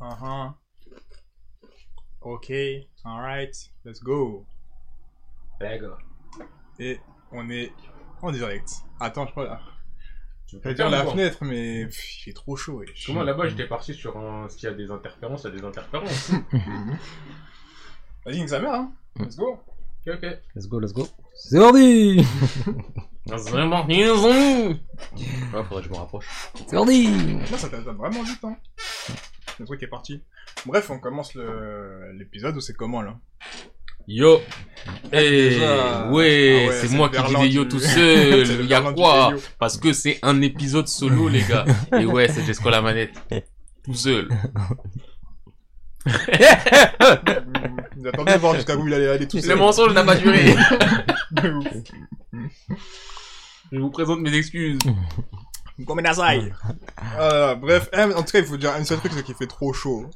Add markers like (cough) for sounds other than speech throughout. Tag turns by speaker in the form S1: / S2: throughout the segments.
S1: Uh-huh. Ok, alright, let's go.
S2: Ben, gars.
S1: Et on est en direct. Attends, je crois.
S2: Tu me
S1: J'allais dire la fenêtre, mais pff, il fait trop chaud. wesh.
S2: Comment là-bas j'étais parti sur un. S'il y a des interférences, il y a des interférences.
S1: Vas-y, nique sa mère, hein. Let's go.
S2: (laughs) ok, ok.
S3: Let's go, let's go. C'est ordi
S2: C'est vraiment niaison Ah, faudrait que je me rapproche.
S3: C'est ordi
S1: Moi, ça t'a vraiment vite, hein. Le truc est parti. Bref, on commence le- l'épisode où c'est comment là
S2: Yo Eh
S1: Ah, Déjà-
S2: Ouais,
S1: Ah ouais,
S2: c'est
S1: c'est
S2: moi
S1: le
S2: qui
S1: Berlin
S2: disais yo
S1: du- (laughs)
S2: tout
S1: C'est le
S2: seul, y'a
S1: Berlin du
S2: quoi
S1: Rio.
S2: Parce que c'est un épisode solo, les gars. Et ouais, c'est Jesco
S1: (laughs)
S2: la manette. Tout seul.
S1: Mm, J'attendais de voir jusqu'à où il allait aller tout
S2: Le
S1: seul.
S2: mensonge n'a pas
S1: (laughs)
S2: duré.
S1: De ouf.
S2: Je vous présente mes excuses.
S1: (laughs) Gomenazai Voilà, bref, eh, mais en tout cas, il faut dire un seul truc, c'est qu'il fait trop chaud.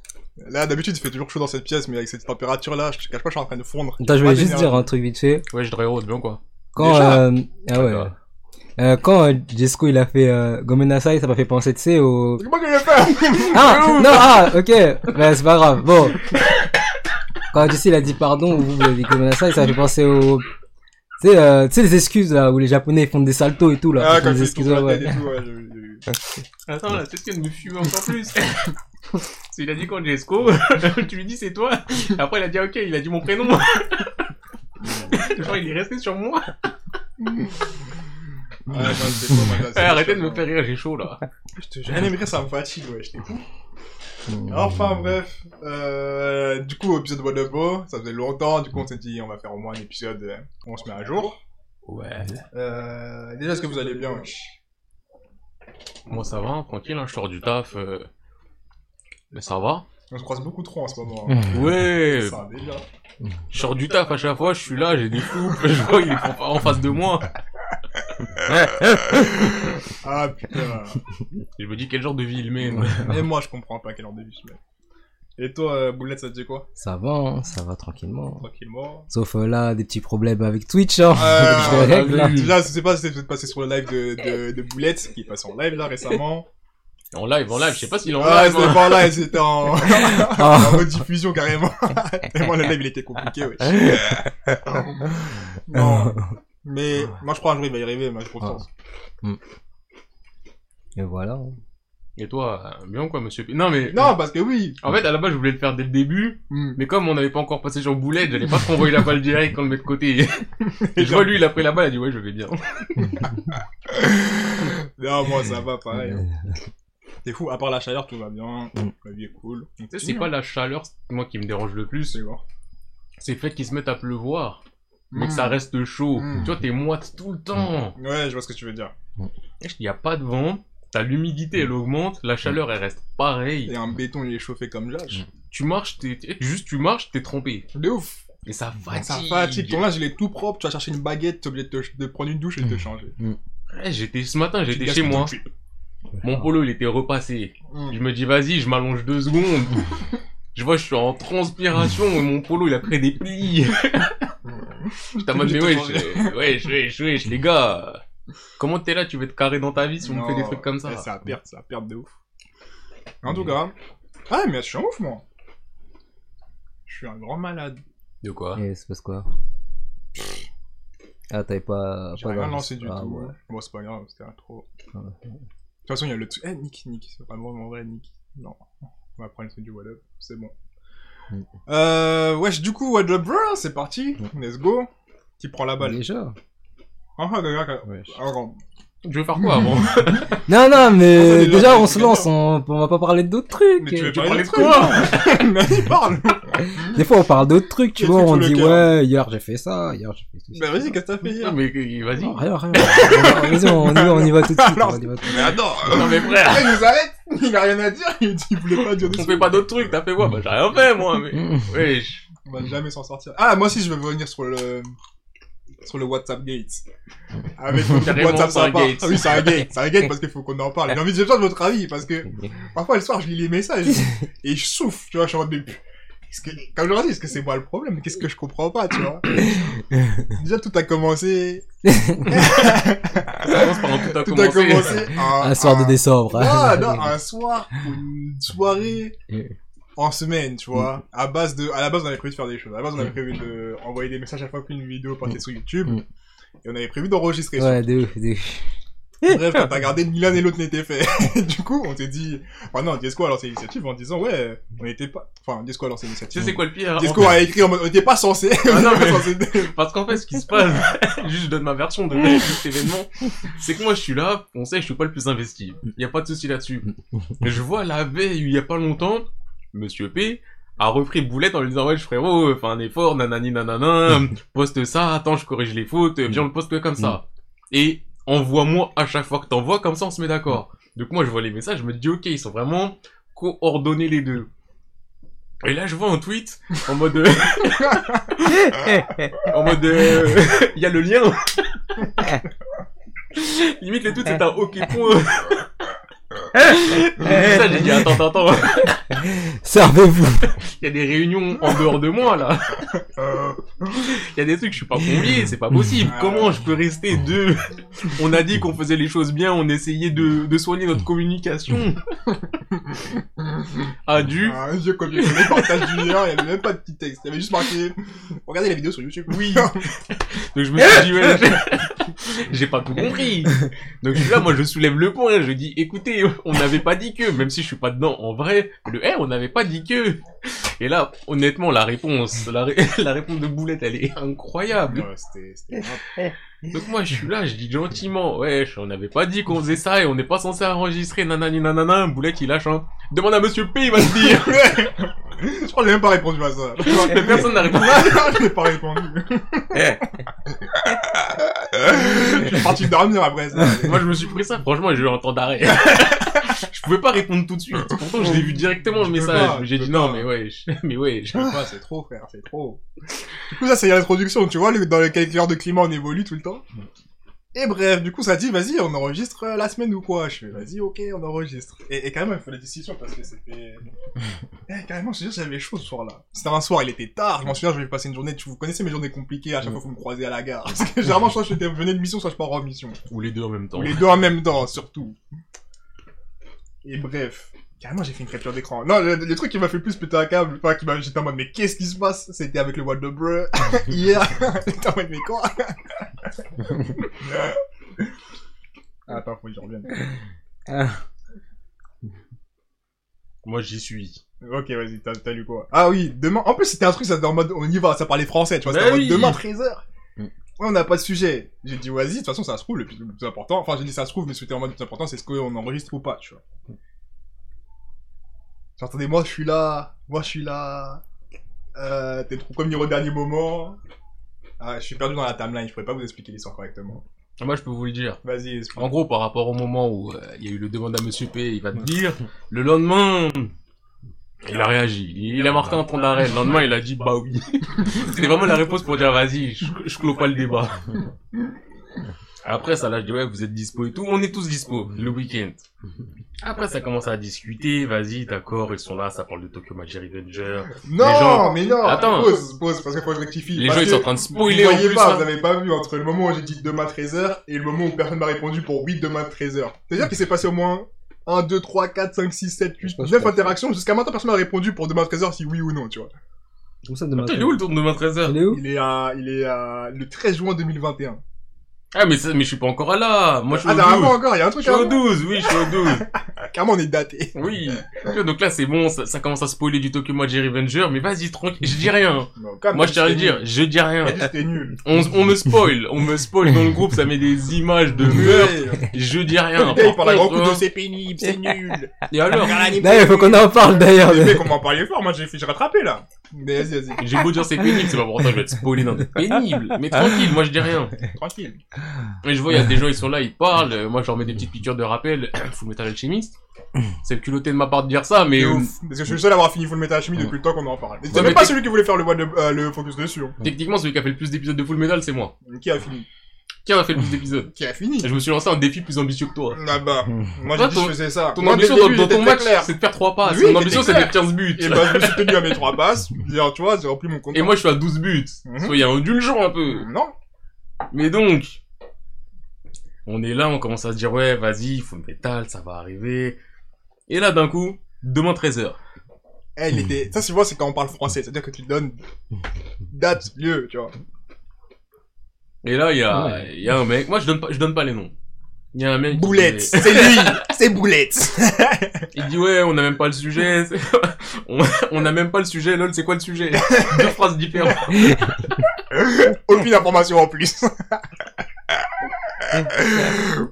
S1: Là, d'habitude, il fait toujours chaud dans cette pièce, mais avec cette température-là, je te cache pas, je suis en train de fondre.
S3: Attends, je
S1: Pas
S3: voulais juste
S1: d'énergie.
S3: dire un truc vite fait.
S2: Ouais, je dirais rose, bien quoi.
S3: Quand,
S1: Déjà
S3: euh, ah ouais. Euh, quand euh, Jesco il a fait euh, Gomenasai, ça m'a fait penser, tu sais, au...
S1: C'est moi qui l'ai fait
S3: Ah Non, ah, ok Bah, c'est pas grave, bon. Quand Jesse il a dit pardon, ou vous, vous avez dit Gomenasai, ça m'a fait penser au... Tu sais, euh, tu sais, les excuses, là, où les japonais font des saltos et tout, là.
S1: Ah,
S3: Ils font
S1: quand
S3: des
S1: il fait
S3: excuses,
S1: tout la
S3: ouais.
S1: tête et tout, ouais, je- je-
S2: Attends, là, peut-être qu'elle me fume encore
S1: (laughs)
S2: plus. Parce qu'il a dit quand Jesco, (laughs) tu lui dis c'est toi. Après, il a dit ok, il a dit
S1: (laughs)
S2: mon prénom. Genre, il est resté sur moi.
S1: Ah, non, c'est pas mal, là, c'est
S2: Eh, arrêtez de
S1: chaud,
S2: me faire rire, j'ai chaud là.
S1: Je te jure, aimerait ça me fatigue, ouais, je t'écoute. Enfin, bref. Euh, du coup, épisode What Up, Bro, ça faisait longtemps, du coup, on s'est dit, on va faire au moins un épisode, euh, où on se met à jour.
S2: Ouais.
S1: Euh, déjà, est-ce que vous allez bien wesh
S2: Moi, ça va, hein, tranquille, hein, je sors du taf. euh, Mais ça va.
S1: On se croise beaucoup trop en ce moment. hein.
S3: Mmh.
S2: Ouais.
S1: Ça, déjà.
S2: Je sors du taf à chaque fois, je suis là, j'ai des coupes. (laughs) Je vois, il est en- en face de moi.
S1: Ah, putain.
S2: Je me dis quel genre de vie il mène.
S1: Et moi, je comprends pas quelle heure de vie je mets. Et toi, euh, Boulette, ça te dit quoi
S3: Ça va, hein, ça va tranquillement.
S1: Tranquillement.
S3: Sauf euh, là, des petits problèmes avec Twitch, hein.
S1: Euh,
S3: (laughs) Je les règle, là.
S1: Déjà, je sais pas si vous êtes passé sur le live de, de, de Boulette, qui est passé en live là récemment.
S2: En live, en live, je sais pas s'il est en
S1: Ah,
S2: live.
S1: c'était
S2: hein.
S1: pas en live, c'était en, (laughs)
S3: (laughs) Ah.
S1: en rediffusion carrément. (laughs) Tellement le live il était compliqué,
S3: Ah. (laughs)
S1: ouais. non. Mais moi je crois un jour il va y arriver, moi j'ai confiance.
S3: Et voilà. hein.
S2: Et toi, euh, bien quoi, monsieur P- Non, mais.
S1: Non, parce que oui.
S2: En fait, à la base, je voulais le faire dès le début.
S1: Mm.
S2: Mais comme on n'avait pas encore passé sur Boulette, j'allais pas trop envoyer la balle direct quand le met
S1: (laughs)
S2: de côté. Et je vois lui, il a pris la balle, il a dit ouais, je vais bien.
S1: (laughs) Non, moi ça va pareil. hein. T'es fou, à part la chaleur tout va bien, la vie est cool.
S2: Tu sais, c'est pas la chaleur, c'est moi, qui me dérange le plus. C'est le fait qu'ils se mettent à pleuvoir, mais que ça reste chaud.
S1: Mm.
S2: Tu vois, t'es moite tout le temps.
S1: Ouais, je vois ce que tu veux dire.
S2: Il y a pas de vent, t'as l'humidité, elle augmente, la chaleur, elle reste pareille.
S1: Et un béton il est chauffé comme l'âge.
S2: Tu marches, t'es t'es- juste tu marches, t'es trompé.
S3: Mm.
S1: De ouf.
S2: Et ça fatigue.
S1: Ça fatigue. Ton linge il est tout propre, tu vas chercher une baguette, t'es obligé de, te- de prendre une douche
S3: Mm.
S1: et de te changer.
S2: Ouais, Eh, J'étais ce matin,
S1: Tu
S2: j'étais
S1: gaspilles
S2: chez
S1: tout
S2: moi.
S1: de suite.
S2: Mon polo, il était repassé.
S1: Mm.
S2: Je me dis, vas-y, je m'allonge deux secondes. je vois, je suis en transpiration et mon polo, il a pris des plis. J'étais en mode,
S1: J'ai
S2: mais
S1: tout
S2: wesh,
S1: changé.
S2: euh, wesh, wesh, wesh, les gars. Comment t'es là, tu vas te carrer dans ta vie si on me fait des
S1: Non,
S2: trucs comme ça
S1: eh, C'est à perte, c'est à perte de ouf.
S3: Mm.
S1: En tout cas, ah, mais je suis un ouf, moi. Je suis un grand malade.
S2: De quoi
S3: Et c'est parce quoi Ah, t'avais pas.
S1: J'ai
S3: pas
S1: rien
S3: dans-
S1: lancé du
S3: Ah,
S1: tout.
S3: ouais.
S1: ouais. Bon, c'est pas grave, c'était un trop.
S3: Ah, ouais.
S1: De toute façon, il y a le truc. Eh, Nick, Nick, c'est pas vraiment vrai, Nick. Non, on va prendre le truc du What Up, c'est bon.
S3: Mm.
S1: Euh, wesh, du coup, What Up, bro, c'est parti, let's go. Qui prend la balle
S3: Déjà
S1: Ah, ah, ah, ah,
S3: Wesh.
S1: ah, ah.
S2: Je vais faire quoi
S1: (laughs)
S2: avant
S3: Non, non,
S1: Ah, ça,
S3: mais
S1: déjà,
S3: déjà
S1: on
S3: on se
S1: est
S3: lance, on, on va pas parler d'autres trucs.
S1: Mais tu veux
S2: Tu
S1: parler
S2: parlais
S1: de
S2: de
S1: quoi
S2: quoi (laughs)
S1: (laughs) Vas-y, parle
S3: Des fois on parle d'autres trucs, tu
S1: Des
S3: vois,
S1: trucs
S3: on
S1: sur le
S3: dit
S1: cœur.
S3: ouais, hier j'ai fait ça, hier j'ai fait tout ça.
S1: Bah, vas-y, qu'est-ce que t'as fait
S2: Non,
S1: hier
S2: mais euh, vas-y.
S3: Non, rien, rien. Vas-y, on y va, on y va tout de suite. on y va tout de suite.
S1: Mais attends
S2: Non, mais frère,
S1: Après, (laughs) il nous arrête, il a rien à dire, il dit il voulait pas dire de
S2: on
S1: ça.
S2: fait pas d'autres trucs, t'as fait quoi Bah, j'ai rien fait, moi, mais.
S3: Mm.
S2: Wesh.
S1: On va jamais s'en sortir. Ah, moi aussi, je vais revenir sur le. sur le WhatsApp Gate. Avec le
S2: (laughs) Carrément,
S1: WhatsApp
S2: c'est un
S1: sympa.
S2: gate.
S1: Ah oui, c'est un gate, c'est un gate parce qu'il faut qu'on en parle. J'ai envie j'ai besoin de votre avis parce que parfois le soir, je lis les
S2: (laughs)
S1: messages et je souffle, tu vois, je suis en mode, mais. est-ce Que, comme je leur dis, est-ce que c'est moi le problème Qu'est-ce que je comprends pas, tu
S2: (laughs)
S1: vois Déjà, tout a commencé.
S2: Ça commence par un tout à
S1: Tout a
S2: (laughs)
S1: Ah,
S2: commencer.
S3: Ah,
S1: commencé.
S3: (laughs)
S1: ah,
S3: Un soir de décembre.
S1: Non, non, un soir, ou une soirée, en semaine, tu
S3: Mm.
S1: vois. À base de, à la base, on avait prévu de faire des choses. À la base, on avait prévu de envoyer des messages à chaque fois qu'une vidéo partait sur YouTube.
S3: Mm.
S1: Et on avait prévu d'enregistrer. ça.
S3: Ouais, de ouf, de ouf.
S1: Bref,
S3: (laughs)
S1: quand t'as regardé ni l'un ni l'autre n'était fait. (laughs) du coup, on s'est dit, enfin non, Diesco a lancé l'initiative en disant, ouais, on n'était pas, enfin, Diesco a lancé
S2: Tu
S1: l'initiative.
S2: sais, c'est quoi le pire en
S1: Diesco a écrit en mode, on n'était pas censé.
S2: Ah non,
S1: (laughs) On était
S2: mais-
S1: pas censé.
S2: (laughs) Parce qu'en fait, ce qui se passe, juste je donne ma version de de cet événement, c'est que moi je suis là, on sait que je suis pas le plus investi. Il y a pas de souci là-dessus. Mais Je vois la veille, il y a pas longtemps, Monsieur P a repris boulette en lui disant ouais frérot, fais un effort, nanani nanana, poste ça, attends je corrige les fautes, viens on le poste comme ça. Et envoie-moi à chaque fois que t'envoies, comme ça on se met d'accord. Donc moi je vois les messages, je me dis ok, ils sont vraiment coordonnés les deux. Et là je vois un tweet en mode... euh,
S1: Ah.
S2: en mode, euh, (laughs) il y a le lien. Limite, le tout, c'est un OK point. J'ai vu ça, j'ai dit, attends, attends, attends.
S3: (laughs) Servez-vous.
S2: Il y a des réunions en dehors de moi, là. (laughs)
S1: Euh,
S2: Il y a des trucs, je suis pas convié, c'est pas possible. Comment je peux rester deux On a dit qu'on faisait les choses bien, on essayait de, de soigner notre communication. Ah, A dû.
S1: un vieux copier collé partage du lien, il y avait même pas de petit texte. Il y avait juste marqué, regardez la vidéo sur YouTube. (laughs)
S2: Oui. Donc je me suis dit, ouais, j'ai- j'ai pas tout compris. Donc je suis là, moi je soulève le point, je dis, écoutez, on n'avait pas dit que, même si je suis pas dedans en vrai, le hey, on n'avait pas dit que. Et là, honnêtement, la réponse, la, ré- (laughs) la réponse de Boulette, elle est incroyable.
S1: Ouais, c'était, c'était grave. (laughs)
S2: Donc moi je suis là, je dis gentiment, ouais, on n'avait pas dit qu'on faisait ça et on n'est pas censé enregistrer, nanani nanana, Boulette il lâche un. Demande à Monsieur P, il va te dire.
S1: Je crois que j'ai même pas répondu à ça.
S2: Mais personne n'a
S1: (laughs)
S2: répondu.
S1: Je n'ai pas répondu. (laughs) Je suis parti dormir après ça.
S2: (laughs) Moi, je me suis pris ça, franchement, j'ai eu un temps (laughs) d'arrêt. je pouvais pas répondre tout de suite. Pourtant, je l'ai vu directement le
S1: Je peux
S2: message.
S1: pas,
S2: mais J'ai
S1: je
S2: dit
S1: peux
S2: non,
S1: pas.
S2: mais ouais, je- (laughs) mais ouais. je-
S1: Je peux pas, c'est trop, frère, c'est trop. Du coup, ça, c'est l'introduction, tu vois, le- dans lequel l'heure de climat, on évolue tout le temps. Et bref, du coup, ça dit, vas-y, on enregistre euh, la semaine ou quoi Je fais, vas-y, ok, on enregistre. Et, et carrément, il faut la décision parce que c'était. Eh, carrément, je te jure, j'avais chaud ce soir-là. C'était un soir, il était tard, je m'en souviens, je vais passer une journée, tu vous connaissez mes journées compliquées, à chaque fois, vous me croisez à la gare. (laughs) Parce que généralement, soit je venais de mission, soit je pars en mission.
S2: Ou les deux en même temps.
S1: Ou les deux en même temps, surtout. Et bref. Carrément, j'ai fait une capture d'écran. Non, le, le truc qui m'a fait plus péter un câble, enfin, qui m'a, j'étais en mode, mais qu'est-ce qui se passe? C'était avec le What the Bruh, hier. J'étais en mode, mais quoi? Ah, Attends, faut que je revienne. Ah,
S2: Moi, j'y suis.
S1: Ok, vas-y, t'as, t'as lu quoi? Ah oui, demain, en plus, c'était un truc, ça, en mode, on y va, ça parlait français, tu vois, c'était
S2: Bah
S1: en mode,
S2: oui.
S1: demain, 13h.
S4: Mm.
S1: Ouais, on n'a pas de sujet. J'ai dit, vas-y, de toute façon, ça se trouve, le plus, le plus important, enfin, j'ai dit, ça se trouve, mais c'était en mode, le plus important, c'est ce qu'on enregistre ou pas, tu vois. Genre, attendez, moi je suis là, moi je suis là. Euh, t'es trop comme au dernier moment. Ah, je suis perdu dans la timeline, je pourrais pas vous expliquer l'histoire correctement.
S2: Moi, je peux vous le dire.
S1: Vas-y, explique.
S2: En gros, par rapport au moment où euh, il y a eu le demande à Monsieur P, il va te dire, le lendemain, il a réagi. Il a marqué un temps d'arrêt. Le lendemain, il a dit, bah oui. (laughs) C'était vraiment la réponse pour dire, vas-y, je, je clôt pas le débat. Après ça, là, je dis, ouais, vous êtes dispo et tout. On est tous dispo, le week-end. Après, ça commence à discuter. Vas-y, d'accord, ils sont là, ça parle de Tokyo Magic Revenger.
S1: Non,
S2: gens-
S1: mais non
S2: Attends.
S1: Pause, pause, parce qu'il faut que je rectifie.
S2: Les
S1: Parce
S2: gens, ils
S1: que
S2: sont en train de spoiler
S1: Vous
S2: en
S1: voyez
S2: plus.
S1: pas,
S2: hein.
S1: vous avez pas vu entre le moment où j'ai dit demain 13h et le moment où personne m'a répondu pour oui, demain 13h. C'est-à-dire qu'il s'est passé au moins 1, 2, 3, 4, 5, 6, 7, 8,
S3: pense
S1: 9
S3: pas.
S1: interactions. Jusqu'à maintenant, personne m'a répondu pour demain 13h si oui ou non, tu vois.
S3: Où ça demain
S2: Attends, il est où le tour de demain
S3: Il
S2: 13h
S3: est où
S1: Il est à, il est à, le 13 juin 2021.
S2: Ah, mais, ça- mais je suis pas encore là. Moi, je suis
S1: Ah, t'as
S2: au 12.
S1: avant encore, il y a un
S2: Je
S1: truc
S2: suis
S1: à
S2: au 12, oui, je suis au 12.
S1: Carrément, on est daté.
S2: Oui. Tu vois, Donc là, c'est bon, ça, ça commence à spoiler du Tokyo Magic Revenger, mais vas-y, tranquille, je dis rien.
S1: Non, quand même,
S2: Moi, je tiens à le dire, je dis rien.
S1: T'as dit que C'était
S2: (laughs)
S1: nul.
S2: On, on me spoil, on me spoil dans le groupe, ça met des images de meurtre, je dis rien.
S1: Putain, il
S2: Par
S1: parle à grand
S2: contre,
S1: coup de
S2: hein,
S1: c'est pénible, c'est nul.
S2: Et (laughs) alors
S3: D'ailleurs, il faut qu'on en parle d'ailleurs.
S1: Les mecs, on m'en parlait fort, moi j'ai j'ai rattrapé là. Mais vas-y, vas-y,
S2: J'ai beau dire c'est pénible, c'est pas pour autant que je vais être spoilé dans des pénibles. Mais tranquille, moi je dis rien.
S1: tranquille.
S2: Et je vois, il y a des gens, ils sont là, ils parlent. euh, Moi, je leur mets des petites piqûres de rappel. (clears throat) Full Metal Alchimiste. C'est le culotté de ma part de dire ça, mais
S1: Et
S2: euh,
S1: ouf. Parce que je suis le seul à avoir fini Full Metal Alchemy depuis le temps qu'on en parle. Et
S2: Ouais,
S1: C'était
S2: mais
S1: même pas
S2: t'es-
S1: celui qui voulait faire le, one- euh, le focus dessus. hein.
S2: techniquement, celui qui a fait le plus d'épisodes de Full Metal, c'est moi.
S1: Qui a fini
S2: Qui a fait le plus d'épisodes
S1: Qui a fini
S2: Et Je me suis lancé un défi plus ambitieux que toi.
S1: Là-bas. Ah bah, Moi
S2: Toi,
S1: j'ai dit
S2: ton-
S1: je faisais ça.
S2: Ton
S1: Moi, dès le
S2: ambition dans,
S1: début,
S2: dans
S1: j'étais
S2: ton
S1: très
S2: match,
S1: clair.
S2: c'est de faire 3 passes.
S1: Oui,
S2: Mon ambition,
S1: t'étais
S2: c'est de faire 15 buts.
S1: Et bah je me suis tenu à mes trois passes.
S2: (laughs)
S1: Genre, tu vois, j'ai rempli mon compte.
S2: Et moi, je suis à 12 buts.
S1: Mhm.
S2: Soyez indulgents un peu.
S1: Non.
S2: Mais donc, on est là, on commence à se dire, ouais, vas-y, il faut le métal, ça va arriver. Et là, d'un coup, demain 13h.
S1: Eh, il était. Ça, c'est moi, c'est quand on parle français. C'est-à-dire que tu donnes date, lieu, tu vois.
S2: Et là, il y a, il y a un mec. Moi, je donne pas, je donne pas les noms. Il y a un mec. qui-
S1: Boulette, c'est lui, c'est Boulette.
S2: Il dit ouais, on n'a même pas
S1: (laughs)
S2: le sujet. c'est- on on n'a même pas le sujet. Lol, c'est quoi le sujet Deux phrases différentes.
S1: Aucune information en plus.
S3: (laughs)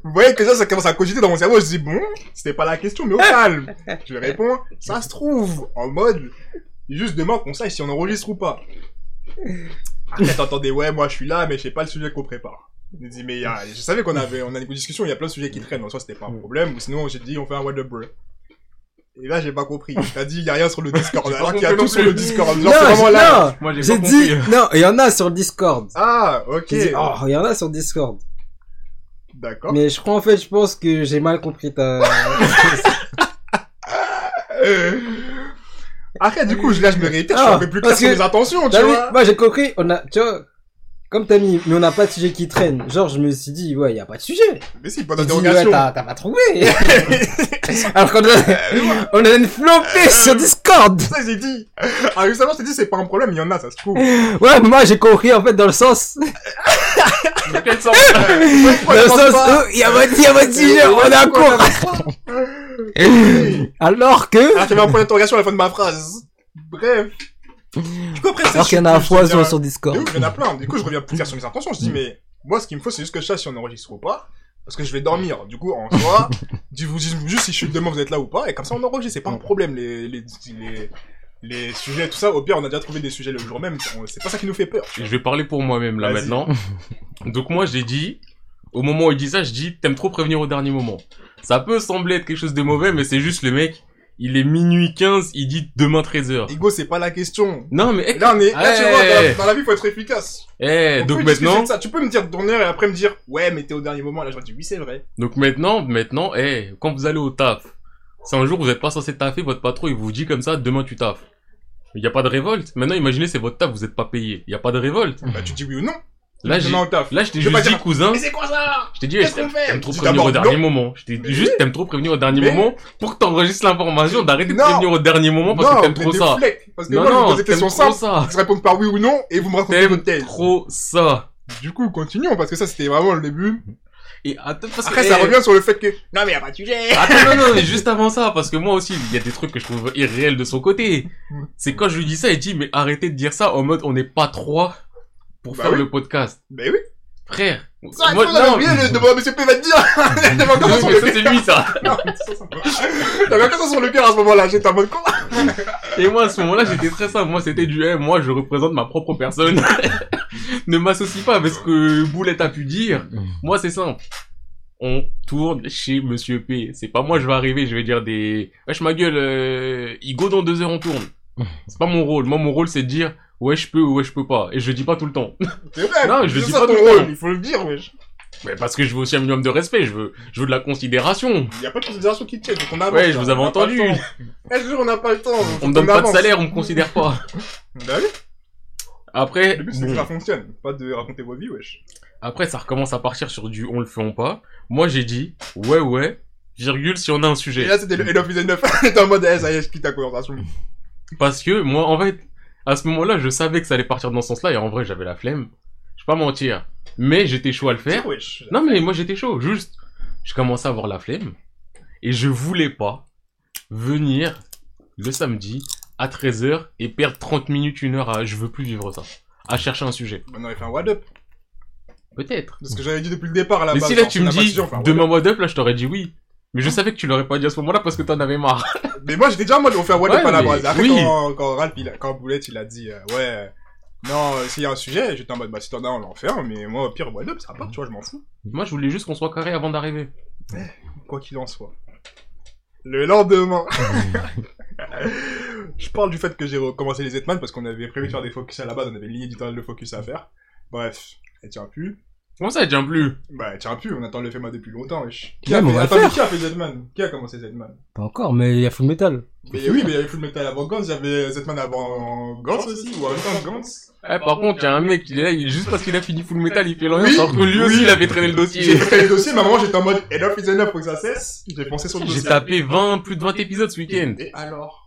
S1: Vous voyez que ça, ça commence à cogiter dans mon cerveau. Je dis bon, c'était pas la question, mais au
S3: (laughs)
S1: calme. Je réponds, ça se trouve, en mode, juste demain qu'on sache si on enregistre ou pas.
S3: (laughs)
S1: Après, t'entendais, ouais, moi je suis là, mais je sais pas le sujet qu'on prépare. Je dis, mais ah, je savais qu'on avait, on a une discussion, il y a plein de sujets qui traînent, donc ça c'était pas
S3: Mm.
S1: un problème. Ou sinon, j'ai dit, on fait un what the bruh. Et là, j'ai pas compris. T'as dit, il y a rien sur le
S3: (laughs)
S1: Discord, alors qu'il y a tout sur le Discord. Genre, c'est
S3: non,
S1: vraiment
S3: j'ai-
S1: là.
S3: non,
S2: Moi, j'ai
S3: j'ai
S2: pas
S3: dit,
S2: compris.
S3: non, il y en a sur Discord.
S1: Ah, ok.
S3: J'ai dit, oh, il y en a sur Discord.
S1: D'accord.
S3: Mais je crois, en fait, je pense que j'ai mal
S1: (laughs)
S3: compris ta...
S1: Après, Euh. du coup, je- là, je me réitère, je
S3: Ah,
S1: suis un peu plus clair
S3: parce
S1: sur
S3: que- Bah
S1: mes intentions, tu
S3: T'as vu
S1: vois.
S3: Moi j'ai compris, on a, tu vois, comme t'as mis, mais on n'a pas de sujet qui traîne. Genre je me suis dit, ouais, y a pas de sujet.
S1: Mais si, pas
S3: J'ai dit, ouais,
S1: d'interrogation. Euh,
S3: t'as t'as pas trouvé.
S1: (laughs)
S3: (laughs) Alors qu'on a, on a une flopée sur Discord.
S1: ça, j'ai dit. Ah, justement, je t'ai dit, c'est pas un problème, il y en a, ça se
S3: (laughs)
S1: trouve. Ouais,
S3: Ouais, moi j'ai compris en fait dans
S1: (laughs)
S3: le sens,
S2: Dans quel sens
S1: pourquoi
S3: dans
S1: je
S3: le
S1: pense
S3: sens
S1: pas
S3: où y a pas de y a pas de sujet,
S1: Euh,
S3: on a cours.
S1: (laughs)
S3: Alors
S1: Alors
S3: que,
S1: qu'il y avait Ah, un point d'interrogation à la fin de ma phrase. Bref. Du coup, après, c'est
S3: alors qu'il y en a
S1: je-
S3: un
S1: je
S3: foison
S1: deviens-
S3: sur
S1: De
S3: Discord.
S1: ouf, Il y en a plein. Du coup, je reviens plus clair sur mes intentions. Je
S2: Mm.
S1: dis, mais moi, ce qu'il me faut, c'est juste que je sache si on enregistre ou pas. Parce que je vais dormir. Du coup, en soi,
S2: (laughs)
S1: je vous dis juste si je suis demain, vous êtes là ou pas. Et comme ça, on enregistre. C'est pas un problème. Les, les, les, les sujets, tout ça. Au pire, on a déjà trouvé des sujets le jour même. On- C'est pas ça qui nous fait peur.
S2: Je vais parler pour moi-même là
S1: Vas-y.
S2: maintenant. Donc moi j'ai dit, au moment où il dit ça, je dis t'aimes trop prévenir au dernier moment. Ça peut sembler être quelque chose de mauvais, mais c'est juste le mec, il est minuit 15, il dit demain 13h.
S1: Ego, c'est pas la question.
S2: Non mais,
S1: Là, on est, là, tu
S2: Ouais.
S1: vois, dans la, dans la vie, faut être efficace.
S2: eh, eh,
S1: On
S2: donc
S1: peut discuter
S2: maintenant,
S1: de ça. Tu peux me dire ton heure et après me dire, ouais, mais t'es au dernier moment. Là, je vais dire, oui, c'est vrai.
S2: donc maintenant, maintenant, eh, quand vous allez au taf, c'est un jour où vous êtes pas censé taffer, votre patron il vous dit comme ça, demain tu taffes. Il y a pas de révolte. Maintenant imaginez c'est votre taf, vous êtes pas payé. Il y a pas de révolte.
S1: Bah, tu dis oui ou non.
S2: Là j'ai,
S1: Demain au taf.
S2: là je t'ai
S1: Je vais pas
S2: juste dit
S1: dire,
S2: cousin.
S1: Mais c'est quoi ça?
S2: Je t'ai dit,
S1: Qu'est-ce
S2: je t'aime
S1: qu'on fait
S2: t'aimes trop
S1: Dis
S2: prévenir au
S1: d'abord
S2: dernier moment. Je t'ai dit
S1: Mais-
S2: juste, t'aimes trop prévenir au dernier
S1: Mais-
S2: moment pour que t'enregistres l'information, d'arrêter de
S1: Non.
S2: prévenir au dernier moment parce que
S1: Non,
S2: t'aimes
S1: mais
S2: trop
S1: des
S2: ça.
S1: flecs, Parce que
S2: Non,
S1: moi, je vous
S2: non,
S1: pose des
S2: t'aimes
S1: questions
S2: trop
S1: simples.
S2: ça.
S1: Vous répondez par oui ou non et vous me racontez
S2: T'aimes
S1: votre thèse.
S2: trop ça.
S1: Du coup, continuons parce que ça c'était vraiment le début.
S2: Et attends, parce que-
S1: Après, ça
S2: eh,
S1: revient sur le fait que non mais y a pas de sujet.
S2: Attends, non, non, mais juste avant ça, parce que moi aussi, il y a des trucs que je trouve irréels de son côté. C'est quand je lui dis ça, il dit, mais arrêtez de dire ça en mode, on n'est pas trois pour
S1: Bah
S2: faire
S1: oui.
S2: le podcast.
S1: Mais ben oui.
S2: Frère.
S1: Ça,
S2: moi-
S1: on avait
S2: non,
S1: oublié
S2: mais-
S1: le devant Monsieur P va te (laughs) dire. J'avais encore ça sur
S2: mais
S1: le
S2: ça,
S1: cœur.
S2: c'est lui, ça.
S1: Non, ça, ça va. J'avais encore ça sur le cœur à ce moment-là. J'étais en mode con.
S2: Et moi, à ce moment-là, j'étais très simple. Moi, c'était du, eh, moi, je représente ma propre personne. (laughs) ne m'associe pas avec ce que Boulette a pu dire. Moi, c'est simple. On tourne chez Monsieur P. C'est pas moi, je vais arriver, je vais dire des, wesh, ma gueule, euh, Igo, dans deux heures, on tourne. C'est pas mon rôle. Moi, mon rôle, c'est de dire, ouais, je peux ou ouais, je peux pas. Et je le dis pas tout le temps.
S1: C'est vrai.
S2: Non, je
S1: c'est
S2: le dis
S1: ça
S2: pas
S1: ton
S2: tout le
S1: rôle.
S2: temps.
S1: Il faut le dire, wesh.
S2: Mais parce que je veux aussi un minimum de respect. Je veux, je veux de la considération.
S1: Il y a pas de considération qui tienne. donc on avance,
S2: Ouais, je
S1: là.
S2: vous avais
S1: On a pas
S2: entendu.
S1: le temps. Eh, je jure, on n'a pas le temps.
S2: On me donne pas de
S1: avance.
S2: salaire, on me considère pas.
S1: Bah oui.
S2: Après,
S1: Le but c'est que
S2: bon.
S1: ça fonctionne. Pas de raconter vos vies, wesh.
S2: Après, ça recommence à partir sur du on le fait, on pas. Moi, j'ai dit, ouais, ouais, virgule, si on a un
S1: Et
S2: sujet.
S1: là, c'était le Head of 9. (laughs) J'étais en mode, eh, ça y est, je quitte la conversation.
S2: Parce que, moi, en fait, à ce moment-là, je savais que ça allait partir dans ce sens-là, et en vrai, j'avais la flemme. Je vais pas mentir. Mais j'étais chaud à le faire.
S1: Wesh.
S2: Non, mais moi, j'étais chaud, juste. Je commençais à avoir la flemme, et je voulais pas venir le samedi à 13h et perdre 30 minutes, une heure à, je veux plus vivre ça. À chercher un sujet.
S1: On aurait fait un what up.
S2: Peut-être.
S1: C'est ce que j'avais dit depuis le départ à la
S2: Mais
S1: base.
S2: si là
S1: hein.
S2: tu
S1: On
S2: me
S1: a pas
S2: dis
S1: dit, on fait un what
S2: demain what up, là je t'aurais dit oui. Mais je savais que tu l'aurais pas dit à ce moment-là parce que t'en avais marre. (laughs)
S1: up. Mais moi j'étais déjà en mode on fait un what up
S2: Ouais,
S1: à la
S2: mais
S1: base. Après
S2: oui.
S1: quand, quand Ralph, il a- quand Boulette il a dit euh, ouais, euh, non, euh, s'il y a un sujet, j'étais en mode bah si t'en as, on l'en fait un, mais moi au pire what up, ça part, tu vois, je m'en fous.
S2: Moi je voulais juste qu'on soit carré avant d'arriver.
S1: Quoi qu'il en soit. Le lendemain, je parle du fait que j'ai recommencé les Hetman parce qu'on avait prévu de faire des focus à la base, on avait une ligne éditoriale de focus à faire. Bref, elle tient plus.
S2: Comment ça, elle tient plus Eh,
S1: Bah elle tient plus, on attend le FEMA depuis longtemps, wesh. Qui a
S3: Même, on
S1: fait,
S3: va le
S1: attends, mais
S3: faire.
S1: qui a fait Zetman Qui a commencé Zetman
S3: Pas encore, mais il y a Full Metal.
S1: Mais oui, mais il y avait Full Metal avant Gantz, il y avait Zetman avant Gantz aussi, ou en même temps Gantz.
S2: Eh, Par contre, y a un mec, il est là, il- juste parce qu'il a fini full metal, il fait rien,
S1: Oui,
S2: alors que lui aussi
S1: oui.
S2: il avait traîné le
S1: J'ai
S2: dossier.
S1: fait les dossiers, maman, j'étais en mode enough is enough, faut que ça cesse. J'ai pensé sur le dossier.
S2: J'ai tapé 20, plus de 20 épisodes ce week-end.
S1: Et alors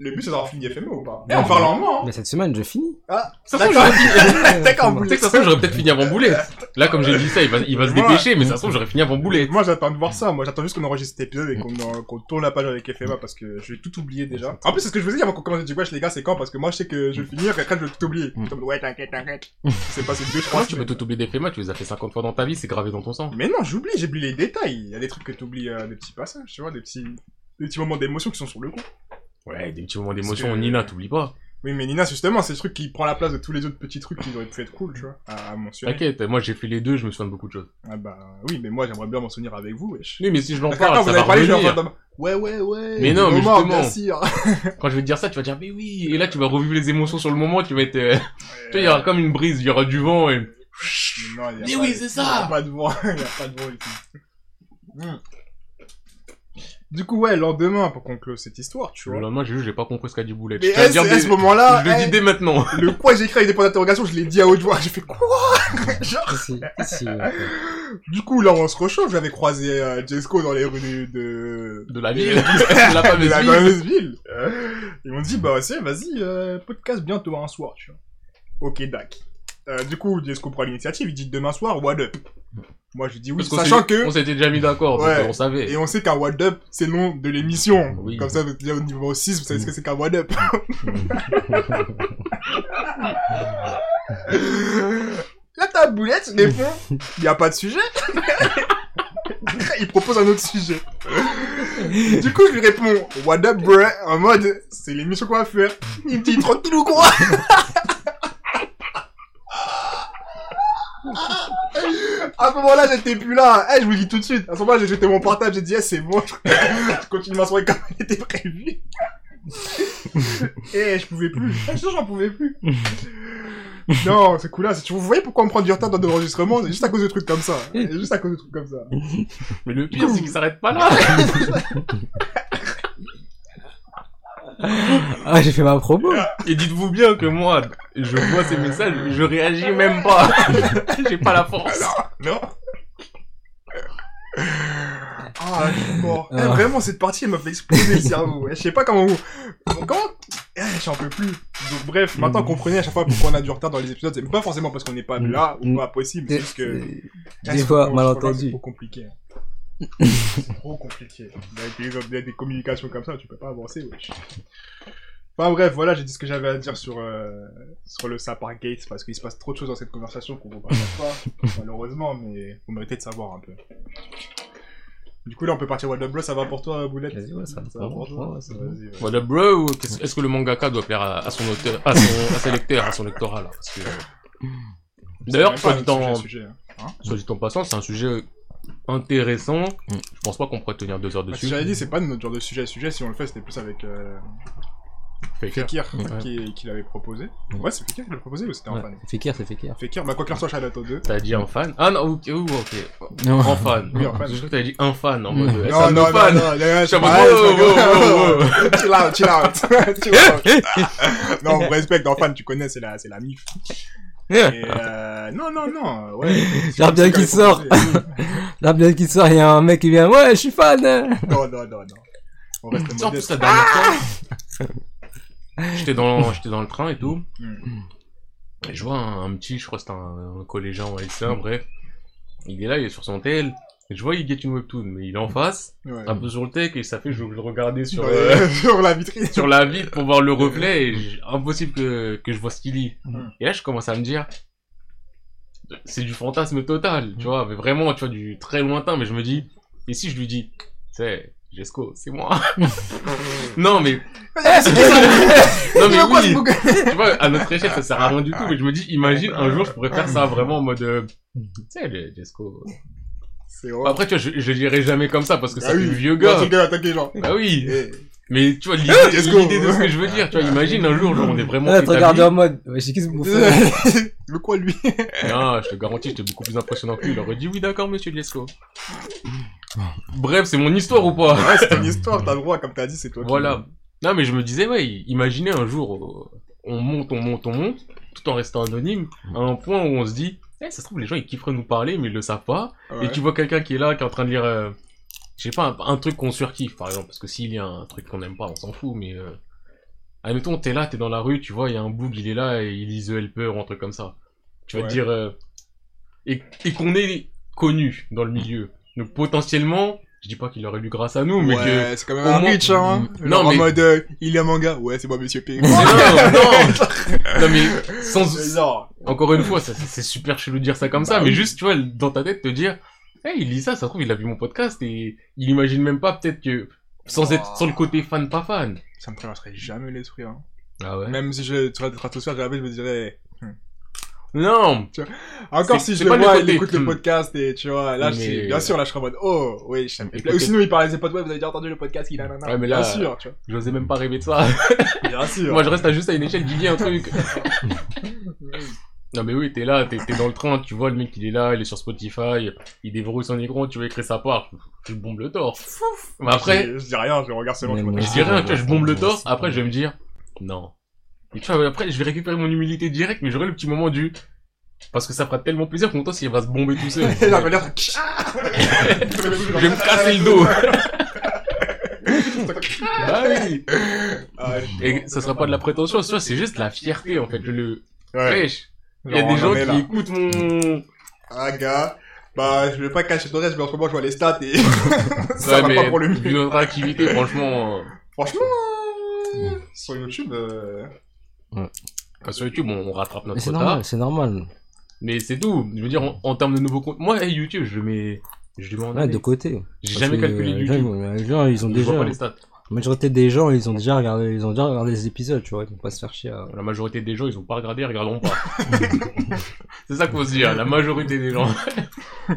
S1: Le but, c'est d'avoir fini FME ou pas
S2: Eh,
S1: En
S2: on-
S1: parlant de moi, hein.
S3: Mais cette semaine, je finis.
S1: Ah,
S2: Ça se trouve,
S1: d'accord.
S2: j'aurais
S1: (laughs)
S2: fini-
S1: D'accord,
S2: Tu
S1: vous
S2: sais que ça se trouve, j'aurais peut-être fini avant Boulet. Là, comme j'ai dit ça, il va, il va se
S1: Moi-
S2: dépêcher, mais ça se trouve, j'aurais fini avant Boulet.
S1: Moi, j'attends de voir ça. Moi, j'attends juste qu'on enregistre cet épisode et qu'on en- qu'on tourne la page avec FMA parce que je vais tout oublier déjà. En plus, c'est ce que je vous ai dit avant qu'on commence du wesh, les gars, c'est quand Parce que moi, je sais que je vais finir et après, je vais tout oublier. Comme, ouais, t'inquiète, t'inquiète. C'est passé deux, trois
S2: Comment tu peux tout oublier des FMA Tu les as fait 50 fois dans ta vie, c'est gravé dans ton sang.
S1: Mais non, j'oublie, j'oublie les détails. Il y a des trucs que t'oublies, euh, des petits passages, tu vois, des petits, des petits moments d'émotion qui sont sur le coup.
S2: Ouais, des petits moments d'émotion,
S1: Parce que-
S2: Nina, t'oublies pas.
S1: Oui, mais Nina, justement, c'est ce truc qui prend la place de tous les autres petits trucs qui auraient pu être cool, tu vois, à, à mentionner.
S2: T'inquiète, moi j'ai fait les deux, je me souviens de beaucoup de choses.
S1: Ah bah oui, mais moi, j'aimerais bien m'en souvenir avec vous, wesh.
S2: Oui, mais si je l'en
S1: Parce qu'après,
S2: parle,
S1: vous
S2: ça va
S1: avez parlé, je vais en
S2: revenir.
S1: mode, Ouais, ouais, ouais.
S2: Mais non, mais
S1: Omar,
S2: justement.
S1: bien sûr.
S2: Quand je vais te dire ça, tu vas dire, mais oui. Et là, tu vas revivre les émotions sur le moment, tu vas être. euh, tu vois, il y aura comme une brise, il y aura du vent et.
S1: Mais non, il y a
S2: Mais
S1: pas-
S2: oui, c'est
S1: Il n'y
S2: ça
S1: a pas de vent, il y a pas de vent ici. Hmm. Du coup, ouais, lendemain, pour conclure cette histoire, tu
S2: Le
S1: vois.
S2: lendemain, j'ai juste, j'ai pas compris ce qu'a dit Boulet.
S1: Mais
S2: Je tiens à
S1: à
S2: dire dès-
S1: ce moment-là,
S2: je le
S1: eh,
S2: dis dès maintenant. (laughs)
S1: le quoi que j'ai écrit avec des points d'interrogation, je l'ai dit à haute voix, j'ai fait quoi Genre,
S3: Ici, ici. euh. ouais.
S1: du coup, là, on se rechauffe, j'avais croisé euh, Jesco dans les rues de...
S2: (laughs) De la ville, de la
S1: de
S2: fameuse
S1: la
S2: ville.
S1: fameuse ville. Ils m'ont dit, bah, c'est, vas-y, euh, podcast bientôt, un soir, tu vois. Ok, dac. Euh, du coup, Jesco prend l'initiative, il dit demain soir, what up Moi, je dis oui,
S2: Parce qu'on
S1: sachant
S2: s'est-
S1: que...
S2: On s'était déjà mis d'accord, donc
S1: Ouais.
S2: euh, on savait.
S1: Et on sait qu'un What Up, c'est le nom de l'émission.
S2: Oui.
S1: Comme ça, vous êtes déjà au niveau 6, vous savez ce que c'est qu'un What (laughs) Up. Là, t'as Boulette répond il a pas de sujet. (laughs) il propose un autre sujet. du coup, je lui réponds What Up, bruh En mode, c'est l'émission qu'on va faire. Il me dit Tranquille ou quoi (laughs) À ce moment-là, j'étais plus là. Eh, je vous le dis tout de suite. À ce moment-là, j'ai jeté mon portable, j'ai dit, eh, c'est bon, (laughs) je je continue ma soirée comme (laughs) elle était prévue. Eh, je pouvais plus. Eh, je te jure, j'en pouvais
S3: (laughs)
S1: plus. non, ce coup-là, c'est- vous voyez pourquoi on prend du retard dans nos enregistrements C'est juste à cause de trucs comme ça. C'est juste à cause de trucs comme ça.
S2: Mais le pire, c'est qu'il s'arrête
S1: (laughs)
S2: pas là.
S3: Ah, j'ai fait ma promo.
S2: Et dites-vous bien que moi, je vois ces messages, je réagis même pas. (laughs) J'ai pas la force.
S1: Non Ah, je suis mort. Eh,
S3: Ah.
S1: vraiment, cette partie, elle m'a fait exploser le cerveau. Eh, Je sais pas comment vous... Comment Eh, J'en peux plus. Donc, bref, maintenant, comprenez à chaque fois pourquoi on a du retard dans les épisodes. C'est pas forcément parce qu'on n'est pas là ou
S3: Mm. Mm.
S1: pas possible, c'est juste que...
S3: Des fois,
S1: C'est
S3: malentendu.
S1: trop compliqué.
S3: (laughs)
S1: C'est trop compliqué. Bah, Avec des, avec des communications comme ça, tu peux pas avancer, wesh. Enfin bref, voilà, j'ai dit ce que j'avais à dire sur, euh, sur le Sapar Gates, parce qu'il se passe trop de choses dans cette conversation qu'on vous partage
S3: (laughs)
S1: pas, malheureusement, mais vous méritez de savoir un peu. Du coup, là, on peut partir What Up Bro, ça va pour toi, Boulette
S3: Vas-y, ouais, ça va pour
S1: pour
S3: moi,
S1: toi
S3: ouais, c'est
S1: Vas-y, ouais.
S2: Voilà, bro, qu'est-ce- est-ce que le mangaka doit plaire à, à son auteur, à, son, à ses lecteurs, à son lectorat, là Parce que, euh, D'ailleurs,
S1: C'est
S2: soit
S1: même
S2: dit
S1: pas un
S2: en,
S1: sujet, sujet, hein.
S2: soit dit en passant, c'est un sujet intéressant. Je pense pas qu'on pourrait tenir deux heures
S1: Parce que
S2: dessus.
S1: j'avais Bah, dit, c'est pas notre genre de sujet à sujet, si on le fait, c'était plus avec euh,
S2: Fait que-
S1: Fekir
S3: Ouais.
S1: qui, qui l'avait proposé.
S3: Ouais.
S1: Ouais, c'est Fekir qui l'a proposé ou c'était un
S3: Ouais,
S1: fan
S3: Fekir, c'est Fekir.
S1: Fekir, bah quoi qu'il en soit, Shadow 2.
S2: T'as dit un fan Ah non, ok, ok, ok.
S3: Non.
S1: Oh.
S2: En fan.
S1: Oui, en
S2: Parce
S1: fan.
S2: que Je crois que t'avais dit un fan en mode.
S3: Non,
S2: euh, c'est
S1: Non,
S2: un
S1: non, non,
S2: fan.
S1: non, non, je
S2: J'étais en
S1: suis
S2: mode, oh,
S1: pas-
S2: wow, wow, wow, wow.
S1: Chill out, chill
S2: (laughs)
S1: out. (laughs) Chill out.
S3: Eh,
S1: Non, on respecte, en fan, tu connais, c'est la, c'est la MIF. Et euh, non, non, non,
S2: (laughs)
S1: ouais.
S3: Genre bien qu'il sort. Là, bien qu'il sort, il y a un mec qui vient. Ouais, je suis fan. hein. (laughs)
S1: Non, non, non, non. On reste
S2: Tu sais, en plus,
S1: modeste.
S2: la dernière fois, j'étais dans, j'étais dans le train et tout.
S1: Mm.
S2: Et je vois un, un petit, je crois que c'était un, un collégien ou un lycéen, bref. Il est là, il est sur son tel. Et je vois, il guette une webtoon, mais il est en face,
S1: Ouais.
S2: un peu sur le tech, et ça fait, je veux le regarder Ah, sur,
S1: Sur, (laughs)
S2: euh,
S1: sur la vitrine.
S2: sur la vitre pour voir le reflet, et j- impossible que, que je vois ce qu'il lit.
S1: Euh, Mm.
S2: Et là, je commence à me dire, c'est du fantasme total,
S1: Mm.
S2: tu vois, mais vraiment, tu vois, du très lointain, mais je me dis, et si je lui dis, c'est Jesco, c'est moi. (laughs) non, mais non
S1: (laughs)
S2: mais
S1: Mais quoi, ce
S2: oui,
S1: bouquin
S2: tu vois, à notre échelle, ça sert à rien du tout. Mais je me dis, imagine, un jour, je pourrais faire ça vraiment en mode, euh,
S1: Mm.
S2: tu sais, le Jesco.
S1: C'est
S2: Bon,
S1: horrible.
S2: Après, tu vois, je, je dirai jamais comme Ah, ça parce que
S1: Bah
S2: c'est
S1: oui.
S2: du vieux
S1: Non,
S2: gars.
S1: c'est le gars, attaquer, genre.
S2: Bah oui.
S1: Eh, (laughs)
S2: Mais tu vois, l'idée
S1: Eh, Jesco. Eh,
S2: l'idée de ce que je veux dire, tu vois, imagine un jour, genre, on est vraiment
S3: Là, te regarde en
S2: établis.
S3: mode. Ouais, j'ai qu'est-ce que vous faites
S1: Le quoi, lui
S2: Non, je te garantis, j'étais beaucoup plus impressionnant que lui. Il aurait dit oui, d'accord, monsieur Jesco. Bref, c'est mon histoire ou pas
S1: Ouais, c'est ton histoire, t'as le droit, comme t'as dit, c'est toi qui-
S2: Ah, Voilà. Non, mais je me disais, ouais, imaginez un jour, euh, on monte, on monte, on monte, tout en restant anonyme, à un point où on se dit, eh, ça se trouve, les gens, ils kifferaient nous parler, mais ils le savent pas.
S1: Ouais.
S2: Et tu vois quelqu'un qui est là, qui est en train de lire, euh, je sais pas, un, un truc qu'on surkiffe, par exemple, parce que s'il y a un truc qu'on aime pas, on s'en fout, mais euh, Admettons, t'es là, t'es dans la rue, tu vois, il y a un bug, il est là, et il lise The Helper ou un truc comme ça. Tu vas
S1: Ouais.
S2: te dire. euh, et et qu'on est connu dans le milieu. Donc potentiellement, je dis pas qu'il aurait lu grâce à nous, mais que.
S1: (laughs) ouais, c'est quand même
S2: au
S1: un
S2: moins-
S1: pitch, hein.
S2: Non,
S1: Genre
S2: mais-
S1: En mode, euh, il est un manga. Ouais, c'est moi, monsieur
S2: (laughs)
S1: P.
S2: Non, non,
S1: (laughs)
S2: non, mais sans,
S1: Genre.
S2: encore une fois, ça, ça- c'est super chelou de dire ça comme ça, mais juste, tu vois, dans ta tête, te dire, hey, il lit ça, ça se trouve, il a vu mon podcast et il imagine même pas, peut-être que, sans être, sans le côté fan, pas fan.
S1: Ça me traverserait jamais l'esprit, hein.
S2: Ah ouais?
S1: Même si je, tu vois, des stratosphères, j'avais, je me dirais,
S2: Non!
S1: encore
S2: C'est-
S1: si je
S2: c'est
S1: le
S2: pas le
S1: vois, il
S2: côté.
S1: écoute le
S2: Hmm.
S1: podcast, et tu vois, là,
S2: Mais-
S1: je suis- bien sûr, là, je serais en mode, oh, oui, je
S2: Écoutez.
S1: Ou sinon, il parlait de ses potes, ouais, vous avez déjà entendu le podcast qu'il a, nanana.
S2: Ouais, mais là-
S1: Bien sûr, tu vois.
S2: J'osais même pas rêver de ça.
S1: Bien sûr.
S2: Moi, je reste à juste à une échelle qui dit un (laughs) truc. Non mais oui, t'es là, t'es t'es dans le train, tu vois le mec il est là, il est sur Spotify, il déverrouille son écran, tu veux écrire sa part, tu bombes le torse. Mais après,
S1: Je, je dis rien, je regarde seulement,
S3: Mais
S1: je vois. (laughs)
S3: moi-
S2: Je dirais,
S4: Ah,
S2: tu vois, je
S4: ouais,
S2: bombe le
S4: ouais,
S2: torse,
S4: c'est
S2: après
S4: pas
S2: je vais me dire, non. Et tu vois, après je vais récupérer mon humilité directe, mais j'aurai le petit moment du. Parce que ça fera tellement plaisir que mon torse il va se bomber
S1: (laughs)
S2: tout seul.
S1: J'ai l'air l'air.
S2: je vais me casser
S1: (laughs)
S2: le dos. Ah oui.
S1: Ah, je-
S2: Et ça sera pas de la prétention, tu vois, c'est juste la fierté en fait. Le.
S1: Ouais.
S2: Wesh, Il y a
S1: Genre,
S2: des
S1: on
S2: gens
S1: en est
S2: qui
S1: là.
S2: écoutent mon.
S1: Ah, gars. Bah, je vais pas cacher ton reste, mais en ce moment, je vois les stats et. (laughs)
S2: Ouais,
S1: (laughs) ça va pas pour le
S2: vu
S1: mieux.
S2: notre activité, franchement. euh,
S1: Franchement, euh, sur YouTube, euh,
S2: enfin, Sur YouTube, on on rattrape
S3: Mais
S2: notre
S3: c'est
S2: retard.
S3: normal, c'est normal.
S2: Mais c'est tout. Je veux dire, en, en termes de nouveaux comptes. Moi, hey, YouTube, je le mets. Je le mets en
S3: Ouais,
S2: année.
S3: de côté.
S2: J'ai
S3: Parce
S2: jamais
S3: que,
S2: calculé
S3: euh, les gens,
S2: YouTube.
S3: ils- Les gens, ils ont
S2: Je vois
S3: déjà.
S2: pas les stats.
S3: La majorité des gens, ils ont déjà regardé, ils ont déjà regardé les épisodes, tu vois. Ils vont pas se faire chier à.
S2: Bah, La majorité des gens, ils ont pas regardé, ils regarderont (laughs) pas. c'est ça qu'on se dit, hein, la majorité des (laughs) gens.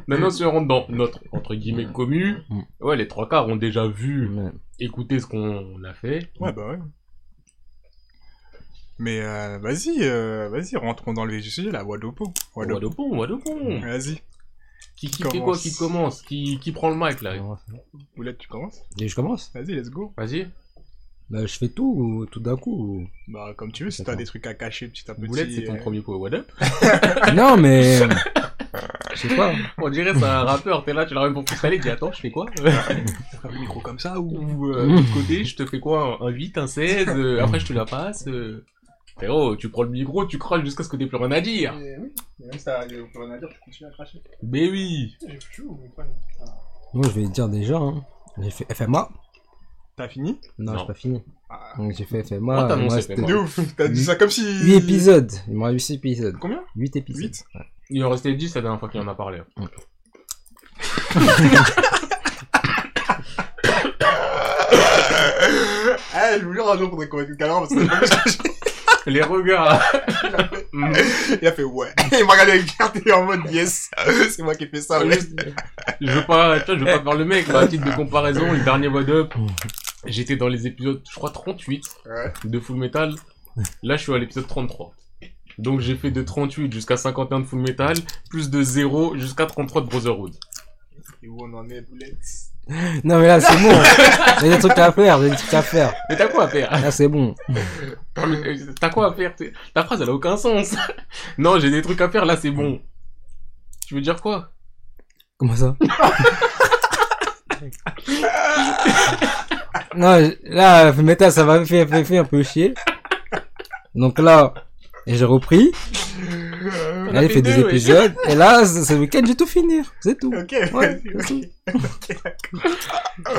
S2: Maintenant, si on rentre dans notre, entre guillemets, commu, ouais, les trois quarts ont déjà vu,
S3: Ouais.
S2: écouté ce qu'on a fait.
S1: ouais, bah ouais. Mais euh, vas-y, euh, vas-y, rentrons dans le vif du sujet, là, Wadopo. Wadopo.
S2: Wadopon, Wadopon.
S1: Vas-y.
S2: Qui, qui fait
S1: Commence.
S2: quoi Qui commence qui, qui prend le mic, là
S1: Oulette, tu commences
S3: Et je commence.
S1: Vas-y, let's go.
S2: Vas-y.
S3: Bah, je fais tout, ou tout d'un coup. (laughs) ou-
S1: Bah, comme tu veux, si t'as
S3: D'accord.
S1: des trucs à cacher petit à petit.
S2: Boulette, c'est ton
S1: euh,
S2: premier coup What up
S3: non, mais. Je sais pas.
S2: On dirait c'est (laughs) un rappeur, t'es là, tu l'amènes pour freestyler, dis attends, je fais quoi
S1: faire le micro comme ça ou.
S2: Ou (laughs) euh, de l'autre côté, je te fais quoi Un 8, un 16, euh, après je te la passe euh. Frérot, tu prends le micro, tu craches jusqu'à ce que t'aies plus rien à dire.
S1: Euh, oui, mais même si t'as euh, plus rien à dire, tu continues à cracher.
S2: Mais oui
S1: J'ai plus chaud, vous comprenez. Ah.
S3: Moi, je vais le dire déjà. Hein. J'ai fait FMA.
S1: T'as fini
S3: Non,
S2: Non.
S3: j'ai pas fini.
S1: Ah.
S3: Donc, j'ai fait
S2: Moi,
S3: FMA.
S2: t'as annoncé FMA.
S3: moi, c'était
S1: De ouf, t'as dit ça comme si.
S3: 8 épisodes. Il me reste 6 épisodes.
S1: Combien
S3: 8 épisodes.
S1: Huit (laughs)
S2: Il en restait 10 la dernière fois qu'il en a parlé.
S1: Eh, Ah, je vous jure, un jour, faudrait qu'on mette une caméra parce que c'est pas possible.
S2: Les regards (laughs) Mm.
S1: Il a fait ouais. (laughs) Il m'a regardé avec fierté en mode yes. (laughs) C'est moi qui ai fait ça. ouais.
S2: Juste, Ah Je veux pas, tu vois, je veux pas faire le mec, mais à titre de comparaison, le dernier What Up, j'étais dans les épisodes, je crois, 38
S1: Ouais.
S2: de Full Metal. Là, je suis à l'épisode 33. Donc, j'ai fait de 38 jusqu'à 51 de Full Metal, plus de 0 jusqu'à 33 de Brotherhood.
S1: Et où on en est, Boulette
S3: (laughs) Non, mais là, c'est bon. J'ai des trucs à faire. J'ai des trucs à faire.
S2: Mais t'as quoi à faire euh,
S3: Là, c'est bon.
S2: T'as quoi à faire T'es- Ta phrase, elle a aucun sens. (laughs) Non, j'ai des trucs à faire, là, c'est bon. Tu veux dire quoi
S3: Comment ça Non, je- là, Meta, ça m'a fait, fait- fait un peu chier. Donc là, et j'ai repris.
S2: On
S3: Là,
S2: a
S3: il fait
S2: fait
S3: des
S2: deux, ouais.
S3: épisodes. Et là, ce ce week-end, j'ai tout fini.
S1: (laughs)
S3: C'est tout.
S1: Ok,
S3: Ouais,
S1: vas-y,
S3: c'est tout.
S1: ouais.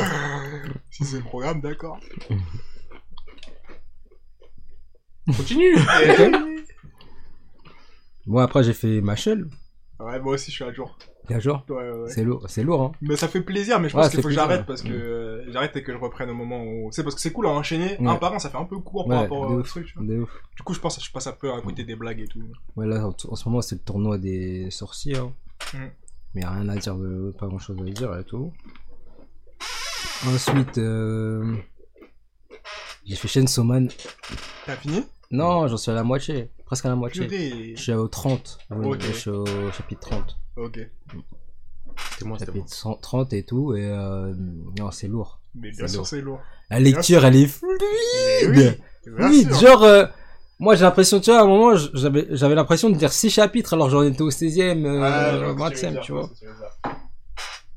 S1: Si c'est le programme,
S3: (laughs)
S1: d'accord.
S2: Continue
S3: Bon, après, j'ai fait ma chelle.
S1: Ouais, moi aussi je suis à jour.
S3: Bien sûr.
S1: Ouais, ouais, ouais.
S3: C'est lourd, c'est lourd, hein.
S1: Mais ça fait plaisir, mais je
S3: Ouais,
S1: pense qu'il
S3: c'est
S1: faut que
S3: plaisir, Mm.
S1: j'arrête
S3: ouais.
S1: parce que euh, j'arrête et que je reprenne au moment où. C'est parce que c'est cool à enchaîner.
S3: Ouais.
S1: Un par an, ça fait un peu court
S3: Ouais,
S1: par rapport
S3: de
S1: au
S3: ouf.
S1: truc, tu vois.
S3: De ouf.
S1: Du coup, je pense que je passe un peu à côté des blagues et tout.
S3: Ouais, là, en, en ce moment, c'est le tournoi des sorciers, hein.
S1: Mm.
S3: Mais y a rien à dire, de, pas grand chose à dire et tout. Ensuite, euh, j'ai fait Chainsaw Man.
S1: T'as fini
S3: Non, j'en suis à la moitié. Presque à la moitié.
S1: Purée.
S3: Je suis au 30. ouais,
S1: Ok.
S3: Je suis au chapitre 30.
S1: Ok.
S2: C'est moi, c'est moi.
S3: Chapitre 100 30 et tout. Et euh, non, c'est lourd.
S1: Mais
S3: C'est
S1: bien sûr,
S3: lourd.
S1: c'est lourd.
S3: La lecture, elle est fluide.
S1: Mais oui, bien
S3: Oui,
S1: sûr.
S3: genre, euh, moi j'ai l'impression, tu vois, à un moment, j- j'avais j'avais l'impression de dire 6 chapitres alors j'en étais au 16e, euh,
S1: Ah, je vois
S3: au
S1: ce que tu veux
S3: 20e,
S1: dire,
S3: tu
S1: je vois
S3: vois.
S1: ce que tu veux dire.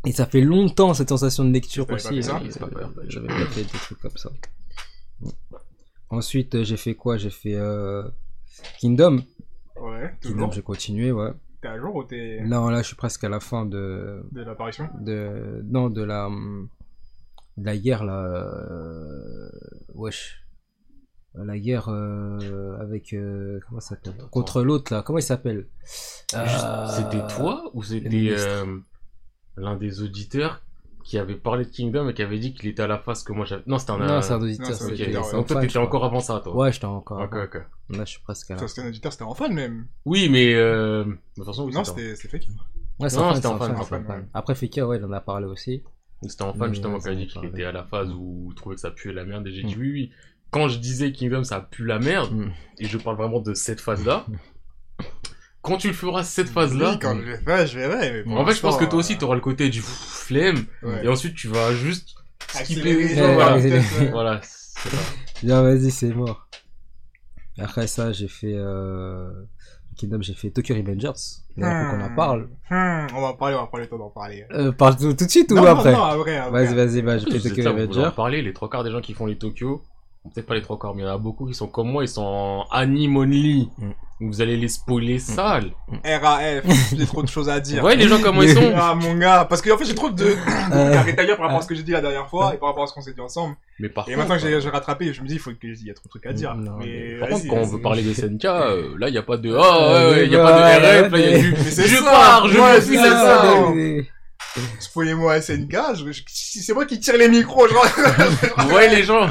S3: Et ça fait longtemps cette sensation de lecture
S1: T'avais pas
S3: aussi. hein,
S1: fait ça
S3: euh,
S2: C'est pas grave.
S3: J'avais pas fait des trucs comme ça. Ensuite, euh, j'ai fait quoi J'ai fait euh, Kingdom.
S1: Ouais,
S3: Kingdom,
S1: toujours.
S3: j'ai continué, ouais.
S1: T'es à jour ou t'es
S3: Là, là, je suis presque à la fin de,
S1: de l'apparition
S3: de non de la hum, de la guerre là euh, wesh la guerre euh, avec euh, comment ça s'appelle contre l'autre là comment il s'appelle Euh,
S2: C'était toi ou c'était
S3: ministre.
S2: euh, l'un des auditeurs qui avait parlé de Kingdom et qui avait dit qu'il était à la face que moi j'avais. Non, c'était un. euh,
S3: non c'est un
S1: Non,
S3: auditeur
S1: c'est un
S2: Ok,
S3: c'était-
S1: auditeur,
S3: c'est
S1: ouais.
S3: un
S2: donc toi
S3: fan, je
S2: t'étais
S3: crois.
S2: encore avant ça, toi.
S3: ouais j'étais encore
S2: Ok,
S3: avant.
S2: ok.
S3: là je suis presque là
S1: Toi, c'était un auditeur, c'était en fan même.
S2: Oui, mais. Euh... De toute façon, oui,
S1: Non,
S2: c'était
S1: c'était c'était fake.
S3: ouais c'est
S2: Non,
S3: un fan,
S2: c'était
S3: c'est
S2: en
S3: un
S2: fan,
S3: fan,
S1: en
S3: c'est un
S1: fan,
S3: fan.
S1: ouais.
S3: après Faker ouais il en a parlé aussi
S2: en- c'était en fan
S3: Oui,
S2: justement
S3: ouais,
S2: quand il dit
S3: ça
S2: qu'il
S3: me
S2: était à la phase où il trouvait que ça puait la merde et j'ai dit
S3: Mm.
S2: oui, oui. Quand je disais Kingdom ça pue la merde,
S3: Mm.
S2: et je parle vraiment de cette phase-là, quand tu le feras cette phase-là.
S1: Oui, quand je l'ai fait, je verrai. mais pour
S2: En fait, je pense que
S1: l'instant,
S2: toi
S3: euh,
S2: aussi, t'auras le côté du flemme,
S1: Ouais.
S2: et ensuite, tu vas juste skipper.
S1: Accélérer,
S3: Ouais,
S2: Voilà,
S1: euh, ouais,
S3: ouais, (laughs)
S1: peut-être, ouais.
S2: Voilà, c'est ça.
S3: bien vas-y c'est mort après ça j'ai fait euh... Kingdom j'ai fait Tokyo Revengers il faut
S1: Ah.
S3: qu'on en parle
S1: Hmm, on va en parler, on va parler, toi d'en parler.
S3: euh, parle tout, tout de suite ou
S1: non,
S3: après
S1: non, non, après, après.
S3: Vas-y, vas-y, bah, j'ai fait
S2: Vous êtes
S3: Tokyo
S2: là, vous pouvez en
S3: Revenger.
S2: parler, les trois quarts des gens qui font les Tokyo, peut-être pas les trois quarts, mais il y en a beaucoup qui sont comme moi, ils sont en anime only.
S3: Mm.
S2: Donc Vous allez les spoiler sale.
S1: Mm. RAF, j'ai trop de choses à
S2: Vous
S1: dire.
S2: voyez les gens comment
S1: (laughs)
S2: ils sont
S1: Ah mon gars, parce que en fait j'ai trop de, (coughs) de
S3: Euh,
S1: carrés tailleurs par rapport à ce que j'ai dit la dernière fois et par rapport à ce qu'on s'est dit ensemble.
S2: Mais par
S1: Et
S2: contre,
S1: maintenant que j'ai j'ai rattrapé, je me dis il faut que je dise, il y a trop de trucs à dire.
S3: Non,
S1: mais
S2: par contre,
S1: vas-y,
S2: quand on
S1: vas-y.
S2: veut parler des SNK, euh, là, il n'y a pas de... Ah
S3: Euh,
S2: ouais, ouais, il y a
S3: ouais,
S2: pas
S3: ouais,
S2: de RF, là, il y a
S3: mais-
S2: du...
S1: Mais c'est
S2: Je
S1: ça,
S2: pars, je
S1: ouais,
S2: me suis
S1: c'est
S2: c'est ça
S1: ça.
S3: des-
S1: Spoilez-moi SNK, je- je- si c'est moi qui tire les micros, je
S2: Vous voyez les gens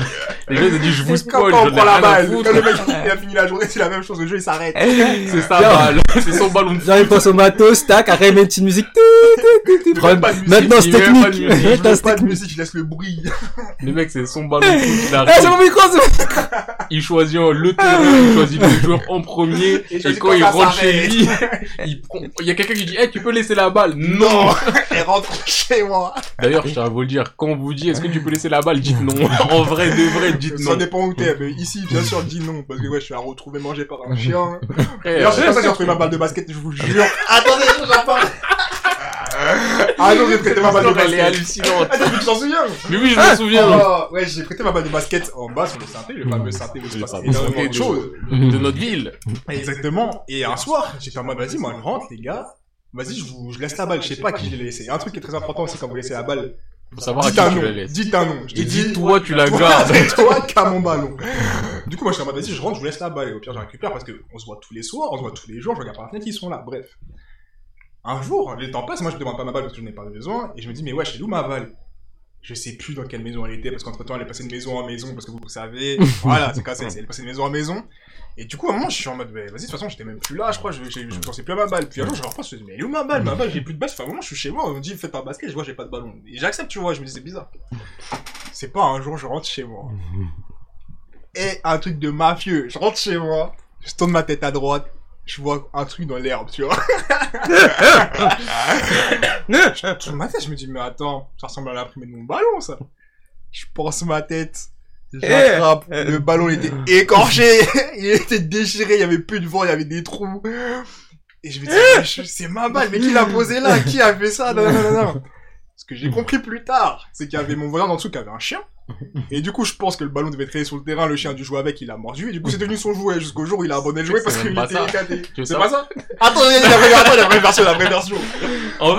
S2: Les gens, ils
S1: (laughs)
S2: disent, je vous
S1: quand,
S2: spoil,
S1: quand
S2: je
S1: on prend la balle, quand le
S2: balle.
S1: mec il a fini la journée, c'est la même chose, le jeu il s'arrête.
S2: C'est sa
S3: Genre-
S2: balle, c'est son ballon de
S3: Genre, il pense au matos, tac, après, il met une petite musique. tout, tout, tout, tout.
S1: Il met pas de musique,
S3: Maintenant, c'est
S2: il met pas de
S3: technique.
S2: musique,
S1: Je
S3: Maintenant,
S1: laisse
S3: c'est
S1: pas de
S3: technique.
S1: musique, je laisse le (laughs) bruit.
S2: Le mec, c'est son ballon de foot, il
S3: Eh,
S2: arrive.
S3: c'est mon micro, c'est mon-
S2: il choisit euh, le terrain, il choisit le joueur en premier,
S1: Et
S2: et,
S1: je dis
S2: quand
S1: pas
S2: il
S1: ça
S2: rentre chez
S1: s'arrête.
S2: lui, il prend- il y a quelqu'un qui dit, Eh, tu peux laisser la
S1: (laughs)
S2: balle? Non!
S1: Et rentre chez moi.
S2: D'ailleurs, je tiens à vous le dire, quand on vous dit, est-ce que tu peux laisser la
S1: (laughs)
S2: balle? Dites non. En vrai, de vrai, dites
S1: Ça
S2: non.
S1: dépend où t'es, mais ici, bien sûr, dis non, parce que ouais, je suis à retrouver manger par un chien.
S2: Frère,
S1: D'ailleurs, c'est pour ça que j'ai retrouvé ma balle de basket, je vous jure. (laughs) Attendez, j'en parle. Ah non, j'ai prêté ma balle de
S2: l'histoire, elle est
S1: basket.
S2: hallucinante.
S1: Ah, tu t'en souviens
S2: Mais oui, je me souviens.
S1: Oh, Ouais, j'ai prêté ma balle de basket en bas sur le synthé, le fameux synthé où il se passe énormément de choses.
S2: De notre ville.
S1: Exactement. Et un soir, j'étais en mode, vas-y, moi, je rentre, les gars. Vas-y, je, vous, je laisse la balle, je sais pas qui je l'ai laissé. Un truc qui est très important aussi quand vous laissez la balle.
S2: Faut savoir à
S1: Dites un
S2: qui tu la
S1: nom,
S2: laisses.
S1: dites un nom. Je te
S2: Et
S1: dis,
S2: dis-toi, tu la
S1: Toi,
S2: gardes.
S1: c'est (laughs) toi qui as mon ballon. Du coup, moi, je suis en mode, vas-y, je rentre, je vous laisse la balle, et au pire, je récupère, parce qu'on se voit tous les soirs, on se voit tous les jours, je regarde par la fenêtre, ils sont là, bref. Un jour, le temps passe, moi, je demande pas ma balle, parce que je n'ai pas besoin, et je me dis, mais ouais, elle est où ma balle Je sais plus dans quelle maison elle était, parce qu'entre temps, elle est passée de maison en maison, parce que vous savez, voilà, c'est cassé, elle est passée de maison en maison. Et du coup, à un moment, je suis en mode, bah, vas-y, de toute façon, j'étais même plus là, je crois, je, je, je pensais plus à ma balle. Puis un jour, je repense, je me dis, mais elle est où ma balle Ma balle, j'ai plus de balle. Enfin, à un moment, je suis chez moi, on me dit, fais pas basket, je vois, j'ai pas de ballon. Et j'accepte, tu vois, je me dis, c'est bizarre. C'est pas un jour, je rentre chez moi. Et un truc de mafieux, je rentre chez moi, je tourne ma tête à droite, je vois un truc dans l'herbe, tu vois. je tourne ma tête, je me dis, mais attends, ça ressemble à l'imprimé de mon ballon, ça. Je pense ma tête. J'attrape, le ballon il était écorché, il était déchiré, il y avait plus de vent, il y avait des trous. Et je me dis, wesh, c'est ma balle, mais qui l'a posé là Qui a fait ça Non, non, non, non. Ce que j'ai compris plus tard, c'est qu'il y avait mon voisin d'en dessous qui avait un chien. Et du coup, je pense que le ballon devait traîner sur le terrain, le chien a dû jouer avec, il a mordu, et du coup, c'est devenu son jouet jusqu'au jour où il a abandonné le jouet parce
S2: C'est
S1: qu'il
S2: même pas
S1: était
S2: ça.
S1: éclaté.
S2: Tu veux
S1: C'est pas
S2: savoir
S1: ça Attendez, la vraie, attends, la vraie version, la vraie version.
S2: En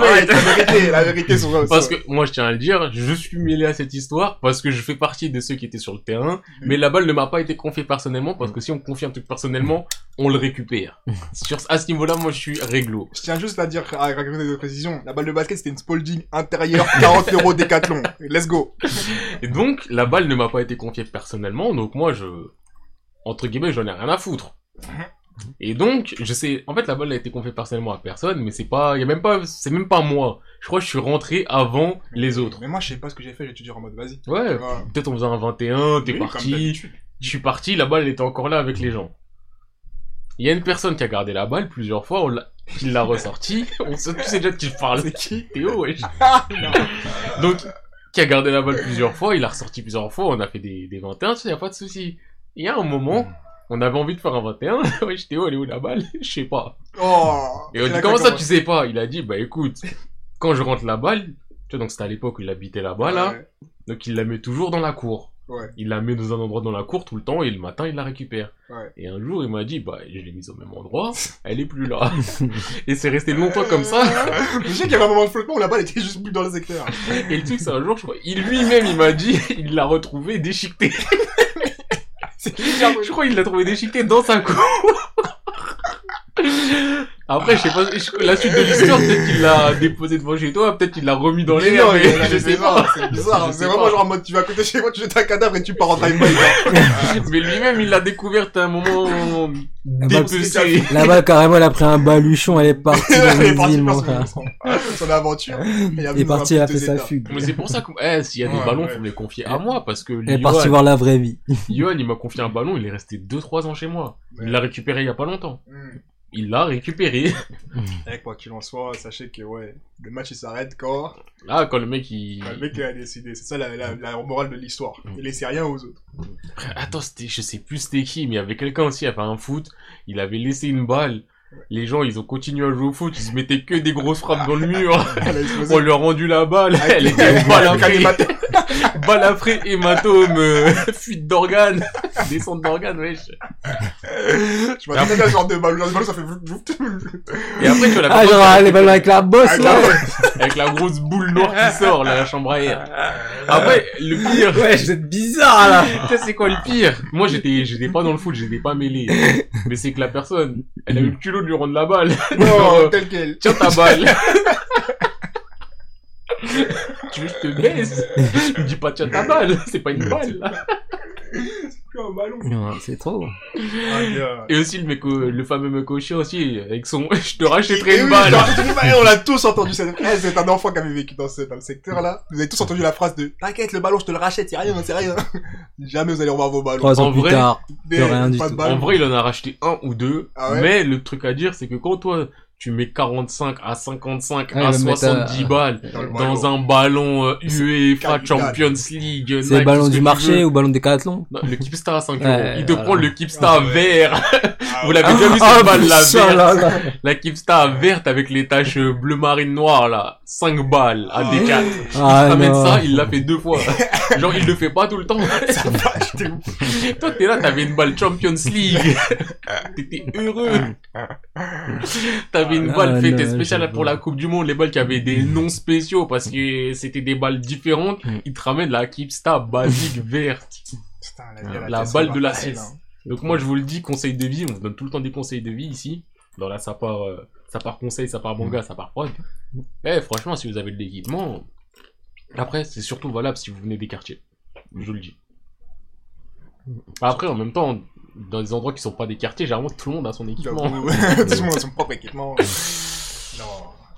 S1: (laughs) Ouais,
S2: fait,
S1: la vérité, la vérité, son
S2: Parce que moi je tiens à le dire, je suis mêlé à cette histoire parce que je fais partie de ceux qui étaient sur le terrain, mais la balle ne m'a pas été confiée personnellement parce que si on me confie un truc personnellement, on le récupère. Sur, à ce niveau-là, moi je suis réglo.
S1: Je tiens juste à dire, à raconter de précision, la balle de basket c'était une Spalding intérieure 40 euros décathlon. Let's go.
S2: Et donc la balle ne m'a pas été confiée personnellement, donc moi je entre guillemets j'en ai rien à foutre. Et donc je sais, en fait la balle a été confiée personnellement à personne, mais c'est pas, y a même pas, c'est même pas moi. Je crois que je suis rentré avant les autres.
S1: Mais moi je sais pas ce que j'ai fait, j'ai tout dit en mode vas-y.
S2: Ouais.
S1: Voilà.
S2: Peut-être on faisait un 21, t'es
S1: Oui, comme
S2: parti,
S1: d'habitude.
S2: Je suis parti, la balle elle était encore là avec les gens. Il y a une personne qui a gardé la balle plusieurs fois, on l'a- qui
S1: (laughs)
S2: l'a ressortie. On sait tous déjà de qui je parle.
S1: C'est qui Ah,
S2: Théo, wesh. Donc, qui a gardé la balle plusieurs fois, il l'a ressorti plusieurs fois, on a fait des, des 21, il n'y a pas de souci. Il y a un moment,
S1: Hmm.
S2: on avait envie de faire un (laughs) 21. Wesh, Théo, elle est où la balle (laughs) Je sais pas.
S1: Oh
S2: Et on dit,
S1: là
S2: comment
S1: qu'on
S2: ça, tu
S1: commence.
S2: sais pas Il a dit, bah écoute, quand je rentre la balle, tu vois, donc c'était à l'époque où il habitait là-bas, là,
S1: Ouais.
S2: donc il la met toujours dans la cour.
S1: Ouais.
S2: Il la met dans un endroit dans la cour tout le temps et le matin il la récupère.
S1: Ouais.
S2: Et un jour il m'a dit bah je l'ai mise au même endroit, elle est plus là. (laughs) et c'est resté longtemps comme ça.
S1: (laughs) Je sais qu'il y avait un moment de flottement où la balle était juste plus dans le secteur.
S2: Et le truc c'est un jour je crois il lui-même il m'a dit (laughs) il l'a retrouvée déchiquetée.
S1: C'est bizarre.
S2: Je crois qu'il l'a trouvée déchiquetée dans sa cour. (laughs) Après, je sais pas, je- la suite de l'histoire, peut-être qu'il l'a déposée devant chez toi, peut-être qu'il l'a remis dans les airs,
S1: Non,
S2: mais
S1: mais
S2: je sais pas. (laughs)
S1: C'est bizarre.
S2: Je
S1: C'est
S2: sais
S1: vraiment
S2: pas.
S1: genre en mode tu vas à côté de chez moi, tu jettes un cadavre et tu
S3: (laughs)
S1: pars en drive-by.
S2: Mais lui-même, il l'a découverte à un moment dépecé.
S3: (laughs) La balle, carrément, elle a pris un baluchon, elle est partie dans
S1: Il est
S3: les
S1: parti
S3: îles,
S1: faire
S3: mon
S1: son-
S3: frère.
S1: son- (laughs) son aventure. Il
S3: Elle est partie, elle a fait sa fugue.
S2: Mais c'est pour ça que, eh, s'il y a des
S1: Ouais,
S2: ballons,
S1: ouais.
S2: faut me les confier à moi, parce que
S3: Elle est partie
S2: Yohan,
S3: voir la vraie vie.
S2: Yohan, il m'a confié un ballon, il est resté 2-3 ans chez moi.
S1: Ouais.
S2: Il l'a récupéré il y a pas longtemps.
S1: fugue.
S2: Il l'a récupéré.
S1: Hmm.
S2: (laughs)
S1: Eh, quoi qu'il en soit, sachez que ouais, le match il s'arrête quand
S2: Là, quand le mec, il...
S1: le mec a décidé. C'est ça la, la, la morale de l'histoire.
S3: Hmm.
S1: Il laissait rien aux
S3: (laughs)
S1: autres.
S2: Attends, c'était, je sais plus c'était qui, mais il y avait quelqu'un aussi à faire un foot. Il avait laissé une balle. Les gens, ils ont continué à jouer au foot. Ils se mettaient que des grosses frappes dans
S1: (laughs)
S2: le mur.
S1: Elle a explosé.
S2: On lui a rendu la balle.
S1: Ah,
S2: (laughs) Elle était balle
S1: Avec un
S2: après,
S1: hématome.
S2: balle après hématome, euh, (laughs) fuite d'organes, (laughs) descente d'organes, wesh.
S1: (laughs) Je m'attends
S2: (laughs)
S1: à ce genre de balle. Genre de balle, ça fait. vouf, vouf.
S2: Et après, tu vois la
S3: Ah,
S2: personne
S3: genre, elle est ballons avec la bosse,
S1: Ah,
S3: là.
S1: non,
S2: avec la grosse boule noire qui sort, là, la chambre à air. Après, le
S3: (laughs)
S2: pire.
S3: Ouais, vous êtes bizarre, là.
S2: Tu sais, c'est quoi le pire Moi, j'étais, j'étais pas dans le foot, j'étais pas mêlé. Mais c'est que la personne, elle a eu le culot de lui rendre la balle. (laughs) Genre, euh,
S1: Non, tel quel.
S2: Tiens ta balle (laughs) Tu veux que je te baisse Je dis pas tiens ta balle, c'est pas une balle là.
S1: Putain, un ballon.
S3: Non, c'est trop.
S1: Ah, gars.
S2: Et aussi le mec au- le fameux mec au chien aussi, avec son (laughs) je te
S1: Et
S2: rachèterai une
S1: oui,
S2: balle
S1: genre, j'ai une balle, On l'a tous entendu. cette- Eh, C'est un enfant qui avait vécu dans ce, dans le secteur là. Vous avez tous entendu la phrase de T'inquiète, le ballon, je te le rachète, c'est rien, c'est rien. (laughs) Jamais vous allez revoir vos ballons.
S3: Trois ans
S2: En
S3: plus
S2: vrai,
S3: tard.
S1: Des-
S3: de rien du
S1: pas de
S3: tout.
S1: ballon.
S2: En vrai il en a racheté un ou deux,
S1: Ah ouais
S2: mais le truc à dire c'est que quand toi tu mets 45 à 55
S3: Ouais,
S2: à
S3: le mettre à-
S2: 70 balles
S1: Dans le
S2: dans
S1: ballon.
S2: un ballon euh, UEFA
S1: Capital.
S2: Champions League,
S3: C'est le
S2: Nike,
S3: ballon
S2: ce que
S3: du
S2: tu
S3: marché
S2: veux.
S3: ou ballon de décathlon
S2: Non, le Kipsta à 5 euros.
S3: Ouais,
S2: Il te
S3: voilà.
S2: prend le Kipsta
S1: Ah ouais.
S2: vert.
S1: Ah,
S2: Vous l'avez déjà vu cette
S3: Ah,
S2: balle là,
S3: putain,
S2: verte.
S3: là, là.
S2: La Kipsta verte avec les taches euh, bleu marine noire là, 5 balles à
S1: Ah.
S2: D4.
S1: (laughs)
S3: Ah,
S2: il ramène
S3: non.
S2: ça, il l'a fait deux fois. Genre il le fait pas tout
S1: (laughs)
S2: le temps.
S1: Ça va, j'étais ouf.
S2: (laughs) Toi t'es là, t'avais une balle Champions
S3: (laughs)
S2: League. T'étais heureux. T'avais une
S3: Ah,
S2: balle faite
S3: non,
S2: spéciale
S3: j'avoue.
S2: pour la Coupe du Monde, les balles qui avaient des noms spéciaux parce que c'était des balles différentes.
S3: Mm.
S2: Il te ramène la Kipsta basique
S3: (laughs)
S2: verte.
S1: Putain,
S2: Ah,
S1: vie,
S2: la
S1: tête,
S2: balle
S1: c'est
S2: de la
S1: pas facile,
S2: S.
S1: hein.
S2: Donc moi je vous le dis, conseil de vie, on vous donne tout le temps des conseils de vie ici. Dans la ça part, euh, ça part conseil, ça part manga, ça part prod. Eh franchement si vous avez de l'équipement. Après c'est surtout valable si vous venez des quartiers. Je vous le dis. Après en même temps, dans des endroits qui sont pas des quartiers, généralement tout le monde a son
S1: J'avoue.
S3: Bah,
S1: (laughs)
S2: équipement.
S1: Tout le monde a son propre équipement. Non.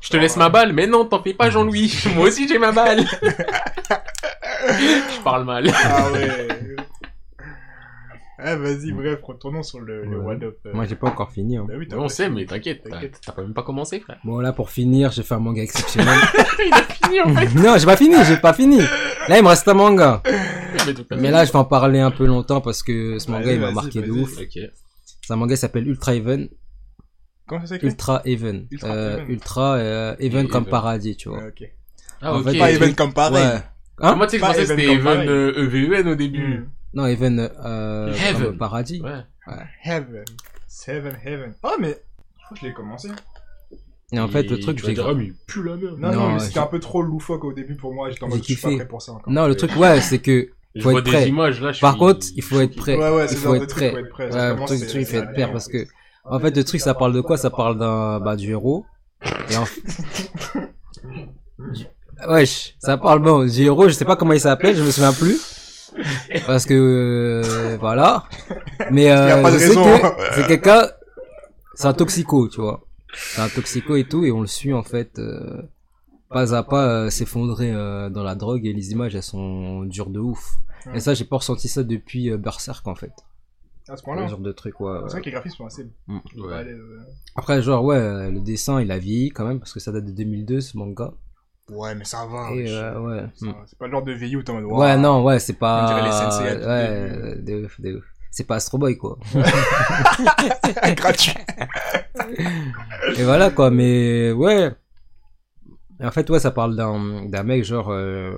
S2: Je te laisse ma balle, mais non t'en fais pas
S3: (laughs)
S2: Jean-Louis. Moi aussi j'ai ma balle. Je parle mal.
S1: Ah ouais. Eh, vas-y, bref, retournons sur le, le
S3: Ouais.
S1: one-up. euh.
S3: Moi, j'ai pas encore fini. hein.
S1: Bah oui, t'as
S2: on
S1: pas-
S2: sait mais t'inquiète, t'as
S1: T'inquiète.
S2: t'as pas même pas commencé frère. (laughs)
S3: Bon, là, pour finir, j'ai fait un manga exceptionnel. (laughs)
S2: Il a fini en fait.
S3: non, j'ai pas fini, j'ai pas fini. Là, il me reste un manga.
S2: Mais tout à
S3: Mais
S2: fait.
S3: là, je vais en parler un peu longtemps parce que ce manga,
S1: Vas-y,
S3: il m'a
S1: vas-y,
S3: marqué de
S1: vas-y.
S3: ouf.
S2: Ok.
S3: C'est un manga qui s'appelle Ultra Even.
S1: Comment ça s'écrit
S3: Ultra Even.
S1: Ultra
S3: Euh,
S1: Even.
S3: Ultra euh, Even
S2: Et
S3: comme
S2: Even.
S3: paradis, tu vois.
S1: Ah, ok.
S2: Ah
S3: En
S2: ok.
S3: fait,
S1: Pas
S3: Et-
S1: Even comme pareil.
S3: Ouais. Hein
S2: Moi, tu sais que je
S1: Pas
S2: pensais que
S1: Even
S2: c'était
S1: comme
S2: Even
S1: pareil.
S2: euh, EVEN au début.
S1: Hmm.
S3: Non, Even euh,
S2: Heaven.
S3: comme paradis.
S2: Ouais.
S1: Heaven. Seven Heaven. Ah, mais. Je crois que je l'ai commencé.
S3: Et en fait, le truc,
S2: je vais
S3: j'ai.
S2: dire, ah, mais il pue la merde.
S1: Non, non,
S3: Non,
S1: mais
S3: j'ai-
S1: c'était un peu trop loufoque au début pour moi. J'étais en
S3: J'ai
S1: mode, je suis pas
S3: kiffé.
S1: prêt pour ça encore.
S3: Non, le truc, ouais, c'est que.
S2: Je
S3: Faut
S2: vois
S3: être prêt.
S2: des images là. je
S3: Par
S2: suis-
S3: contre, il faut être prêt.
S1: Ouais, ouais, c'est
S3: Il
S1: le
S3: faut
S1: genre de
S3: être
S1: truc, faut
S3: prêt.
S1: être prêt. Ça
S3: Ouais, le
S1: commence,
S3: truc,
S1: c'est-
S3: il faut
S1: c'est
S3: être prêt
S1: la
S3: parce que.
S1: merde.
S3: En fait, le truc, ça parle de quoi Ça parle d'un bah, du héros. Et en... Du- (laughs) Wesh, ça parle bon du héros. Je sais pas comment il s'appelle, je me souviens plus. Parce que euh, voilà. Mais
S1: y a
S3: euh,
S1: pas
S3: je
S1: de
S3: sais
S1: raison. hein.
S3: que c'est quelqu'un, c'est un toxico, tu vois. C'est un toxico et tout, et on le suit en fait euh, pas à pas euh, s'effondrer euh, dans la drogue. Et les images, elles sont dures de ouf. Et ça, j'ai pas ressenti ça depuis euh, Berserk en fait.
S1: À ce
S3: Ce
S1: point-là.
S3: genre de truc, ouais. Mm.
S1: C'est vrai que les graphismes sont assez.
S2: Ouais.
S3: Après, genre, ouais, euh, le dessin, il a vieilli quand même, parce que ça date de 2002, ce manga.
S1: Ouais, mais ça va.
S3: Et,
S1: wesh.
S3: euh, ouais.
S1: Ça
S3: Mm.
S1: va. C'est pas le genre de VU où t'es en mode. (laughs)
S3: Ouais, non, ouais, c'est pas.
S1: On dirait les sensei à tout
S3: Ouais, de ouf, de ouf. C'est pas Astro Boy, quoi.
S1: non.
S3: (laughs)
S1: Gratuit.
S3: Et voilà, quoi, mais ouais. Et En fait, ouais, ça parle d'un d'un mec, genre, euh,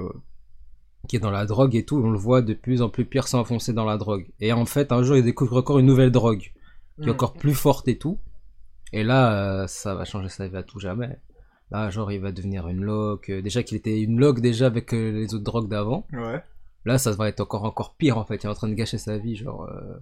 S3: qui est dans la drogue et tout. On le voit de plus en plus pire s'enfoncer dans la drogue. Et en fait, un jour, il découvre encore une nouvelle drogue qui est encore plus forte et tout. Et là, euh, ça va changer sa vie à tout jamais. Là, genre, il va devenir une loque. Euh, Déjà qu'il était une loque déjà avec euh, les autres drogues d'avant.
S1: Hmm. Ouais.
S3: Là, ça va être encore encore pire en fait. Il est en train de gâcher sa vie, genre. euh,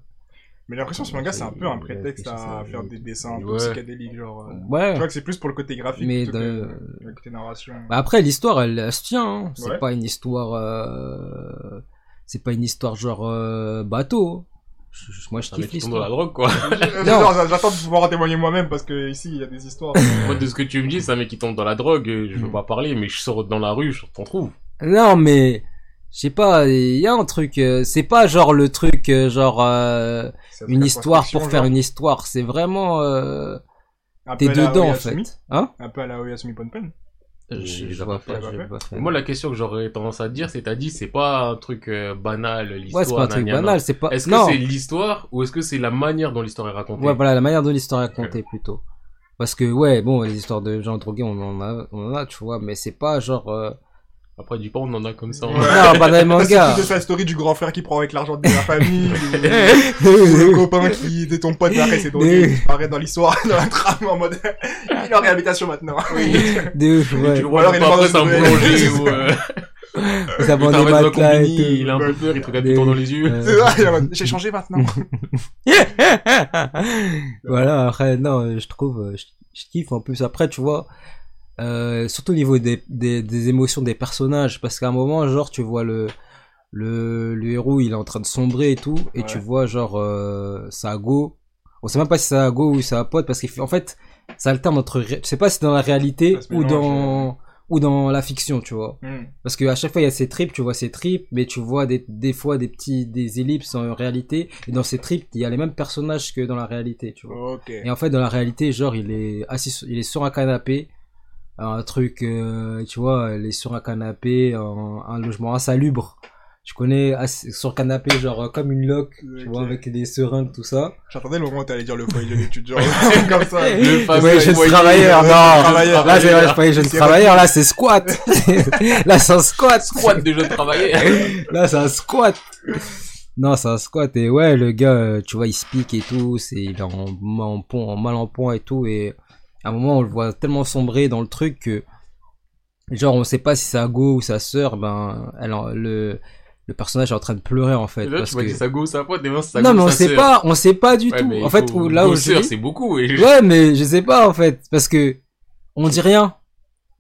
S1: Mais j'ai l'impression que ce manga, c'est un peu un prétexte à faire des dessins un peu
S2: Ouais.
S1: psychédéliques, genre. euh,
S3: Ouais.
S1: Tu vois que c'est plus pour le côté graphique
S3: Mais
S1: plutôt
S3: de-
S1: que le côté narration.
S3: Bah après, l'histoire, elle, elle se tient. hein. C'est
S1: Ouais.
S3: pas une histoire. euh, C'est pas une histoire genre euh, bateau. Je- je- moi, je
S2: Un mec
S3: kiffe
S2: qui tombe dans la
S3: l'histoire.
S2: drogue, quoi.
S1: Euh, non, J'attends de pouvoir en témoigner moi-même parce que ici, il y a des
S3: (laughs)
S1: histoires. Euh,
S2: Moi, de ce que tu me dis, c'est un mec qui tombe dans la drogue, euh,
S3: Hmm.
S2: je veux pas parler, mais je sors dans la rue, je t'en trouve.
S3: Non, mais je sais pas. Il y a un truc. euh, c'est pas genre le truc euh, genre euh,
S1: C'est
S3: une
S1: très
S3: histoire pour
S1: prospection,
S3: faire
S1: genre.
S3: une histoire. C'est vraiment. euh,
S1: Un peu
S3: T'es
S1: à la
S3: dedans en
S1: Oyasumi,
S3: fait. Hein
S1: Un peu à la Oyasumi Ponpen.
S2: Je-
S3: Je-
S2: je
S3: je
S2: l'ai
S3: vois
S2: pas
S3: pas,
S1: fait,
S3: je
S1: j'ai
S3: l'ai pas fait.
S2: Moi, la question que j'aurais tendance à te dire, c'est t'as dit, c'est pas un truc euh, banal, l'histoire.
S3: Ouais, c'est pas un truc
S2: nanana.
S3: banal, c'est pas.
S2: Est-ce que
S3: non.
S2: c'est l'histoire ou est-ce que c'est la manière dont l'histoire est racontée
S3: Ouais, voilà, la manière dont l'histoire est racontée plutôt. Parce que, ouais, bon, les histoires de gens drogués, on en a, on en a tu vois, mais c'est pas genre. Euh...
S2: Après, du pas, on en a comme ça.
S1: Ouais.
S2: hein.
S3: Non, pas dans
S1: (laughs)
S3: les
S1: Parce que
S3: mangas. (laughs)
S1: C'est plus de la story du grand frère qui prend avec l'argent de la famille. ou- Ou le
S3: ouais,
S1: copain qui était ton pote, mais après c'est drogué, qui apparaît dans l'histoire, (laughs) dans la trame, en mode, (laughs) il est en réhabilitation maintenant. (laughs)
S3: de ouf,
S2: Tu
S3: ouais.
S2: le vois,
S1: alors il
S2: il est pas
S1: mange
S2: prêt, c'est un
S1: de-
S2: boulanger ou. euh,
S3: Ça vend
S2: il t'arrête
S3: des
S2: dans la
S3: matelas et
S2: combini, il a
S3: tout.
S2: un peu peur, il te regarde du temps dans les yeux.
S1: (laughs) C'est vrai, il est en mode, j'ai changé maintenant.
S3: (laughs) voilà, après, non, euh, je trouve, euh, je, je kiffe en plus. Après, tu vois, euh, surtout au niveau des, des, des émotions des personnages, parce qu'à un moment, genre, tu vois le, le, le héros, il est en train de sombrer et tout, et tu
S1: Ouais.
S3: vois, genre, euh, Sago. On sait même pas si c'est Sago ou c'est un pote, parce qu'en fait, ça alterne entre. ré- Tu sais pas si c'est dans la réalité
S1: Ça se
S3: ou
S1: mélange, euh.
S3: dans, ou dans la fiction, tu vois.
S1: Hmm.
S3: Parce que à chaque fois, il y a ces tripes, tu vois ces tripes, mais tu vois des, des fois des petits des ellipses en réalité. Et dans ces tripes, il y a les mêmes personnages que dans la réalité, tu vois.
S1: Ok.
S3: Et en fait, dans la réalité, genre, il est assis, sur- il est sur un canapé, un truc, euh, tu vois, il est sur un canapé, un, un logement insalubre. Tu connais, assis- sur le canapé, genre, euh, comme une loque, tu
S1: Ok.
S3: vois, avec des seringues, tout ça.
S1: J'attendais le moment où t'allais dire le foyer d'études, genre, (laughs) comme
S3: (laughs)
S1: ça.
S2: Le fameux
S3: Ouais, jeune
S2: foyer,
S3: travailleur,
S2: le
S3: non.
S2: travailleur.
S3: Là, c'est vrai, je parlais jeune
S1: C'est
S3: travailleur, là, c'est squat. là, c'est un squat.
S2: Squat de jeunes
S3: (laughs)
S2: travailleurs.
S3: Là, c'est un squat. Non, c'est un squat. Et ouais, le gars, euh, tu vois, il se pique et tout. C'est, il est en, ma- en pont- en mal en point et tout. Et à un moment, on le voit tellement sombrer dans le truc que, genre, on sait pas si c'est Ago ou sa sœur. Ben, elle, en- le, le personnage est en train de pleurer en fait.
S2: Et Là,
S3: parce
S2: tu m'as
S3: que...
S2: dit ça go, ça pote, mais non, c'est ça
S3: non,
S2: go,
S3: mais on
S2: ça
S3: sait
S2: sœur.
S3: pas. On sait pas du
S2: Ouais, mais
S3: tout.
S2: il
S3: En fait,
S2: faut-
S3: où- là
S2: go,
S3: où je
S2: sœur,
S3: dis-
S2: c'est beaucoup. Et...
S3: Ouais, mais je sais pas en fait. Parce que, on dit rien.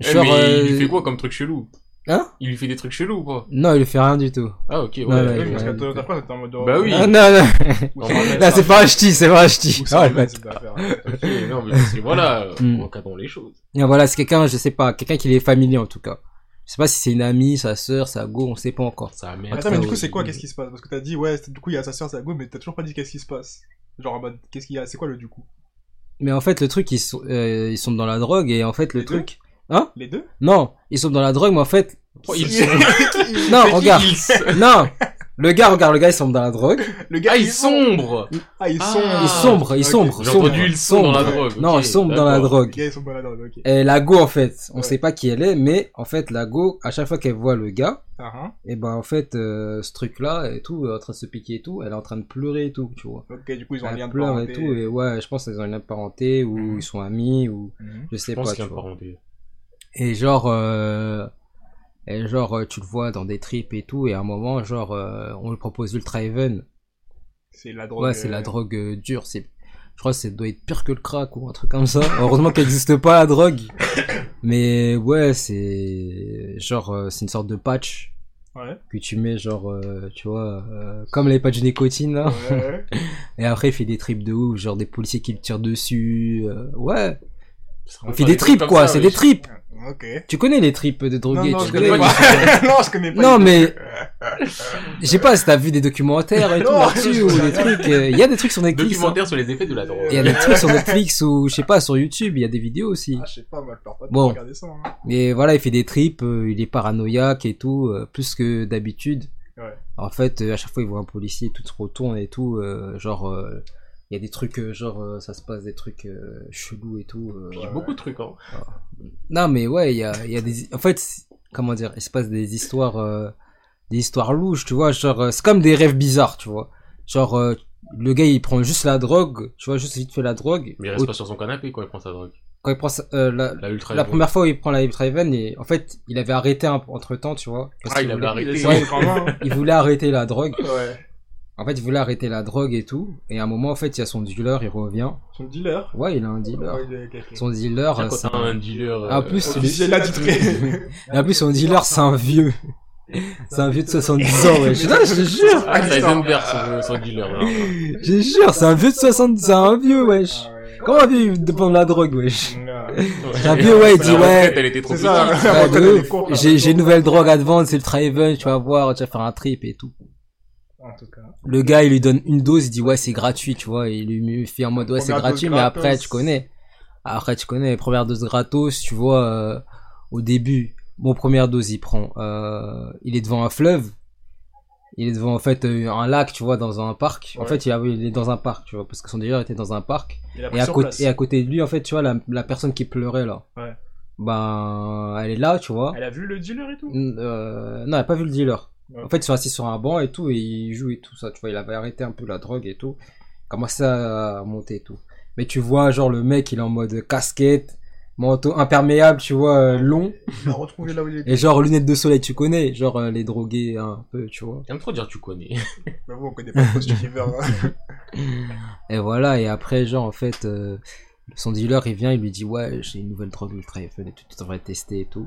S2: Eh,
S3: Genre,
S2: mais il lui
S3: euh,
S2: fait quoi comme truc chelou
S3: Hein
S2: Il lui fait des trucs chelous ou pas
S3: Non, il lui fait rien du tout.
S2: Ah, ok, ouais.
S3: Non, non,
S1: Oui,
S3: il-
S1: parce qu'à
S3: ouais,
S1: Toyota
S3: ouais.
S1: Press, t'es en mode,
S2: Bah
S1: oh,
S2: oui.
S3: Ah, (laughs) non, non.
S1: ou ça enlève,
S3: Là,
S1: ça
S3: c'est pas un ch'ti, c'est pas un ch'ti.
S1: ou ça
S3: Ah,
S1: enlève,
S3: ouais.
S1: cette (laughs) affaire.
S2: Ok, non, mais c'est- voilà,
S3: Hmm.
S2: recadrons les choses.
S3: Et ben voilà, c'est quelqu'un, je sais pas, quelqu'un qui est familier en tout cas. Je sais pas si c'est une amie, sa sœur, sa go, on sait pas encore.
S2: Ça merde.
S1: Attends, mais du
S3: Ah,
S1: coup, c'est quoi,
S3: oui.
S1: qu'est-ce qui se passe Parce que t'as dit, ouais, c'est- du coup, il y a sa sœur, sa go, mais t'as toujours pas dit qu'est-ce qui se passe. Genre, en mode, qu'est-ce qu'il y a, c'est quoi le du coup
S3: Mais en fait, le truc, ils sont, euh, ils sont dans la drogue et en fait, le
S1: Les deux
S3: truc.
S1: Les deux
S3: Non, ils sont dans la drogue, mais
S1: (laughs)
S3: en fait.
S2: Oh, ils
S1: C'est-
S2: sont-
S3: Non,
S2: C'est qui,
S3: regarde.
S2: ils sont-
S3: non Le gars, regarde, le gars, ils sont dans la drogue.
S1: (laughs) Le gars,
S2: Ah, ils sombres
S1: Ah, ils
S2: Ah.
S1: sont.
S3: Ils sombrent, ils
S1: Ok.
S3: sombrent.
S2: J'ai
S3: sombrent,
S2: entendu, ils sont dans la
S3: sombrent.
S2: drogue.
S3: Non,
S2: ok,
S3: ils sont dans la
S2: d'accord.
S1: Les
S3: drogue.
S1: gars, ils sont pas là, non, ok.
S3: Et la go, en fait, on
S1: Ouais.
S3: sait pas qui elle est, mais en fait, la go, à chaque fois qu'elle voit le gars,
S1: Ah, hein.
S3: et ben en fait, euh, ce truc-là et tout, en train de se piquer et tout, elle est en train de pleurer et tout, tu vois.
S1: Ok, du coup, ils ont un
S3: Elle
S1: lien de
S3: pleure et
S1: parenté.
S3: tout, et ouais, je pense qu'ils ont une parenté, ou
S1: Mhm.
S3: ils sont amis, ou
S1: Mhm.
S3: je sais
S2: Je
S3: pas.
S2: pense
S3: tu
S2: qu'il y a un
S3: vois.
S2: parenté.
S3: Et genre, euh, et genre, euh, tu le vois dans des tripes et tout, et à un moment, genre, euh, on lui propose Ultra Heaven.
S1: C'est la drogue.
S3: Ouais, c'est la
S1: euh,
S3: drogue euh, dure, c'est. Je crois que ça doit être pire que le crack ou un truc comme ça. Heureusement qu'elle n'existe pas
S2: (coughs)
S3: la drogue. Mais ouais, c'est genre euh, c'est une sorte de patch
S1: Ouais.
S3: que tu mets genre euh, tu vois euh, comme les patchs nicotine là.
S1: Ouais.
S3: Et après il fait des tripes de ouf, genre des policiers qui le tirent dessus. euh, ouais,
S2: Ça
S3: on
S2: va
S3: fait
S2: faire
S3: des tripes
S2: trucs
S3: quoi,
S2: comme ça,
S3: c'est
S2: oui.
S3: des tripes.
S1: ok.
S3: Tu connais les tripes de
S1: Non,
S3: drogués,
S1: non,
S3: tu
S1: je
S2: connais
S1: connais
S3: les
S2: pas.
S1: pas.
S3: (laughs)
S1: (laughs) non, je connais pas.
S3: Non,
S1: du
S3: mais-
S1: tout.
S3: Je sais pas si t'as vu des documentaires et tout
S1: (laughs) Non,
S3: là-dessus
S1: je-
S3: ou des trucs. euh, Il y a des trucs sur Netflix. hein.
S2: Documentaire sur les effets de la drogue.
S3: Il y a des trucs sur Netflix ou je sais pas sur YouTube. Il y a des vidéos aussi.
S1: Ah, je sais pas, moi, je pleure pas de
S3: Bon.
S1: regarder ça. hein.
S3: Mais voilà, il fait des tripes. euh, Il est paranoïaque et tout, euh, plus que d'habitude.
S1: Ouais.
S3: En fait, euh, à chaque fois, il voit un policier, tout se retourne et tout. euh, genre, euh, il y a des trucs, euh, genre, euh, ça se passe des trucs euh, chelous et tout. euh.
S2: Il y a beaucoup de trucs, hein.
S3: Non, mais ouais, il y a, il y a des. En fait, c'est- comment dire, il se passe des histoires. euh, des histoires louches, tu vois, genre euh, c'est comme des rêves bizarres, tu vois. Genre euh, le gars il prend juste la drogue, tu vois, juste vite fait la drogue.
S2: Mais il reste pas sur son canapé quand il prend sa drogue.
S3: Quand il prend sa- euh, la,
S2: La ultra.
S3: la première fois où il prend la Ultraven et en fait il avait arrêté entre temps, tu vois. parce
S2: Ah,
S3: qu'il
S2: il avait
S3: voulait-
S2: arrêté.
S1: Il a essayé quand même.
S3: il voulait arrêter la drogue.
S1: hein. Ouais.
S3: En fait, il voulait arrêter la drogue et tout. Et à un moment, en fait, il y a son dealer, il revient.
S1: Son dealer.
S3: Ouais, il a un dealer.
S1: Ouais, il est- ok, ok.
S3: Son dealer, euh, c'est
S2: Quand t'as
S3: un...
S2: un dealer.
S3: Ah,
S2: euh,
S3: plus,
S1: Ok,
S3: c'est-
S1: (laughs) j'ai la titrée.
S3: Et en plus, son dealer, c'est un vieux. C'est un vieux de 70 ans, ouais. Je non, je te jure.
S2: Ah, ça a été ouvert son, son dealer. là.
S3: (laughs) Je te jure, c'est un vieux de 70 c'est un vieux, wesh.
S1: Ah
S3: Comment un vieux il dépend de la drogue, wesh (laughs) Un vieux, ouais, il dit,
S2: La retraite,
S3: ouais.
S2: Elle était trop
S1: C'est ça,
S2: petite.
S1: la
S3: Ouais,
S1: retraite,
S3: de
S1: elle est
S3: ouf.
S1: courte, la
S3: J'ai
S1: retraite.
S3: j'ai une nouvelle drogue à te vendre, c'est le Traven, tu vas voir, tu vas faire un trip et tout.
S1: En tout cas.
S3: Le gars, il lui donne une dose, il dit ouais, c'est gratuit, tu vois. Il lui fait en mode ouais, c'est
S1: Première dose
S3: gratuit, mais
S1: gratos.
S3: après, tu connais. Après, tu connais, première dose gratos, tu vois, euh, au début, bon, première dose, il prend. euh, il est devant un fleuve. Il est devant, en fait, euh, un lac, tu vois, dans un parc. En
S1: Ouais.
S3: fait, il, a- il est dans un parc, tu vois, parce que son dealer était dans un parc.
S1: Il a
S3: Et
S1: pris
S3: à,
S1: sur place.
S3: côté, et à côté de lui, en fait, tu vois, la, la personne qui pleurait, là.
S1: Ouais.
S3: Ben, elle est là, tu vois.
S1: Elle a vu le dealer et tout
S3: N- euh, non, elle a pas vu le dealer.
S1: Ouais.
S3: En fait, ils sont assis sur un banc et tout, et ils jouent et tout ça. Tu vois, il avait arrêté un peu la drogue et tout. Commencé à monter et tout. Mais tu vois, genre, le mec, il est en mode casquette, manteau imperméable, tu vois, euh, long.
S1: Il l'a retrouvé là où il était.
S3: Et genre, lunettes de soleil, tu connais. Genre, euh, les drogués, un peu, tu vois.
S2: J'aime trop dire tu
S3: (laughs)
S2: connais.
S1: Mais bon, on connaît pas trop cet univers. hein.
S3: Et voilà, et après, genre, en fait, euh, son dealer, il vient, il lui dit, ouais, j'ai une nouvelle drogue ultra fun et tout, tu devrais tester et tout.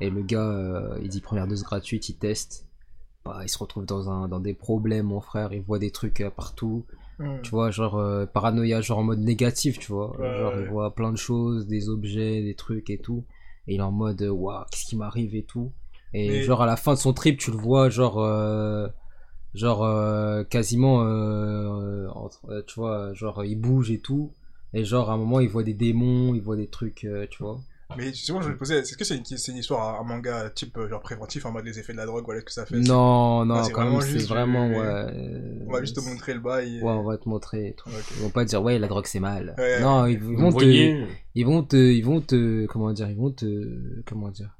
S3: Et le gars, euh, il dit première dose gratuite, il teste. Bah, il se retrouve dans, un, dans des problèmes, mon frère, il voit des trucs euh, partout.
S1: Hmm.
S3: Tu vois, genre, euh, paranoïa, genre en mode négatif, tu vois.
S1: Ouais,
S3: genre,
S1: ouais.
S3: il voit plein de choses, des objets, des trucs et tout. Et il est en mode, euh, waouh, qu'est-ce qui m'arrive et tout. Et
S1: Mais-
S3: genre, à la fin de son trip, tu le vois, genre, euh, genre, euh, quasiment, euh, entre- euh, tu vois, genre, il bouge et tout. Et genre, à un moment, il voit des démons, il voit des trucs, euh, tu vois.
S1: Mais justement, je me posais, est-ce que c'est une, c'est une histoire, un manga type euh, genre préventif en mode les effets de la drogue, voilà ce que ça fait
S3: Non,
S1: Ah,
S3: non,
S1: c'est
S3: quand
S1: vraiment
S3: même, c'est
S1: juste du-
S3: vraiment, ouais.
S1: On va juste te
S3: euh,
S1: montrer le bail. et-
S3: Ouais, on va te montrer et tout.
S1: Ok.
S3: Ils vont pas dire, ouais, la drogue, c'est mal.
S1: Ouais.
S3: Non, ils, ils
S2: Vous
S3: vont te...
S2: voyez
S3: ils vont te ils vont te comment dire ils vont te comment dire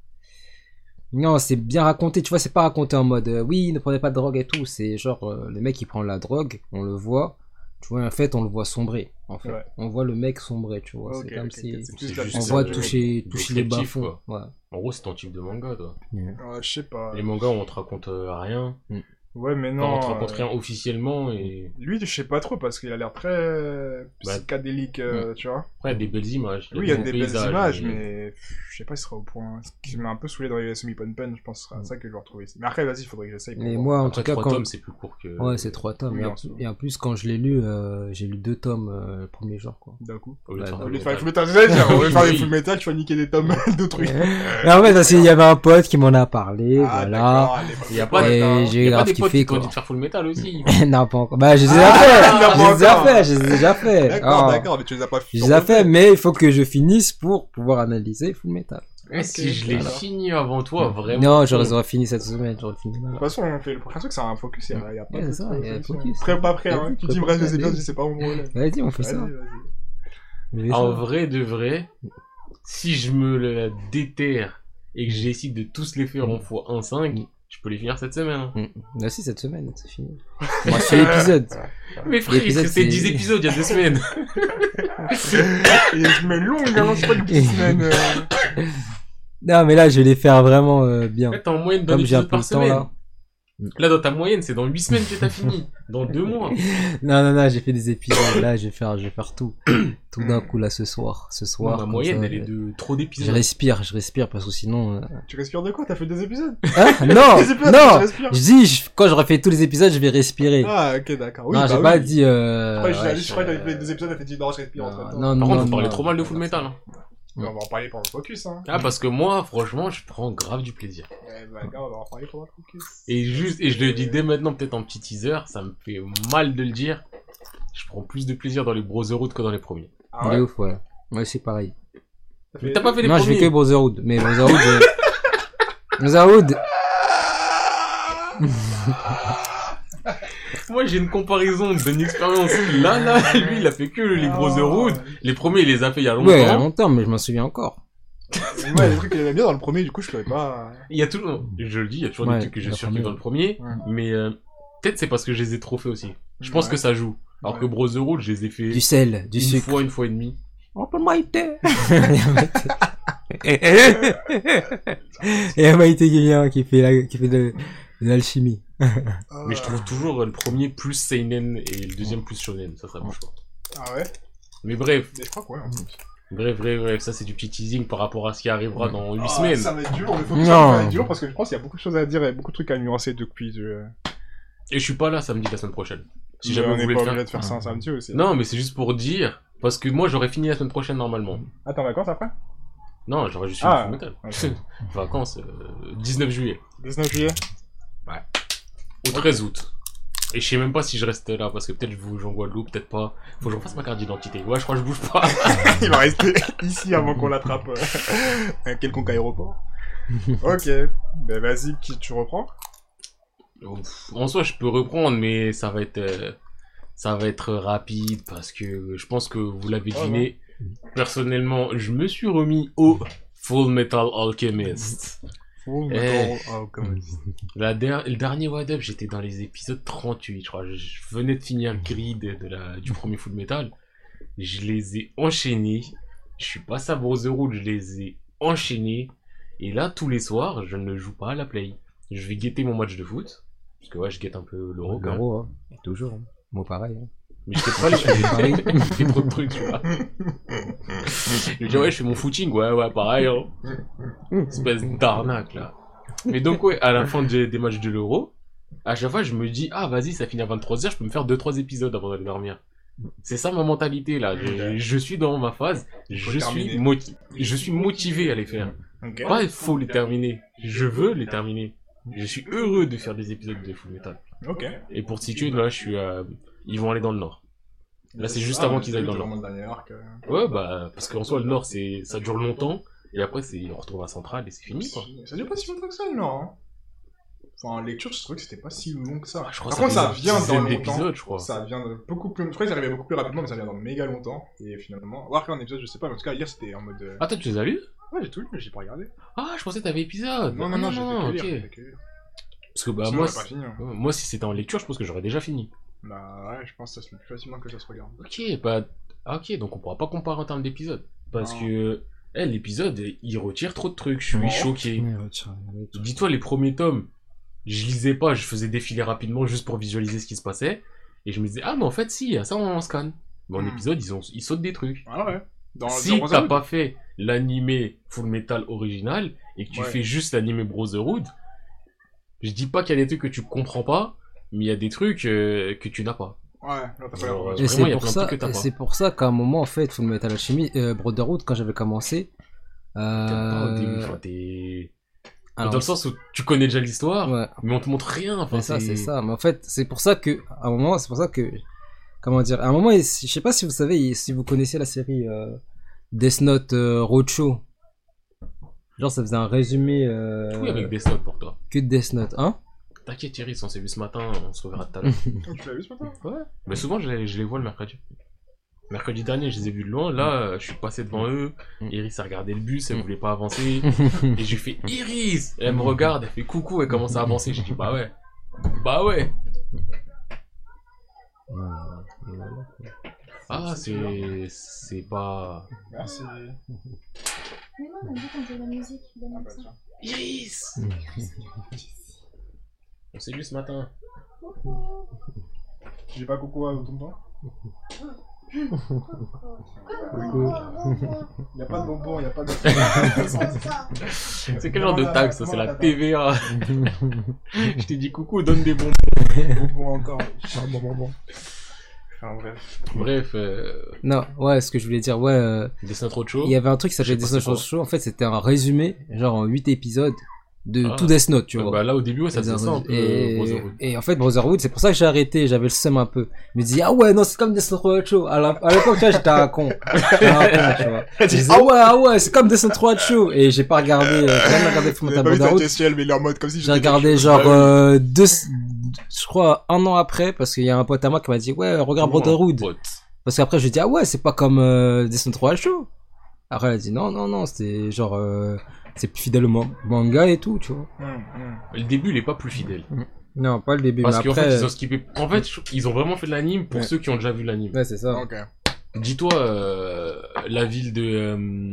S3: non c'est bien raconté tu vois c'est pas raconté en mode euh, oui ne prenez pas de drogue et tout c'est genre euh, le mec il prend la drogue on le voit tu vois en fait on le voit sombrer en fait
S1: Ouais.
S3: on voit le mec sombrer tu vois
S1: Ok,
S3: c'est comme
S1: ok, ok,
S3: si
S1: c'est plus
S2: C'est
S1: la
S2: juste
S3: on
S1: piste,
S3: voit
S1: euh,
S3: toucher toucher les bas
S2: descriptif,
S3: fonds ouais.
S2: En gros, c'est ton type de manga, toi.
S1: Ouais, je sais pas.
S2: Les mangas, on te raconte euh, rien.
S1: Ouais, mais
S2: Enfin, on
S1: non.
S2: te raconte
S1: euh,
S2: rien officiellement et
S1: Lui, je sais pas trop parce qu'il a l'air très euh,
S2: Bah.
S1: psychédélique, euh, tu vois.
S2: après, il y a des belles images.
S1: Lui, il y a
S2: beaux
S1: des belles
S2: paysages, euh.
S1: images, mais pff, je sais pas s'il sera au point. Ce qui m'a un peu saoulé dans les semi Pon Pen, je pense que
S2: Mm.
S1: ce sera ça que je vais retrouver ici. Mais après, vas-y, il faudrait que j'essaye. pour
S3: mais
S1: voir.
S3: moi en
S2: Après,
S3: tout cas
S2: trois
S3: quand
S2: tomes, c'est euh, plus court que.
S3: ouais c'est trois tomes
S1: Oui,
S3: et en-
S1: en soi.
S3: et en plus quand je l'ai lu euh, j'ai lu deux tomes euh, le premier jour
S2: (laughs)
S3: quoi
S1: D'un coup.
S2: Au lieu de
S3: Ouais,
S2: faire
S1: Au
S2: un
S1: lieu de faire les
S2: manga.
S1: full metal, j'allais dire, au lieu de faire les
S2: Ah, Oui.
S1: full metal, tu vas niquer des tomes (laughs) d'autres trucs. Ah,
S3: Mais en fait parce qu'il y avait un pote qui m'en a parlé
S2: Ah,
S3: voilà
S2: Il y a pas
S3: Et
S2: de- il
S3: j'ai
S2: y a pas
S3: grave
S2: des potes
S3: kiffé,
S2: qui t'ont
S3: quoi.
S2: dit de faire full metal
S1: (laughs)
S2: aussi.
S3: (laughs) non, pas encore. Bah, je les ai déjà
S1: Ah, il l'a
S3: fait. Je
S1: pas
S3: les ai
S1: encore.
S3: déjà fait. Je les ai déjà fait.
S1: D'accord,
S3: Oh.
S1: d'accord, mais tu les as pas
S3: Je les ai fait, mais il faut que je finisse pour pouvoir analyser Full Metal.
S2: Eh, Si je l'ai
S1: voilà.
S2: signé avant toi, vraiment.
S3: Non, j'aurais j'aurais fini cette semaine. J'aurais fini.
S1: De toute façon, on fait le principe que c'est un focus, il n'y a pas
S3: Ouais,
S1: de
S3: c'est ça, il y a un
S1: truc.
S3: focus.
S1: Prêt ou pas prêt, hein.
S3: Vas-y,
S1: Tu dis,
S3: prêt,
S1: bref, je
S3: prêt,
S1: sais bien,
S3: vas-y.
S1: je sais pas où on est.
S3: Vas-y, on fait
S1: Vas-y,
S3: ça.
S1: vas-y.
S3: On fait
S2: En
S3: ça.
S2: vrai de vrai, si je me le déterre et que j'essaie de tous les faire en x1.5, je peux les finir cette semaine.
S3: Là, Bah, si, cette semaine, c'est
S2: (laughs)
S3: fini. Moi,
S1: Euh,
S3: c'est l'épisode.
S2: Mais frère,
S3: L'épisode,
S2: c'était
S3: c'est-
S2: 10 épisodes il y a deux
S3: (laughs)
S2: semaines.
S1: Et je mets longue, hein, c'est pas
S3: (laughs)
S1: une petite semaine. euh.
S3: Non, mais là, je vais les faire vraiment euh, bien.
S2: En fait, t'as en moyenne d'un
S3: Comme j'ai un
S2: épisode
S3: peu
S2: par
S3: le temps
S2: semaine.
S3: là.
S2: Là. dans ta moyenne, c'est dans 8 semaines que t'as fini. Dans 2
S3: (laughs)
S2: mois.
S3: Non, non, non, j'ai fait des épisodes. Là, je vais faire, je vais faire
S2: (coughs)
S3: tout. Tout d'un coup, là, ce soir. Ce
S2: Dans
S3: soir.
S2: ma
S3: comme
S2: moyenne,
S3: ça,
S2: elle est de trop
S3: Je
S2: d'épisodes.
S3: respire, je respire parce que sinon. euh,
S1: Tu respires de quoi T'as fait des épisodes (laughs)
S3: Hein Non
S1: Des épisodes, tu
S3: Non
S1: respires
S3: Je dis, je- quand j'aurai fait tous les épisodes, je vais respirer.
S1: Ah, ok, d'accord. Oui,
S3: non,
S1: bah
S3: j'ai
S1: oui.
S3: pas dit. Euh...
S1: Je crois que
S3: ouais,
S1: j'ai- je crois que
S3: euh,
S1: t'avais fait des épisodes, t'as dit non, je respire
S3: non,
S1: entre temps.
S3: non, non.
S2: Par contre, vous parlez trop mal de full metal. hein.
S1: Mais on va en parler pendant le focus, hein.
S2: Ah, parce que moi, franchement, je prends grave du plaisir.
S1: Eh ben, gars, on va en parler pendant le focus.
S2: Et juste, et je le dis dès maintenant, peut-être en petit teaser, ça me fait mal de le dire. Je prends plus de plaisir dans les Brotherhood que dans les premiers.
S1: Ah
S3: Il est
S1: ouais
S3: ouf, ouais. Ouais, c'est pareil.
S1: ça fait-
S2: Mais t'as pas fait les
S3: non, je
S2: premiers.
S3: fais que Brotherhood. Mais Brotherhood.
S2: (laughs)
S3: je... Brotherhood
S1: Ah
S2: Moi, j'ai une comparaison d'une expérience. Là,
S1: Oh.
S2: là, lui, il a fait que les Brotherhood. Les premiers, il les a fait il y a longtemps.
S3: Ouais, il y a longtemps, mais je m'en souviens encore.
S1: Mais Moi, il y a des trucs que j'aimais bien dans le premier, du coup, je savais pas.
S2: Il y a toujours, je le dis, il y a toujours
S3: Ouais,
S2: des trucs que j'ai
S3: la
S2: surpris
S3: première.
S2: dans le premier,
S1: Ouais.
S2: mais euh, peut-être c'est parce que je les ai trop fait aussi. Je pense
S1: Ouais.
S2: que ça joue. Alors que
S1: Ouais.
S2: Bros the Road, je les ai fait
S3: Du sel, du
S2: une
S3: sucre.
S2: fois, une fois et demie.
S3: Rappelle-moi
S2: (laughs)
S3: Maïté Et Maïté qui vient, qui fait, la, qui fait de, de l'alchimie.
S1: Ah,
S2: Mais je trouve toujours euh, le premier plus seinen et le deuxième plus shonen. Ça, ça bouge pas.
S1: Ah ouais
S2: Mais bref,
S1: Mais je crois que ouais, hein. en plus.
S2: bref, bref, bref. Ça, c'est du petit teasing par rapport à ce qui arrivera dans 8
S1: Ah,
S2: semaines.
S1: Ça va être dur, mais faut que
S3: Non.
S1: ça va être dur parce que je pense qu'il y a beaucoup de choses à dire et beaucoup de trucs à nuancer depuis. Je...
S2: Et je suis pas là samedi la semaine prochaine. Si
S1: Mais
S2: jamais
S1: on
S2: vous
S1: n'est
S2: voulez
S1: pas
S2: le
S1: obligé
S2: faire.
S1: de faire ça un samedi aussi.
S2: Non, mais c'est juste pour dire. Parce que moi, j'aurais fini la semaine prochaine normalement.
S1: Attends, vacances après
S2: Non, j'aurais juste
S1: Ah,
S2: fini le full metal. (laughs) Vacances, euh, 19 juillet
S1: 19 juillet
S2: au 13 août. Et je sais même pas si je reste là parce que peut-être je bouge en Guadeloupe, peut-être pas. Faut que je refasse ma carte d'identité. Ouais, je crois que je bouge pas. (laughs)
S1: (laughs) Il va rester ici avant qu'on l'attrape euh, à un quelconque aéroport. ok, ben vas-y, qui tu reprends
S2: Ouf. En soi, je peux reprendre, mais ça va être, euh, ça va être rapide parce que je pense que vous l'avez
S1: Ah,
S2: deviné. Personnellement, je me suis remis au Full Metal Alchemist.
S1: Fou,
S2: Eh.
S1: mettons- oh, comme-
S2: La der- le dernier What Up, j'étais dans les épisodes 38, je crois. Je- Je venais de finir le grid de la, du premier Full Metal. Je les ai enchaînés. Je suis passé à Brother Road, je les ai enchaînés. Et là, tous les soirs, je ne joue pas à la play. Je vais guetter mon match de foot. Parce que ouais, je guette un peu l'euro. quand même.
S3: Garo, hein. toujours. hein. Moi, pareil. hein.
S2: Mais je guette pas les
S3: Pareil.
S2: (laughs) Il fait trop de trucs, tu vois. Je dis, ouais, je fais mon footing, ouais, ouais, pareil. hein. Espèce d'arnaque, là. Mais donc, ouais, à la fin des, des matchs de l'Euro, à chaque fois, je me dis, ah, vas-y, ça finit à 23h, je peux me faire 2-3 épisodes avant d'aller dormir. C'est ça ma mentalité, là. Je, je suis dans ma phase,
S1: Faut
S2: je suis,
S1: terminer.
S2: moti- je suis motivé à les faire.
S1: Ok.
S2: Pas il faut les terminer, je veux les terminer. Je suis heureux de faire des épisodes de Full Metal.
S1: Ok.
S2: Et pour te situer, là, je suis à- Ils vont aller dans le Nord. Là,
S1: Ah,
S2: c'est juste avant qu'ils aillent dans le-
S1: monde dernier arc. euh,
S2: Ouais, bah, parce qu'en soi, le Nord, c'est ça dure longtemps, et après, c'est on retourne à Centrale et c'est fini, quoi.
S1: Ça dure pas si longtemps que ça, non hein. Enfin, en lecture, je trouvais que c'était pas si long que ça.
S2: Ah, je crois
S1: Par
S2: que
S1: contre, ça
S2: fait une
S1: vient dans
S2: dizaine
S1: longtemps.
S2: d'épisodes, je crois.
S1: Ça vient de beaucoup plus. Je crois qu'ils arrivaient beaucoup plus rapidement, mais ça vient dans méga longtemps. Et finalement. Ou après, en épisode, je sais pas, mais en tout cas, hier, c'était en mode. euh,
S2: Ah, toi, tu les as lus
S1: Ouais, j'ai tout lu, mais j'ai pas regardé.
S2: Ah, je pensais que t'avais épisode.
S1: Non,
S2: Ah,
S1: non, non, j'ai fait que lire, j'ai
S2: ok.
S1: fait que lire.
S2: Parce que, bah,
S1: Sinon,
S2: moi,
S1: j'aurais pas
S2: si-
S1: fini. hein.
S2: ouais, moi, si c'était en lecture, je pense que j'aurais déjà fini.
S1: Bah, ouais, je pense que ça se lit plus facilement que ça se regarde.
S2: Ok, bah, ah, ok, donc on pourra pas comparer en termes d'épisode. Parce
S1: Non.
S2: que, eh, l'épisode, il retire trop de trucs, je suis
S1: Non.
S2: choqué. Dis-toi, les premiers tomes, je lisais pas, je faisais défiler rapidement juste pour visualiser ce qui se passait. Et je me disais, ah, mais en fait, si, il y a ça en scan. Mais en
S1: Hmm.
S2: épisode, ils, ont, ils sautent des trucs.
S1: Ah ouais. Dans
S2: si
S1: dans
S2: t'as
S1: Brotherhood.
S2: pas fait l'animé Full Metal original et que tu
S1: Ouais.
S2: fais juste l'animé Brotherhood, je dis pas qu'il y a des trucs que tu comprends pas, mais il y a des trucs euh, que tu n'as pas.
S1: Ouais, non, t'as pas l'air.
S2: Genre, euh,
S3: Et
S2: Vraiment, il
S3: c'est
S2: y a
S3: pour,
S2: plein de
S3: ça-
S2: trucs que t'as
S3: et
S2: pas.
S3: c'est pour ça qu'à un moment, en fait, Full Metal Alchemy, euh, Brotherhood, quand j'avais commencé.
S2: T'as pas au début,
S3: Euh...
S2: enfin, t'es-
S3: alors,
S2: Dans le sens où tu connais déjà l'histoire,
S3: ouais,
S2: mais on te montre rien. Enfin,
S3: C'est ça, c'est ça. Mais en fait, c'est pour ça que, à un moment, c'est pour ça que, comment dire, à un moment, il- je sais pas si vous savez, il- si vous connaissez la série euh, Death Note euh, Roadshow. Genre, ça faisait un résumé euh,
S2: Tout est avec des notes pour toi.
S3: que de Death Note, hein
S2: T'inquiète Thierry, si on s'est vu ce matin, on se reverra tout à l'heure.
S1: Oh, Tu l'as vu ce matin
S2: Ouais. Mais souvent, je les, je les vois le mercredi. Mercredi dernier, je les ai vus de loin. Là, euh, je suis passé devant eux.
S3: Mm.
S2: Iris a regardé le bus, elle
S3: Mm.
S2: voulait pas avancer. Et j'ai fait Iris Elle me regarde, elle fait coucou, elle commence à avancer. J'ai dit bah ouais. Bah ouais Ah, c'est. C'est pas.
S1: Merci.
S4: Mais moi, on a dit qu'on faisait de la musique. de la
S1: Ah bah,
S4: musique.
S1: tiens.
S2: Iris On s'est vu ce matin.
S4: Coucou.
S1: J'ai pas coucou à ton temps
S4: Coucou. Coucou.
S1: Y'a pas de bonbons, y'a pas de. (laughs)
S2: C'est quel genre de taxe ça C'est la TVA Je t'ai dit coucou, donne des bons.
S1: bonbons encore. Charbon, bonbon. Enfin bref.
S2: Bref, euh,
S3: non, ouais, ce que je voulais dire, ouais, euh,
S2: dessine trop de chaud.
S3: il y avait un truc qui s'appelait
S2: Je sais
S3: Death
S2: pas
S3: Note
S2: c'est quoi.
S3: Roadshow. En fait, c'était un résumé, genre en 8 épisodes, de
S2: Ah.
S3: tout Death Note, tu vois.
S2: Bah là, au début, ouais, ça
S3: Et-
S2: faisait ça un peu.
S3: et,
S2: euh, Brotherhood.
S3: et en fait, Brotherhood, c'est pour ça que j'ai arrêté, j'avais le seum un peu. Je me dis, ah ouais, non, c'est comme Death Note Show. À la- à l'époque, tu vois, j'étais un con. J'étais un con,
S2: (laughs)
S3: tu vois. Je disais, ah ouais, ah ouais, c'est comme Death Note Show. Et j'ai pas regardé, euh, j'ai jamais regardé Full
S1: On
S3: Metal
S1: pas vu
S3: Brotherhood.
S1: ta ciel, mais il est en mode comme si
S3: J'ai regardé
S2: Bah
S3: genre euh, deux, je crois un an après parce qu'il y a un pote à moi qui
S2: Ah
S3: m'a dit ouais regarde
S2: Toujours un
S3: Brotherhood
S2: pote.
S3: parce qu'après je lui dis ah ouais c'est pas comme euh, Death Note Roadshow Après, elle a dit non, non, non, c'était genre. euh, c'est plus fidèle au man- manga et tout, tu vois.
S1: Hum,
S2: Le début, il est pas plus fidèle.
S3: Non, pas le début,
S2: Parce
S3: mais
S2: qu'en
S3: après. euh,
S2: fait, ils ont skippé. En fait, je- ils ont vraiment fait de l'anime pour
S3: Ouais.
S2: ceux qui ont déjà vu l'anime.
S3: Ouais, c'est ça.
S1: Ah, Ok.
S2: Dis-toi, euh, la ville de. euh,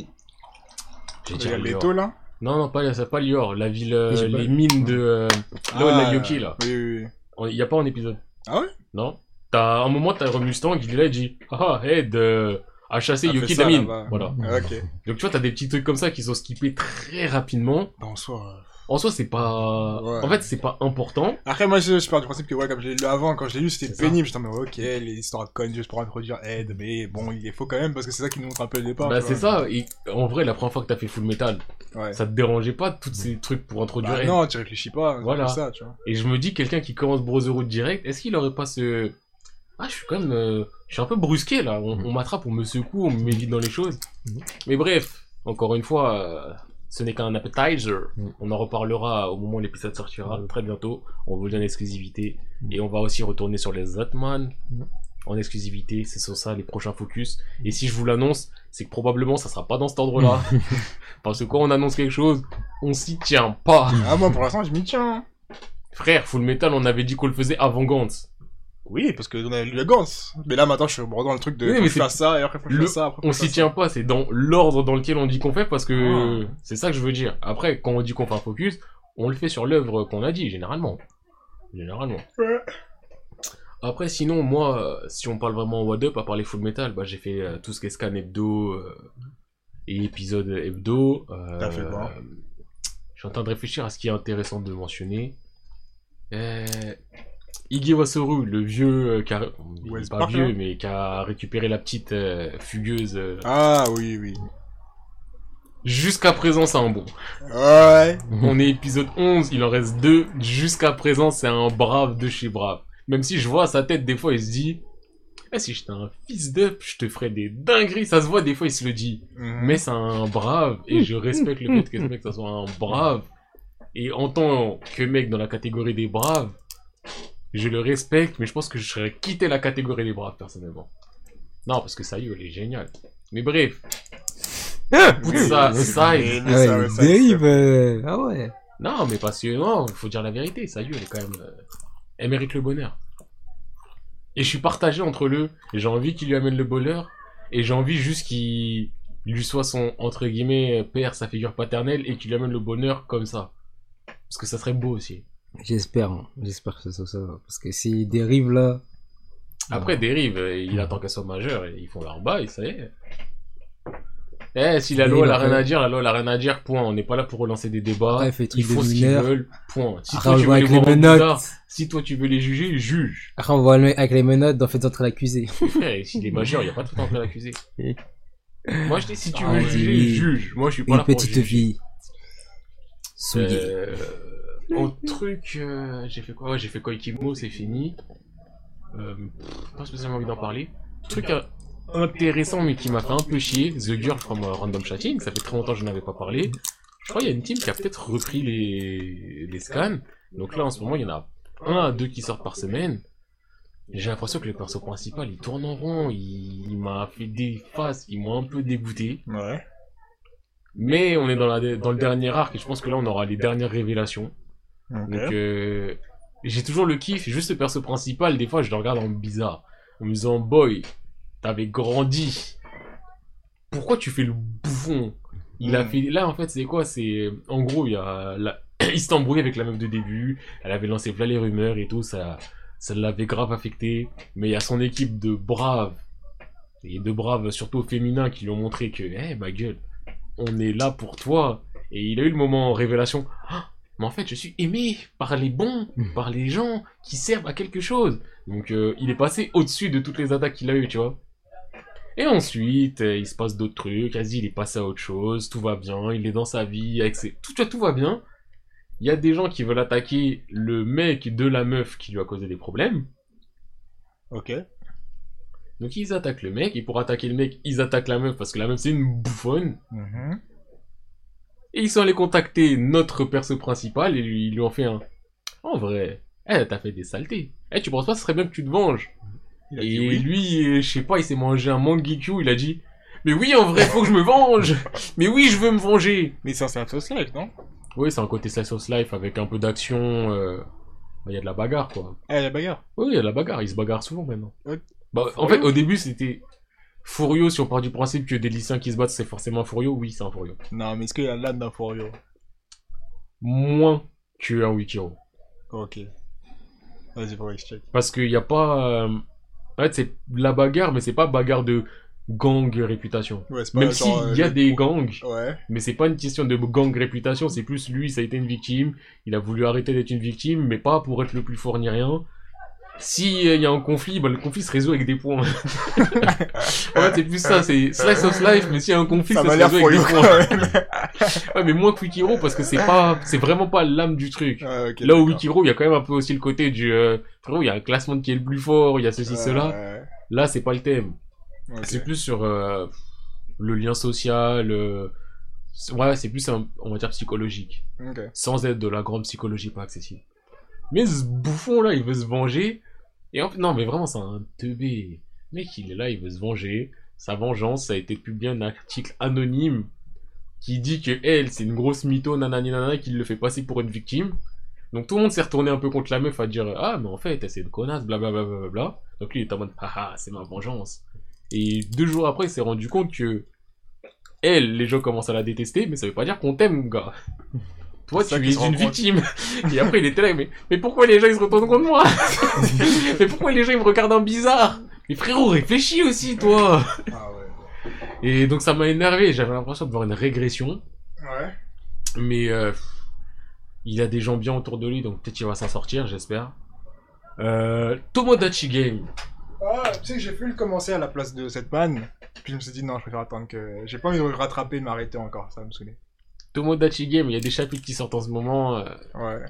S2: j'ai
S1: Il
S2: dit
S1: y a
S2: Lior.
S1: Leto là
S2: Non, non, pas, c'est pas Lior. La ville, euh,
S3: Je sais pas. Ah.
S2: les mines de. euh, là où il y a Yoki, là.
S1: Oui, oui, oui.
S2: Il n'y a pas un épisode.
S1: Ah ouais
S2: Non. T'as un moment, t'as Remustang, il est là, il dit Ah, aide euh, à chasser
S1: Ah, fais
S2: Yoki
S1: ça,
S2: Damin.
S1: là-bas.
S2: Voilà.
S1: Ah, Ok.
S2: Donc tu vois, t'as des petits trucs comme ça qui sont skippés très rapidement.
S1: Bonsoir.
S2: En soi, c'est pas.
S1: Ouais.
S2: En fait, c'est pas important.
S1: Après, moi, je, je pars du principe que, ouais, comme je l'ai lu avant, quand je l'ai lu, c'était
S2: C'est ça.
S1: pénible. J'étais en mode, ok, les histoires de connes juste pour introduire Ed, mais bon, il est faux quand même, parce que c'est ça qui nous montre un peu le départ.
S2: bah,
S1: tu
S2: c'est
S1: vois.
S2: ça. Et en vrai, la première fois que t'as fait Full Metal,
S1: Ouais.
S2: ça te dérangeait pas tous ces trucs pour introduire.
S1: Bah,
S2: Ed.
S1: non, tu réfléchis pas. c'est
S2: Voilà.
S1: comme ça, tu vois.
S2: Et je me dis, quelqu'un qui commence Brotherhood direct, est-ce qu'il aurait pas ce. Ah, je suis quand même. euh, Je suis un peu brusqué là. On, on m'attrape, on me secoue, on me met vite dans les choses.
S3: Mhm.
S2: Mais bref, encore une fois, euh, ce n'est qu'un appetizer.
S3: Mhm.
S2: On en reparlera au moment où l'épisode sortira très bientôt. On vous donne l'exclusivité.
S3: Mhm.
S2: Et on va aussi retourner sur les Zatman.
S3: Mhm.
S2: En exclusivité, c'est sur ça les prochains focus. Et si je vous l'annonce, c'est que probablement ça sera pas dans cet ordre-là. Parce que quand on annonce quelque chose, on s'y tient pas.
S1: Ah, moi, pour l'instant, je m'y tiens. hein.
S2: Frère, Full Metal, on avait dit qu'on le faisait avant Gantz.
S1: Oui, parce que on a lu la Gantz. Mais là, maintenant, je suis bon dans le truc de,
S2: Oui,
S1: faut
S2: mais
S1: que je
S2: c'est-
S1: fasse ça, et après, faut que je
S2: Le-
S1: fasse ça, après, faut
S2: On
S1: que je
S2: s'y
S1: fasse
S2: tient pas, c'est dans l'ordre dans lequel on dit qu'on fait parce que
S1: Ah.
S2: c'est ça que je veux dire. Après, quand on dit qu'on fait un focus, on le fait sur l'œuvre qu'on a dit, généralement. Généralement.
S1: Ouais.
S2: Après, sinon, moi, euh, si on parle vraiment en What Up, à parler Full Metal, bah, j'ai fait euh, tout ce qui est scan hebdo euh, et épisode hebdo. euh,
S1: T'as fait quoi
S2: Je suis en train de réfléchir à ce qui est intéressant de mentionner. Euh, Iggy Wasoru, le vieux, euh, qui a- il est
S1: West
S2: pas
S1: Park,
S2: vieux,
S1: là
S2: mais qui a récupéré la petite euh, fugueuse. euh,
S1: Ah, oui, oui.
S2: Jusqu'à présent, c'est un bon.
S1: Ouais.
S2: On est épisode 11, il en reste deux. Jusqu'à présent, c'est un brave de chez brave. Même si je vois à sa tête, des fois, il se dit Eh, Si j'étais un fils d'up, je te ferais des dingueries. Ça se voit, des fois, il se le dit.
S1: Mhm.
S2: Mais c'est un brave, et je respecte le fait que ce mec, ça soit un brave. Et en tant que mec dans la catégorie des braves, je le respecte, mais je pense que je serais quitté la catégorie des braves, personnellement. Non, parce que ça y est, elle est géniale. Mais bref, put ça
S1: Mais
S2: aside.
S3: Ah ouais,
S1: ça, ouais,
S3: il
S1: ça,
S3: dérive, euh, Ah ouais.
S2: Non, mais parce que non, faut dire la vérité, ça y est, elle est quand même. euh, elle mérite le bonheur. Et je suis partagé entre le. J'ai envie qu'il lui amène le bonheur, et j'ai envie juste qu'il lui soit son, entre guillemets, père, sa figure paternelle, et qu'il lui amène le bonheur comme ça. Parce que ça serait beau aussi.
S3: J'espère, hein. j'espère que ce soit ça. hein. Parce que s'il dérive là.
S2: Après, dérive, euh, il attend qu'elle soit majeure, et ils font leur bail, ça y est. Eh, si la loi, elle a rien à dire, la loi, elle a rien à dire, point. On n'est pas là pour relancer des débats.
S3: Ouais, il fait des
S2: ils
S3: trucs
S2: font
S3: de
S2: ce qu'ils
S3: mineurs.
S2: veulent, point. Si
S3: Après,
S2: toi,
S3: on
S2: tu
S3: le voit
S2: veux les
S3: avec les
S2: voir en
S3: menottes.
S2: bizarre, si toi, tu veux les juger, juge. (laughs)
S3: Après, on voit le mec avec les menottes dans Faites entrer l'accusé.
S2: Frère, et s'il est majeur, il n'y a pas de temps à l'accuser. Moi, je dis, si tu
S3: Ah
S2: veux
S3: oui.
S2: juger, juge. Moi, je suis pas là
S3: Une
S2: pour
S3: petite
S2: juger.
S3: vie. Souillée.
S2: Euh, en truc, euh, j'ai fait quoi Ouais, j'ai fait Koikimo, c'est fini. Euh, pff, pas spécialement envie d'en parler. Truc euh, intéressant, mais qui m'a fait un peu chier, The Girl from euh, Random Chatting, ça fait très longtemps que je n'avais pas parlé. Je crois qu'il y a une team qui a peut-être repris les, les scans. Donc là, en ce moment, il y en a un à deux qui sortent par semaine. Et J'ai l'impression que le perso principal, il tourne en rond, il, il m'a fait des faces qui m'ont un peu dégoûté.
S1: Ouais.
S2: Mais on est dans, la, dans le dernier arc et je pense que là on aura les dernières révélations.
S1: Ok.
S2: Donc euh, j'ai toujours le kiff, juste le perso principal, des fois je le regarde en bizarre. En me disant, boy, t'avais grandi. Pourquoi tu fais le bouffon Il a
S1: Mm.
S2: fait. Là en fait c'est quoi C'est. En gros, il y a. la- (coughs) Il s'est embrouillé avec la meuf de début, elle avait lancé plein les rumeurs et tout, ça, ça l'avait grave affecté. Mais il y a son équipe de braves, et de braves surtout féminins qui lui ont montré que, hé ma gueule, on est là pour toi. Et il a eu le moment en révélation. Ah, mais en fait, je suis aimé par les bons,
S3: Mhm.
S2: par les gens qui servent à quelque chose. Donc, euh, il est passé au-dessus de toutes les attaques qu'il a eues, tu vois. Et ensuite, euh, il se passe d'autres trucs. Vas-y, il est passé à autre chose. Tout va bien. Il est dans sa vie. Avec ses... tout, tu vois, tout va bien. Il y a des gens qui veulent attaquer le mec de la meuf qui lui a causé des problèmes.
S1: Ok.
S2: Donc, ils attaquent le mec. Et pour attaquer le mec, ils attaquent la meuf parce que la meuf, c'est une bouffonne.
S1: Mhm.
S2: Et ils sont allés contacter notre perso principal et lui, ils lui ont fait un. En vrai, eh, t'as fait des saletés. Eh, tu penses pas, ce serait bien que tu te venges.
S1: Il a
S2: Et
S1: dit oui.
S2: lui, euh, je sais pas, il s'est mangé un mangikyu, il a dit Mais oui, en vrai, faut que je me venge. Mais oui, je veux me venger.
S5: Mais ça, c'est un sauce like, non
S2: Oui, c'est un côté slice of life avec un peu d'action. euh, bah, Il y a de la bagarre, quoi.
S1: Eh,
S5: Ah, la bagarre.
S2: Oui, il y a de la bagarre. Ils se bagarrent souvent maintenant.
S5: Ouais.
S2: Bah, en fait, au début, c'était Furio. Si on part du principe que des lycéens qui se battent, c'est forcément un Furio, oui, c'est un Furio.
S5: Non, mais est-ce qu'il y a l'âne d'un Furio
S2: Moins qu'un Wichiro.
S1: Oh,
S5: Ok. Vas-y, pour check.
S2: Parce qu'il n'y a pas. euh, En fait, c'est de la bagarre, mais c'est pas bagarre de gang réputation.
S1: Ouais, c'est pas
S2: Même s'il
S1: genre, euh,
S2: y a
S1: le-
S2: des gangs,
S1: Ouais.
S2: mais c'est pas une question de gang réputation, c'est plus lui, ça a été une victime, il a voulu arrêter d'être une victime, mais pas pour être le plus fort ni rien. Si euh, il y a un conflit, bah, le conflit se résout avec des points. (laughs) en fait, c'est plus ça, c'est slice of life, mais s'il y a un conflit,
S1: Ça
S2: ça,
S1: m'a
S2: se
S1: l'air
S2: résout avec
S1: fouilleux
S2: des
S1: quand
S2: points.
S1: même.
S2: (laughs) Ouais, mais moins que Wikiro, parce que c'est pas, c'est vraiment pas l'âme du truc.
S1: Ah, ok,
S2: Là où
S1: d'accord.
S2: Wikiro, il y a quand même un peu aussi le côté du euh, frérot, il y a un classement qui est le plus fort, il y a ceci, cela.
S1: Ouais,
S2: Là, c'est pas le thème.
S1: ouais. Ok.
S2: C'est plus sur euh, le lien social. euh, c'est- Ouais, c'est plus, un, on va dire, psychologique.
S1: Ok.
S2: Sans être de la grande psychologie pas accessible. Mais ce bouffon-là, il veut se venger. Et en... Non, mais vraiment, c'est un teubé. Le Mec, il est là, il veut se venger. Sa vengeance, ça a été publié un article anonyme qui dit que elle, c'est une grosse mytho, nanani nanana, qui le fait passer pour une victime. Donc tout le monde s'est retourné un peu contre la meuf à dire Ah, mais en fait, elle, c'est une connasse, blablabla. Bla, bla, bla. Donc lui, il est en mode Haha, c'est ma vengeance. Et deux jours après, il s'est rendu compte que elle, les gens commencent à la détester, mais ça veut pas dire qu'on t'aime,
S5: (laughs)
S2: gars. Toi,
S5: C'est ça
S2: tu
S5: qu'il
S2: es
S5: se rend
S2: une
S5: compte.
S2: victime. Et après, il était là, mais, mais pourquoi les gens ils se retournent contre
S5: (laughs)
S2: moi Mais pourquoi les gens ils me regardent en bizarre Mais frérot, réfléchis aussi, toi
S1: Ah ouais.
S2: Et donc ça m'a énervé, j'avais l'impression de voir une régression,
S1: Ouais.
S2: mais euh, il a des gens bien autour de lui, donc peut-être il va s'en sortir, j'espère. Euh, Tomodachi Game.
S1: Ah, tu sais que j'ai voulu le commencer à la place de cette panne. Puis je me suis dit non, je préfère attendre que. J'ai pas envie de le rattraper et de m'arrêter encore, ça va me saouler.
S2: Tomodachi Game, il y a des chapitres qui sortent en ce moment. euh,
S1: Ouais.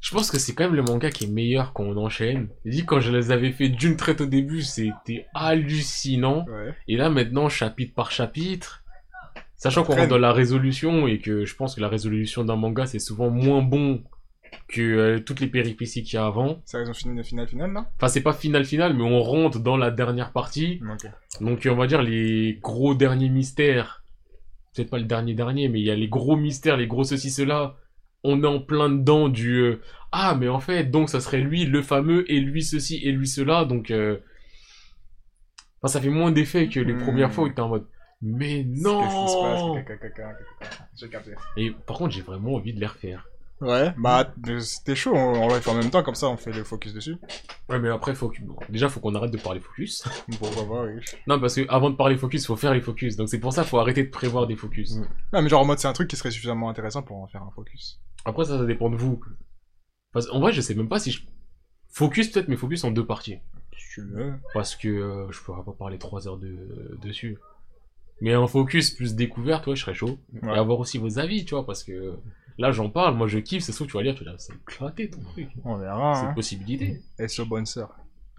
S2: Je pense que c'est quand même le manga qui est meilleur quand on enchaîne. Je dis quand je les avais fait d'une traite au début, c'était hallucinant.
S1: Ouais.
S2: Et là maintenant, chapitre par chapitre, sachant qu'on
S1: Traîne.
S2: rentre dans la résolution et que je pense que la résolution d'un manga c'est souvent moins bon que euh, toutes les péripéties qu'il y a avant.
S1: Ça, ils ont fini le final final là
S2: Enfin, c'est pas final final, mais on rentre dans la dernière partie.
S1: Ok.
S2: Donc euh, on va dire les gros derniers mystères. Peut-être pas le dernier dernier, mais il y a les gros mystères, les gros ceci cela. On est en plein dedans du euh, ah mais en fait donc ça serait lui le fameux et lui ceci et lui cela donc. euh, enfin, ça fait moins d'effet que les
S1: Hmm.
S2: premières fois où t'es en mode mais
S1: Qu'est-ce qui
S2: non.
S1: se passe Caca, caca, caca, caca. J'ai capté.
S2: Et par contre j'ai vraiment envie de les refaire.
S5: Ouais.
S1: Bah, euh, c'était chaud, on on l'a fait en même temps, comme ça on fait le focus dessus.
S2: Ouais mais après faut que bon, déjà faut qu'on arrête de parler focus.
S1: Bon, bah, bah, oui.
S2: non parce que avant de parler focus faut faire les focus donc c'est pour ça faut arrêter de prévoir des focus.
S1: Non, mais genre en mode, c'est un truc qui serait suffisamment intéressant pour en faire un focus.
S2: Après, ça, ça dépend de vous. Parce en vrai, je sais même pas si je. Focus, peut-être, mais focus en deux parties.
S1: Si tu veux.
S2: Parce que euh, je pourrais pas parler trois heures de... dessus. Mais un focus plus découverte, ouais, je serais chaud.
S1: Ouais.
S2: Et avoir aussi vos avis, tu vois, parce que euh, là, j'en parle, moi, je kiffe, c'est sûr, tu vas lire, tu vas dire, c'est éclaté ton truc.
S1: On verra.
S2: C'est
S1: Hein.
S2: une possibilité.
S1: SO bonne sœur.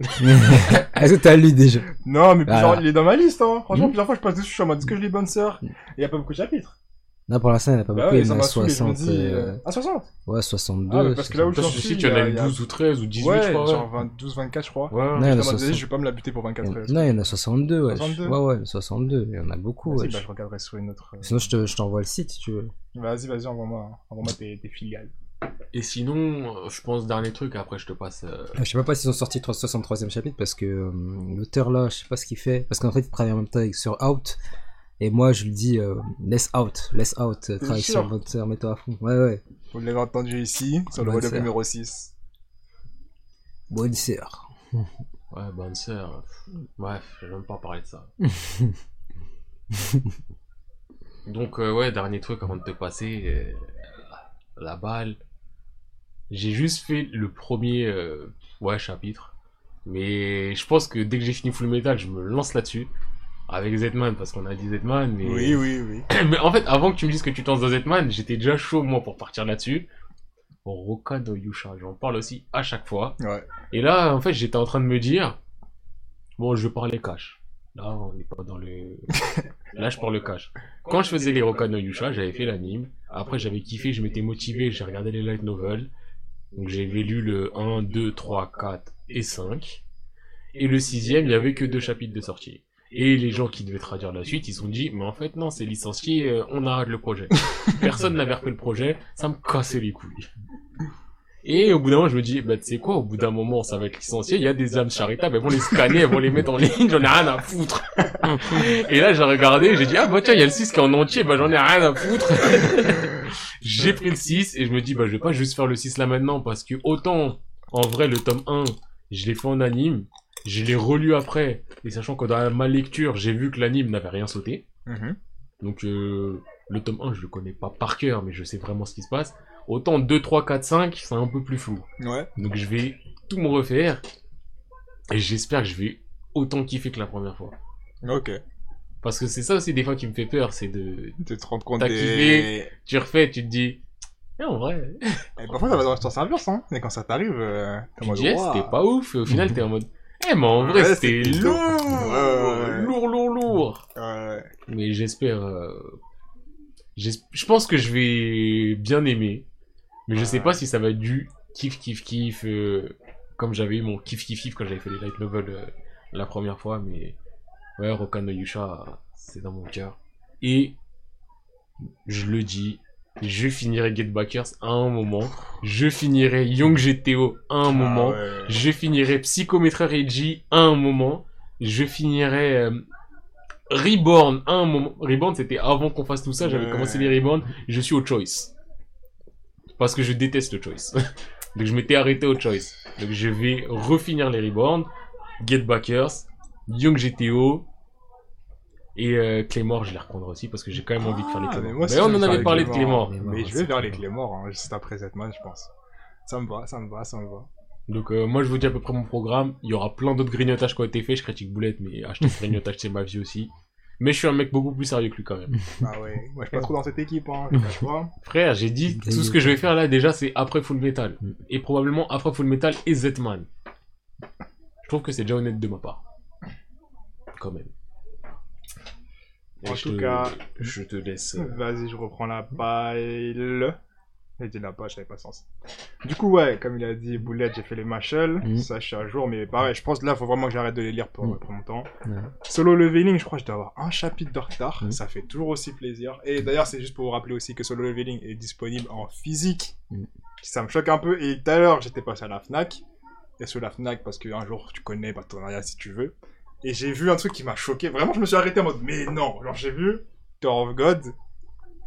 S1: Euh.
S3: (laughs) Est-ce que Ah, t'as lu déjà
S1: Non, mais plusieurs-
S3: Voilà.
S1: il est dans ma liste, hein. Franchement,
S3: Mhm.
S1: plusieurs fois je passe dessus, je suis en mode, est-ce que je lis bonne sœur Il y a pas beaucoup de chapitres.
S3: Non, pour l'instant, il n'y en a pas
S1: Bah
S3: beaucoup.
S1: ouais,
S3: il y
S1: ça
S3: en a
S1: m'a saoulé, je me
S3: 60.
S1: dis.
S3: euh,
S1: euh, Ah, 60
S3: Ouais, 62.
S1: Ah, mais parce que là où je
S2: Toi,
S1: suis,
S2: je sais qu'il y en
S1: il y
S2: a
S1: a- il y a-
S2: 12 ou 13 ou 18,
S1: ouais,
S2: je crois. ouais.
S1: genre 20, 12, 24, je crois.
S2: Ouais, ouais.
S3: Non, il y en
S1: Je
S3: a
S1: me disais,
S3: 60.
S1: je vais pas me la buter pour 24 heures.
S3: Non, il y en a 62, ouais.
S1: 62.
S3: Ouais, ouais, 62, il y en a beaucoup.
S1: Vas-y,
S3: ouais.
S1: bah, je regarderai sur une autre. euh,
S3: Sinon, je te- je t'envoie le site si tu veux.
S1: Vas-y, vas-y, envoie-moi hein. envoie-moi tes, tes filiales.
S2: Et sinon, euh, je pense, dernier truc, après, je te passe. euh,
S3: Je sais même pas s'ils ont sorti le 63e chapitre parce que euh, l'auteur là, je sais pas ce qu'il fait. Parce qu'en fait, il travaille en même temps avec- sur Out. Et moi, je lui dis, euh, laisse out, laisse out, euh,
S1: T'es
S3: travaille
S1: sûr
S3: sur votre sœur, mets-toi à fond. Ouais, ouais,
S1: Vous l'avez entendu ici, sur le
S3: Bonne
S1: volume
S3: sœur.
S1: numéro 6.
S3: bonne sœur.
S2: Ouais, bonne sœur. Bref, je vais même pas parler de ça. Donc, euh, ouais, dernier truc avant de te passer. euh, la balle. J'ai juste fait le premier euh, ouais, chapitre. Mais je pense que dès que j'ai fini Full Metal, je me lance là-dessus. Avec Zetman, parce qu'on a dit Zetman. Mais...
S1: Oui, oui, oui.
S2: (coughs) mais en fait, avant que tu me dises que tu te lances dans Zetman, j'étais déjà chaud, moi, pour partir là-dessus. Roka no Yusha, j'en parle aussi à chaque fois.
S1: Ouais.
S2: Et là, en fait, j'étais en train de me dire, bon, je vais parler cash. Là, on n'est pas dans le. là, je parle cash. Quand je faisais les Roka no Yusha, j'avais fait l'anime. Après, j'avais kiffé, je m'étais motivé, j'ai regardé les light novels. Donc, j'avais lu le 1, 2, 3, 4 et 5. Et le sixième, il n'y avait que deux chapitres de sortie. Et les gens qui devaient traduire la suite, ils se sont dit, mais en fait, non, c'est licencié, euh, on arrête le projet. Personne n'avait repris le projet, ça me cassait les couilles. Et au bout d'un moment, je me dis, bah, tu sais quoi, au bout d'un moment, ça va être licencié, il y a des âmes charitables, elles vont les scanner, elles vont les mettre en ligne, j'en ai rien à foutre. Et là, j'ai regardé, j'ai dit, ah, bah, tiens, il y a le 6 qui est en entier, bah, j'en ai rien à foutre. j'ai pris le 6 et je me dis, bah, je vais pas juste faire le 6 là maintenant parce que autant, en vrai, le tome 1, je l'ai fait en anime, je l'ai relu après, et sachant que dans ma lecture, j'ai vu que l'anime n'avait rien sauté.
S1: Mhm.
S2: Donc, euh, le tome 1, je le connais pas par cœur, mais je sais vraiment ce qui se passe. Autant 2, 3, 4, 5, c'est un peu plus flou.
S1: Ouais.
S2: Donc je vais tout me refaire. Et j'espère que je vais autant kiffer que la première fois.
S1: Ok.
S2: Parce que c'est ça aussi des fois qui me fait peur, c'est de...
S1: Tu te rends compte
S2: T'as
S1: des...
S2: kiffé. Tu refais, tu te dis... Eh, en vrai,
S1: Et parfois, ça va dans le sens inverse, hein. Mais quand ça t'arrive, euh, t'es en mode,
S2: tu te dis, eh,
S1: Ouah.
S2: c'était pas ouf. Et au final, t'es en mode... Eh, mais en vrai,
S1: Ouais,
S2: c'était
S1: c'était
S2: lourd,
S1: lourd. Ouais, ouais, ouais.
S2: lourd, lourd, lourd.
S1: Ouais, ouais.
S2: Mais j'espère... euh, j'es- Je pense que je vais bien aimer. Mais je sais pas si ça va être du kiff, kiff, kiff. euh, Comme j'avais eu mon kiff, kiff, kiff quand j'avais fait les light novels euh, la première fois. Mais ouais, Rokan no Yusha, c'est dans mon cœur. Et je le dis, je finirai Get Backers à un moment. Je finirai Young GTO à un moment.
S1: Ah, ouais.
S2: Euh, Je finirai Psychometra Reiji à un moment. Je finirai euh, Reborn à un moment. Reborn, c'était avant qu'on fasse tout ça. J'avais
S1: Ouais.
S2: commencé les Reborn. Je suis au Choice. Parce que je déteste le Choice. (laughs) Donc je m'étais arrêté au Choice. Donc je vais refinir les Reborn. Get Backers. Young GTO. Et euh, Claymore, je les reprendrai aussi parce que j'ai quand même envie de faire les
S1: Ah, mais
S2: Claymore.
S1: moi aussi,
S2: Mais on
S1: je vais
S2: en
S1: faire
S2: avait
S1: les
S2: parlé de
S1: Claymore.
S2: Claymore.
S1: Mais je vais vers les Clémores, hein, juste après cette match, je pense. Ça me va, ça me va, ça me va.
S2: Donc euh, moi je vous dis à peu près mon programme, il y aura plein d'autres grignotages qui ont été faits, je critique Boulette mais acheter des grignotages c'est ma vie aussi. Mais je suis un mec beaucoup plus sérieux que lui quand (laughs) même.
S1: Ah ouais, moi je suis pas trop dans cette équipe, hein, je cache pas.
S2: Frère, j'ai dit tout ce que je vais faire là déjà c'est après Full Metal et probablement après Full Metal et Zetman. Je trouve que c'est déjà honnête de ma part. Quand même. (laughs) Et
S1: En
S2: je
S1: tout
S2: te-
S1: cas,
S2: je te laisse. euh,
S1: Vas-y, je reprends la pile. J'ai dit la page, j'avais pas le sens. Du coup, ouais, comme il a dit, Boulette, j'ai fait les machels.
S3: Mhm.
S1: Ça, je suis à jour, mais pareil, je pense que là, faut vraiment que j'arrête de les lire pour,
S3: Mhm.
S1: pour longtemps.
S3: Ouais.
S1: Solo Leveling, je crois que je dois avoir un chapitre de retard.
S3: Mhm.
S1: Ça fait toujours aussi plaisir. Et d'ailleurs, c'est juste pour vous rappeler aussi que Solo Leveling est disponible en physique.
S3: Mhm.
S1: Ça me choque un peu. Et tout à l'heure, j'étais passé à la Fnac. Et sous la Fnac, parce qu'un jour, tu connais partenariat si tu veux. Et j'ai vu un truc qui m'a choqué. Vraiment, je me suis arrêté en mode, mais non. Genre, j'ai vu Tower of God.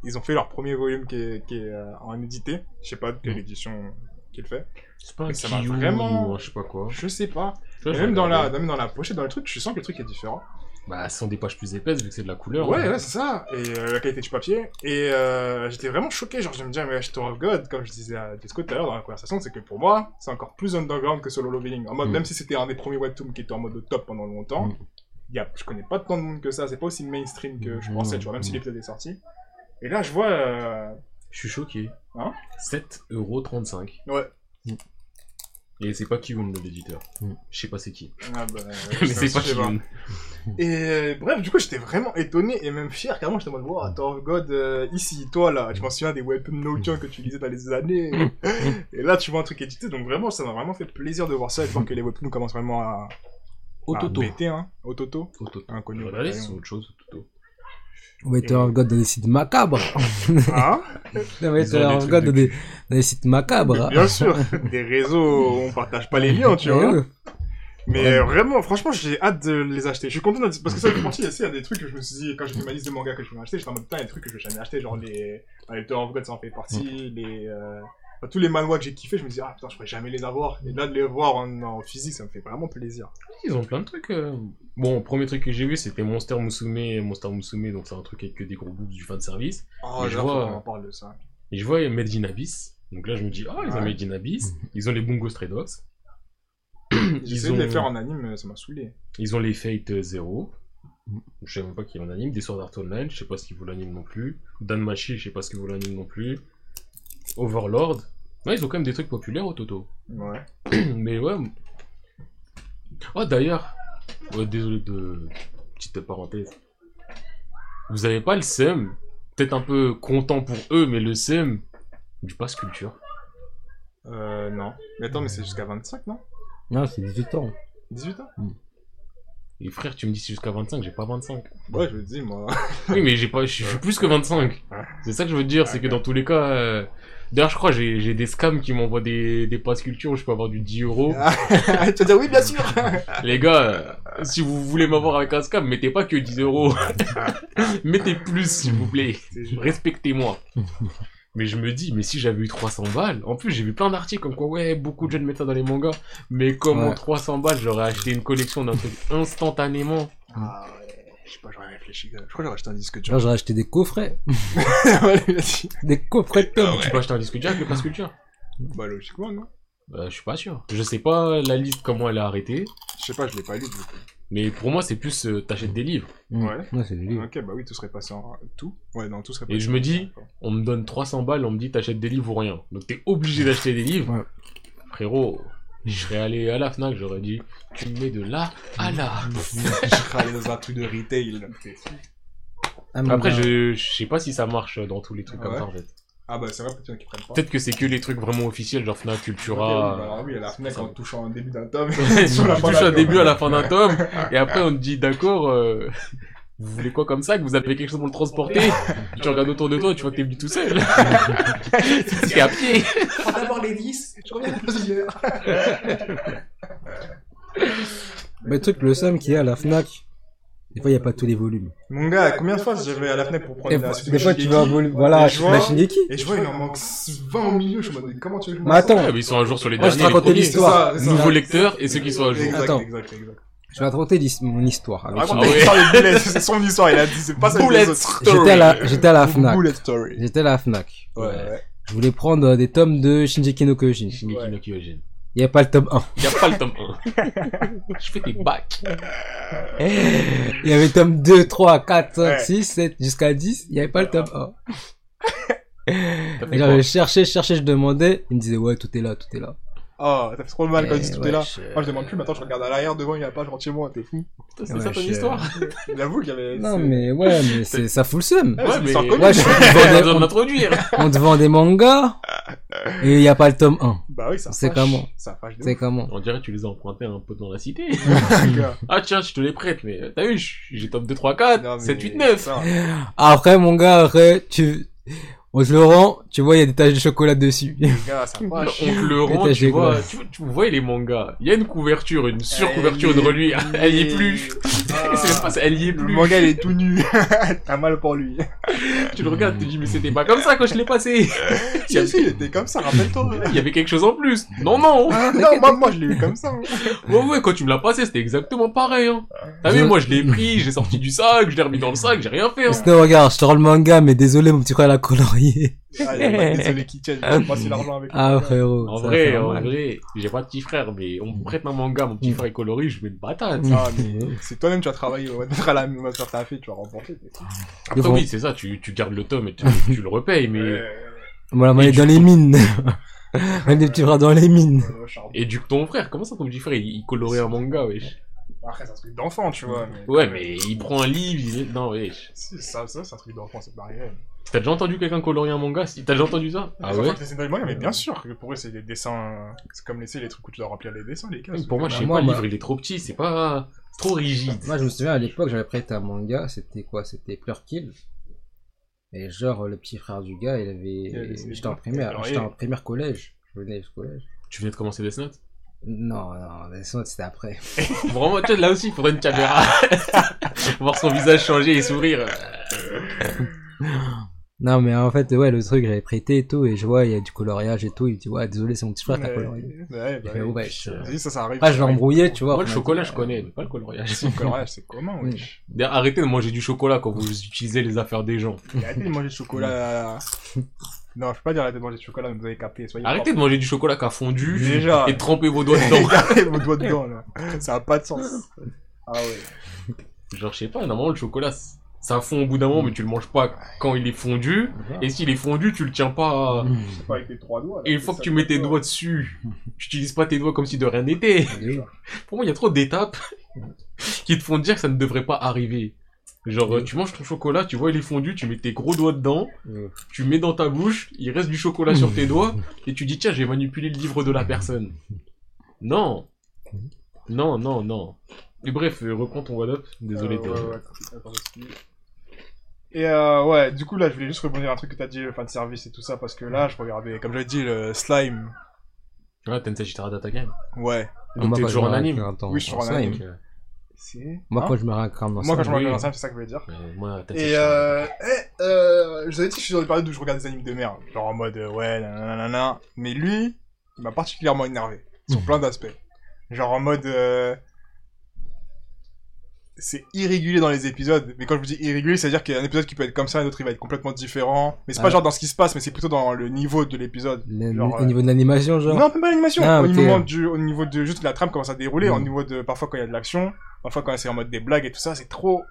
S1: Ils ont fait leur premier volume qui est, qui est, euh, en édité. Je sais pas de quelle
S2: Mhm.
S1: édition qu'il fait.
S2: C'est pas un
S1: Mais ça m'a
S2: Kiyou
S1: vraiment-
S2: ou un je sais pas quoi.
S1: Je sais pas.
S2: Tu vois,
S1: Et
S2: je
S1: même dans la,
S2: regardais.
S1: même dans la pochette, dans le truc, je sens que le truc est différent.
S2: Bah ce sont des pages plus épaisses vu que c'est de la couleur.
S1: Ouais,
S2: hein.
S1: ouais, c'est ça. Et euh, la qualité du papier. Et euh, j'étais vraiment choqué. Genre, je me disais, mais Tower of God, comme je disais à Disco tout à l'heure dans la conversation, c'est que pour moi, c'est encore plus underground que Solo Leveling. En mode,
S3: Mm.
S1: même si c'était un des premiers webtoons qui était en mode au top pendant longtemps,
S3: Mm.
S1: y a, je connais pas tant de monde que ça. C'est pas aussi mainstream que je
S3: Mm.
S1: pensais, tu vois, même si
S3: Mm.
S1: l'épisode est sorti. Et là, je vois. euh,
S2: Je suis choqué.
S1: Hein
S2: 7,35€.
S1: Ouais.
S3: Mm.
S2: Et c'est pas Kiyun de l'éditeur.
S3: Mm.
S2: Je sais pas c'est qui.
S1: Ah bah,
S2: (laughs) Mais
S1: je
S2: c'est pas
S1: sais
S2: Kiyun.
S1: Et euh, bref, du coup, j'étais vraiment étonné et même fier. Carrément, j'étais en mode, wow, Tower of God, euh, ici, toi là, je m'en souviens des webtoons Notion que tu lisais dans les années. et là, tu vois un truc édité, donc vraiment, ça m'a vraiment fait plaisir de voir ça et de voir que les webtoons commencent vraiment à.
S2: Ah,
S3: Ototo.
S1: À péter, hein. Au Toto.
S2: Ototo.
S1: Inconnu. au
S2: Regardez, c'est
S1: bataillon.
S2: autre chose, Ototo.
S3: On va être en God dans des sites macabres.
S1: Ah,
S3: (laughs) On va être
S2: Ils ont des
S3: en
S2: trucs
S3: God
S2: de
S3: dans des, dans des sites macabres. Eh hein.
S1: bien sûr. Des réseaux, où on partage pas les liens, tu vois.
S3: Ouais.
S1: Mais euh, vraiment, franchement, j'ai hâte de les acheter. Je suis content d'être- parce que ça fait partie. Il y a des trucs que je me suis dit quand j'ai fait ma liste de mangas que je voulais acheter. J'étais en mode putain, il y a des trucs que je vais jamais acheter, genre les bah, les Tower of God, ça en fait partie, les euh, enfin, tous les manhwa que j'ai kiffé. Je me dis ah putain, je pourrais jamais les avoir. Et là de les voir en, en physique, ça me fait vraiment plaisir.
S2: Ils ont plein de trucs. euh. Bon, le premier truc que j'ai vu, c'était Monster Musume. Monster Musume, donc c'est un truc avec que des gros boobs du fan service.
S1: Oh,
S2: Mais je
S1: je
S2: vois.
S1: vois. On en parle de ça.
S2: Et je vois euh, Made in Abyss. Donc là, je me dis, ah, ils ont
S1: Ouais.
S2: Made in Abyss. Ils ont les Bungo Stray Dogs.
S1: J'ai essayé de les faire en anime, euh, ça m'a saoulé.
S2: Ils ont les Fate euh, Zero.
S3: Mm.
S2: Je sais même pas qui en anime. Des Sword Art Online, je sais pas ce qu'ils vaut l'anime non plus. Danmachi, je sais pas ce qu'ils vaut l'anime non plus. Overlord. Ouais, ils ont quand même des trucs populaires au Toto. (clears throat)
S1: Ouais.
S2: Mais ouais. m- Oh, d'ailleurs. Ouais, désolé de. Petite parenthèse. Vous avez pas le SEM Peut-être un peu content pour eux, mais le SEM du Pass Culture.
S1: Euh non. Mais attends, mais c'est jusqu'à 25 non
S3: Non, c'est 18 ans.
S1: 18 ans.
S2: Et frère, tu me dis c'est jusqu'à 25, j'ai pas 25.
S1: Ouais, je le dis, (laughs) moi.
S2: Oui, mais j'ai pas, je suis plus que 25. C'est ça que je veux te dire, c'est que dans tous les cas. euh, D'ailleurs, je crois que j'ai j'ai des scams qui m'envoient des, des passes culture où je peux avoir du 10 euros.
S1: tu vas dire oui, bien sûr.
S2: Les gars, euh, si vous voulez m'avoir avec un scam, mettez pas que 10 euros. mettez plus, s'il vous plaît. Respectez-moi. Mais je me dis, mais si j'avais eu 300 balles, en plus j'ai vu plein d'articles comme quoi, ouais, beaucoup de jeunes mettent ça dans les mangas, mais comment
S3: Ouais.
S2: 300 balles, j'aurais acheté une collection d'un truc instantanément.
S1: Ah ouais, je sais pas, j'aurais réfléchi. quand même. Je crois que j'aurais acheté un disque dur. (laughs)
S3: Genre, j'aurais acheté des coffrets.
S1: ouais, il a dit.
S3: Des coffrets
S2: Ah
S3: de tomes.
S2: Tu peux acheter un disque jack, le passe culture
S1: Bah, logiquement, non.
S2: Bah, je suis pas sûr. Je sais pas la liste comment elle a arrêté,
S1: Je sais pas, je l'ai pas lu, du coup.
S2: mais pour moi c'est plus euh, t'achètes des livres.
S3: Mm.
S1: Ouais.
S3: Ouais, c'est des livres.
S1: Ok, bah oui, tout serait passé en. Tout Ouais, non, tout serait
S2: Et
S1: passé
S2: je
S1: en-
S2: me dis- On me donne 300 balles, on me dit t'achètes des livres ou rien. Donc t'es obligé d'acheter des livres.
S3: Ouais.
S2: Frérot, je serais allé à la Fnac, j'aurais dit tu me mets de là
S1: (laughs)
S2: à là.
S1: Je serais allé dans un truc de retail.
S3: Ah, mais
S2: Après
S3: bah,
S2: je, je sais pas si ça marche dans tous les trucs comme
S1: Ouais.
S2: ça en fait.
S1: Ah bah, c'est vrai, peut-être qu'il y en a qui prennent pas.
S2: Peut-être que c'est que les trucs vraiment officiels genre Fnac,
S1: Ok, oui, bah,
S2: Cultura.
S1: alors oui, à la Fnac, en touchant un début d'un
S2: (laughs)
S1: tome.
S2: tu
S1: Sur la fin
S2: touches
S1: d'un
S2: un
S1: tome.
S2: début à la fin d'un tome et après on te dit d'accord. euh, Vous voulez quoi comme ça Que vous avez quelque chose pour le transporter Tu regardes autour de toi, tu vois que t'es venu tout (laughs) seul. T'es à pied.
S1: Prends d'abord les 10, je reviens dans plusieurs.
S3: bah, le truc, le somme qu'il y a à la Fnac, des fois, il n'y a pas tous les volumes.
S1: Mon gars, combien de fois j'avais à la Fnac pour prendre
S3: Et
S1: la
S3: f-
S1: suite
S3: des
S1: de
S3: fois, tu
S1: Shingeki,
S3: vas un volume. Voilà,
S1: et je vois-
S3: la Shingeki.
S1: Et je vois, il en manque 20 au milieu, je me dis, comment tu veux que je
S3: Mais attends,
S2: Ouais, Ah, mais ils sont un jour sur les
S3: moi, je
S2: derniers.
S3: te
S2: les
S3: racontais
S2: premiers.
S3: l'histoire.
S1: C'est ça,
S2: Nouveaux lecteurs et ceux qui sont à jour. Ah
S1: Exact,
S3: Attends.
S1: exact, exact.
S3: Je vais te raconter l'his- mon histoire. avec
S1: Raconte
S3: Shingeki.
S2: ouais.
S1: l'histoire de Bullet, c'est son histoire, il a dit, c'est pas ça
S2: Bullet
S3: J'étais à la, j'étais à la Fnac.
S1: Bullet Story.
S3: J'étais à la Fnac. Euh,
S1: Ouais, ouais.
S3: Je voulais prendre euh, des tomes de Shinji no Kyojin. Il
S2: Shingeki no Kyojin.
S3: n'y avait pas le
S1: (laughs)
S3: tome 1.
S2: Y a pas le tome 1.
S3: (laughs)
S2: Je fais des bacs.
S3: Il y avait tome 2, 3, 4, 5,
S1: Ouais.
S3: 6, 7, jusqu'à 10. Il n'y avait pas le tome 1.
S2: T'as fait quoi
S3: Et genre, je cherchais, je cherchais, je demandais. Il me disait, ouais, tout est là, tout est là.
S1: Oh, t'as fait trop mal quand
S2: Eh,
S1: tu
S3: Et
S1: tout
S3: ouais,
S1: est là. Oh,
S3: je-
S1: Moi, je demande plus, maintenant, je regarde à l'arrière, devant, il y a pas, je rentre chez moi, t'es fou.
S2: C'est
S3: Ouais,
S2: ça ton
S3: je- euh,
S2: histoire (laughs)
S1: J'avoue qu'il y avait.
S3: Non,
S1: c'est- Eh
S3: mais ouais,
S1: (laughs)
S3: mais c'est, ça fout le seum.
S1: Ouais, c'est une histoire
S2: mais-
S1: commune.
S3: Ouais, je-
S2: T'as
S3: je
S2: besoin de (laughs)
S3: vendais-
S2: l'introduire.
S3: on, on te vend des mangas. Et il n'y a pas le tome 1.
S1: Bah oui, ça
S3: C'est
S1: fâche.
S3: comment
S1: Ça fâche de
S3: C'est
S1: ouf,
S3: comment
S2: On dirait que tu les as empruntés à un pote dans la cité. (laughs)
S1: gars.
S2: Ah tiens, je te les prête, mais euh, t'as vu, j- j'ai tome 2, 3, 4,
S1: Non, mais
S2: 7, 8, 9.
S1: ça.
S3: Après, mon gars, après, tu, on te le rend. Tu vois, il y a des taches de chocolat dessus.
S1: Les gars, ça
S2: On
S1: fâche.
S2: te le rend,
S3: Mais t'as
S2: tu vois,
S3: dégueulasse.
S2: tu, tu vois les mangas. Il y a une couverture, une surcouverture,
S1: Elle
S2: une reluie.
S1: est-
S2: (laughs) Elle y est plus.
S1: Ah.
S2: (laughs) C'est même pas ça, elle y est
S1: Eh, Le
S2: plus.
S1: manga, il est tout nu. (laughs) T'as mal pour
S2: (laughs)
S1: lui.
S2: Tu le regardes, tu te dis, mais c'était pas comme ça quand je
S1: (laughs)
S2: l'ai passé. Il y
S1: Si, si,
S2: avait-
S1: il était comme ça,
S2: (laughs)
S1: rappelle-toi.
S2: il y avait quelque chose en plus. Non, non.
S1: Ah, non, moi, moi, je l'ai eu comme
S2: (laughs)
S1: ça. hein.
S2: Ouais, ouais, quand tu me l'as passé, c'était exactement pareil. Hein. T'as vu,
S3: Je-
S2: moi je l'ai pris, j'ai sorti du sac, je l'ai remis dans le sac, j'ai rien fait. Hein.
S3: Sinon, regarde, je te rends le manga, mais désolé, mon petit frère l'a colorié.
S1: Ah, il y a pas- désolé, Kitchen, je passe l'argent avec le
S3: Ah,
S1: manga.
S3: frérot.
S2: En
S3: ça va
S2: vrai,
S3: faire
S2: en
S3: mal.
S2: vrai, j'ai pas de petit frère, mais on me prête un manga, mon petit frère est coloré, je mets une patate.
S3: Mm.
S1: Ah, mais c'est toi-même, tu as travaillé, on va te mettre à la on va te faire ta fille, tu vas remporter.
S3: Ils
S2: Après,
S3: vont-
S2: oui, c'est ça, tu, tu gardes le tome et tu, (laughs) tu le repayes, mais. euh,
S3: Voilà, on
S2: Et
S3: est
S2: du
S3: dans
S2: (laughs)
S3: les mines. On est des petits frères dans les mines.
S1: Et...
S2: Et du ton frère, comment ça ton petit frère, il, il colorait un manga, wesh
S1: Après, c'est un truc d'enfant, tu vois. Mais...
S2: Ouais, mais il prend un livre, il... Non, wesh.
S1: Si, ça, ça c'est un truc d'enfant, c'est pas réel.
S2: T'as déjà entendu quelqu'un colorer un manga Si- T'as déjà entendu ça Ah
S1: Les
S2: ouais
S1: enfants qui dessinent dans les mangas, mais bien sûr que pour eux, c'est des dessins. C'est comme les, les trucs où tu dois remplir les dessins, les gars. c'est-
S2: Pour moi, je sais
S3: Bah, Moi,
S2: pas, le
S3: moi-
S2: livre il est trop petit, c'est pas. c'est trop rigide.
S3: Moi, je me souviens à l'époque, j'avais prêté un manga, c'était quoi C'était Pleur Kill. Et genre, le petit frère du gars, il
S1: Il avait
S3: avait.
S1: dessiné
S3: J'étais en
S1: quoi Il
S3: primaire,
S1: avait
S3: j'étais en
S1: colorié.
S3: primaire collège. Je venais du collège.
S2: Tu venais de commencer Death Note
S3: Non, non, les autres, c'était après.
S2: Vraiment, tu vois, là aussi, il faudrait une (laughs) caméra. Voir son visage changer et sourire.
S3: Non, mais en fait, ouais, le truc, j'avais prêté et tout, et je vois, il y a du coloriage et tout. Il me dit, ouais, désolé, c'est mon petit frère, t'as
S1: Ouais,
S3: colorié.
S1: Ouais,
S3: Il
S1: bah,
S3: fait,
S1: oui.
S3: ouais, je-
S1: Si, ça, ça arrive.
S3: Après, Ah, je l'ai embrouillé, tu vois. euh,
S2: Moi, le
S3: on a
S2: chocolat,
S3: dit,
S2: je connais, mais pas le coloriage.
S1: Le coloriage, c'est commun,
S2: Mm.
S1: wesh.
S2: D'ailleurs, Arrêtez de manger du chocolat quand vous utilisez les affaires des gens.
S1: Et Arrêtez de manger du chocolat. Non, je peux pas dire arrêtez de manger du chocolat, mais vous avez capté. Soyez
S2: Arrêtez de manger du chocolat qui a fondu
S1: Déjà.
S2: et trempez vos doigts (laughs) dedans.
S1: Regardez vos doigts dedans, là. Ça a pas de sens. Ah ouais.
S2: Genre, je sais pas, normalement, le chocolat, c- ça fond au bout d'un moment, mais tu le manges pas quand il est fondu. Et s'il est fondu, tu le tiens pas.
S3: Mmh.
S1: Pas avec tes trois doigts.
S2: Et une fois que tu mets tes doigts dessus, tu utilises pas tes doigts comme si de rien n'était. Pour moi, il y a trop d'étapes (laughs) qui te font dire que ça ne devrait pas arriver. Genre, euh, tu manges ton chocolat, tu vois, il est fondu, tu mets tes gros doigts dedans,
S1: Euh,
S3: Mmh.
S2: tu mets dans ta bouche, il reste du chocolat sur tes doigts, et tu dis, tiens, j'ai manipulé le livre de la personne. Non. Non, non, non. Et bref, euh, reprends ton one-up. Désolé,
S1: Euh,
S2: t'es-
S1: ouais, ouais, attends, excuse. Et euh, ouais, du coup, là, je voulais juste rebondir à un truc que t'as dit, le fan service et tout ça, parce que là, je regardais, comme j'avais dit, le slime.
S2: Ouais, t'as une Sagittara Data Game.
S1: Ouais.
S3: Ah,
S2: Donc
S3: moi,
S2: t'es
S3: quand je
S2: toujours
S3: me
S2: en anime.
S3: réincarne dans-
S1: Oui, je suis
S3: dans
S1: en
S3: slime.
S1: anime.
S2: Donc, euh,
S1: C'est.
S3: Moi,
S1: Hein
S3: quand je me réincarne dans
S1: Moi, quand je
S3: slime,
S1: me
S2: oui.
S1: regarde dans ça, c'est ça que je voulais dire.
S2: euh, Moi, t'as
S1: Et euh, eh, euh, je vous avais dit que je suis dans une période où je regarde des animes de merde. Genre en mode, euh, ouais, nanana. Mais lui, il m'a particulièrement énervé. Sur plein d'aspects. Genre en mode, euh, c'est irrégulier dans les épisodes. Mais quand je vous dis irrégulier, c'est-à-dire qu'il y a un épisode qui peut être comme ça, un autre il va être complètement différent. Mais c'est pas
S3: Ah.
S1: genre dans ce qui se passe, mais c'est plutôt dans le niveau de l'épisode.
S3: le-
S1: Genre,
S3: au
S1: euh,
S3: niveau de l'animation, genre.
S1: Non, même pas l'animation.
S3: Ah,
S1: au,
S3: ok.
S1: moment du, au niveau de juste la trame, comment ça déroulé,
S3: Mm.
S1: au niveau de parfois quand il y a de l'action, parfois quand c'est en mode des blagues et tout ça, c'est trop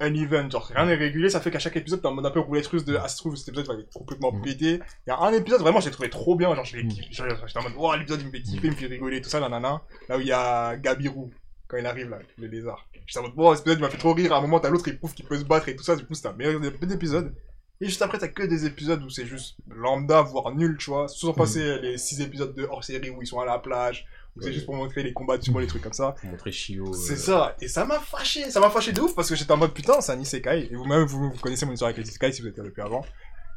S1: uneven. Genre rien n'est régulier, ça fait qu'à chaque épisode, t'es en mode un peu roulette russe
S3: Mm.
S1: de Ah, ça se trouve, cet épisode va être complètement
S2: Mm.
S1: pété. Il y a un épisode vraiment, j'ai trouvé trop bien. Genre, je l'ai
S3: Mm.
S1: kiffé. Genre, J'étais en mode, wow, l'épisode il me fait kiffer, il me fait rigoler, tout ça, nanana. Là où il y a Gabirou. Quand il arrive là, le lézard. J'étais en mode, wow, cet épisode il m'a fait trop rire. À un moment, t'as l'autre, il prouve qu'il peut se battre et tout ça. Du coup, c'est un meilleur épisode. Et juste après, t'as que des épisodes où c'est juste lambda, voire nul, tu vois. Sans passer les 6 épisodes de hors série où ils sont à la plage, où c'est
S2: Ouais.
S1: juste pour montrer les combats de sumo, les trucs comme ça.
S2: Montrer Shio. euh,
S1: C'est ça, et ça m'a fâché, ça m'a fâché de ouf parce que j'étais en mode putain, c'est un isekai. Et vous-même, vous, vous connaissez mon histoire avec les isekai si vous étiez là depuis avant.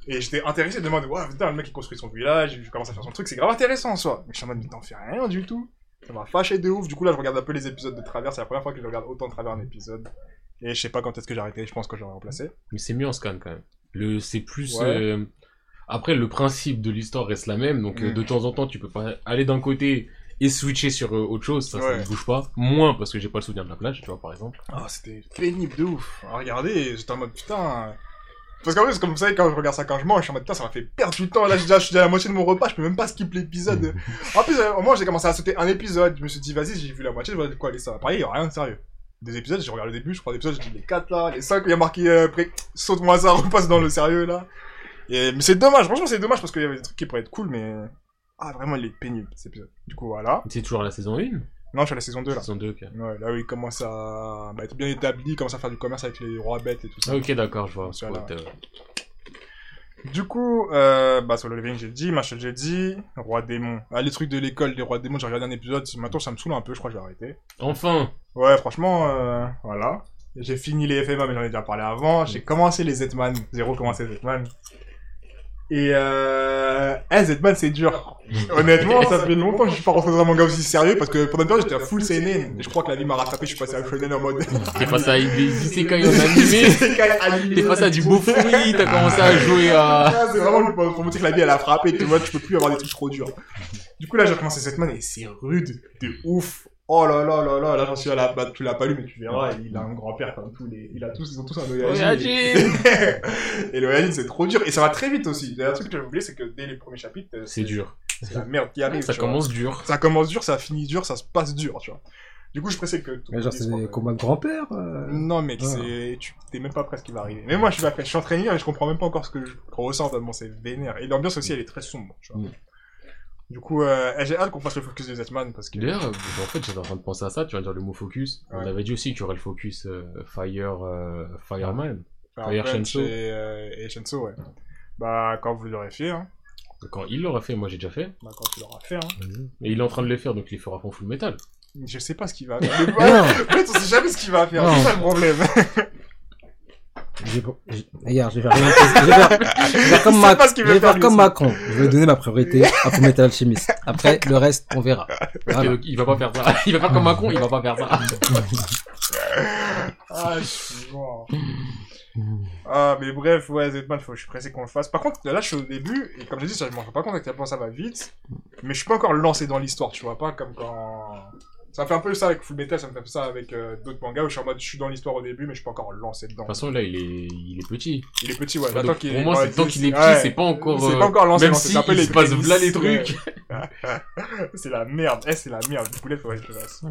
S1: Et j'étais intéressé de me demander, ouais, putain, le mec il construit son village, il commence à faire son truc, c'est grave intéressant en soi. Mais je suis en mode, mais t'en fais rien du tout. Ça m'a fâché de ouf. Du coup, là, je regarde un peu les épisodes de travers, c'est la première fois que je regarde autant de travers un épisode. Et je sais pas quand est-ce que j'ai arrêté, je pense que j'aurais remplacé.
S2: Mais c'est mieux en scan quand même. Le, c'est plus.
S1: Ouais.
S2: euh, Après, le principe de l'histoire reste la même, donc euh,
S1: Mm.
S2: de temps en temps, tu peux pas aller d'un côté et switcher sur euh, autre chose, ça, ça
S1: Ouais.
S2: ne bouge pas. Moins parce que j'ai pas le souvenir de la plage, tu vois, par exemple.
S1: Ah, c'était pénible de ouf. À regarder, Ah, j'étais en mode putain. Parce qu'en plus, comme vous savez, quand je regarde ça quand je mange, je suis en mode putain, ça m'a fait perdre du temps. Là, j'ai déjà- je suis déjà à la moitié de mon repas, je peux même pas skip l'épisode. en plus, euh, au moins, j'ai commencé à sauter un épisode. Je me suis dit, vas-y, j'ai vu la moitié, je vois de quoi aller ça. va parler, il y aura rien de sérieux. Des épisodes, j'ai regardé le début, je prends l'épisode, je dis les 4 là, les 5, il y a marqué euh, pré- saute-moi ça, (laughs) repasse dans le sérieux là. Et, mais c'est dommage, franchement, c'est dommage parce qu'il y avait des trucs qui pourraient être cool, mais. Ah, vraiment, il est pénible cet épisode. Du coup, voilà.
S2: C'est toujours la saison 1
S1: Non, je suis à la saison 2 là.
S2: Saison 2, ok.
S1: Ouais, là où il commence à bah, être bien établi, il commence à faire du commerce avec les rois bêtes et tout ça.
S2: Ah, ok, d'accord, je vois. euh.
S1: Voilà.
S2: Ouais, t'as-
S1: Du coup, euh, bah, Solo Leveling, j'ai dit, Machel, j'ai dit, Roi Démon. Ah, les trucs de l'école des Rois Démons, j'ai regardé un épisode, maintenant ça me saoule un peu, je crois que j'ai arrêté.
S2: Enfin
S1: Ouais, franchement, euh, voilà. J'ai fini les FMA, mais j'en ai déjà parlé avant. J'ai commencé les Zetman, j'ai recommencé Zetman. Et euh... eh, Zetman, c'est (laughs) dur. Honnêtement, ça fait longtemps que je suis pas rentré dans un manga aussi sérieux parce que pendant une période j'étais à full CNN. Et je crois que la vie m'a rattrapé, je suis passé à Shonen en mode.
S5: Ah,
S2: T'es face
S1: (laughs)
S2: à des isekai en animé, t'es face à du beau fruit, t'as commencé à jouer à.
S1: Ah, c'est vraiment pour, pour montrer que la vie elle a frappé, tu vois, tu peux plus avoir des trucs trop durs. Du coup là j'ai commencé cette man et c'est rude de ouf. Oh là là là là, là j'en suis à la bah, tu l'as pas lu mais tu verras, il a un grand-père comme tous les. Il a tous, ils ont tous un Oyajin.
S2: Voyager
S1: (laughs) Et le Oyajin c'est trop dur et ça va très vite aussi. D'ailleurs, Un truc que j'avais oublié c'est que dès les premiers chapitres, euh,
S2: C'est dur.
S1: c'est la merde qui arrive.
S2: Ça
S1: tu vois.
S2: commence dur.
S1: Ça commence dur, ça finit dur, ça se passe dur, tu vois. Du coup je pressais que tout
S3: Mais
S1: le
S3: genre,
S1: monde
S3: c'est
S1: dise,
S3: des
S1: quoi,
S3: combats de grand-père. euh,
S1: non mec,
S3: Ah.
S1: c'est tu t'es même pas prêt à ce qui va arriver. Mais moi je suis pas prêt, je suis entraîné et je comprends même pas encore ce que je ressens tellement c'est vénère. Et l'ambiance aussi elle est très sombre, tu vois.
S3: Mm.
S1: Du coup euh, j'ai hâte qu'on fasse le focus de Zetman parce que
S2: D'ailleurs, euh, en fait, j'étais en train de penser à ça, tu vas dire le mot focus. On
S1: Ouais.
S2: avait dit aussi qu'il y aurait le focus euh, Fire, euh, Fireman.
S1: Enfin,
S2: D'ailleurs,
S1: Punch
S2: Shenzo.
S1: et, euh, et Shenzo ouais. Bah quand vous l'aurez fait hein.
S2: Quand il l'aura fait, moi j'ai déjà fait.
S1: Bah, quand tu l'auras fait hein.
S2: Et il est en train de le faire, donc il les fera en full metal.
S1: Je sais pas ce qu'il va
S3: (laughs)
S1: faire.
S3: Non,
S1: en fait on sait jamais ce qu'il va faire,
S3: Non.
S1: c'est ça le problème.
S3: j'ai- j'ai- Regarde, je vais faire la même chose. Je vais faire-
S1: (laughs)
S3: je vais faire comme
S1: Il sait
S3: Mac-
S1: pas ce qu'il
S3: je
S1: veut
S3: vais
S1: faire,
S3: faire
S1: lui
S3: comme
S1: aussi.
S3: Macron. Je vais donner ma priorité
S1: (laughs)
S3: à Full Metal Alchemist. Après, le reste, on verra.
S2: Ok,
S3: Voilà.
S2: donc il va pas faire ça. (laughs) Il va faire comme Macron, il va pas faire ça.
S1: Ah, je suis mort. Ah, mais bref, ouais, Zetman, faut, je suis pressé qu'on le fasse. Par contre, là, je suis au début, et comme j'ai dit, ça, je m'en rends pas compte à quel point ça va vite, mais je suis pas encore lancé dans l'histoire, tu vois, pas comme quand. Ça me fait un peu ça avec Full Metal, ça me fait ça avec euh, d'autres mangas où je suis en mode, je suis dans l'histoire au début, mais je suis pas encore lancé dedans.
S2: De toute façon, là, il est, il est petit.
S1: Il est petit, ouais.
S2: Donc,
S1: Attends qu'il
S2: pour
S1: ait-
S2: moi,
S1: ouais,
S2: c'est tant qu'il est petit,
S1: ouais.
S2: c'est pas encore.
S1: C'est
S2: euh,
S1: pas encore lancé,
S2: même
S1: non, c'est
S2: si
S1: un peu
S2: il
S1: les
S2: se passe là les
S1: prémices,
S2: trucs.
S1: ouais. (laughs) C'est la merde, eh, c'est la merde. Du coup, là, faudrait que je le fasse.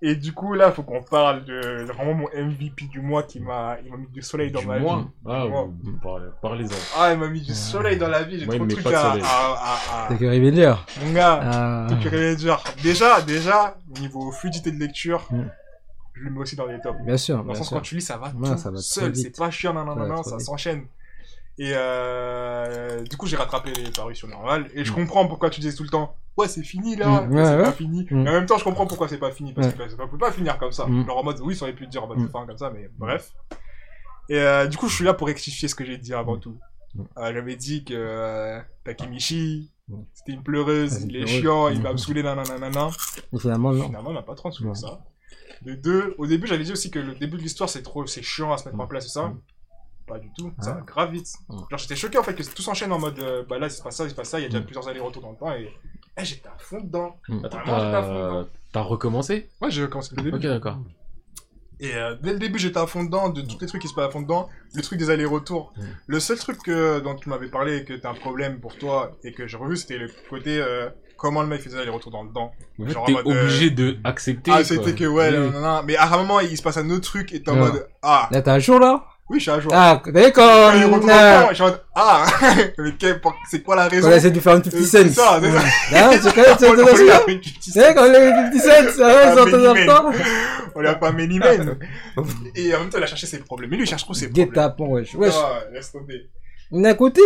S1: Et du coup, là, faut qu'on parle de vraiment mon MVP du mois qui m'a il m'a mis du soleil dans
S2: (laughs) Du
S1: ma vie.
S2: mois. Ah,
S1: Moi.
S2: vous- parle- parlez-en.
S1: Ah, il m'a mis du soleil dans la vie, j'ai
S2: Euh, Moi, il
S1: trop de
S2: me met
S1: trucs
S2: pas de
S1: à,
S2: soleil.
S1: à- à- à-
S3: T'as que Rivelier.
S1: Mon gars,
S3: Ah.
S1: t'as que rien à dire. Déjà, déjà, niveau fluidité de lecture,
S3: Mm.
S1: je le mets aussi dans les tops.
S3: Euh, Bien sûr,
S1: Dans le
S3: bien
S1: sens, quand
S3: sûr.
S1: tu lis, ça va
S3: Ouais,
S1: tout
S3: ça va très
S1: seul,
S3: vite.
S1: c'est pas chiant, non, non,
S3: Ça va
S1: non,
S3: trop
S1: ça
S3: vite.
S1: s'enchaîne. Et euh, du coup, j'ai rattrapé les parutions normales. Et je comprends pourquoi tu disais tout le temps Ouais, c'est fini là,
S3: Mm, ouais,
S1: c'est
S3: ouais.
S1: pas fini.
S3: Mm.
S1: Mais en même temps, je comprends pourquoi c'est pas fini. Parce
S3: Ouais.
S1: que bah, ça peut pas finir comme ça.
S3: Mm.
S1: Genre en mode Oui, ça aurait pu dire en mode
S3: Mm.
S1: fin comme ça, mais bref. Et euh, du coup, je suis là pour rectifier ce que j'ai dit avant tout.
S3: Mm.
S1: Euh, J'avais dit que euh, Takemichi,
S3: Mm.
S1: c'était une pleureuse,
S3: Ah, c'est
S1: il est
S3: pleureuse.
S1: chiant, il va
S3: Mm.
S1: me saouler, nanana. nanana.
S3: Et finalement, non.
S1: Finalement, on m'a pas trop saoulé
S3: Ouais.
S1: ça. De deux, au début, j'avais dit aussi que le début de l'histoire, c'est trop, c'est chiant à se mettre en place, c'est ça. Pas du tout, ça
S3: Ah.
S1: va grave vite.
S3: Mm. Ouais.
S1: Genre, j'étais choqué en fait que tout s'enchaîne en mode, euh, bah là, il se passe ça, il se passe ça, il y a déjà
S3: Mm.
S1: plusieurs allers-retours dans le temps et eh, j'étais à fond dedans.
S2: Attends,
S1: Vraiment, j'étais à fond
S2: t'as-
S1: dedans.
S2: t'as recommencé
S1: Ouais, j'ai commencé le début.
S2: Ok, d'accord.
S1: Et euh, dès le début, j'étais à fond dedans, de tous les trucs qui se passent à fond dedans, le truc des allers-retours.
S3: Mm.
S1: Le seul truc que, dont tu m'avais parlé et que t'as un problème pour toi et que j'ai revu, c'était le côté euh, comment le mec faisait les allers-retours dans le temps.
S2: En fait,
S1: Genre en
S2: T'es
S1: mode, euh,
S2: obligé de accepter.
S1: Ah, c'était que, ouais,
S2: Oui, oui.
S1: nanana. mais à un moment, il se passe un autre truc et t'es en
S3: Ouais.
S1: mode, ah,
S3: Là, t'as un jour là
S1: oui, je suis à jour.
S3: Ah, t'as vu
S1: Quand il retourne
S3: quand.
S1: dans le
S3: euh,
S1: temps, je suis en mode, ah, (laughs) mais quel- pour- c'est quoi la
S3: Quand
S1: raison
S3: on essaie de lui faire une 50
S1: Euh,
S3: cents.
S1: c'est ça, c'est ça.
S3: Hein, tu connais,
S1: (laughs)
S3: tu
S1: On lui
S3: connais celui-là
S1: a fait une petite-
S3: Tu sais, quand il a eu 50 cents, ah,
S1: Ah,
S3: ils sont dans le
S1: mais
S3: temps.
S1: On lui a fait un Miniman. Et en même temps, il a cherché ses problèmes. Mais lui, il cherche trop ses problèmes.
S3: Guet-apens, wesh. Wesh,
S1: Ah, laisse tomber.
S3: on est à côté.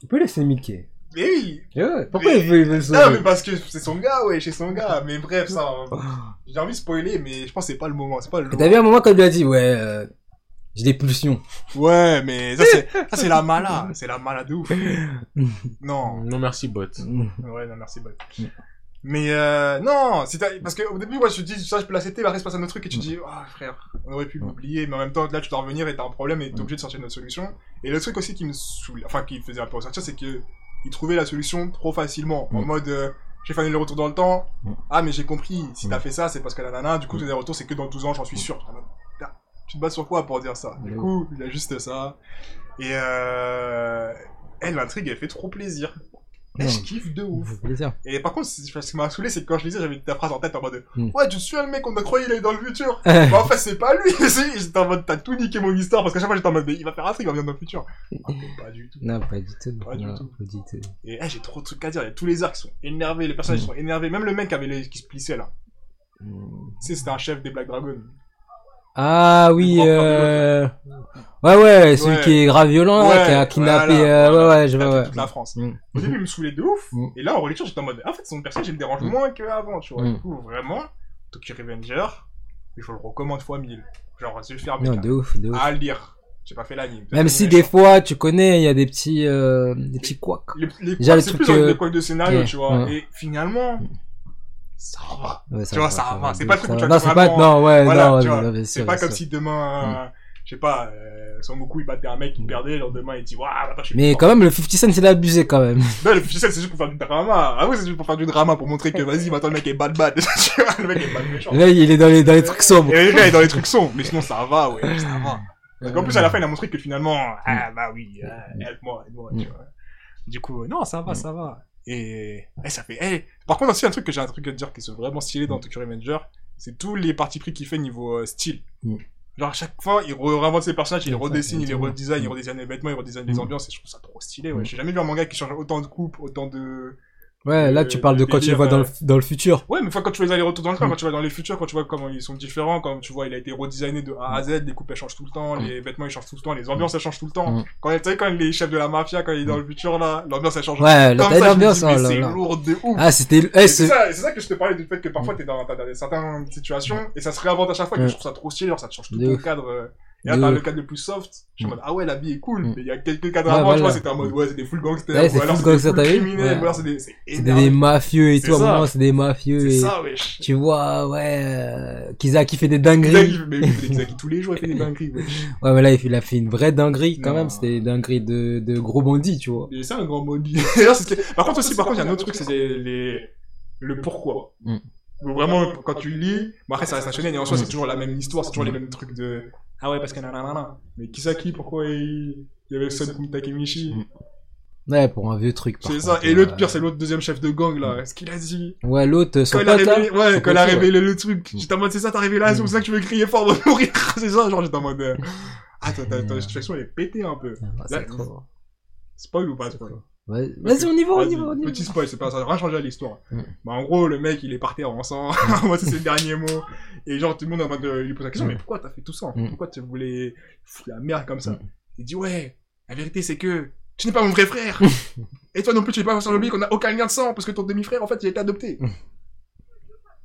S3: Tu peux laisser Mickey.
S1: Mais oui.
S3: Eh ouais, Pourquoi
S1: Mais-
S3: il veut il veut le
S1: Non, mais
S3: sauver Oh.
S1: parce que c'est son gars, ouais, chez son gars. Mais bref, ça, on- j'ai envie de spoiler, mais je pense que c'est pas le moment. C'est pas le
S3: Et T'as
S1: moment.
S3: vu un moment quand il lui a dit, ouais, euh, j'ai des pulsions.
S1: Ouais, mais ça, c'est, ça, c'est la
S3: (laughs)
S1: mala. C'est la mala de ouf. Non.
S2: Non, merci, bot.
S1: Ouais, non, merci, bot.
S3: Mm.
S1: Mais euh, non, c'est parce qu'au début, moi, je te dis, ça, je peux l'accepter, bah, il se passe un autre truc, et tu te dis, ah frère, on aurait
S3: Mm.
S1: pu l'oublier, mais en même temps, là, tu dois revenir et t'as un problème et t'es obligé de sortir une autre solution. Et le truc aussi qui me saoulait, enfin, qui me faisait un peu ressortir, c'est que il trouvait la solution trop facilement, en
S3: Mm.
S1: mode, euh, j'ai fané le retour dans le temps,
S3: Mm.
S1: ah, mais j'ai compris, si t'as
S3: Mm.
S1: fait ça, c'est parce que la nana, du coup,
S3: Mm.
S1: t'es des retours, c'est que dans 12 ans, j'en suis sûr. Putain, putain, Tu te bases sur quoi pour dire ça Du
S3: Mm.
S1: coup, il y a juste ça. Et euh... eh, l'intrigue, elle fait trop plaisir. Eh,
S3: Non.
S1: je kiffe de ouf.
S3: Ouf, plaisir.
S1: Et par contre, c'est- ce qui m'a saoulé, c'est que quand je lisais, j'avais ta phrase en tête en mode
S3: Mm.
S1: Ouais, tu suis le mec, on a croyé il est dans le futur. bah, en fait, c'est pas lui. (laughs) Si, j'étais en mode T'as tout niqué mon histoire parce qu'à chaque fois, j'étais en mode Mais il va faire un truc, il va venir dans le futur. Ah, mais pas du tout.
S3: (laughs) Non, pas du tout.
S1: Pas du
S3: non,
S1: tout.
S3: Pas du tout.
S1: Et eh, j'ai trop de trucs à dire. Il y a tous les arcs qui sont énervés, les personnages
S3: Mm.
S1: qui sont énervés, même le mec avec les... qui se plissait là.
S3: Mm.
S1: Tu sais, c'était un chef des Black Dragons.
S3: Ah oui,
S1: grand frère de
S3: euh... Ouais, ouais, celui
S1: Ouais.
S3: qui est grave violent, là,
S1: Ouais,
S3: qui a kidnappé...
S1: voilà, Ah,
S3: euh, Ouais, ouais, je
S1: Il a
S3: vois,
S1: pris
S3: ouais.
S1: toute la France.
S3: Mm.
S1: Au début, il me saoulait de ouf.
S3: Mm.
S1: Et là, en relecture, j'étais en mode, en fait, son personnage, il me dérange
S3: Mm.
S1: moins qu'avant, tu vois.
S3: Mm.
S1: Du coup, vraiment, Tokyo Revenger, je vous le recommande fois 1000. Genre, c'est faire hein.
S3: Non, de ouf, de ouf.
S1: à lire. J'ai pas fait l'anime.
S3: Même si des fois, tu connais, il y a des petits, euh, des petits couacs.
S1: Les, les
S3: Déjà,
S1: couacs,
S3: le
S1: c'est
S3: truc, Mm.
S1: plus dans
S3: euh,
S1: les couacs de scénario,
S3: ouais,
S1: tu vois.
S3: ouais.
S1: Et finalement, ça va.
S3: Ouais,
S1: Tu vois, ça va, c'est
S3: de
S1: pas
S3: ouf,
S1: le truc où tu
S3: ça va. Non,
S1: vas
S3: c'est pas,
S1: vraiment-
S3: non, ouais,
S1: Voilà,
S3: non,
S1: tu
S3: ouais,
S1: vois,
S3: non, bien sûr,
S1: C'est pas
S3: bien
S1: comme
S3: sûr.
S1: si demain, euh, je sais pas, euh, Son Goku, il battait un mec, il
S3: Mm.
S1: perdait, le lendemain, il dit, waouh, attends, je suis
S3: Mais
S1: content.
S3: quand même, le 50 Cent, c'est abusé quand même.
S1: Non, le fichier, c'est juste pour faire du drama. Ah oui, c'est juste pour faire du drama, pour montrer que vas-y, maintenant le mec est bad bad. (laughs) Tu vois, le mec est bad méchant.
S3: Là, il est dans les, dans les trucs sombres.
S1: Et là, il est dans les trucs sombres, mais sinon ça va, ouais, ça va. Parce qu'en plus, à la fin, il a montré que finalement, ah bah oui, euh, aide-moi, aide-moi, tu vois. Du coup, euh, non, ça va, ça va. Et eh, ça fait. eh. Par contre, aussi, un truc que j'ai un truc à te dire qui est vraiment stylé dans Tokyo Revenger, c'est tous les parties pris qu'il fait niveau euh, style.
S3: Mm.
S1: Genre, à chaque fois, il re- réinvente ses personnages, il
S3: Ouais, ça,
S1: redessine,
S3: c'est
S1: il les
S3: trop bien.
S1: redesign, il
S3: Mm.
S1: redessine les vêtements, il redessine
S3: Mm.
S1: les ambiances, et je trouve ça trop stylé, ouais.
S3: Mm.
S1: J'ai jamais vu un manga qui change autant de coupes, autant de.
S3: Ouais, là, tu parles de quand tu les vois dans le,
S1: euh,
S3: dans le futur.
S1: Ouais, mais fois quand tu vois les allers-retours dans le temps,
S3: Mm.
S1: quand tu vas dans les futurs, quand tu vois comment ils sont différents, quand tu vois il a été redesigné de A à Z, les coupes elles changent tout le
S3: Hmm.
S1: temps, les vêtements ils changent tout le temps, les ambiances elles changent tout le temps.
S3: Mm.
S1: Quand tu sais quand les chefs de la mafia quand il est dans le futur là, l'ambiance elle change.
S3: Hmm. Ouais,
S1: Comme
S3: là,
S1: ça, je me
S3: l'ambiance,
S1: dis,
S3: oh
S1: mais
S3: là
S1: c'est
S3: là.
S1: lourd de ouf.
S3: Ah, c'était, eh,
S1: Et
S3: c'est-
S1: c'est
S3: Hmm.
S1: ça, c'est ça que je te parlais du fait que parfois t'es dans, t'as dans certaines situations et ça se réinvente à chaque fois. Que
S3: Mm.
S1: je trouve ça trop stylé, genre ça te change tout
S3: De
S1: ton
S3: ouf.
S1: cadre. euh, Et là
S3: De
S1: t'as le
S3: ouf.
S1: cadre le plus soft. Je suis en
S3: Mm.
S1: mode ah ouais la vie est cool.
S3: Mm.
S1: Mais il y a quelques cadres
S3: Ouais,
S1: avant, tu vois
S3: voilà.
S1: c'était en mode ouais c'est des full gangsters,
S3: Ouais, c'est
S1: ou alors c'est
S3: full
S1: des
S3: gangsters,
S1: full
S3: t'as vu
S1: criminels,
S3: Ouais.
S1: ou alors c'est des c'est
S3: c'est
S1: énorme.
S3: des mafieux et
S1: C'est
S3: tout, à un
S1: ça.
S3: moment, c'est des mafieux
S1: C'est
S3: et...
S1: ça wesh.
S3: Tu vois, ouais, euh, Kizaki fait des dingueries.
S1: Zaki, mais oui, c'est Zaki, tous les jours, il fait des dingueries, ouais.
S3: Ouais, mais là, il fait- il a fait une vraie dinguerie quand
S1: Non.
S3: même. C'était une dinguerie de, de gros bandits, tu vois.
S1: Et c'est un grand maudit. (laughs) D'ailleurs, c'est ce qui- Par contre, aussi, par contre, il y a un autre truc, c'est les... les- le pourquoi.
S3: Mm.
S1: Vraiment, quand tu lis, bon, après, ça reste un shonen, et en soi, c'est toujours la même histoire, c'est toujours les
S3: Mm.
S1: mêmes trucs de. Ah ouais, parce que nanana. Mais Kisaki, pourquoi il. Il y avait Son Kun Takemichi.
S3: Mm. Ouais, pour un vieux truc. par
S1: C'est ça.
S3: contre,
S1: Et
S3: euh,
S1: l'autre pire, c'est l'autre deuxième chef de gang, là. Ce qu'il a dit.
S3: Ouais, l'autre, son
S1: Quand il a
S3: pote, là.
S1: révélé, ouais,
S3: son
S1: quand il a
S3: pote,
S1: révélé le truc.
S3: Mm.
S1: J'étais en mode, c'est ça ta révélation,
S3: Mm.
S1: c'est ça que tu veux crier fort pour (laughs) mourir. C'est ça, genre, j'étais en mode. euh, Ah, ta
S3: Mm.
S1: ta- ta situation, elle est pétée un peu.
S3: Ah,
S1: Là,
S3: c'est trop.
S1: Spoil ou pas spoil
S3: Ouais, Vas-y, on y va, on y
S1: Vas-y,
S3: va, on y va.
S1: Petit spoil, c'est pas ça, va rien changer à l'histoire.
S3: Mm.
S1: Bah, en gros, le mec, il est par terre en sang. (laughs) Moi, c'est le dernier mot. Et genre, tout le monde est en mode de lui pose la question,
S3: Mm.
S1: mais pourquoi t'as fait tout ça en fait
S3: Mm.
S1: Pourquoi tu voulais foutre la merde comme ça
S3: Mm.
S1: Il dit, ouais, La vérité, c'est que tu n'es pas mon vrai frère. et toi non plus, tu n'es pas Vincent Lobby, qu'on n'a aucun lien de sang, parce que ton demi-frère, en fait, il a été adopté.
S3: Mm.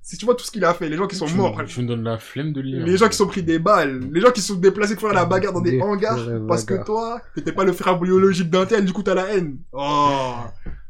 S1: si tu vois tout ce qu'il a fait, les gens qui sont
S2: Tu
S1: morts,
S2: me- Tu me donnes la flemme de lire.
S1: les gens qui sont pris des balles, les gens qui sont déplacés pour faire la bagarre dans des
S3: hein. Des
S1: hangars,
S3: vrais
S1: parce que
S3: bagarres.
S1: toi, t'étais pas le frère biologique d'un tel, du coup, t'as la haine. Oh.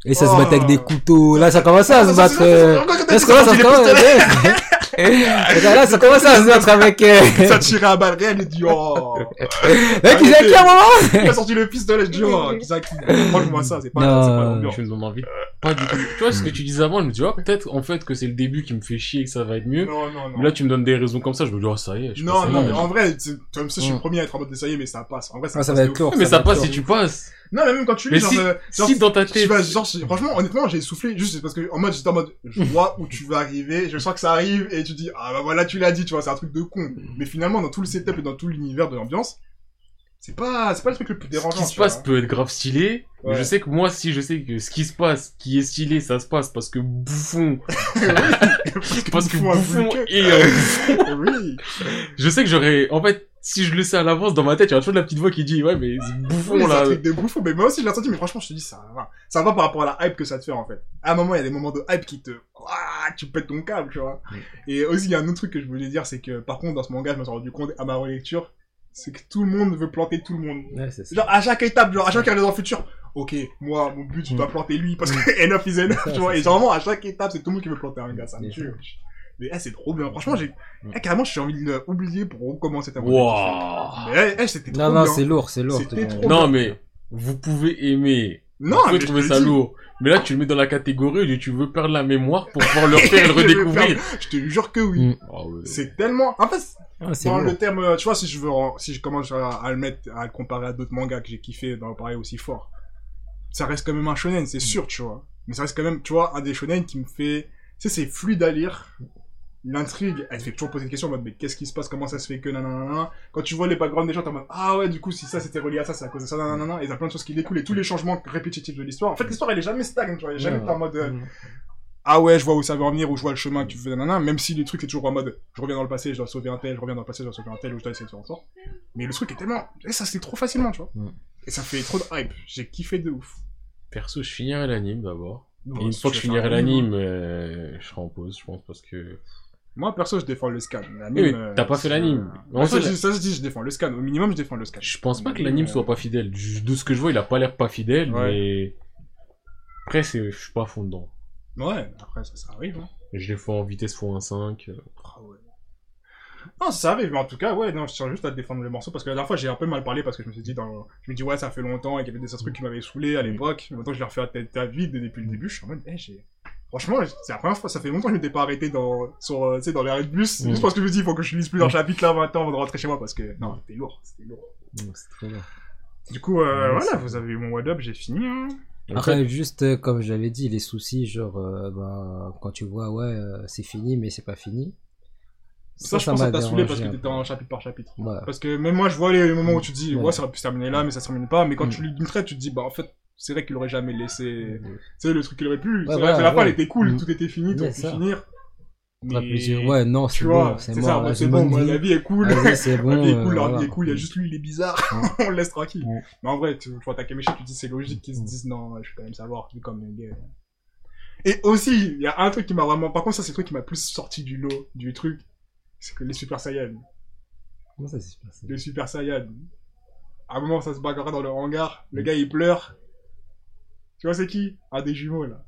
S3: Et ça se
S1: Oh.
S3: bat avec des couteaux. Là, ça commence à se battre. euh,
S1: Encore que t'as
S3: Parce
S1: dit
S3: que là, ça
S1: sorti les
S3: commence
S1: pistolets.
S3: (laughs) à... (laughs) là, ça commence à se battre avec. euh,
S1: (laughs) Ça tirait à balles réelles, il dit oh.
S3: (laughs) Avec Isaki à un moment
S1: Il a sorti le pistolet, je dis oh, Kizaki. Franchement, ça, c'est pas, c'est pas
S3: Non.
S1: l'ambiance.
S2: Tu me donnes envie. Pas du tout. Tu vois ce que tu disais avant, je me dis, ah, peut-être en fait que c'est le début qui me fait chier et que ça va être mieux.
S1: Non, non, non.
S2: Là, tu me donnes des raisons comme ça, je me dis, oh, ça y est, je
S1: Non,
S2: passe à
S1: non,
S2: l'âge.
S1: mais en vrai, tu tu vois, même si je suis
S3: Mm.
S1: le premier à être en mode ça y est, mais ça passe. En vrai, ça,
S3: Ah, ça
S1: passe
S3: va
S1: de
S3: être
S1: ouf.
S3: lourd.
S2: Mais ça
S3: va
S2: passe
S3: être
S2: si
S3: lourd.
S2: tu passes.
S1: Non, mais même quand tu
S2: Mais
S1: lis, genre,
S2: si-
S1: euh, genre,
S2: Si dans ta
S1: tu
S2: tête.
S1: vas, genre, c'est- franchement, honnêtement, j'ai soufflé juste parce que, en mode, j'étais en mode,
S3: Mm.
S1: je vois où tu vas arriver, je sens que ça arrive, et tu dis, ah bah voilà, tu l'as dit, tu vois, c'est un truc de con.
S3: Mm.
S1: Mais finalement, dans tout le setup et dans tout l'univers de l'ambiance, c'est pas, c'est pas le truc le plus dérangeant.
S2: Ce qui se
S1: tu vois.
S2: passe peut être grave stylé. mais
S1: Ouais.
S2: Je sais que moi, si je sais que ce qui se passe, qui est stylé, ça se passe parce
S1: (laughs)
S2: que bouffon. parce que
S1: Bouffon a voulu
S2: bouffon
S1: que-
S2: et. euh,
S1: (laughs) oui.
S2: je sais que j'aurais. En fait, si je le sais à l'avance, dans ma tête, il y a toujours la petite voix qui dit Ouais, mais ce
S1: Oui,
S2: bouffon
S1: c'est un
S2: là.
S1: truc de bouffon, mais moi aussi je l'ai senti, mais franchement je te dis ça va. Ça va par rapport à la hype que ça te fait en fait. À un moment il y a des moments de hype qui te... Ouah, tu pètes ton câble, tu vois. Et aussi il y a un autre truc que je voulais dire, c'est que par contre dans ce manga je me suis rendu compte à ma relecture, c'est que tout le monde veut planter tout le monde.
S3: Ouais, c'est ça.
S1: Genre à chaque étape, genre à chaque année dans le futur. Ok, moi mon but je dois planter lui parce que (laughs) enough is enough, tu vois. Et genre vraiment à chaque étape c'est tout le monde qui veut planter un gars, ça me
S3: Bien
S1: tue. Mais eh, c'est trop bien, franchement j'ai... eh, carrément j'ai envie de l'oublier pour recommencer ta relecture.
S2: Waouh.
S1: Mais eh, eh, c'était trop
S3: Non, non,
S1: bien.
S3: c'est lourd, c'est lourd.
S1: C'était
S3: tout le
S1: trop-
S3: monde.
S2: Non, mais vous pouvez aimer.
S1: Non,
S2: vous pouvez
S1: mais je
S2: trouver
S1: te
S2: ça
S1: dis.
S2: lourd. Mais là, tu le mets dans la catégorie où tu veux perdre la mémoire pour pouvoir le refaire et
S1: (laughs)
S2: le
S1: Je vais
S2: redécouvrir.
S1: Je te jure que oui.
S3: Mm.
S2: Ah ouais.
S1: C'est tellement. En fait,
S3: Ah, c'est
S1: dans
S3: lourd.
S1: le terme, euh, tu vois, si je veux, en- si je commence à, à le mettre, à le comparer à d'autres mangas que j'ai kiffé dans pareil aussi fort, ça reste quand même un shonen, c'est sûr, tu vois. Mais ça reste quand même, tu vois, un des shonen qui me fait, tu sais, c'est fluide à lire. L'intrigue, elle te fait toujours poser des questions en mode, mais qu'est-ce qui se passe, comment ça se fait que, nanana. Quand tu vois les backgrounds des gens, t'es en mode, ah ouais, du coup, si ça c'était relié à ça, c'est à cause de ça, nanana. Et t'as plein de choses qui découlent et tous les changements répétitifs de l'histoire. En fait, l'histoire, elle est jamais stagne, tu vois. Elle est jamais
S3: Ouais.
S1: t'es en mode, euh,
S3: Mm.
S1: ah ouais, je vois où ça va en venir, où je vois le chemin que tu fais, nanana, même si le truc est toujours en mode, je reviens dans le passé, je dois sauver un tel, je reviens dans le passé, je dois sauver un tel, ou je dois essayer de faire en sorte. Mais le truc est tellement, et ça c'est trop facilement, tu vois.
S3: Mm.
S1: Et ça fait trop de hype, j'ai kiffé de ouf.
S2: Perso, je finirai l'anime d'abord.
S1: Bon,
S2: Et une
S1: si
S2: fois
S1: tu
S2: que je
S1: veux faire
S2: finirai
S1: un anime,
S2: l'anime, euh, je serai en pause, je pense, parce que.
S1: Moi perso, je défends le scan. L'anime,
S2: Oui,
S1: euh,
S2: t'as pas fait
S1: c'est-
S2: l'anime. Mais en
S1: Ouais, ça,
S2: fait,
S1: je dis- ça, je dis, je défends le scan. Au minimum, je défends le scan. euh,
S2: Je pense pas
S3: Mm.
S2: que l'anime soit pas fidèle. Je- De ce que je vois, il a pas l'air pas fidèle, mais. Après, c'est- je suis pas à fond dedans.
S1: Ouais, après, ça, ça arrive. Hein.
S2: Je l'ai fait en vitesse x1.5. euh,
S1: Ah ouais. Non, ça arrive, mais en tout cas, ouais, non, je tiens juste à défendre le morceau parce que la dernière fois j'ai un peu mal parlé parce que je me suis dit, dans... je me dis, ouais, ça fait longtemps et qu'il y avait des trucs qui m'avaient saoulé à
S3: Mm.
S1: l'époque. Maintenant que je l'ai refait à tête à vide depuis le début, je suis en mode, eh, j'ai. Franchement, c'est la première fois, ça fait longtemps que je m'étais pas arrêté dans, sur, euh, tu sais, dans l'arrêt de bus.
S2: Mm.
S1: Juste parce que je me dis, il faut que je lise
S3: Mm.
S1: plusieurs chapitres là maintenant avant de rentrer chez moi parce que, non, c'était lourd, c'était lourd.
S3: Non, c'est trop lourd.
S1: Du coup, euh,
S3: Ouais,
S1: voilà,
S3: c'est-
S1: vous avez eu mon what up, j'ai fini, hein.
S2: en
S3: Après,
S2: fait,
S3: juste euh, comme je l'avais dit, les soucis, genre, euh, ben, quand tu vois, ouais, euh, c'est fini, mais c'est pas fini.
S1: Ça, je pense que ça
S3: m'a
S1: t'a saoulé parce que
S3: dérangé
S1: t'étais
S3: un
S1: en chapitre par chapitre.
S3: peu. Ouais.
S1: Parce que même moi, je vois les moments où tu te dis,
S3: Ouais.
S1: ouais, ça aurait pu se terminer là, mais ça se termine pas. Mais quand
S3: Mm.
S1: tu lis d'une traite, tu te dis, bah en fait, c'est vrai qu'il aurait jamais laissé.
S3: Ouais.
S1: C'est le truc qu'il aurait pu. c'est vrai
S3: voilà,
S1: que la fin,
S3: ouais.
S1: elle était cool,
S3: Mm.
S1: tout était fini, tout
S3: Ouais,
S1: pu
S3: ça.
S1: finir.
S3: T'aurais pu dire,
S1: Mais,
S3: ouais, non, c'est
S1: tu
S3: bon,
S1: vois,
S3: c'est
S1: c'est
S3: mort,
S1: ça,
S3: là,
S1: bah,
S3: j'ai
S1: c'est bon,
S3: bonne
S1: moi,
S3: vie.
S1: la vie est cool.
S3: Vas-y, c'est
S1: (laughs)
S3: bon.
S1: la vie est
S3: euh,
S1: cool, leur
S3: voilà.
S1: vie est cool, il y a juste lui, il est bizarre,
S3: Ouais.
S1: (laughs) on le laisse tranquille.
S3: Ouais.
S1: Mais en vrai, tu, tu vois, Takemichi, tu te dis, c'est logique qu'ils se disent, non, je vais quand même savoir, vu comme les gars. Et aussi, il y a un truc qui m'a vraiment. Par contre, ça, c'est le truc qui m'a plus sorti du lot, du truc. C'est que les Super Saiyans.
S3: Comment ça s'est passé
S1: le Super Saiyan. À un moment, ça se bagarre dans le hangar, le gars il pleure. Tu vois, c'est qui Un des jumeaux là.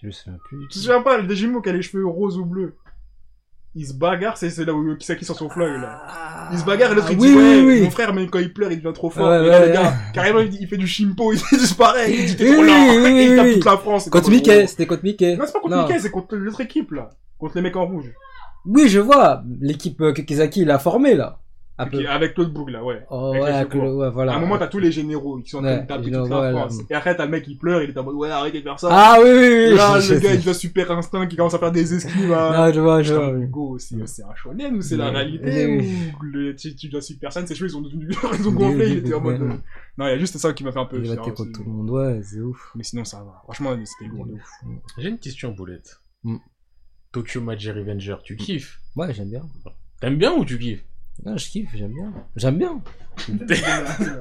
S3: Je me souviens plus.
S1: Tu te souviens pas, le des jumeaux qui a les cheveux roses ou bleus Il se bagarre, c'est c'est là où Kisaki sort son flingue là. Il se bagarre et l'autre il dit
S3: Ah, oui,
S1: ouais,
S3: oui, oui.
S1: mon frère, même quand il pleure, il devient trop fort.
S3: Ouais,
S1: et là,
S3: ouais,
S1: le gars,
S3: ouais.
S1: carrément, il, dit- il fait du chimpo, (laughs) il disparaît, il dit t'es
S3: Oui,
S1: trop
S3: oui,
S1: lent.
S3: oui,
S1: Et il
S3: oui,
S1: tape
S3: oui.
S1: toute la France.
S3: Contre Mickey, c'était contre Mickey.
S1: Non, c'est pas contre Mickey, c'est contre l'autre équipe là. Contre les mecs en rouge.
S3: Oui, je vois. L'équipe euh, que Kizaki, il a formé, là. Un peu.
S1: Qui- Avec l'autre boug là, ouais.
S3: Oh,
S1: avec
S3: ouais,
S1: les
S3: avec le- ouais, voilà.
S1: À un moment, t'as tous les généraux qui sont en train
S3: Ouais,
S1: de taper
S3: ils
S1: toute
S3: envoient
S1: la
S3: la-
S1: France. Et après, t'as le mec qui pleure, il est en mode ouais, arrêtez de faire ça.
S3: Ah oui, oui,
S1: Et
S3: oui.
S1: là,
S3: je-
S1: le
S3: je-
S1: gars, il devient super instinct, qui commence à faire des esquives. hein. À...
S3: Non, je vois, je
S1: Putain,
S3: vois.
S1: mais
S3: oui.
S1: Hugo, c'est c'est un shonen ou c'est la
S3: Oui.
S1: réalité
S3: Oui.
S1: ou le tu, tu dois super personne, ses cheveux ils ont devenu ils ont
S3: Oui,
S1: gonflé,
S3: oui,
S1: il était en
S3: oui,
S1: mode
S3: oui.
S1: euh, non il y a juste ça qui m'a fait un peu
S3: Il
S1: fier
S3: battait
S1: aussi.
S3: contre tout le monde, ouais, c'est ouf.
S1: mais sinon ça va franchement c'était lourd de ouf.
S2: J'ai une question, Boulette.
S3: Mm.
S2: Tokyo Magic Revenger, tu kiffes
S3: Ouais, j'aime bien.
S2: T'aimes bien ou tu kiffes
S3: Non, je kiffe, j'aime bien. J'aime bien.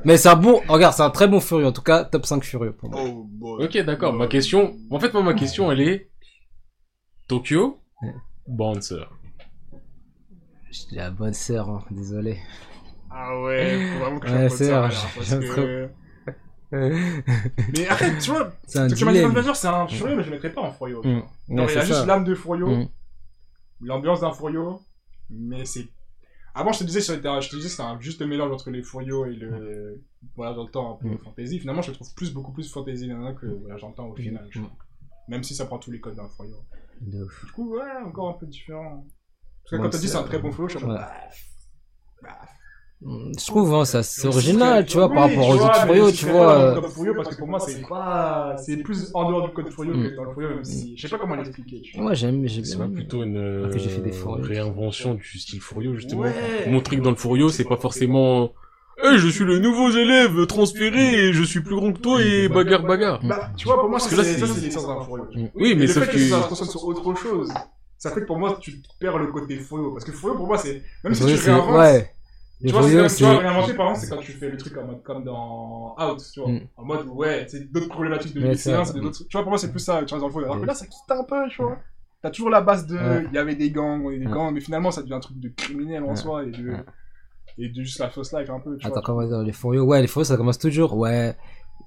S3: Mais c'est un bon. Regarde, c'est un très bon furieux. En tout cas, top 5 furieux pour moi.
S1: Oh, bon.
S2: Ok, d'accord. Ma question. En fait, moi, ma question, elle est. Tokyo Bouncer.
S3: Je dis la bonne sœur, hein,
S1: (laughs)
S3: désolé.
S1: (laughs) Ah ouais, faut vraiment que je
S3: Ouais,
S1: fasse
S3: c'est
S1: ça,
S3: vrai,
S1: alors, parce
S3: j'aime
S1: que-
S3: c'est
S1: (laughs) Mais arrête, tu vois,
S3: un
S1: Tokyo Magic
S3: dilemme.
S1: Avenger, c'est un furieux, mais je le mettrais pas en furieux.
S3: Mm.
S1: Non,
S3: Ouais,
S1: mais il y
S3: c'est
S1: a juste
S3: ça.
S1: l'âme de Froyo,
S3: Mm.
S1: l'ambiance d'un Froyo, mais c'est. Avant, je te disais, c'était un- je te disais, c'était un juste mélange entre les Froyo et le. Voilà, dans le temps, un peu
S3: Mm.
S1: fantasy. Finalement, je le trouve plus, beaucoup plus fantasy nana que voilà, j'entends au final. je
S3: Mm.
S1: trouve. Même si ça prend tous les codes d'un Froyo.
S3: De ouf.
S1: Du coup, ouais, encore un peu différent. Parce que
S3: Ouais,
S1: quand t'as dit,
S3: c'est-
S1: c'est un très bon flow, je suis en mode,
S3: euh, Ouais.
S1: bah, bah,
S3: Mm, Je trouve, hein, ça, c'est
S1: Mais c'est
S3: original,
S1: que-
S3: tu vois, par
S1: oui,
S3: rapport aux
S1: tu vois,
S3: autres
S1: mais
S3: furieux,
S1: je
S3: tu
S1: serais pas dans
S3: vois.
S1: le
S3: euh,
S1: code Froyo parce que pour moi, c'est pas. ah, C'est plus en dehors du code Froyo
S3: Mm.
S1: que dans le Froyo, même si. Je sais pas comment l'expliquer. tu vois.
S3: Ouais, j'aime, j'aime
S2: C'est pas
S3: bien.
S2: plutôt une euh,
S3: Ah, que j'ai fait des fourrures.
S2: réinvention du style Furio, justement.
S1: Ouais.
S2: Montrer que dans le Furio, c'est pas forcément. Hey, je suis le nouveau élève transféré et je suis plus grand que toi et bagarre bagarre.
S1: Bah, tu vois, pour moi,
S2: Parce
S1: c'est
S2: que là,
S1: ça,
S2: c'est-
S1: c'est l'essence d'un Froyo.
S3: Mm.
S2: Oui, mais
S1: le
S2: sauf
S1: fait que, tu
S2: que.
S1: ça transforme sur autre chose, ça fait que pour moi, tu perds le côté fouillot. Parce que fouillot, pour moi, c'est. Même si
S3: Ouais,
S1: tu
S3: c'est-
S1: réinventes.
S3: ouais.
S1: Tu
S3: Les
S1: vois, c'est
S3: furieux,
S1: comme, tu vois,
S3: c'est.
S1: réinventer, par exemple, c'est quand tu fais le truc en mode comme dans Out, tu vois.
S3: Mm.
S1: En mode, ouais, c'est d'autres problématiques de
S3: Ouais,
S1: lycéens,
S3: c'est
S1: c'est
S3: vrai.
S1: d'autres. Tu vois, pour moi, c'est plus ça, tu vois, dans le fouillot. Alors que
S3: Ouais.
S1: là, ça quitte un peu, tu vois. T'as toujours la base de.
S3: Ouais.
S1: Il y avait des gangs, on est des
S3: Ouais.
S1: gangs, mais finalement, ça devient un truc de criminel en
S3: Ouais.
S1: soi et de.
S3: Ouais.
S1: Et de juste la fausse life un peu, tu
S3: Attends,
S1: vois.
S3: comment dire, les furieux Ouais, les furieux, ça commence toujours. Ouais.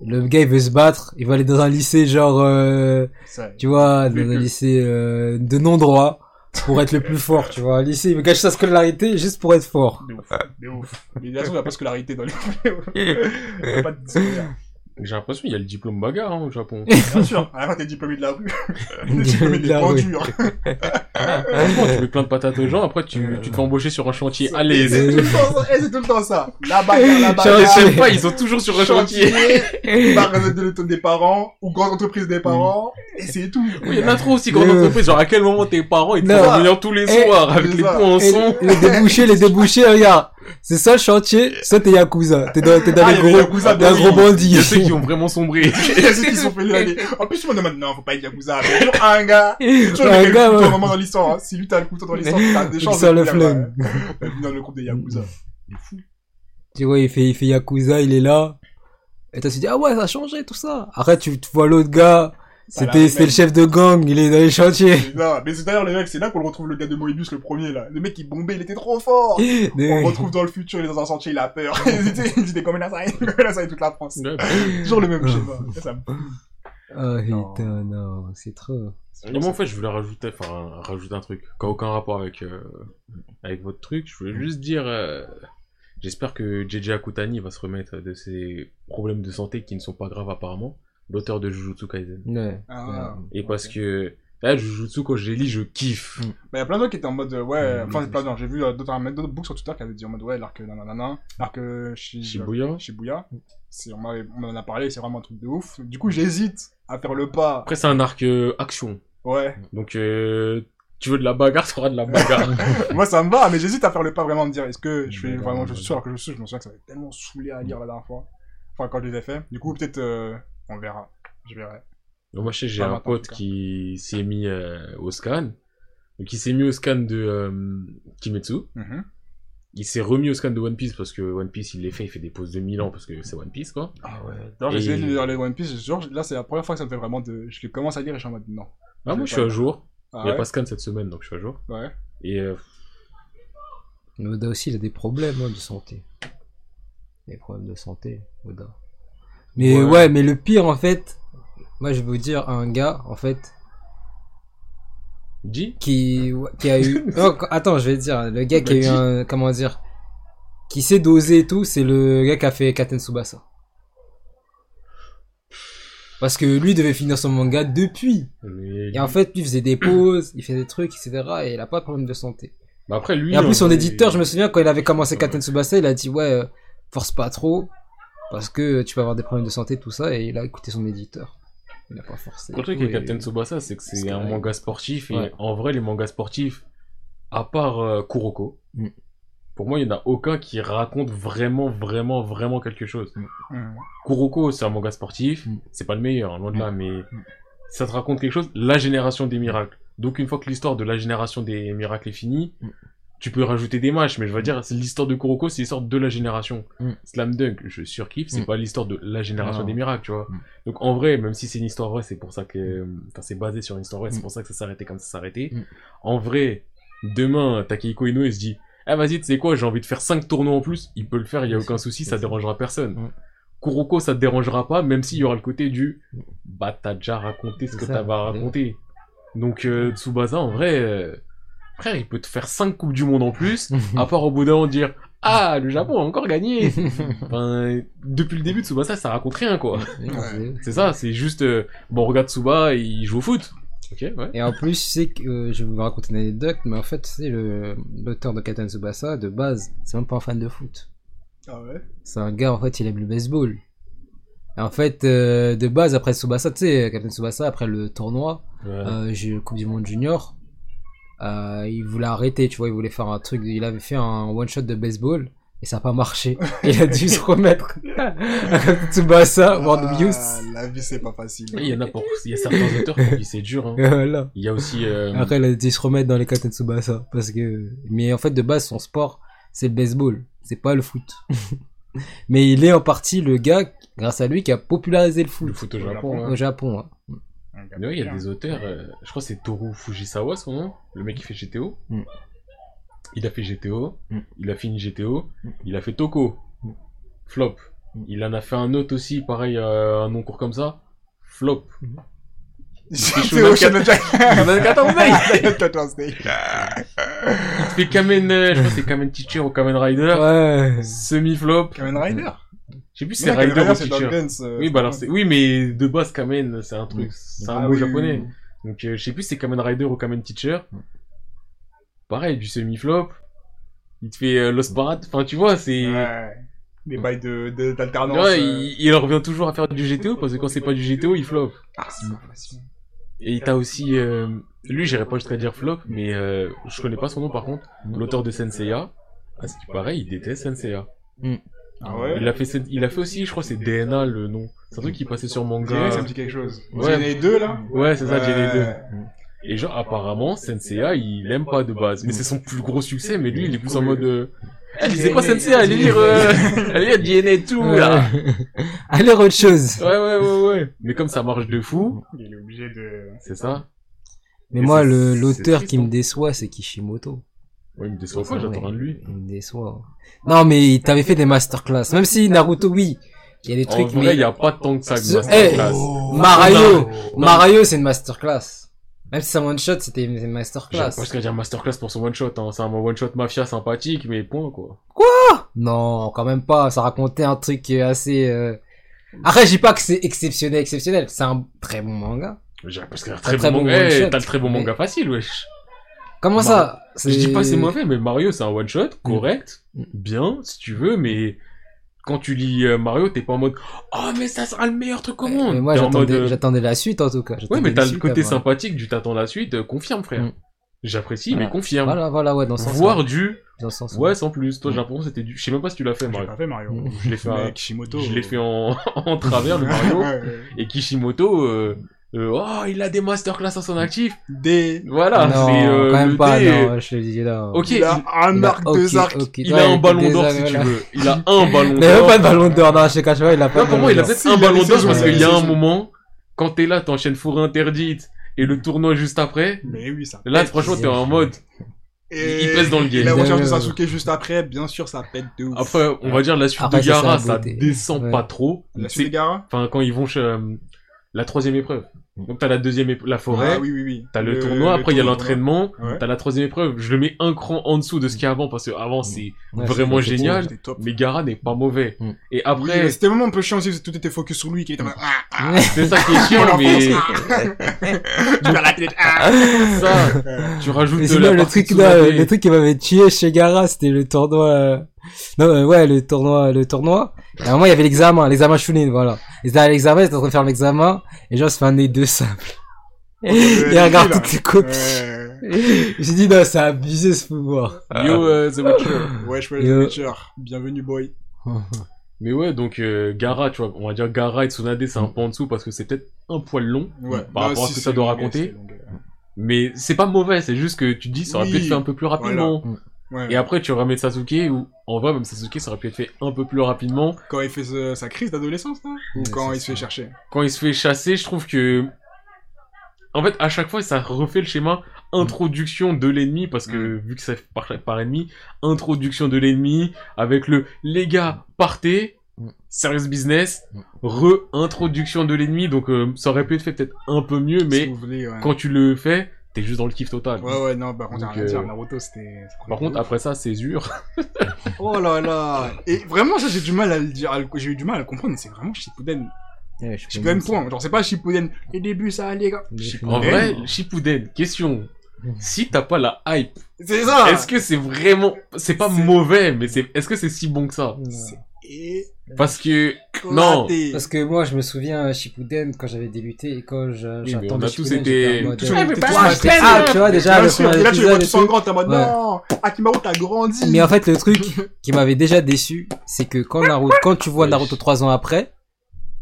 S3: Le gars, il veut se battre, il va aller dans un lycée, genre. euh,
S1: Ça-
S3: tu vois, dans
S1: Mais
S3: un
S1: que-
S3: lycée euh, de non-droit pour être
S1: (laughs)
S3: le plus fort, tu vois. Un lycée, il veut cacher sa scolarité juste pour être fort.
S1: De ouf, de ouf. Mais de toute façon, il n'y a pas de scolarité
S3: (laughs)
S1: dans les fouillots. Il n'y a pas de scolaire.
S2: J'ai l'impression qu'il y a le diplôme bagarre hein, au
S3: (laughs)
S2: Japon.
S1: Bien sûr, à la fin, t'es diplômé de la rue.
S3: Il
S1: Bah, Tu
S3: veut
S1: mets
S3: de
S1: des
S3: (laughs) la
S1: points
S3: rue.
S1: durs.
S2: Franchement, tu mets plein de patates aux gens, après tu, tu te fais embaucher sur un chantier. Allez,
S1: C'est
S2: c'est-
S1: tout le temps ça. Eh, c'est tout le temps ça. La bagarre,
S2: (laughs)
S1: la
S3: Chantier.
S2: je
S1: bagarre.
S2: sais pas, ils sont toujours sur un chantier.
S1: Par de l'automne des parents ou grande entreprise des parents. Et c'est tout.
S2: Oui, Il y en a trop aussi, grande
S3: Mais, euh,
S2: entreprise. Genre, à quel moment tes parents ils te
S3: Non.
S2: font revenir tous les
S3: Eh,
S2: soirs avec
S1: c'est
S2: les
S1: ça.
S2: points en
S3: Et
S2: son
S3: les débouchés, les débouchés, regarde. C'est soit le chantier, soit t'es Yakuza. T'es dans, t'es dans
S1: Ah, il y
S3: les
S1: a
S3: gros,
S1: les Yakuza,
S3: dans
S1: bien
S3: les gros
S1: sûr.
S2: Il
S3: bandits.
S2: y a ceux qui
S3: (laughs)
S2: ont vraiment sombré.
S1: (laughs) Il y a ceux qui sont fait l'année. En plus, tout le monde demande non, faut pas être Yakuza. Mais toujours un gars. Toujours
S3: Ouais,
S1: le gars
S3: grave.
S1: qui a dans l'histoire. hein. Si lui t'as le couteau dans l'histoire, t'as des
S3: Il
S1: chances.
S3: sort le
S1: finir,
S3: flingue.
S1: ouais. (laughs) Euh, Dans le groupe des
S3: (laughs)
S1: Yakuza.
S3: Tu vois, il fait, il fait Yakuza, il est là. Et toi, tu dis, ah ouais, ça a changé, tout ça. Après, tu tu vois l'autre gars.
S1: Bah, la
S3: C'était, c'était
S1: même.
S3: le chef de gang, il est dans
S1: (laughs)
S3: les chantiers. (laughs)
S1: C'est ça. Mais c'est d'ailleurs le mec, c'est là qu'on le retrouve le gars de Moebius le premier là. Le mec qui bombait, il était trop fort. On le retrouve dans le futur, il est dans un sentier, il a peur. (laughs) Il était- il était comme là, ça est toute (laughs) la France. Toujours le même
S3: Ah.
S1: schéma. Ça, ça me
S3: Oh,
S1: Non.
S3: putain, non, c'est trop.
S2: Et moi, en fait, je voulais rajouter, enfin, rajouter un truc, qui n'a aucun rapport avec, euh, avec votre truc. Je voulais juste dire, euh, j'espère que JJ Akutani va se remettre de ses problèmes de santé qui ne sont pas graves apparemment, l'auteur de Jujutsu Kaisen.
S3: Ouais.
S1: Ah.
S2: Et parce que, là, Jujutsu, quand je l'ai lu, je kiffe.
S1: Bah, y a plein de gens qui étaient en mode, euh, ouais,
S2: Mm.
S1: enfin, c'est plein de gens. J'ai vu euh, d'autres un- d'autres books sur Twitter qui avaient dit en mode, ouais, l'arc euh, nanana, l'arc euh, Shi-
S2: Shibuya.
S1: Shibuya. C'est- On, m'avait- on en a parlé, c'est vraiment un truc de ouf. Du coup, j'hésite à faire le pas.
S2: Après, c'est un arc euh, action.
S1: Ouais.
S2: Donc, euh, tu veux de la bagarre, (laughs) tu auras de la bagarre.
S1: Moi, ça me va, mais j'hésite à faire le pas vraiment me dire, est-ce que je fais
S3: Bah,
S1: vraiment
S3: bah,
S1: je suis
S3: bah.
S1: sûr alors que je suis, je me souviens que ça m'avait tellement saoulé à lire la dernière fois. Enfin, quand je les ai fait. Du coup, peut-être, euh, on verra. Je verrai.
S2: Donc, moi, je sais, j'ai
S1: Pas
S2: un
S1: maintenant, en
S2: pote
S1: tout cas.
S2: qui s'est mis euh, au scan, qui s'est mis au scan de euh, Kimetsu.
S1: Mhm.
S2: il s'est remis au scan de One Piece parce que One Piece il les fait, il fait des pauses de 1000 ans parce que c'est One Piece quoi.
S1: Ah ouais. D'ailleurs, j'ai
S2: Et-
S1: essayé de lire les One Piece, je jure, là, c'est la première fois que ça me fait vraiment de. Je les commence à lire et je suis en mode, non.
S2: Ah, moi
S1: l'ai
S2: je
S1: pas
S2: suis à
S1: lu.
S2: jour.
S1: Ah
S2: il n'y a
S1: ouais
S2: pas scan cette semaine donc je suis à jour.
S1: Ouais.
S2: Et euh,
S3: Mais Oda aussi, il a des problèmes hein, de santé. Des problèmes de santé, Oda. Mais
S2: Ouais.
S3: ouais. mais le pire en fait, moi je vais vous dire un gars en fait
S2: G
S3: qui, ouais, qui a eu. Oh, qu- attends, je vais te dire, le gars qui a
S2: Vas-y.
S3: eu un. Comment dire Qui s'est dosé et tout, c'est le gars qui a fait Katen Tsubasa. Parce que lui devait finir son manga depuis.
S2: mais...
S3: Et en fait, lui faisait des pauses, il faisait des trucs, etc. Et il a pas de problème de santé.
S2: Mais bah, après lui.
S3: Et en plus, son
S2: vrai,
S3: éditeur, je me souviens, quand il avait commencé Captain
S2: Ouais.
S3: Tsubasa, il a dit Ouais, euh, force pas trop, parce que tu vas avoir des problèmes de santé, tout ça, et il a écouté son éditeur. Il a pas forcé.
S2: Le truc
S3: et
S2: avec
S3: tout, et-
S2: Captain Tsubasa c'est que c'est
S3: C'est
S2: un
S3: vrai.
S2: manga sportif et
S3: Ouais.
S2: en vrai les mangas sportifs, à part euh, Kuroko,
S3: Mm.
S2: pour moi il n'y en a aucun qui raconte vraiment vraiment vraiment quelque chose.
S1: Mhm.
S2: Kuroko, c'est un manga sportif,
S3: Mm.
S2: c'est pas le meilleur, loin de là, mais ça te raconte quelque chose, la génération des miracles. Donc une fois que l'histoire de la génération des miracles est finie,
S3: Mm.
S2: Tu peux rajouter des matchs, mais je veux dire, c'est l'histoire de Kuroko, c'est l'histoire de la génération.
S3: Mm.
S2: Slam Dunk, je surkiffe, c'est
S3: Mm.
S2: pas l'histoire de la génération
S3: Non.
S2: des miracles, tu vois.
S3: Mm.
S2: Donc en vrai, même si c'est une histoire vraie, c'est pour ça que. euh, Enfin, c'est basé sur une histoire vraie, c'est pour ça que ça s'arrêtait comme ça s'arrêtait.
S3: Mm.
S2: En vrai, demain, Takehiko Inoue il se dit Ah, vas-y, tu sais quoi, j'ai envie de faire 5 tournois en plus, il peut le faire, il y a
S3: Bien
S2: aucun
S3: sûr,
S2: souci,
S3: bien
S2: ça
S3: sûr.
S2: dérangera personne.
S3: Mm.
S2: Kuroko, ça te dérangera pas, même s'il y aura le côté du Bah, t'as déjà raconté ce
S3: C'est
S2: que
S3: ça,
S2: t'avais à
S3: oui.
S2: raconter. Donc, euh, Tsubasa, en vrai, euh, frère, il peut te faire 5 Coupes du Monde en
S3: (laughs)
S2: plus, à part au bout d'un an dire Ah, le Japon a encore (laughs) gagné Enfin, depuis le début de Tsubasa, ça raconte rien, quoi. C'est ça, c'est juste euh, Bon, regarde Tsuba, il joue au foot. Ok, ouais.
S3: Et en plus, je sais que euh, je vais vous raconter une anecdote, mais en fait, c'est le l'auteur de Captain Tsubasa de base, c'est même pas un fan de foot.
S5: Ah ouais
S3: C'est un gars, en fait, il aime le baseball. Et en fait, euh, de base, après Tsubasa, tu sais, Captain Tsubasa, après le tournoi, euh, j'ai- Coupe du Monde Junior, euh, il voulait arrêter, tu vois, il voulait faire un truc, il avait fait un one-shot de baseball. Et ça n'a pas marché.
S2: (laughs)
S3: Il a dû se remettre. à Tsubasa, World
S1: Ah,
S3: Abuse.
S1: La vie, c'est pas facile.
S2: Il y en a pour, il y a certains auteurs pour qui c'est dur. hein.
S3: Et voilà.
S2: Il y a aussi. euh,
S3: Après, elle a dû se remettre dans les Captain Tsubasa. Parce que... Mais en fait, de base, son sport, c'est le baseball. C'est pas le foot. (laughs) Mais il est en partie le gars, grâce à lui, qui a popularisé le
S2: le
S3: foot
S2: foot au Japon. hein.
S3: au Japon. hein.
S2: Mais ouais, il (laughs) y a des auteurs, euh, je crois que c'est Toru Fujisawa son nom, le mec qui fait GTO.
S3: Mm.
S2: Il a fait GTO,
S3: Mm.
S2: il a fini GTO,
S3: Mm.
S2: il a fait Toko,
S3: Mm.
S2: flop.
S3: Mm.
S2: Il en a fait un autre aussi, pareil, euh, un nom court comme ça, flop.
S1: C'est Ocean Jack.
S3: hein.
S2: (laughs)
S3: (laughs)
S2: Il fait Kamen, euh, je crois que c'est Kamen Teacher ou Kamen Rider,
S3: Ouais.
S2: semi-flop.
S1: Kamen Rider.
S2: Je sais plus si
S1: Mais
S2: c'est
S1: non, Kamen
S2: Rider ou
S1: c'est
S2: Teacher.
S1: Dance, euh,
S2: Oui, bah alors c'est... oui, mais de base, Kamen, c'est un truc,
S3: Mm.
S2: c'est un
S1: Ah
S2: mot
S1: oui,
S2: japonais.
S1: oui,
S2: Donc, euh, je sais plus si c'est Kamen Rider ou Kamen Teacher. Pareil, du semi-flop. Il te fait euh, Los Barat. Enfin, tu vois, c'est.
S1: oui. Ouais. Des bails de- de- d'alternance. euh,
S2: Ouais, il, il revient toujours à faire du GTO parce que quand c'est pas du GTO, il flop.
S1: Ah, c'est pas facile.
S2: Et t'as aussi. euh, Lui, j'irai pas jusqu'à dire flop, mais euh, je connais pas son nom par contre. L'auteur de Senseiya. À ce qui paraît, il déteste Senseiya.
S1: Ah ouais
S2: Il a fait, Sen- il a fait aussi, je crois, c'est DNA le nom. C'est un truc qui passait sur manga.
S1: Dirait que Ça me dit quelque chose.
S2: Ouais.
S1: Ouais. les deux là
S2: Ouais, c'est ça, j'ai les deux.
S1: Euh,
S2: Et genre, apparemment, Senseiya, il aime pas de base. Mais c'est son plus gros succès, mais lui, il est plus en mode. Euh... Eh, lisez pas Senseiya, allez lire. Euh... Allez lire DNA et tout, là.
S3: (laughs) Allez, autre chose.
S2: Ouais, ouais, ouais, ouais. Mais comme ça marche de fou,
S1: Il est obligé de.
S2: c'est ça.
S3: Mais
S2: Et
S3: moi,
S2: c'est-
S3: le-
S2: c'est
S3: l'auteur
S2: triste,
S3: qui me
S2: hein.
S3: déçoit, c'est Kishimoto.
S2: Ouais, il me déçoit pas,
S3: Ouais,
S2: j'attends rien de lui.
S3: Il me déçoit. hein. Non, mais il t'avait fait des masterclass. Même si Naruto, oui, il y a des
S2: En
S3: trucs,
S2: vrai,
S3: mais...
S2: il y a pas tant que ça
S3: Ce-
S2: de masterclass.
S3: Marayo
S2: Non.
S3: Marayo, c'est une masterclass. Même si c'est un one-shot, c'était une
S2: J'aime
S3: masterclass.
S2: pas jusqu'à dire masterclass pour son one shot, hein. c'est un one shot mafia sympathique, mais point quoi.
S3: Non, quand même pas. Ça racontait un truc assez. Euh... Après, je dis pas que c'est exceptionnel, exceptionnel. C'est un très bon manga.
S2: J'irais pas jusqu'à dire
S3: Un
S2: très,
S3: très
S2: bon
S3: bon
S2: manga. Eh,
S3: one-shot,
S2: t'as le très bon
S3: mais-
S2: manga facile, wesh.
S3: Comment
S2: Mar-
S3: ça
S2: Bah, Je dis pas que c'est mauvais, mais Mario, c'est un one shot, correct,
S3: Mm.
S2: bien, si tu veux, mais quand tu lis euh, Mario, t'es pas en mode Oh, mais ça sera le meilleur truc au monde
S3: Mais moi,
S2: T'es en
S3: j'attendais,
S2: mode, euh,
S3: j'attendais la suite en tout cas.
S2: Ouais,
S3: J'attendais
S2: mais
S3: la
S2: t'as le
S3: suite
S2: côté
S3: avant.
S2: sympathique du t'attends la suite, euh, confirme, frère.
S3: Mm.
S2: J'apprécie,
S3: Voilà.
S2: mais confirme.
S3: Voilà, voilà, ouais, dans ce sens.
S2: Voir
S3: ouais.
S2: du
S3: Dans ce sens.
S2: Ouais, sans plus. Toi,
S3: Mm.
S2: Japon, c'était du. Je sais même pas si tu l'as fait,
S3: (laughs)
S5: J'ai
S2: Mario.
S5: pas fait Mario.
S3: Mm.
S2: Je l'ai fait,
S1: Mais
S2: à-
S1: Kishimoto.
S2: Bah, je l'ai fait en... (laughs) en travers, le Mario.
S1: Ouais.
S2: Et Kishimoto, euh, euh, oh, il a des masterclass à son actif.
S1: Des.
S2: Voilà,
S3: non,
S2: c'est euh,
S3: quand même
S2: le
S3: pas,
S2: dé-
S3: non, je te le dis là.
S2: Ok,
S1: Il a un
S3: Il a-
S1: arc,
S3: ok,
S1: deux arcs.
S3: ok.
S2: il
S3: Ouais,
S2: a un
S3: ok,
S2: ballon d'or
S3: désolé,
S2: si tu
S3: voilà.
S2: veux. Il a
S3: (laughs)
S2: un ballon
S3: Il a même
S2: d'or.
S3: pas de ballon d'or, non, je sais pas, il a pas
S2: Non, comment
S3: de ballon
S2: il a
S3: d'or.
S2: peut-être
S1: Si,
S2: un
S1: il a
S2: ballon
S1: des
S2: d'or
S1: saisons,
S2: parce
S1: il a
S2: qu'il
S1: des
S2: y a un
S1: saisons.
S2: moment, quand t'es là, t'enchaînes fourre interdite et le tournoi juste après.
S1: Mais oui, ça.
S2: Là,
S1: pète.
S2: franchement, t'es en mode,
S1: Et
S2: il pèse dans le game.
S1: La recherche de
S3: Ouais, ouais,
S1: Sasuke juste après, bien sûr, ça pète de ouf.
S2: après, on va dire la suite
S3: Arrête,
S2: de
S3: Ah, bah, ça, c'est
S2: Gara,
S3: la
S2: ça
S3: beauté.
S2: descend
S3: Ouais.
S2: pas trop.
S1: la suite
S2: C'est-
S1: des Gara
S2: Enfin, quand ils vont chez euh, la troisième épreuve. Donc t'as la deuxième épreuve, la forêt.
S1: Ah, oui, oui, oui.
S2: T'as le, tournoi, après il y a
S1: tournoi,
S2: l'entraînement,
S1: tournoi. Ouais.
S2: t'as la troisième épreuve. Je le mets un cran en dessous de ce qu'il y a avant parce que avant c'est
S3: Ouais,
S2: vraiment
S3: c'est-
S2: génial.
S1: C'était top.
S2: Mais Gara n'est pas mauvais.
S3: Mm.
S2: Et
S1: Oui,
S2: après,
S1: mais c'était vraiment un peu chiant aussi, parce que tout était focus sur lui, qui était en mode, ah,
S2: c'est ça qui est chiant, mais (laughs)
S1: tu vas la tête, ah.
S2: ça, tu rajoutes
S3: (laughs) Mais
S2: de
S3: sinon,
S2: la
S3: le
S2: partie
S3: truc, là,
S2: Tsunade.
S3: le truc qui m'avait tué chez Gara, c'était le tournoi. euh, Non, euh, ouais, le tournoi, le tournoi. Et à un moment, il y avait l'examen, l'examen Shunin, voilà. Ils étaient à l'examen, ils étaient en train de faire l'examen, et genre, se fait un nez de sable. il
S2: Oh,
S3: (laughs)
S1: euh,
S3: regarde
S1: lui, là.
S3: toutes les copies.
S1: Ouais.
S3: (laughs) J'ai dit, non, c'est abusé ce pouvoir.
S2: Yo, euh, The
S3: Ah.
S2: Watcher.
S1: Ouais, je fais
S3: Yo.
S1: le Witcher. Bienvenue, boy.
S2: Mais ouais, donc euh, Gara, tu vois, on va dire Gara et Tsunade, c'est un
S3: Mm.
S2: peu en dessous parce que c'est peut-être un poil long
S1: Ouais.
S2: par
S1: Non,
S2: rapport à
S1: si,
S2: ce que
S1: c'est euh,
S2: ça doit
S1: longue,
S2: raconter.
S1: c'est longue.
S2: Mais c'est pas mauvais, c'est juste que tu te dis, ça aurait
S1: Oui,
S2: pu être fait un peu plus rapidement.
S1: Ouais.
S2: Et après, tu ramènes Sasuke, ou en vrai, même Sasuke, ça aurait pu être fait un peu plus rapidement.
S1: Quand il fait ce- sa crise d'adolescence, là Ou
S3: Ouais,
S1: quand
S3: c'est
S1: il se fait
S3: ça.
S1: chercher
S2: Quand il se fait chasser, je trouve que. En fait, à chaque fois, ça refait le schéma introduction de l'ennemi, parce que
S1: Mm.
S2: vu que ça fait par, par ennemi, introduction de l'ennemi, avec le les gars, partez,
S3: Mm.
S2: serious business,
S3: Mm.
S2: re-introduction de l'ennemi, donc euh, ça aurait pu être fait peut-être un peu mieux,
S1: si
S2: mais
S1: vous voulez, ouais.
S2: quand tu le fais, t'es juste dans le kiff total.
S1: Ouais, ouais, non, par contre,
S2: Donc,
S1: rien à dire,
S2: euh,
S1: Naruto, c'était. ça prenait
S2: Par contre,
S1: de ouf.
S2: après ça, césure.
S1: Oh là là Et vraiment, ça, j'ai du mal à le dire, à le- j'ai eu du mal à le comprendre, mais c'est vraiment Shippuden.
S3: Ah. Ouais, je suis
S1: Shippuden, point. Genre, c'est pas Shippuden. Les débuts, ça allait, gars.
S3: Mais
S1: Shippuden.
S2: En vrai, Shippuden, question.
S1: Mm.
S2: Si t'as pas la hype,
S1: C'est ça
S2: est-ce que c'est vraiment. C'est pas
S1: Ah. C'est-
S2: mauvais, mais c'est est-ce que c'est si bon que ça
S1: C'est éclaté.
S2: Parce que. Non.
S3: Parce que moi, je me souviens à Shippuden quand j'avais débuté et quand je-
S2: Oui, mais on
S3: j'attendais
S2: a tous
S3: Shippuden,
S2: été-
S3: j'étais en mode,
S1: Tous
S3: euh,
S1: on était tous
S3: Ah,
S1: mal-
S3: j'étais hâte, tu vois, déjà,
S1: Bien
S3: le
S1: sûr,
S3: premier
S1: et là tu les vois
S3: épisode et
S1: tous en
S3: tout.
S1: grand, t'es en mode
S3: Ouais.
S1: non, Akimaru t'as grandi.
S3: Mais en fait, le truc (laughs) qui m'avait déjà déçu, c'est que quand Naruto, quand tu vois
S2: Wesh.
S3: Naruto trois ans après,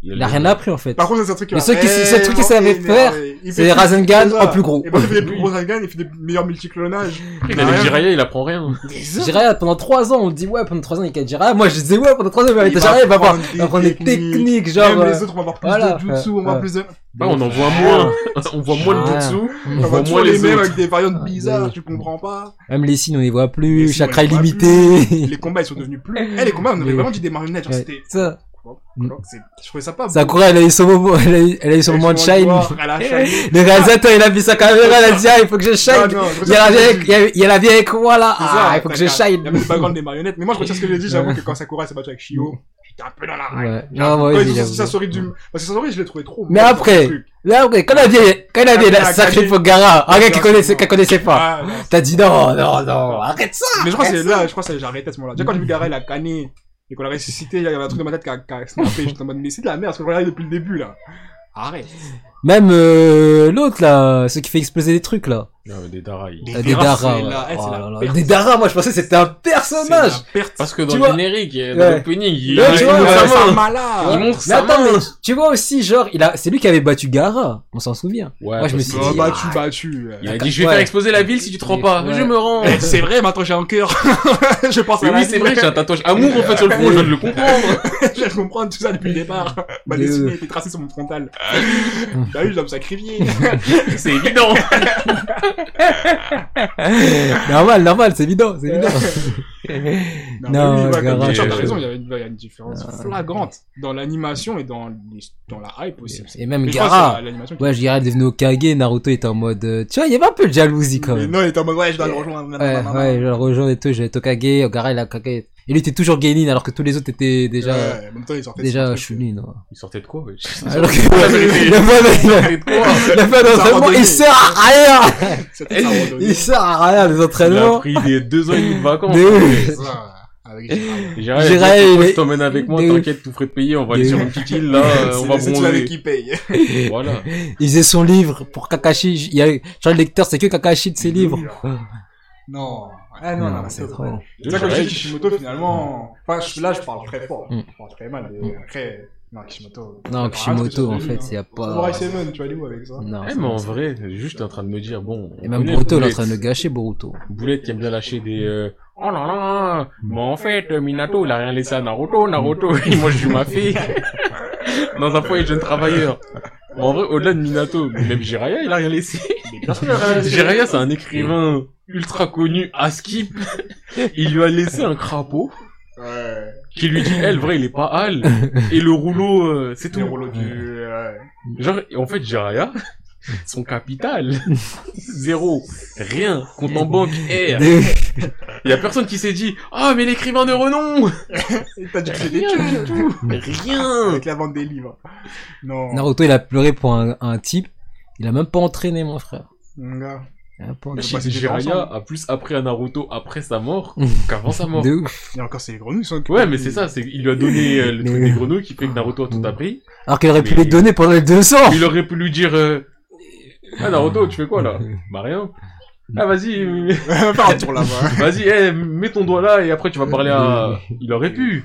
S3: il a rien appris en fait.
S1: Par contre, c'est un truc qui
S3: Mais
S1: m'a
S3: ce qui- c'est ce truc qu'il
S1: vraiment
S3: savait faire,
S1: énervé. Il
S3: C'est
S1: fait-
S3: Rasengan
S1: c'est ça.
S3: en plus gros.
S1: Et parce qu'il fait des plus
S2: Oui.
S1: gros Rasengan, il fait des meilleurs multiclonages.
S2: Il
S3: hein.
S2: a les Jiraiya, il apprend rien.
S3: Jiraiya, pendant 3 ans, on dit ouais, pendant 3 ans, il y a Jiraiya. Moi, je disais ouais, pendant 3 ans, il y a
S1: Il va
S3: Jiraiya, il va avoir-
S1: apprendre
S3: il va apprendre des techniques, genre.
S1: Même les
S3: euh,
S1: autres vont avoir plus
S3: voilà,
S1: de jutsu, on va
S3: ouais.
S1: avoir plus de.
S2: Ouais, on en voit (laughs) moins. on voit moins le
S3: euh, Ouais.
S2: jutsu.
S1: On
S2: voit
S1: voit
S2: moins
S1: toujours les
S2: les
S1: mêmes
S2: autres.
S1: avec des variantes
S3: Ouais,
S1: bizarres,
S3: mais-
S1: tu comprends pas.
S3: Même les signes, on les voit
S1: Les
S3: plus,
S1: signes,
S3: chakra
S1: on les voit
S3: illimité.
S1: Les combats ils sont devenus plus. Eh, les combats on avait
S3: Mais-
S1: vraiment dit des marionnettes, genre
S3: Ouais,
S1: c'était.
S3: Ça, Mm.
S1: c'est- Je trouvais ça pas. beau.
S3: Sakura, elle a eu son moment, elle a eu, elle a eu son
S1: Elle
S3: moment de
S1: se voit
S3: shine.
S1: voir, elle a shine.
S3: Le réalisateur, il a vu sa caméra, il a dit ah, il faut que je
S1: Ah,
S3: shine.
S1: non, je
S3: Il y a la
S1: retiens
S3: vieille
S1: ce que
S3: avec- il y a- il y a la vieille avec moi là, ah, il faut que je
S1: Il
S3: shine.
S1: y a même pas grand des marionnettes. Mais moi, je retiens ce que j'ai dit. J'avoue
S3: Ouais.
S1: que quand Sakura s'est battue avec Shio, j'étais un peu dans la rage.
S3: Ouais. Non, moi
S1: quand
S3: aussi,
S1: ils ont sorti
S3: j'avoue.
S1: Sasori du. Parce que Sasori, je l'ai trouvé trop.
S3: Mais
S1: bon,
S3: après,
S1: ce truc.
S3: Là, après, quand la vieille, quand la vieille,
S1: Ah,
S3: la sacrée Ah,
S1: Kage.
S3: Fogara, un gars qui
S1: Bien
S3: connaissait,
S1: sûr.
S3: qui connaissait pas.
S1: Ah, non.
S3: T'as dit non, Oh, non, non, arrête ça!
S1: Mais je crois que c'est là, je crois que c'est- j'ai arrêté à ce moment-là. Déjà, quand j'ai vu Gara, il a canné. Et qu'on l'a ressuscité, il y avait un truc dans ma tête qui a, qui a snappé. J'étais en mode, mais c'est de la merde, ce que je regardais depuis le début, là. Arrête.
S3: Même, euh, l'autre, là, ceux qui fait exploser des trucs, là.
S2: Non, mais des Darai.
S3: Euh, Des
S1: Dara,
S3: Dara.
S1: c'est
S3: ouais.
S1: la- eh, c'est
S3: Oh
S1: la
S3: là là.
S1: perte.
S3: Des Dara, moi, je pensais que c'était un
S1: C'est la
S3: personnage!
S1: perte.
S2: Parce que dans
S3: Tu
S2: le
S3: vois-
S2: générique, dans
S3: Ouais.
S2: l'opening, il
S3: Ouais,
S2: il
S3: Eh, tu
S2: montre
S3: vois,
S2: sa
S3: ouais,
S2: main.
S1: malade.
S2: Il montre
S3: Mais
S2: sa
S3: attends, mais
S2: main.
S3: tu vois aussi, genre, il a, c'est lui qui avait battu Gara, on s'en souvient. (laughs)
S2: Ouais,
S3: Moi, je me
S2: parce
S3: suis
S2: que-
S1: Oh,
S3: dit,
S1: battu,
S3: ah,
S1: battu.
S2: Il a dit je vais
S3: Ouais.
S2: faire exploser la ville si tu te rends pas.
S3: Ouais.
S2: Je me (laughs) rends.
S1: Eh, C'est vrai, maintenant j'ai un cœur. (laughs) je pense
S2: Mais
S1: à la
S2: oui, c'est vrai, j'ai un tatouage amour en fait sur le front, je viens de le comprendre.
S1: je viens de comprendre tout ça depuis le départ.
S3: (laughs)
S1: Bah, Ma
S3: De-
S1: destinée était tracée sur mon (laughs) frontal. Bah oui, je dois me sacrifier.
S2: (laughs) C'est évident.
S3: normal, normal, c'est évident,
S1: (laughs)
S3: c'est évident.
S1: Non,
S3: Non, euh,
S1: mais oui, ouais, comme
S3: Gara,
S1: dit Richard,
S2: je-
S1: t'as raison, il y avait une, il y a une différence
S3: Ah.
S1: flagrante dans l'animation et dans, les- dans la hype aussi.
S3: Et même
S1: Mais je crois que c'est
S3: Gara.
S1: la- l'animation qui-
S3: Ouais, Gara est devenu Okage, Naruto était en mode, euh, tu vois, il y avait un peu de jalousie, quand
S1: Mais
S3: même.
S1: non, il était en mode, ouais, je dois le rejoindre.
S3: Ouais,
S1: nanana.
S3: ouais, je le rejoins et tout, je vais être Okage, Gara, il a Okage. Et lui était toujours Genin, alors que tous les autres étaient déjà,
S1: Ouais, en même temps, il sortait de son
S3: déjà,
S1: truc.
S3: je suis nul, non.
S2: Il sortait de quoi, wesh
S3: Alors que,
S2: la
S3: (laughs)
S2: vérité.
S3: il a pas- il a-
S2: Il sortait de quoi
S3: il a fait un entraînement,
S1: abandonné.
S3: il sert à rien!
S1: C'était
S3: (laughs)
S1: sa
S3: Il
S1: randonnée.
S3: sert à rien, les
S2: Il a
S3: entraînements.
S2: pris des deux ans et demi de vacances.
S3: De ouf.
S1: Ça, avec Gérard.
S2: J'irai,
S3: J'irai,
S2: J'irai
S3: il
S2: je
S3: est-
S2: t'emmène avec moi,
S3: de ouf.
S2: t'inquiète, tout frais de payer, on va aller
S3: De
S2: sur
S3: ouf.
S2: une petite
S3: (laughs)
S2: île là, euh, on va
S1: C'est- C'est tout avec
S2: bronzer.
S1: qui paye.
S2: Voilà.
S3: Il faisait son livre pour Kakashi. j- Il y a, genre, le lecteur, c'est que Kakashi de ses livres.
S1: Non. Ah non, non,
S3: Non, c'est
S1: c'est
S3: drôle.
S1: trop. Tu vois, comme je dis Kishimoto, finalement. Enfin, je- là, je parle très fort.
S3: Mm.
S1: Je parle très mal. mais Après, non, Kishimoto.
S3: Non, Kishimoto, en fait, il y
S1: Samurai
S3: a pas.
S1: Seven, tu vas aller où avec ça
S3: Non.
S2: Eh,
S3: c'est-
S2: mais en vrai, juste en train de me dire, bon.
S3: Et
S2: on
S3: même
S2: connaît
S3: Boruto, il est en
S2: Boulette.
S3: train de le gâcher, Boruto.
S2: Boulette qui aime bien lâcher des. euh, Oh là là
S3: Mm.
S2: Mais en fait, Minato, il a rien laissé à Naruto. Naruto, il mange du mafé. (laughs) Dans un foyer de jeunes travailleurs. Mais en vrai, au-delà de Minato, mais même Jiraiya, il a rien laissé. Jiraiya, c'est un écrivain ultra connu à Skip. Il lui a laissé un crapaud
S1: Ouais.
S2: qui lui dit, eh, le vrai, il est pas hal. Et le rouleau, euh, c'est
S1: Les
S2: tout.
S1: rouleaux du. ouais.
S2: Genre, en fait, Jiraiya, son capital, (laughs) zéro, rien, compte en banque, air.
S3: Des-
S2: Il y a personne qui s'est dit Ah, mais l'écrivain de renom
S1: Et T'as dû créer des
S2: Rien
S1: tuiles
S2: du tout Rien
S1: avec la vente des livres. Non.
S3: Naruto, il a pleuré pour un, un type. Il a même pas entraîné, mon frère.
S1: Mon gars.
S3: Il a pas
S1: Je sais pas
S3: entraîné.
S1: si j'étais
S2: Jiraiya
S1: ensemble.
S2: a plus appris à Naruto après sa mort
S3: Mmh.
S2: qu'avant sa mort.
S3: De ouf.
S1: Et encore, c'est les grenouilles qui sont (laughs) occupées.
S2: Ouais, mais c'est ça, c'est il lui a donné euh, le
S3: Mais-
S2: truc des grenouilles qui fait que Naruto a tout appris.
S3: Alors qu'il aurait pu
S2: Mais-
S3: les donner pendant les 200.
S2: Il aurait pu lui dire euh, Ah, Naruto, tu fais quoi là Bah rien. Ah, vas-y, euh,
S1: On va faire un tour
S3: (laughs)
S1: là-bas.
S2: vas-y, eh, mets ton doigt là et après tu vas parler à. Il aurait pu.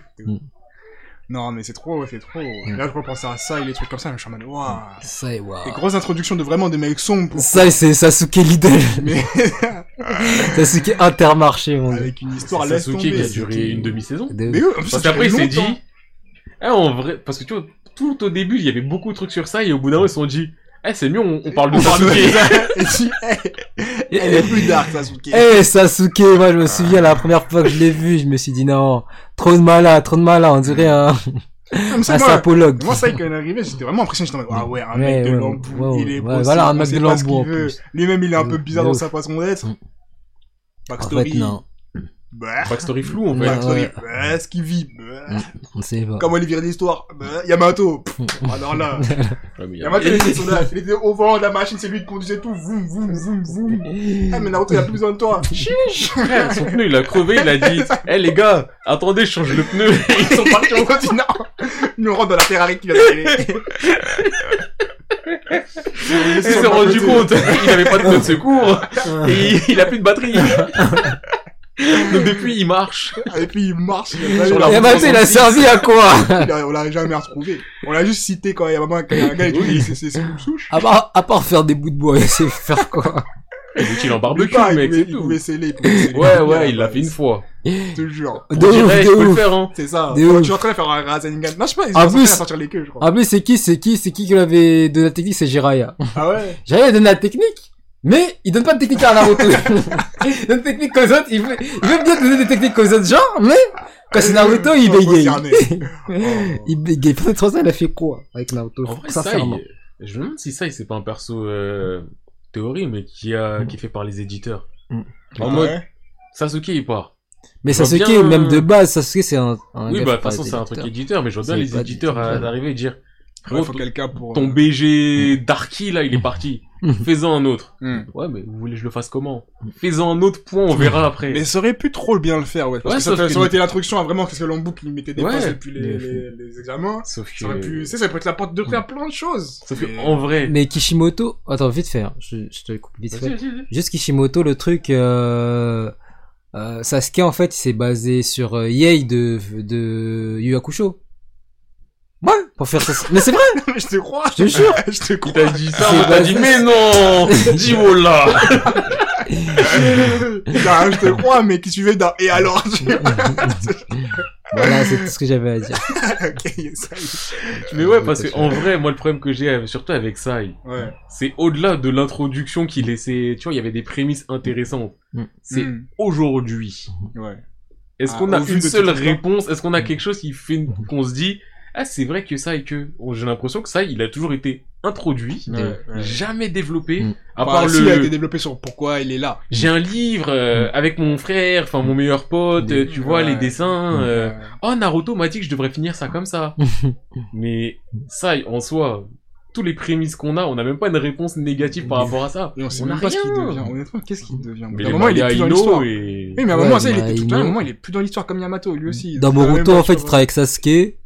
S5: Non, mais c'est trop, ouais, c'est trop. Là, je repense à ça et les trucs comme ça, je suis en mode, waouh.
S3: Ça, et waouh.
S5: Des grosses introductions de vraiment des mecs sombres. pour-
S3: Ça, c'est Sasuke Lidl.
S5: Mais
S3: (laughs) Sasuke Intermarché, mon gars.
S5: avec une histoire
S2: C'est
S5: laisse
S2: Sasuke qui a
S5: tomber.
S2: duré une demi-saison.
S3: De-
S5: Mais eux, en plus,
S2: Parce
S5: ça
S2: qu'après, il
S5: fait
S2: s'est dit.
S5: longtemps.
S2: Ah, en vrai, parce que tu vois, tout au début, il y avait beaucoup de trucs sur ça, et au bout d'un moment, ils se sont dit, eh, c'est mieux, on, on parle de Sasuke.
S5: Et dit, hey, elle est plus dark, Sasuke.
S3: Eh Sasuke, moi je me souviens la première fois que je l'ai vu, je me suis dit non, trop de malin, trop de malin, on dirait un,
S5: Comme ça,
S3: un
S5: moi,
S3: sapologue.
S5: moi, c'est vrai, quand il est arrivé, j'étais vraiment impressionné. J'étais en mode, ah ouais, un
S3: Ouais,
S5: mec de
S3: ouais,
S5: l'embout,
S3: ouais,
S5: il est
S3: ouais,
S5: possible,
S3: voilà, un
S5: on
S3: mec
S5: sait
S3: de
S5: pas ce
S3: l'embout,
S5: qu'il
S3: en
S5: veut.
S3: plus.
S5: Lui-même, il est un peu
S3: De-
S5: bizarre
S3: de
S5: dans
S3: ouf.
S5: sa façon d'être.
S3: Mm. En
S5: Backstory.
S3: fait non,
S5: Bah.
S2: Backstory flou, en fait.
S3: Ouais.
S5: Backstory. Bah, ce qu'il vit. Bah.
S3: on sait pas.
S5: Comment il virait l'histoire bah,
S3: (laughs)
S5: Yamato. Pff, Alors là,
S2: Ouais, mais il y a-
S5: Yamato, il était, sur la- il était au volant de la machine, c'est lui qui conduisait tout. Vroom, vroom,
S3: (laughs)
S5: vroom, vroom. Ah, mais Naruto, il a plus besoin de toi.
S2: Frère, son pneu, il a crevé, il a dit, eh, les gars, attendez, je change le pneu. Ils sont partis en
S5: On dit non. Il nous rentre dans la Ferrari qui vient d'arriver.
S2: (laughs) Il s'est rendu compte, il n'avait pas de pneu de secours, et il a plus de batterie. Donc depuis, il marche.
S5: Et puis il marche.
S2: Sur la
S5: il a-
S2: route.
S3: Eh ben, tu sais, il a servi à quoi
S5: il a- on l'a jamais retrouvé. On l'a juste cité quand il y a un, quand il y a un gars, il dit c'est c'est une souche.
S3: à part, à part faire des bouts de bois, (laughs) il sait faire quoi
S2: Donc il en
S5: Il
S2: barbecue,
S5: pouvait pas, il
S2: Ah, mec,
S5: pouvait-
S2: c'est
S5: il
S2: tout.
S5: pouvait sceller, il pouvait sceller.
S2: Ouais, ouais, il l'a fait une fois.
S5: Je te jure.
S3: De
S2: On dirait, je
S3: ouf,
S2: peux
S3: de
S2: le
S3: ouf.
S2: faire, hein.
S5: C'est ça.
S3: Des
S5: Quand
S3: oufs.
S5: tu es en train de faire un Rasengan. Non, je sais pas, ils
S3: En
S5: sont en
S3: plus-
S5: train de sortir les queues, je crois.
S3: En plus Ah, c'est qui, c'est qui, c'est qui qui l'avait donné la technique, c'est Jiraya.
S5: Ah ouais?
S3: Jiraya donne la technique mais il donne pas de technique
S2: (laughs)
S3: à Naruto. il donne technique aux autres, il veut, il veut bien donner des techniques aux autres gens, mais quand c'est Naruto, il
S5: Sans
S3: bégaye. (laughs)
S5: concerner. Oh.
S3: Il bégaye. Peut-être trop ça, il a fait quoi avec Naruto
S2: En vrai, ça,
S3: Sincèrement.
S2: il- je me demande si ça, c'est pas un perso euh, théorie, mais qui, a... qui est fait par les éditeurs.
S3: Mm.
S2: En
S5: Ouais.
S2: mode, Sasuke, il part.
S3: Mais
S2: Je vois
S3: Sasuke,
S2: bien,
S3: même
S2: euh,
S3: de base, Sasuke, c'est un, un
S2: oui,
S3: gars
S2: bah, de toute
S3: qui
S2: façon,
S3: parle
S2: c'est un truc
S3: d'éditeur.
S2: éditeur, mais je vois bien
S3: C'est
S2: les
S3: pas
S2: éditeurs à-
S3: d'éditeur.
S2: arriver et dire,
S5: Ouais,
S2: Gros,
S5: faut
S2: ton-
S5: quelqu'un pour. euh,
S2: ton BG Darky, là, il est parti. Fais-en un autre.
S5: Mm.
S2: Ouais, mais vous voulez que je le fasse comment Fais-en un autre point, on verra après.
S5: Mais ça aurait pu trop bien le faire, ouais. Parce
S2: Ouais,
S5: que ça,
S2: sauf
S5: aurait-
S2: que-
S5: ça aurait été l'instruction à vraiment, parce que Lambou qui mettait des
S2: Ouais.
S5: postes depuis les,
S3: De
S5: les, les examens.
S2: Sauf
S5: Ça aurait pu,
S2: que,
S5: tu sais, ça pourrait être la porte de faire plein de choses.
S2: sauf que,
S5: Mais-
S2: en vrai.
S3: Mais Kishimoto, attends, vite fait, hein, je, je te coupe vite
S2: Vas-y,
S3: fait.
S2: vas-y, vas-y.
S3: Juste Kishimoto, le truc, euh, euh, Sasuke, en fait, il s'est basé sur euh, Yei de, de Yu Yu Hakusho. Ouais, pour faire ça. Mais c'est vrai,
S5: Mais (laughs) je te crois.
S3: je te jure.
S5: Je te
S2: Il
S5: crois.
S2: t'a dit ça,
S3: C'est
S2: on t'a
S3: pas-
S2: dit, mais
S3: (laughs)
S5: Oh,
S2: non Dis-moi là
S5: Putain, je te crois, mais qui suivait d'un. Et alors (laughs) tu-
S3: voilà, c'est tout ce que j'avais à dire.
S5: Ok, ça y est.
S2: Mais ouais, parce que, en vrai, moi, le problème que j'ai, euh, surtout avec ça, il-
S5: Ouais.
S2: c'est au-delà de l'introduction qui laissait. Tu vois, il y avait des prémices intéressantes.
S3: Mm.
S2: C'est
S5: Mm.
S2: aujourd'hui.
S5: Ouais.
S2: Est-ce
S5: Ah,
S2: qu'on
S5: au
S2: a
S5: vu
S2: une
S5: de
S2: seule
S5: tout ça.
S2: réponse Est-ce qu'on a quelque chose qui fait qu'on se dit Ah, c'est vrai que ça et que. oh, J'ai l'impression que ça, il a toujours été introduit,
S3: Mm.
S5: Ouais, ouais.
S2: jamais développé,
S3: Mm.
S2: à
S5: Enfin,
S2: part
S5: si, il a
S2: le.
S5: été développé sur pourquoi il est là.
S2: J'ai un livre euh, avec mon frère, enfin mon meilleur pote,
S3: Des-
S2: euh, tu vois,
S5: Ouais. Mm.
S2: les dessins. euh,
S5: Ouais.
S2: Oh, Naruto m'a dit que je devrais finir ça comme
S5: (laughs)
S2: ça. Mais ça, en soi, tous les prémices qu'on a, on n'a même pas une réponse négative par rapport à ça.
S5: Et on sait
S2: on a
S5: même pas ce qu'il
S2: rien.
S5: devient. Honnêtement, qu'est-ce qu'il devient
S2: Mais
S5: À un
S2: les
S5: moment, il est
S2: mangas
S5: plus dans
S2: Ino
S5: l'histoire.
S2: et...
S5: Oui, mais à un
S3: Ouais,
S5: moment, ça, il
S3: bah,
S5: était tout
S3: Ino.
S5: à un moment, il est plus dans l'histoire comme Yamato, lui aussi.
S3: Dans
S5: C'est la même
S3: Boruto, en fait, il
S5: chose.
S3: travaille avec Sasuke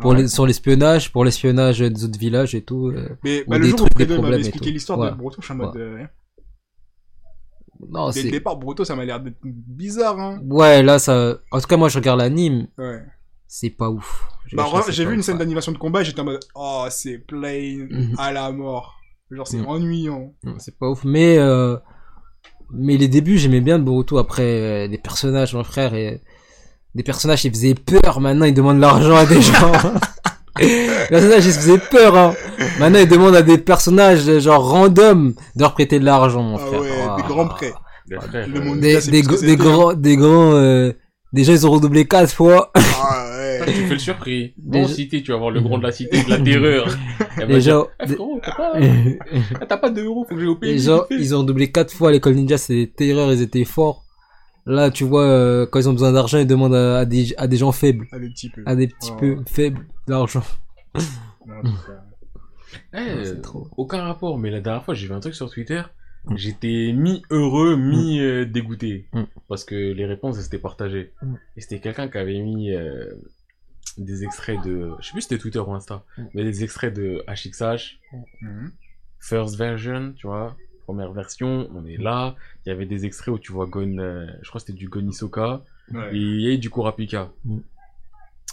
S3: pour
S5: Ah
S3: les- sur l'espionnage, pour l'espionnage des autres villages et tout. euh.
S5: Mais
S3: Ou
S5: bah, le
S3: des
S5: jour où
S3: trucs, des
S5: Fredo m'avait
S3: problèmes et
S5: expliqué
S3: tout.
S5: l'histoire
S3: Ouais.
S5: de Boruto, je suis en mode. euh,
S3: Non,
S5: Dès le
S3: c'est.
S5: départ, Boruto, ça m'a l'air d'être bizarre, hein.
S3: Ouais, là, ça. En tout cas, moi, je regarde l'anime,
S5: Ouais.
S3: c'est pas ouf. Je-
S5: Bah,
S3: je
S5: vraiment,
S3: sais
S5: j'ai
S3: pas,
S5: vu une scène
S3: ouais.
S5: d'animation de combat et j'étais en mode, oh, c'est plain
S3: Mhm.
S5: à la mort. Genre, c'est
S3: Mhm.
S5: ennuyant.
S3: Non, C'est pas ouf, mais. euh, Mais les débuts, j'aimais bien de Boruto. Après, euh, des personnages, mon frère, et. Des personnages, ils faisaient peur. Maintenant, ils demandent l'argent à des (laughs) gens. Les personnages, ils se faisaient peur. hein. Maintenant, ils demandent à des personnages, euh, genre random, de leur prêter de l'argent, mon
S5: Ah
S3: frère.
S5: ouais, des
S3: Ah.
S5: grands prêts.
S2: Le frère,
S5: Le
S2: euh,
S5: monde-
S3: Des,
S5: Ça, c'est
S3: des,
S5: parce que
S3: des
S5: c'était-
S3: grands. Des grands. euh, Des gens, ils ont redoublé 4 fois.
S5: (laughs) Ah
S2: Tu
S5: ouais.
S2: fais le surpris.
S3: Des-
S2: Dans la cité, tu vas voir le grand de la cité,
S3: (laughs)
S2: de la terreur. Elle va
S3: Les
S2: dire,
S3: gens.
S2: Eh,
S3: des-
S2: frérot, t'as
S3: (laughs)
S2: pas, eh, t'as pas deux euros, faut que j'aille au pays.
S3: Les gens,
S2: vite fait.
S3: ils ont doublé quatre fois l'école ninja, c'est des terreurs, ils étaient forts. Là, tu vois, euh, quand ils ont besoin d'argent, ils demandent à, à des, à des gens faibles,
S5: Ah, des petits peu.
S3: à des petits
S5: Oh.
S3: peu faibles d'argent.
S5: Non, en
S3: Mm.
S5: tout cas.
S2: Eh,
S3: Non, (laughs) c'est trop.
S2: aucun rapport, mais la dernière fois, j'ai vu un truc sur Twitter. J'étais mi-heureux, mi-dégoûté.
S3: Mm.
S2: Parce que les réponses, elles étaient partagées.
S3: Mm.
S2: Et c'était quelqu'un qui avait mis euh, des extraits de. Je sais plus si c'était Twitter ou Insta,
S3: Mm.
S2: mais des extraits de HXH,
S1: Mm.
S5: Mhm.
S2: First Version, tu vois, première version, on est là. Il y avait des extraits où tu vois Gon. euh, je crois que c'était du Gon Hisoka.
S5: Ouais.
S2: Et il y a eu du Kurapika.
S3: Mm.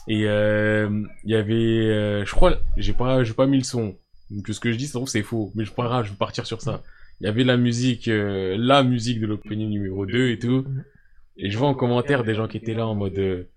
S2: Et euh, il y avait, euh, je crois, j'ai pas, j'ai pas mis le son. Donc ce que je dis, ça se trouve, c'est faux. Mais je pas grave, je vais partir sur ça. Il y avait la musique, euh, la musique de l'opening numéro 2 et tout. Et je vois en commentaire des gens qui étaient là en mode, euh,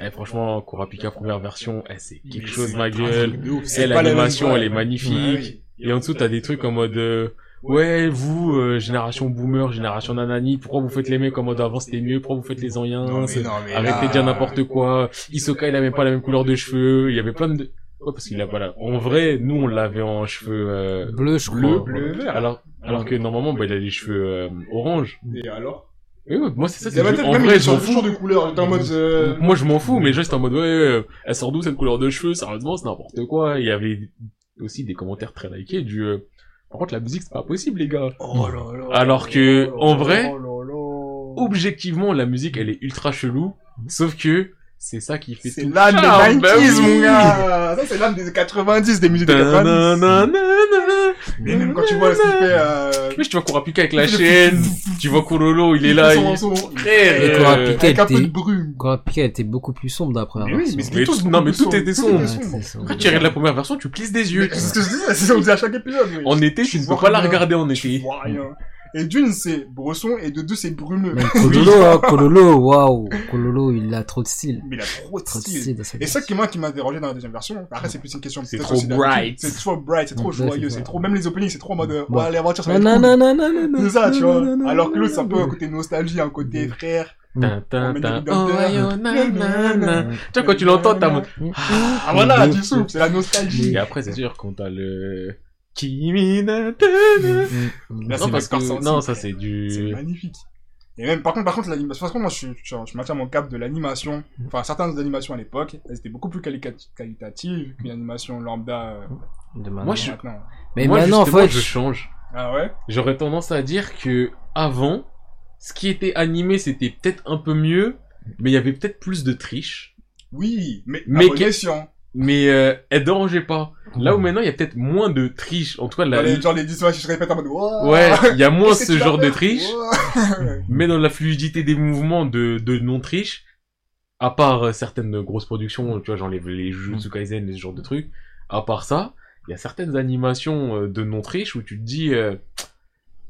S2: eh, franchement, Kurapika première version, eh, c'est quelque chose ma gueule. Eh,
S5: pas la même
S2: l'animation,
S5: voix.
S2: elle est magnifique. Et en dessous, t'as des trucs en mode, euh, ouais, vous, euh, génération boomer, génération nanani, pourquoi vous faites les mecs en mode avant c'était mieux, pourquoi vous faites les
S5: Non,
S2: anciens,
S5: mais non, mais
S2: Arrêtez
S5: là- euh,
S2: de dire n'importe quoi. Isoka, il a même pas la même couleur de cheveux. Il y avait plein de. Ouais, parce qu'il a voilà. En vrai, nous on l'avait en cheveux euh,
S3: Bleu, je
S2: bleu,
S3: crois.
S5: bleu, vert.
S2: Alors, alors que normalement, bah, il a les cheveux euh, orange.
S5: Et alors
S2: Et ouais, moi c'est ça.
S5: Il y
S2: c'est
S5: avait
S2: que
S5: peut-être
S2: En
S5: même
S2: vrai,
S5: ils
S2: je m'en
S5: sont
S2: fous.
S5: toujours de couleur. J'étais en mode. euh,
S3: Mm.
S2: Moi je m'en fous, mais juste en mode ouais, euh, elle sort d'où cette couleur de cheveux Sérieusement, c'est n'importe quoi. Il y avait aussi des commentaires très likés du. euh, Par contre, la musique c'est pas possible, les gars.
S5: Oh là là.
S2: Alors que, en vrai,
S5: Oh là là.
S2: objectivement, la musique elle est ultra chelou. Sauf que c'est ça qui fait
S5: C'est
S2: tout.
S5: l'âme
S2: Ah,
S5: des
S2: bah
S5: 90s,
S2: oui.
S5: mon gars Ça, c'est l'âme des 90, des musiques des 90.
S2: Mais
S5: Mais même quand tu vois ce qu'il fait... Euh...
S2: tu vois Kurapika avec la chaîne, tu vois Kurolo, il est là,
S5: son-
S2: il
S5: son-
S2: frère.
S3: Et
S2: euh,
S3: Kurapika
S5: Avec un peu de
S3: était.
S5: brume.
S3: Kurapika était beaucoup plus sombre d'après.
S5: Mais oui, mais c'était
S2: Mais
S5: tous
S2: tout-
S5: beaucoup
S2: non, mais
S5: plus
S2: tout
S5: sombres.
S2: était
S5: Tout
S2: sombre.
S5: sombre.
S2: Après, tu regardes la première version, tu plisses des yeux.
S5: Mais C'est ce que je disais, c'est ce qu'on disait à chaque épisode. oui.
S2: En été, tu ne peux
S5: vois
S2: pas la
S5: rien.
S2: regarder en
S5: Tu
S2: été.
S5: vois rien. Et d'une, c'est bresson, et de deux, c'est brumeux.
S2: (laughs)
S3: Même Kololo, hein, Kololo, waouh. Kololo, il a trop de style.
S5: Mais il a trop de
S3: Trop de
S5: style.
S3: style dans cette
S5: Et ça qui moi qui m'a dérangé dans la deuxième version. Après c'est plus une question.
S2: C'est
S5: peut-être
S2: trop
S5: aussi d'habitude.
S2: bright.
S5: C'est trop bright, c'est trop
S3: Ouais, c'est
S5: joyeux,
S3: ça.
S5: c'est trop. Même les openings c'est trop en mode. euh,
S3: Ouais.
S5: Ouais, les aventures ça va
S3: Non,
S5: être
S3: non,
S5: cool.
S3: non, non, non, non.
S5: C'est ça, tu vois.
S3: non, non,
S5: Alors que l'autre, c'est un
S3: non,
S5: peu un
S3: non. Mm.
S5: côté nostalgie, un côté frère.
S2: Tin, tin, tin.
S5: On met des
S2: Oh,
S5: docteurs.
S2: ayo, na, na, na. Tu vois, quand tu l'entends, t'as un mode.
S5: Ah voilà,
S2: Mmh.
S5: tu souffles, c'est la nostalgie.
S2: Et après, c'est sûr, quand t'as le. Kimi na, ta, na.
S5: Là,
S2: Non,
S5: Mm, c'est
S2: parce
S5: Master
S2: que.
S5: Sensi.
S2: Non, ça, c'est
S5: C'est
S2: du.
S5: magnifique. Et même, par contre, par contre, l'animation. Parce que moi, je, suis- je, je maintiens mon cap de l'animation.
S2: Mm.
S5: Enfin, certaines animations à l'époque, elles étaient beaucoup plus quali- qualitatives qu'une animation lambda. euh,
S2: Moi, je-
S5: maintenant.
S3: Mais
S2: Moi,
S3: maintenant, en
S2: justement,
S3: fait,
S2: je change.
S5: Ah ouais
S2: J'aurais tendance à dire que avant, ce qui était animé, c'était peut-être un peu mieux, mais il y avait peut-être plus de triche.
S5: Oui, mais.
S2: Mais
S5: Mais.
S2: qu'est- Mais euh, elle dérangeait pas. Là
S5: Mm.
S2: où maintenant, il y a peut-être moins de triche. En tout cas, la...
S5: Dans les, genre les discours, je répète en mode. Wouah
S2: ouais, il y a moins
S5: Qu'est-ce que
S2: ce
S5: tu vas
S2: genre de
S5: faire
S2: triche.
S5: Wouah
S2: Mais dans la fluidité des mouvements de, de non-triche, à part euh, certaines grosses productions, tu vois, genre les, les
S5: Mm.
S2: Jujutsu Kaisen, ce genre de trucs, à part ça, il y a certaines animations euh, de non-triche où tu te dis, euh,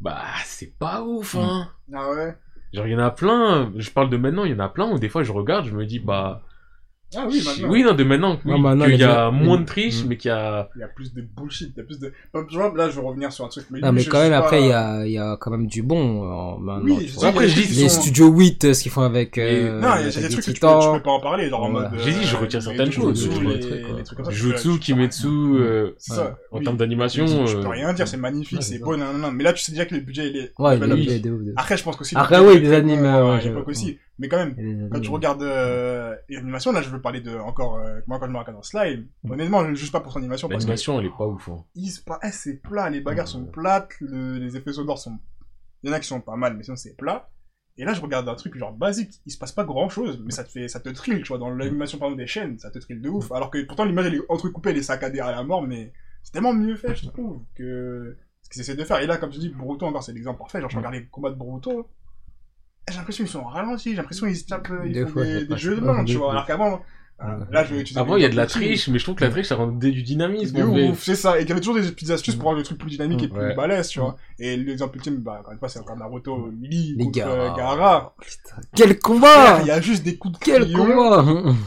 S2: bah, c'est pas ouf, hein.
S5: Ah ouais
S2: Genre, il y en a plein, je parle de maintenant, il y en a plein où des fois je regarde, je me dis, bah.
S5: Ah oui, maintenant.
S2: non, de maintenant, oui,
S3: Ah, maintenant,
S2: qu'il y a
S3: maintenant.
S2: moins de triche,
S3: Mm.
S2: mais qu'il y a.
S5: Il y a plus de bullshit, il y a plus de. Par exemple, là, je vais revenir sur un truc.
S3: Non, mais
S5: je-
S3: quand
S5: je
S3: même,
S5: sais pas-
S3: après, il y a, il y a quand même du bon euh, maintenant.
S5: Oui,
S3: tu
S5: je
S3: vois.
S5: sais,
S2: Après,
S5: il y a
S2: je dis,
S5: des trucs qui
S3: Les
S5: sont-
S3: studios 8, euh, ce qu'ils font avec. euh,
S5: Non, il y a
S3: avec
S5: des
S3: les
S5: trucs que tu peux,
S3: Titans.
S5: tu peux pas en parler, genre en
S3: Voilà.
S5: mode. euh,
S2: J'ai dit, je retire
S5: les
S2: certaines
S5: trucs
S2: choses, je
S5: dessous, les-
S3: retire, quoi.
S5: les trucs comme ça, tu
S2: Jutsu,
S5: peux-
S2: Kimetsu, euh,
S5: C'est ça.
S3: Ouais.
S2: en
S5: oui.
S2: termes d'animation.
S5: Tu
S2: euh,
S5: peux rien dire, c'est magnifique,
S3: Ouais,
S5: c'est
S3: c'est
S5: beau, non, non, mais là tu sais déjà que le budget il est.
S3: Ouais, il y
S5: il est
S3: a
S5: là.
S3: eu des- des ouf, des-
S5: Après, je pense qu'aussi.
S3: Après,
S5: le budget
S3: oui,
S5: était
S3: des
S5: bon,
S3: animés,
S5: euh,
S3: ouais,
S5: à
S3: je-
S5: l'époque
S3: ouais.
S5: aussi. Mais quand même,
S3: des
S5: quand tu
S3: animés.
S5: regardes euh, l'animation, là je veux parler de. Encore, euh, moi quand je me regarde dans Slime, honnêtement, je ne juge pas pour son
S2: Bah,
S5: animation parce que.
S2: L'animation, elle est pas ouf. hein.
S5: il se pa- eh, c'est plat, les bagarres sont plates, le- les effets sonores sont... Il y en a qui sont pas mal, mais sinon c'est plat. Et là, je regarde un truc genre basique, il se passe pas grand chose, mais ça te fait, ça te trille, tu vois, dans l'animation par exemple des chaînes, ça te trille de ouf. Alors que pourtant l'image elle est entrecoupée, elle est saccadée à la mort, mais c'est tellement mieux fait, je trouve, que ce qu'ils essaient de faire. Et là, comme tu dis, Boruto encore, c'est l'exemple parfait, genre je regarde les combats de Boruto, eh, j'ai l'impression qu'ils sont ralentis, j'ai l'impression qu'ils se tapent, euh, ils
S3: Des
S5: font
S3: fois, ça
S5: des, des
S3: passe
S5: jeux de
S3: pas,
S5: main, tu
S3: des-
S5: vois, alors qu'avant, euh, là je vais utiliser
S2: Avant, il y a de la
S5: outils.
S2: triche, mais je trouve que la triche, ça rendait du dynamisme.
S5: De
S2: en fait.
S5: ouf, c'est ça. Et qu'il y avait toujours des petites astuces pour rendre le truc plus dynamique et plus
S2: Ouais.
S5: balèze, tu vois. Et l'exemple ultime, bah, encore une fois, c'est encore Naruto, Lee
S3: Les
S5: contre euh,
S3: gars.
S5: Gaara.
S3: Putain, Quel
S5: Frère,
S3: combat
S5: Il y a juste des coups de
S3: Quel
S5: crayon,
S3: combat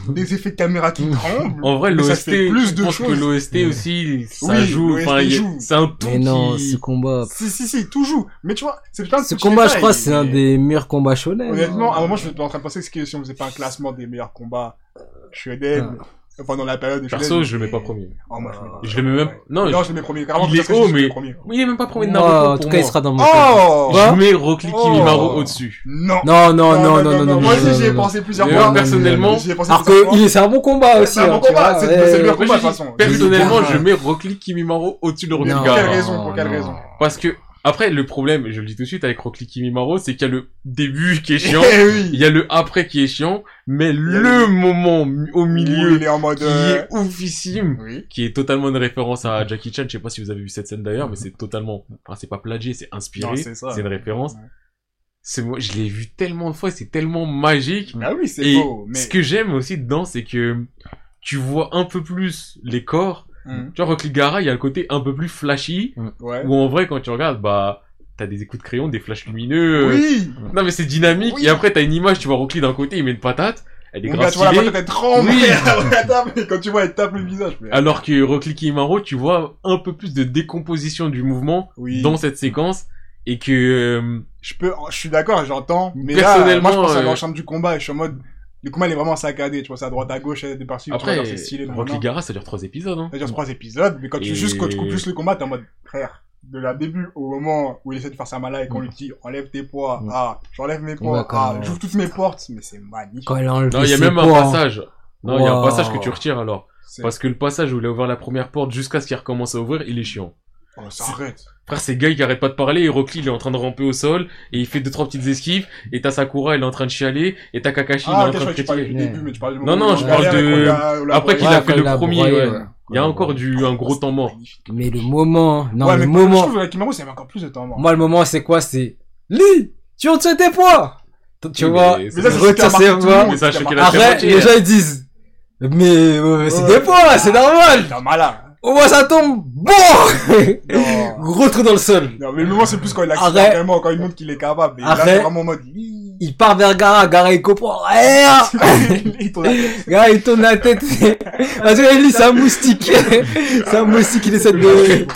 S3: Oh.
S5: des effets de
S3: (laughs)
S5: caméra qui tremblent.
S2: En vrai,
S5: Mais ça
S2: l'OST,
S5: fait plus
S2: je
S5: de
S2: pense que
S5: choses.
S2: l'OST aussi, ça
S5: Oui,
S2: joue.
S5: l'OST
S2: Enfin, il y a-
S5: joue.
S2: c'est un tout
S3: Mais non,
S2: qui-
S3: ce combat.
S5: Si, si, si, tout joue. Mais tu vois, c'est plein de
S3: Ce
S5: petits
S3: combat, je
S5: détails,
S3: crois, c'est un
S5: mais
S3: des meilleurs combats shonen.
S2: Mm.
S5: Honnêtement,
S3: hein.
S5: à un moment, je suis en train de penser que si on faisait pas un classement des meilleurs combats
S3: Ah.
S2: Ah.
S5: Shonen, enfin dans la période de Shonen.
S2: Perso, je le
S5: mais-
S2: mets pas premier.
S5: Oh, moi, je le mets pas
S2: Je le mets même.
S5: premier.
S2: Non,
S5: Non, je le mets premier. Carrément,
S2: Il est
S5: parce que
S2: haut,
S5: je le mets
S2: mais-
S5: premier.
S2: il est même pas premier de
S3: Ouais,
S2: Naruto.
S3: en
S2: pour
S3: tout cas, il
S2: moi.
S3: sera dans mon. top.
S5: Oh!
S2: Je mets Rocklick
S5: Oh.
S2: Kimimaro au-dessus.
S5: Non!
S3: Non, non, Oh, non, non, non, non, non.
S5: Moi
S3: non,
S5: aussi, j'y ai
S3: non, non.
S5: pensé plusieurs
S2: Mais
S5: fois.
S2: moi, personnellement,
S5: J'y ai pensé
S3: Alors
S5: plusieurs fois.
S3: que il- c'est un bon combat aussi.
S5: C'est un
S3: hein,
S5: bon
S3: tu
S5: combat,
S3: vois,
S5: c'est
S3: ouais,
S5: c'est le
S3: ouais.
S5: meilleur combat de toute
S2: Moi,
S5: façon.
S2: Personnellement,
S3: Ouais.
S2: je mets Rocklick Kimimaro au-dessus de
S5: Mais
S3: Non,
S5: pour quelle
S2: Rokuga.
S5: raison, pour quelle
S3: non.
S5: raison
S2: Parce que, après, le problème, et je le dis tout de suite avec Rocklick Kimimaro, c'est qu'il y a le début qui est
S5: (laughs)
S2: chiant,
S5: Eh
S2: il
S5: oui
S2: y a le après qui est chiant, mais
S5: y a
S2: le moment mi- au
S5: Milieu,
S2: milieu
S5: il est en mode...
S2: qui
S5: euh,
S2: est oufissime,
S5: Oui.
S2: qui est totalement une référence à Jackie Chan, je sais pas si vous avez vu cette scène d'ailleurs, mais c'est totalement, enfin, c'est pas plagié, c'est
S5: Non,
S2: inspiré,
S5: c'est ça.
S2: c'est une référence.
S5: Ouais.
S2: C'est moi, je l'ai vu tellement de fois, c'est tellement magique.
S5: Bah oui, c'est
S2: Et
S5: beau, mais...
S2: ce que j'aime aussi dedans, c'est que tu vois un peu plus les corps.
S5: Mhm.
S2: Tu vois, Rock Lee Gara, il y a le côté un peu plus flashy,
S5: Ouais.
S2: où en vrai, quand tu regardes, bah, t'as des coups de crayon, des flashs lumineux. euh,
S5: Oui
S2: Non, mais c'est dynamique.
S5: Oui.
S2: Et après, t'as une image, tu vois Rock Lee d'un côté, il met une patate. Elle est
S5: Mon gars,
S2: grave
S5: tu vois la
S2: stylée.
S5: patate, elle tremble (laughs)
S2: Oui. Ah.
S5: Elle tape, et quand tu vois, elle tape le visage. mais-
S2: Alors que Rock Lee Kimaro, tu vois un peu plus de décomposition du mouvement
S5: Oui.
S2: dans cette séquence. Et que, euh,
S5: Je peux, je suis d'accord, j'entends, mais là,
S2: Personnellement,
S5: moi je pense à
S2: euh,
S5: l'ensemble du combat et je suis en mode, le combat il est vraiment saccadé, tu vois, c'est à droite à gauche, il y a des parties où tu
S2: après,
S5: regardes, c'est stylé. Euh,
S2: Rock
S5: nanana.
S2: Lee Gara, ça dure trois épisodes, hein.
S5: Ça dure trois épisodes, mais quand tu
S2: Et-
S5: juste quand tu coupes juste le combat, t'es en mode frère. De la début au moment où il essaie de faire sa mala et qu'on lui dit enlève tes poids,
S3: Mm.
S5: ah j'enlève mes
S3: Ouais,
S5: poids,
S3: quand
S5: ah
S3: même.
S5: j'ouvre toutes mes portes, mais c'est magnifique.
S3: Quand elle a enlevé
S2: Non, il y a
S3: ses
S2: même un
S3: poids.
S2: passage. Non, il y a un
S3: Wow.
S2: passage que tu retires alors.
S5: C'est-
S2: Parce que le passage où il a ouvert la première porte jusqu'à ce qu'il recommence à ouvrir, il est chiant.
S5: Oh, ça arrête.
S2: Frère, c'est Guy qui arrête pas de parler, et Rock Lee, il est en train de ramper au sol, et il fait deux, trois petites esquives, et t'as Sakura, il est en train de chialer, et t'as Kakashi, il est
S5: Ah, ok, je
S2: en train
S5: croyais
S2: de
S5: que tu parlais du
S2: critiquer.
S3: critiquer.
S5: début, mais tu parlais du
S2: Non,
S5: moment
S2: non,
S5: où
S2: je
S5: il
S2: parle
S5: galère et
S2: de-
S5: qu'on l'a- on l'a
S2: Après
S5: broyé.
S2: qu'il
S3: Ouais,
S2: a fait
S3: quand
S2: le
S3: il l'a
S2: premier,
S3: broyé,
S2: ouais.
S3: ouais.
S2: Il y a encore du, un gros temps mort.
S3: Mais le moment, non,
S5: ouais,
S3: le
S5: mais
S3: moment.
S5: je trouve que Kimaru, c'est encore plus de temps mort.
S3: Moi, le moment, c'est quoi C'est Lee, tu retiens tes poids. Tu
S2: Oui,
S3: vois,
S2: mais c'est-
S5: mais ça, c'est ce qui a
S3: retire
S5: marqué
S3: ses
S5: tout le
S3: poids.
S5: monde,
S2: Mais ça,
S5: ce qui
S2: je
S5: a
S2: sais
S5: marqué-
S2: qu'il a-
S3: Après,
S2: fait
S3: les
S2: retirer.
S3: gens ils disent, mais euh, c'est des
S5: Ouais.
S3: poids, c'est normal.
S5: T'es un malin.
S3: Au moins ça tombe,
S5: (laughs)
S3: bon.
S5: Non.
S3: Gros trou dans le sol.
S5: Non, mais le moment, c'est plus quand il accepte
S3: Arrête.
S5: vraiment, quand il montre qu'il est capable. Et là,
S3: Arrête.
S5: c'est vraiment en mode, Ih.
S3: Il part vers Gara, Gara il comprend rien.
S5: (laughs) Il tourne la tête.
S3: Gara il tourne la tête. (laughs) Parce que lui c'est un moustique. (laughs) c'est un moustique il essaie de...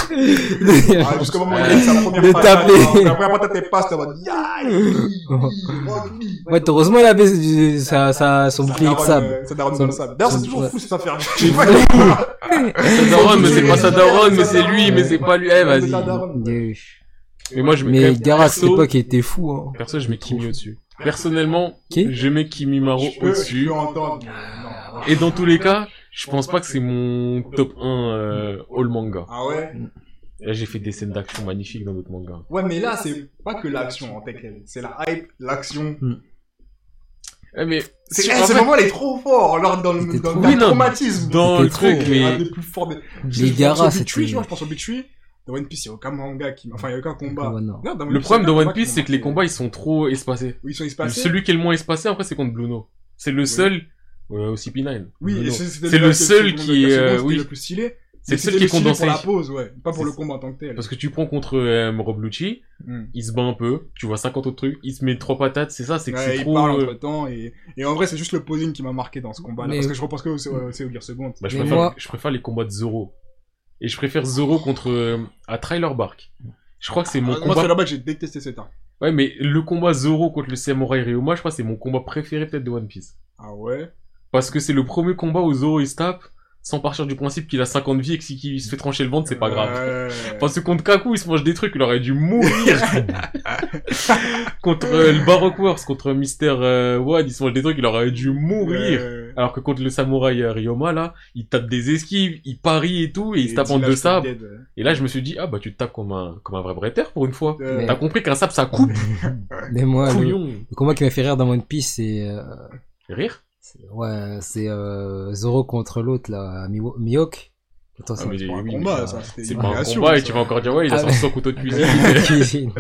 S5: Ah,
S3: de-
S5: jusqu'au moment où il a sa première
S3: Le
S5: patate,
S3: taper.
S5: La première patate, elle passe, t'es en mode, Ya, Ih, Ih, Rock Lee.
S3: (laughs) ouais, heureusement il avait du- sa, sa, son bouclier de
S5: Daronne,
S3: sable.
S5: euh, Ça daronne
S3: Son-
S5: dans le sable. D'ailleurs, c'est
S3: son-
S5: toujours
S3: ouais.
S5: fou cette affaire. Je sais pas comment-
S2: Sa daronne, mais c'est pas sa daronne, mais c'est lui, mais c'est pas lui, eh, vas-y.
S5: Sa daronne.
S2: Mais moi, je mets quand
S3: Mais
S2: même-
S3: Gara à cette
S2: perso-
S3: époque il était fou. Hein.
S2: Perso, je mets Kimi au-dessus. Personnellement,
S3: Qui
S2: je mets Kimi Maro
S5: Je peux- je
S2: au-dessus.
S5: peux entendre, mais non.
S2: Et dans tous les cas, je pense pas que c'est mon top 1 euh, all manga.
S5: Ah ouais
S2: Là, j'ai fait des scènes d'action magnifiques dans d'autres mangas.
S5: Ouais, mais là, c'est pas que l'action en tech C'est la hype, l'action.
S2: Eh, mais
S5: C'est
S2: c'est
S5: eh,
S2: en
S5: ce
S2: fait,
S5: moment-là, il est trop fort. Alors, dans le
S3: C'était
S5: dans
S3: trop-
S5: le
S2: Oui, non,
S5: traumatisme.
S2: dans
S3: C'était
S2: le
S3: trop,
S2: truc,
S5: Un
S2: mais
S5: des plus forts des.
S3: Les Gara
S5: Je pense au Big Tree,
S3: c'était...
S5: tu vois, je pense au Big Tree. Dans One Piece, il y a aucun manga qui. Enfin, il y a aucun combat.
S3: Ouais, Oh, non.
S5: Non, dans One
S2: le
S5: Piece,
S2: problème
S5: il y
S2: de
S5: a aucun
S2: One
S5: combat qui
S2: Piece, c'est que les
S5: m'a-
S2: combats ils sont trop espacés.
S5: Oui, ils sont espacés.
S2: Celui qui est le moins espacé, après, c'est contre Blue No. C'est le seul. euh, aussi P9.
S5: Oui,
S2: Blue
S5: et
S2: No.
S5: c'est c'était
S2: C'est
S5: déjà
S2: le
S5: que-
S2: seul
S5: que-
S2: qui,
S5: que-
S2: euh,
S5: c'était
S2: oui.
S5: le plus stylé.
S2: C'est
S5: Mais
S2: le seul
S5: c'était
S2: qui est
S5: stylé
S2: condensé.
S5: Pour la pause, ouais. Pas pour
S2: C'est-
S5: le combat en tant que tel.
S2: Parce que tu prends contre euh, Roblucci,
S5: Hmm.
S2: il se bat un peu, tu vois 50 autres trucs, il se met trois patates, c'est ça, c'est que
S5: Ouais,
S2: c'est
S5: il
S2: trop.
S5: parle
S2: euh,
S5: entre temps et, et en vrai c'est juste le posing qui m'a marqué dans ce combat là
S3: Mais-
S5: parce que je repense que au- c'est au, c'est au Gear Second.
S2: Bah, je,
S3: Mais
S2: préfère,
S3: moi-
S2: je préfère les combats de Zoro. Et je préfère Zoro contre euh, à Trailer Bark. Je crois que c'est mon
S5: Ah, Moi
S2: combat.
S5: c'est là-bas que j'ai détesté cet arc.
S2: Ouais, mais le combat Zoro contre le Samurai Ryoma, je crois que c'est mon combat préféré peut-être de One Piece.
S5: Ah ouais.
S2: Parce que c'est le premier combat où Zoro il se tape sans partir du principe qu'il a 50 vies et que si qu'il se fait trancher le ventre, c'est pas grave. (laughs)
S5: Ouais.
S2: Euh, Parce que contre Kaku, il se mange des trucs, il aurait dû (laughs) mourir. contre euh, le Baroque Wars, contre Mister euh, Wad, il se mange des trucs, il aurait dû mourir.
S5: Ouais.
S2: Alors que contre le samouraï euh, Ryoma, là, il tape des esquives, il parie et tout, et il se tape en
S5: dit, là,
S2: deux
S5: je tape
S2: sabres.
S5: dead.
S2: Et là, je me suis dit, ah bah tu te tapes comme un, comme un vrai bretter pour une fois.
S5: Euh,
S3: Mais-
S2: T'as compris qu'un sabre, ça coupe,
S3: Mais moi, le,
S2: couillon.
S3: le combat qui m'a fait rire dans One Piece c'est... euh,
S2: Rire
S3: Ouais, c'est euh, Zoro contre l'autre là, Mi- Mihawk. Attends,
S2: Ah, mais
S5: C'est pas un
S2: oui,
S5: combat
S3: mais-
S5: ça. c'était
S2: C'est
S5: une
S2: pas un
S5: humiliation,
S2: combat, et
S5: ça.
S2: tu vas encore dire, ouais, hein. il a
S3: Ah,
S2: sorti son couteau (laughs) de cuisine.
S3: (laughs) Cuisine.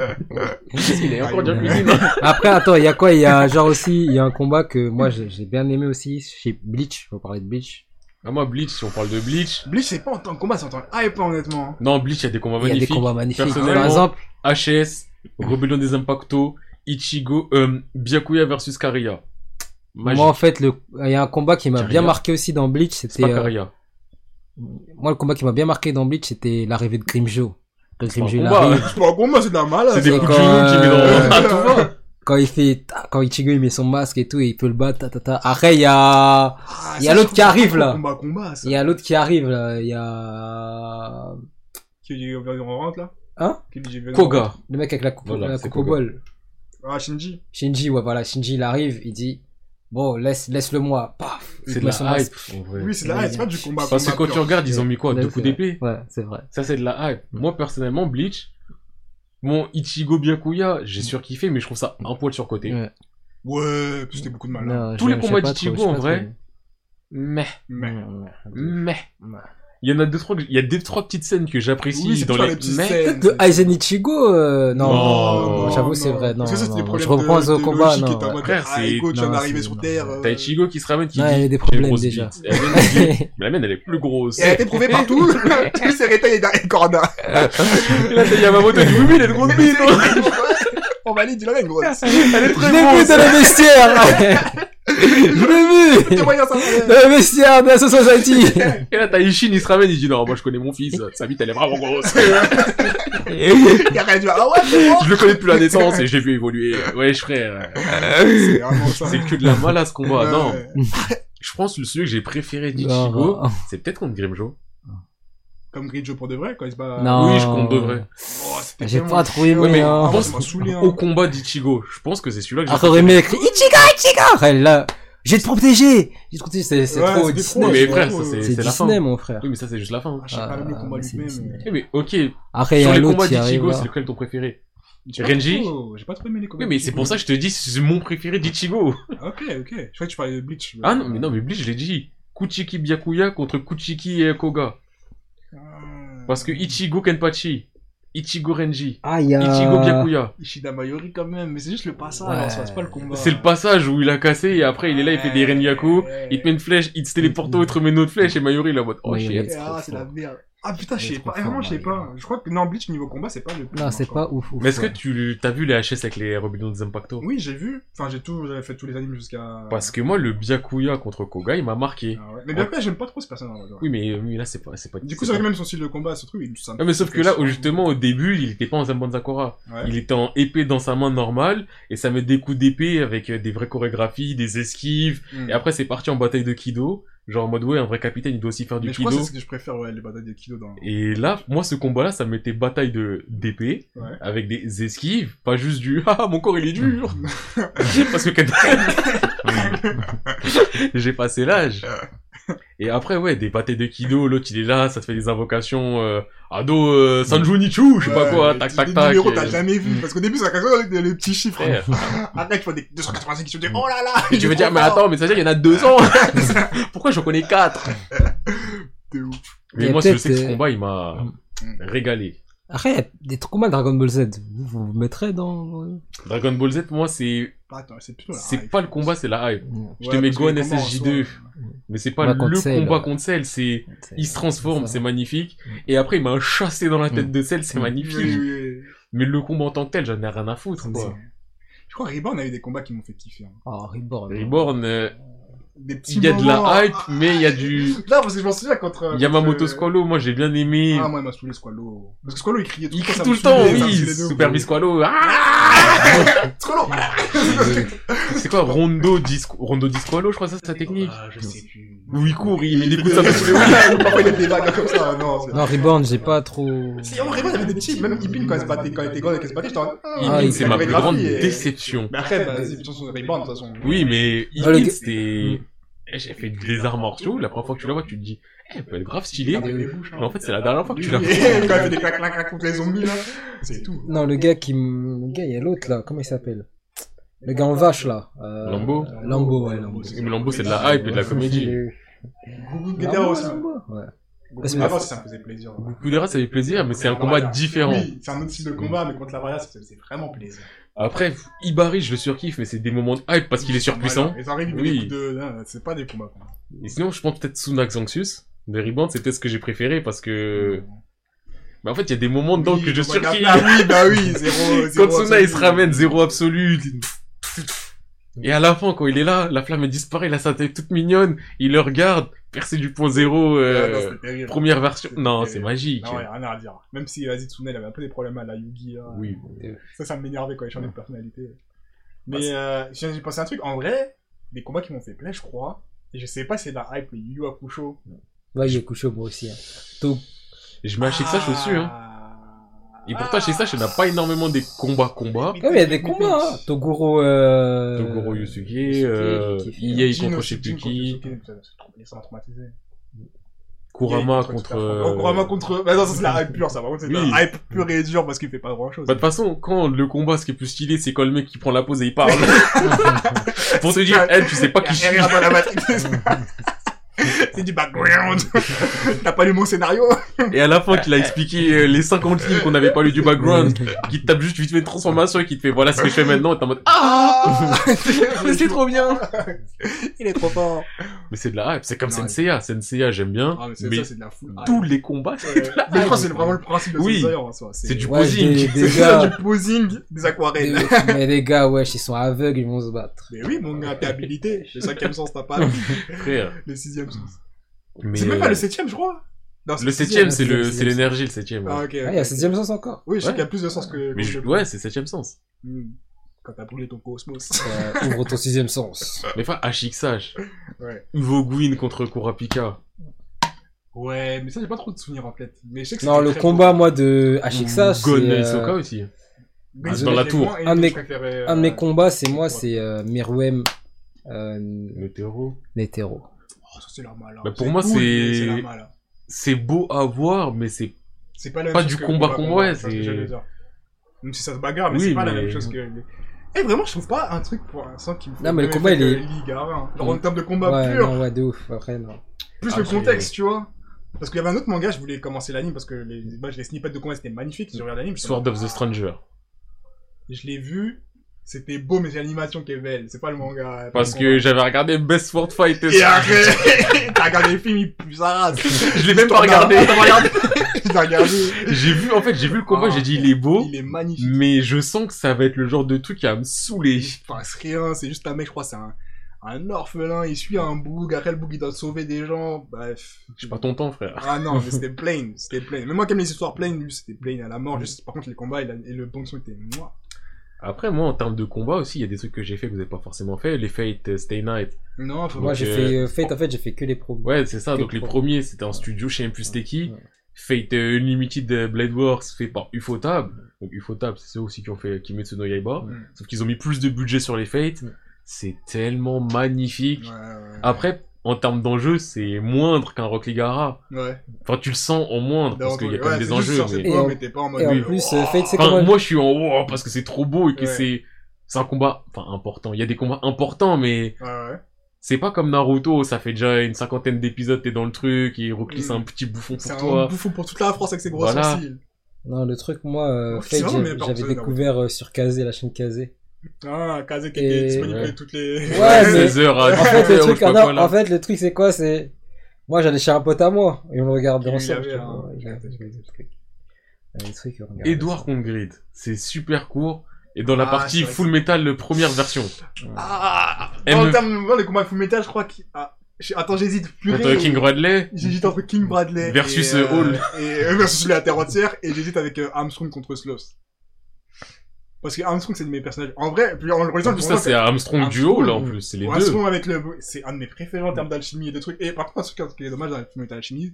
S2: Il est encore dire
S3: Ah,
S2: cuisine.
S3: Après, attends, il y a quoi Il y a genre aussi, il y a un combat que moi j'ai j'ai bien aimé aussi chez Bleach. On parlait de Bleach.
S2: Ah, moi, Bleach, si on parle de Bleach.
S5: Bleach c'est pas en tant que combat c'est en tant que hype hein, honnêtement.
S2: Non, Bleach, il y a des combats
S3: Il y a des
S2: magnifiques.
S3: combats magnifiques. Par
S2: Personnellement-
S3: exemple,
S2: HS, Rebellion des Impactos, Ichigo, euh, Byakuya versus Karia. Magique.
S3: moi en fait, le... il y a un combat qui m'a bien
S2: Carrière.
S3: marqué aussi dans Bleach.
S2: C'est
S3: C'était
S2: pas
S3: euh,
S2: Karia.
S3: moi le combat qui m'a bien marqué dans Bleach, c'était l'arrivée de Grimjo. Quand
S2: C'est pas un
S3: Grimjo il
S2: combat, hein.
S3: arrive,
S5: C'est pas un combat c'est de la malade.
S2: C'est des
S3: c'est
S2: coups de
S3: quand,
S2: genou qui met (laughs)
S3: euh,
S2: dans à tout va.
S3: quand il fait, ta- quand Ichigo il met son masque et tout, et il peut le battre. ta, ta, ta. Après, il y a
S5: Ah,
S3: Il y
S5: ça,
S3: a l'autre
S5: je trouve
S3: qui
S5: que
S3: arrive,
S5: c'est
S3: là.
S5: un Combat combat ça.
S3: Il y a l'autre qui arrive là, il y a
S5: Qui est en rentre là.
S3: Hein
S5: Qui dit, viens, on rentre.
S2: Koga.
S3: le mec avec la coupe,
S2: Voilà,
S3: la
S2: c'est
S3: coupe au
S2: Koga.
S3: bol.
S5: Ah Shinji.
S3: Shinji, ouais voilà, Shinji il arrive, il dit bon laisse laisse le moi, paf. il
S2: C'est
S3: met
S2: de
S3: son
S2: la
S3: masque.
S2: hype. en vrai.
S5: Oui c'est
S3: Ouais,
S5: là
S3: il y
S5: c'est
S3: a-
S5: pas du combat.
S2: Parce que
S5: combat
S2: quand tu
S5: pur.
S2: regardes, ils ont mis quoi
S3: Ouais,
S2: Deux
S3: c'est
S2: coups
S3: vrai.
S2: d'épée
S3: Ouais, c'est vrai.
S2: Ça, c'est de la hype. Moi, personnellement, Bleach, mon Ichigo Byakuya, j'ai surkiffé, mais je trouve ça un poil surcoté.
S3: Ouais.
S5: Ouais c'était beaucoup de mal. hein.
S3: Non,
S2: Tous
S3: je-
S2: les
S3: je
S2: combats
S3: sais pas trop,
S2: d'Ichigo,
S3: je sais
S2: en
S3: pas
S2: vrai,
S3: trop. Hmm.
S2: Mais,
S5: Mais
S3: Ouais, ouais, ouais.
S2: mais.
S3: Ouais.
S2: Il y en a deux, trois, que- il y a des trois petites scènes que j'apprécie
S1: Oui, c'est
S2: dans
S1: pour ça, les
S2: les,
S1: petites
S2: mais-
S1: scènes.
S3: Que Aizen Ichigo, euh, non,
S2: Non,
S3: non,
S2: non,
S3: j'avoue, c'est
S1: non.
S3: vrai. Non,
S1: Parce que ça,
S3: non,
S1: c'est des
S3: non,
S1: problèmes
S3: je reprends
S1: de-
S3: au
S1: de
S3: combat.
S1: logique et
S3: Non.
S1: t'es en mode,
S2: Frère,
S1: ah,
S2: c'est-
S1: écoute, tu viens
S3: non,
S1: d'arriver
S3: c'est-
S1: sur
S3: non.
S1: Terre.
S2: T'as
S1: euh,
S2: Ichigo qui se ramène, qui
S3: Non, il y
S2: dit,
S3: a des
S2: J'ai une
S3: problèmes,
S2: grosse
S3: déjà. (laughs)
S2: bite. Elle vient de dire, Mais la mienne, elle est plus grosse.
S1: Et elle a été prouvée
S2: (laughs)
S1: partout. Tous les Eretai et Darren Corda.
S2: Et là, t'as Yamamoto qui dit, oui, oui, elle est grosse bite. hein.
S1: On valide, il en a une grosse.
S2: Elle est
S3: Je
S2: très
S3: l'ai vu
S2: grosse.
S3: dans le
S1: (laughs)
S3: vestiaire Je l'ai vu
S1: Témoignage, ça va.
S3: Dans le vestiaire de la Society
S1: (laughs)
S2: Et là, t'as Ishin, il se ramène, il dit, non, moi, je connais mon fils. Sa bite, elle est vraiment grosse.
S1: Il y a rien du Ah ouais, c'est
S2: (laughs)
S1: bon.
S2: Je le connais depuis la naissance et j'ai vu évoluer. Ouais, je frère.
S1: C'est vraiment ça.
S2: C'est que de la malasse qu'on voit.
S1: Ouais,
S2: Non.
S1: ouais.
S2: Je pense que celui que j'ai préféré
S3: Non,
S2: d'Ichigo,
S3: non.
S2: c'est peut-être contre Grimjo.
S1: Comme Grigio pour de vrai, quand il se bat.
S3: Non.
S2: Oui, je compte de vrai.
S1: Oh, c'était
S3: J'ai
S1: tellement
S3: pas trop aimé,
S1: chiant.
S2: mais
S1: Ah,
S3: hein.
S1: moi, ça m'a saoulé, hein.
S2: Au combat d'Ichigo, je pense que c'est celui-là que j'ai
S3: Après, Rémi a écrit Ichigo, Ichigo Elle là, je vais te protéger Je vais te protéger, c'est c'est
S1: Ouais,
S3: trop
S1: c'était
S3: Disney.
S1: trop,
S2: mais
S1: je
S2: frère,
S1: trouve,
S2: ça,
S1: euh,
S2: c'est-
S3: C'est
S2: la fin.
S3: Disney, mon frère.
S2: Oui, mais ça, c'est juste la fin.
S1: Ah, je sais pas,
S3: Ah,
S1: le combat
S3: c'est Disney.
S1: lui-même.
S2: Eh, mais ok,
S3: Après, il y
S2: sur
S3: a
S2: les
S3: l'autre
S2: combats
S3: qui arrive.
S2: d'Ichigo, c'est
S3: là.
S2: lequel ton préféré
S1: J'ai pas
S2: Renji
S1: trop- euh, J'ai pas trop aimé les combats.
S2: Oui, mais c'est pour ça que je te dis, c'est mon préféré d'Ichigo.
S1: Ah, Ok, ok. Je crois que tu parlais de Bleach.
S2: Ah non, mais non, mais Bleach, je l'ai dit. Kuchiki Byakuya contre Kuchiki et Koga.
S1: Ah.
S2: Parce que Ichigo Kenpachi, Ichigo Renji,
S3: Ah, il y a.
S2: Ichigo
S1: Euh,
S2: Byakuya.
S1: Ishida Mayori quand même, mais c'est juste le passage,
S3: Ouais.
S1: alors ça passe pas le combat.
S2: C'est le passage où il a cassé et après il est là, il fait des Renyaku. Il te met une flèche, il te téléporte au autre, il te met une autre flèche et Mayuri il est en mode Oh
S3: Oui,
S2: shit.
S3: oui.
S1: Eh, Ah, c'est la merde. Ah putain, je
S3: Il est
S1: sais
S3: trop
S1: pas. Eh,
S3: fort,
S1: Vraiment, je sais
S3: Mayuri.
S1: pas. Je crois que non, Bleach niveau combat, c'est pas le. plus
S3: Non,
S1: fort,
S3: c'est
S1: je crois.
S3: pas ouf. ouf,
S2: Mais est-ce que
S3: ouais.
S2: tu t'as vu les HS avec les Robinons des Impacto
S1: Oui, j'ai vu. Enfin, j'ai tout, j'avais fait tous les animes jusqu'à.
S2: Parce que moi, le Byakuya contre Koga, il m'a marqué.
S1: Ah ouais. Mais bien que là, j'aime pas trop ce personnage. ouais.
S2: Oui, mais, mais là, c'est pas, c'est pas.
S1: Du coup,
S2: c'est
S1: c'est vrai que
S2: pas-
S1: même son style de combat, ce truc, il ça me-
S2: Ouais, mais sauf que là, au- justement, au début, il était pas en Zambanzakora.
S1: Ouais.
S2: Il était en épée dans sa main normale, et ça met des coups d'épée avec euh, des vraies chorégraphies, des esquives.
S1: Hmm.
S2: Et après, c'est parti en bataille de Kido. Genre en mode, ouais, un vrai capitaine, il doit aussi faire du
S1: Mais je
S2: Kido.
S1: crois que c'est ce que je préfère, ouais, les batailles de Kido dans.
S2: Et là, moi, ce combat-là, ça m'était bataille de d'épée
S1: Ouais.
S2: avec des esquives, pas juste du (laughs) ah mon corps il est dur.
S1: (laughs)
S2: Parce que quand- (laughs) j'ai passé l'âge. Et après, ouais, des pâtés de kido, l'autre il est là, ça te fait des invocations euh, ado euh, Sanjunichu, je sais pas
S1: Ouais,
S2: quoi,
S1: les
S2: tac
S1: petits-
S2: tac
S1: les
S2: tac.
S1: Euh, numéros,
S2: et-
S1: t'as jamais vu.
S2: Mm.
S1: Parce qu'au début, c'est la question avec les petits chiffres. hein.
S2: Ouais.
S1: (laughs) Après, tu vois des 285 qui se disent
S2: Mm.
S1: Oh là là
S2: Et tu
S1: il
S2: veux
S1: est
S2: dire,
S1: trop
S2: mais
S1: fort.
S2: attends, mais ça veut dire il y en
S1: (laughs)
S2: a 200 Pourquoi j'en connais 4
S1: De ouf.
S3: Il y
S2: Mais
S3: a
S2: moi, je
S3: peut-être,
S2: sais que ce
S3: euh,
S2: combat, il m'a
S1: Mm.
S2: régalé.
S3: Après, il y a des trucs mal Dragon Ball Z. Vous vous vous mettrez dans.
S2: Dragon Ball Z, moi, c'est
S1: Attends, c'est plutôt là.
S2: c'est pas le combat, c'est la hype. Je te
S1: Ouais,
S2: mets
S1: parce que
S2: Gohan
S1: les combats en
S2: SSJ2, mais c'est pas
S3: Bah,
S2: le
S3: contre Cell,
S2: combat
S3: ouais.
S2: contre Cell, c'est il se transforme,
S3: ça.
S2: c'est magnifique.
S3: Mm.
S2: Et après, il m'a chassé dans la tête
S3: Mm.
S2: de Cell, c'est
S1: Oui,
S3: Mm.
S2: magnifique.
S1: oui, oui.
S2: Mais le combat en tant que tel, j'en ai rien à foutre. Quoi.
S1: Je crois que Reborn a eu des combats qui m'ont fait kiffer. hein.
S3: Oh, Reborn.
S2: Reborn, euh,
S1: Des petits
S2: il y a de
S1: moments-
S2: la hype,
S1: Ah,
S2: mais il y a du
S1: Non, parce que je m'en souviens contre. contre,
S2: Yamamoto
S1: euh,
S2: Squalo. Moi, j'ai bien aimé.
S1: Ah, moi, il m'a saoulé Squalo. Parce que Squalo, il criait tout,
S2: Il
S1: le temps,
S2: crie
S1: ça
S2: tout
S1: me
S2: le temps,
S1: saoulait, ça me
S2: oui,
S1: saoulait de ouf.
S2: Super Bisqualo. Ah
S1: Squalo
S2: (laughs) c'est quoi, Rondo, Disco... Rondo Disqualo, je crois, ça, c'est sa technique.
S1: Ah, je sais plus.
S2: Où il court, il met des
S1: (laughs)
S2: coups de
S1: Parfois,
S2: sabre.
S1: il y a des vagues comme ça. Non, c'est-
S3: Non, Reborn, j'ai pas trop.
S1: Si on Reborn avait des petits, même Ipin quand elle se battait, quand elle était grande et qu'elle se battait, j'étais en mode, ah,
S3: Ah,
S2: Imin,
S3: il
S2: c'est
S3: fait
S2: ma
S3: la
S2: plus
S1: chorégraphie
S2: grande
S1: et-
S2: déception.
S1: Mais après, bah, vas-y, de toute façon, Reborn, de toute façon.
S2: Oui, mais
S3: Ah, le
S2: Imin,
S3: gars-
S2: c'était. Eh, J'ai fait des arts morceaux, la première fois que tu la vois, tu te dis, eh, elle peut être grave stylée. Mais en fait, c'est la dernière fois que
S1: Oui,
S2: tu
S1: oui,
S2: la
S5: Ah,
S1: Quand
S2: vois.
S1: elle fait des clac clac clac contre les zombies, là, c'est tout.
S3: Non, le gars qui. m- Le gars, il y a l'autre là, comment il s'appelle Le gars en vache là. Euh...
S2: Lambo
S3: Lambo, ouais, Lambo.
S2: Mais Lambo, c'est de
S3: ah,
S2: la hype et de la comédie.
S1: Gougou Guetta
S3: Lambo,
S1: aussi.
S3: Lambo. Ouais.
S1: Gougou
S3: Parce que-
S1: Guetta, avant, ça me faisait plaisir.
S2: Kudera, ça fait plaisir, mais c'est un combat différent.
S1: Oui, c'est un autre style de combat, mais contre la Varia, ça faisait vraiment plaisir.
S2: Après, Ibari, je le surkiffe, mais c'est des moments de hype parce qu'il est surpuissant.
S1: Voilà, Et ça arrive, il met
S2: Oui.
S1: des coups de. non, C'est pas des combats. quoi.
S2: Et sinon, je pense peut-être Tsunak Zanxus de Rebound, c'est peut-être ce que j'ai préféré parce que. Mais en fait, il y a des moments dedans
S1: Oui,
S2: que je
S1: le manga
S2: surkiffe.
S1: plat, Oui, bah oui, zéro.
S2: (laughs) Quand
S1: zéro
S2: Tsuna il se
S1: absolu.
S2: ramène, zéro absolu. Et à la fin, quand il est là, la flamme elle disparaît, il a sa tête toute mignonne, il le regarde, percé du point zéro,
S1: Ah,
S2: euh,
S1: non, c'était terrible.
S2: première version.
S1: C'était
S2: Non,
S1: terrible.
S2: c'est magique.
S1: Non, ouais, rien à dire. Même si, vas-y, Tsuna, il avait un peu des problèmes à la Yugi. là.
S2: Oui.
S1: Ça, ça m'énervait quand il changeait de personnalité. Mais euh, j'ai j'ai pensé à un truc, en vrai, des combats qui m'ont fait plaisir, je crois. Et je sais pas si c'est de la hype, mais Yu Yu Hakusho.
S3: Ouais, il est couché moi aussi. Hein.
S2: Je mets un Shiksash aussi, hein.
S1: Ah.
S2: Et pourtant, chez Sash, il n'a pas énormément des combats-combats.
S3: Ouais, mais il y a des combats. Hein. Toguro. Euh...
S2: Toguro
S3: (laughs)
S2: Yusuke, euh,
S3: Yusuke,
S2: Iei
S1: Jin
S2: contre
S1: aussi, Jin
S2: Shibuki,
S1: Yusuke, putain, c'est trop- ils sont traumatisés.
S2: Kurama
S1: Iei
S2: contre... euh,
S1: Oh, Kurama contre. Bah non, ça c'est la hype pure, ça. Par contre, c'est de
S2: Oui.
S1: la hype pure et dure parce qu'il fait pas grand
S2: (laughs)
S1: chose.
S2: Bah, de toute façon, quand le combat, ce qui est plus stylé, c'est quand le mec qui prend la
S1: (laughs)
S2: pause et il parle. Pour te dire, elle, tu sais pas qui je suis.
S1: rien dans la matrice. (laughs) C'est du
S2: (laughs)
S1: background. T'as pas lu mon scénario
S2: Et à la fin, qu'il a expliqué euh, les 50 lignes qu'on n'avait pas lu du background, qui te tape juste vite fait une transformation et qui te fait voilà ce que je fais maintenant, et t'es
S1: (laughs)
S2: en mode Ah Mais c'est trop bien
S1: Il est trop fort.
S2: Mais c'est de la hype, c'est comme
S1: Non,
S2: Senseiya. Senseiya, j'aime bien,
S1: Ah, mais c'est
S2: mais
S1: ça, c'est de la foule.
S2: tous les combats,
S1: Ouais. Mais je crois que c'est vraiment le principe de
S2: Oui.
S1: ces ailleurs en soi.
S2: c'est du
S3: Ouais,
S2: posing. (laughs)
S3: des- des
S1: C'est
S3: gars-
S1: ça, du posing des aquarelles.
S3: des- mais les gars, wesh, ils sont aveugles, ils vont se battre.
S1: Mais oui, mon gars, t'es habilité. Le cinquième sens, t'as pas le
S2: Frère.
S1: le sixième sens.
S2: Mais,
S1: C'est même pas
S2: euh,
S1: le septième, je crois. Non, c'est
S2: le septième, c'est
S3: sixième,
S2: le, c'est
S3: sixième,
S2: l'énergie, le septième. ouais.
S1: Ah, ok.
S3: Ah,
S1: ok.
S3: il y a 7 sens encore.
S1: Oui, je sais
S2: Ouais.
S1: qu'il y a plus de sens que.
S2: Mais
S1: que
S2: je-
S1: le-
S2: ouais, c'est septième sens.
S1: Hmm. Quand t'as brûlé ton cosmos.
S3: Euh, ouvre ton sixième sens.
S2: (laughs) Mais enfin, HXH.
S1: Ouais.
S2: Voguin contre Kurapika.
S1: Ouais, mais ça, j'ai pas trop de souvenirs en tête. Mais je sais que
S3: Non,
S1: c'était
S3: le
S1: très
S3: combat, moi, de HXA,
S1: Ah,
S3: c'est.
S2: Gon
S3: euh,
S2: Naisoka aussi.
S1: beau.
S2: Ah, dans la tour.
S1: Et
S3: Un de mes-
S1: je préférais,
S3: un de mes
S1: euh,
S3: combats, c'est moi, c'est euh, Mirwem euh,
S2: Météoro.
S3: Netero.
S1: oh, ça, c'est leur malin.
S2: Bah, pour moi, c'est-
S1: leur malin.
S2: C'est beau à voir, mais c'est
S1: C'est pas, la même
S2: Pas
S1: chose
S2: du
S1: que
S2: combat
S1: pour
S2: combat,
S1: moi,
S2: ouais,
S1: tu vois ce que
S2: c'est-
S1: j'allais dire. Même si ça se bagarre, mais
S2: Oui,
S1: c'est pas la
S2: mais-
S1: même chose que. Eh, vraiment, je trouve pas un truc pour l'instant qui me fait.
S3: Non, mais le
S1: même
S3: combat,
S1: effet
S3: il
S1: que
S3: est-
S1: League, hein, hein. Genre en termes de combat
S3: Ouais,
S1: pur,
S3: non, ouais, de ouf. Après, non.
S1: plus
S2: Ah,
S1: le
S2: j'ai-
S1: contexte, tu vois. Parce qu'il y avait un autre manga, je voulais commencer l'anime parce que les, moi, les snippets de combat c'était magnifique. J'ai regardé l'anime, je me suis
S2: Sword
S1: dit,
S2: of the Stranger.
S1: je l'ai vu, c'était beau, mais c'est l'animation qui est belle, c'est pas le manga.
S2: Parce
S1: le
S2: que
S1: combat.
S2: j'avais regardé Best Sword Fight.
S1: Et arrête (laughs) T'as regardé le film, il pue sa race
S2: Je l'ai même pas regardé.
S1: Non, t'as pas regardé (laughs) T'as regardé
S2: J'ai vu, en fait, j'ai vu le combat,
S1: Ah.
S2: j'ai dit il est beau,
S1: Il est magnifique.
S2: mais je sens que ça va être le genre de truc qui va me saouler.
S1: il se passe rien, c'est juste un mec, je crois, c'est un, un orphelin, il suit un boug, après le boug il doit sauver des gens, bref.
S2: J'ai pas ton temps, frère.
S1: Ah non, mais
S2: (laughs)
S1: c'était plain, c'était plain. Mais moi qui aime les histoires plain, lui c'était plain à la mort, juste par contre les combats il a- et le bon son était moi.
S2: Après, moi, en termes de combat aussi, il y a des trucs que j'ai fait que vous avez pas forcément fait. Les Fate, euh, Stay Night.
S1: Non, faut
S3: Moi, j'ai
S2: euh,
S3: fait euh, Fate, en fait, j'ai fait que les promos.
S2: Ouais, c'est ça.
S3: Que
S2: Donc, les
S3: pro-
S2: premiers, c'était en studio chez M+, c'était qui
S3: Ouais.
S2: Fate euh, Unlimited euh, Blade Wars fait par Ufotable. Donc Ufotable, c'est ceux aussi qui ont fait Kimetsu no Yaiba.
S1: Ouais.
S2: Sauf qu'ils ont mis plus de budget sur les Fates.
S3: Ouais.
S2: C'est tellement magnifique.
S1: Ouais, ouais.
S2: Après, en termes d'enjeux, c'est moindre qu'un Rock Ligara.
S1: ouais.
S2: Enfin, tu le sens en moindre, parce
S1: Donc,
S2: qu'il y a quand
S1: ouais,
S2: même
S1: c'est
S2: des
S1: juste
S2: enjeux.
S1: sur
S2: mais-
S1: cette
S3: mais-
S1: voie,
S3: Et en-
S1: mais t'es pas en mode.
S3: Et en
S1: euh,
S3: plus,
S1: oh,
S3: euh, Fate, c'est
S2: Enfin,
S3: comment.
S2: moi, je suis en wow parce que c'est trop beau et que
S1: Ouais.
S2: c'est c'est un combat enfin important. Il y a des combats importants, mais
S1: Ouais, ouais.
S2: c'est pas comme Naruto. Ça fait déjà une cinquantaine d'épisodes, t'es dans le truc et Rock Lee, c'est un petit bouffon
S1: Mm. C'est
S2: pour
S1: un
S2: toi.
S1: bouffon pour toute la France avec ses gros
S2: Voilà.
S1: sourcils.
S3: Non, le truc, moi, euh,
S1: Oh, c'est
S3: Fate,
S1: vraiment
S3: j'ai-
S1: mes parents,
S3: j'avais
S1: ça, non.
S3: découvert euh, sur Kazé, la chaîne Kazé.
S1: Ah, Kazé qui
S3: Et-
S1: était disponible
S2: Ouais.
S1: toutes les. (laughs)
S3: Ouais, mais-
S2: (laughs) 16 heures à
S3: En fait,
S2: 18
S3: le
S2: heures,
S3: truc,
S2: je sais pas
S3: ah non,
S2: quoi, là.
S3: en fait, le truc, c'est quoi C'est. Moi, j'allais chez un pote à moi, et on le regardait
S1: Il lui
S3: ensemble.
S1: avait,
S3: tu vois.
S1: hein.
S3: Ouais, il avait des trucs. Il avait des trucs, on regardait
S2: Edouard contre Grid, c'est super court. Et dans la
S1: Ah,
S2: partie
S1: c'est vrai
S2: Full Metal, le première version.
S1: Ah
S2: Et
S1: En
S2: me-
S1: termes de les combats de full metal, je crois que. Ah, j'ai- attends, j'hésite.
S2: Contre
S1: Purée.
S2: King Bradley,
S1: J'hésite entre King Bradley
S2: Versus,
S1: et,
S2: euh, Hall.
S1: et euh, versus la Terre entière et j'hésite avec euh, Armstrong contre Sloth. Parce que Armstrong c'est de mes personnages. En vrai, puis en le
S2: en
S1: relisant,
S2: plus
S1: je
S2: ça
S1: me rends
S2: c'est
S1: compte
S2: Armstrong
S1: Armstrong,
S2: duo là en
S3: oui.
S2: plus, c'est
S1: que
S2: les deux.
S1: Armstrong avec le c'est un de mes préférés en termes d'alchimie et de trucs. Et par contre un truc qui est dommage dans le film de l'alchimie.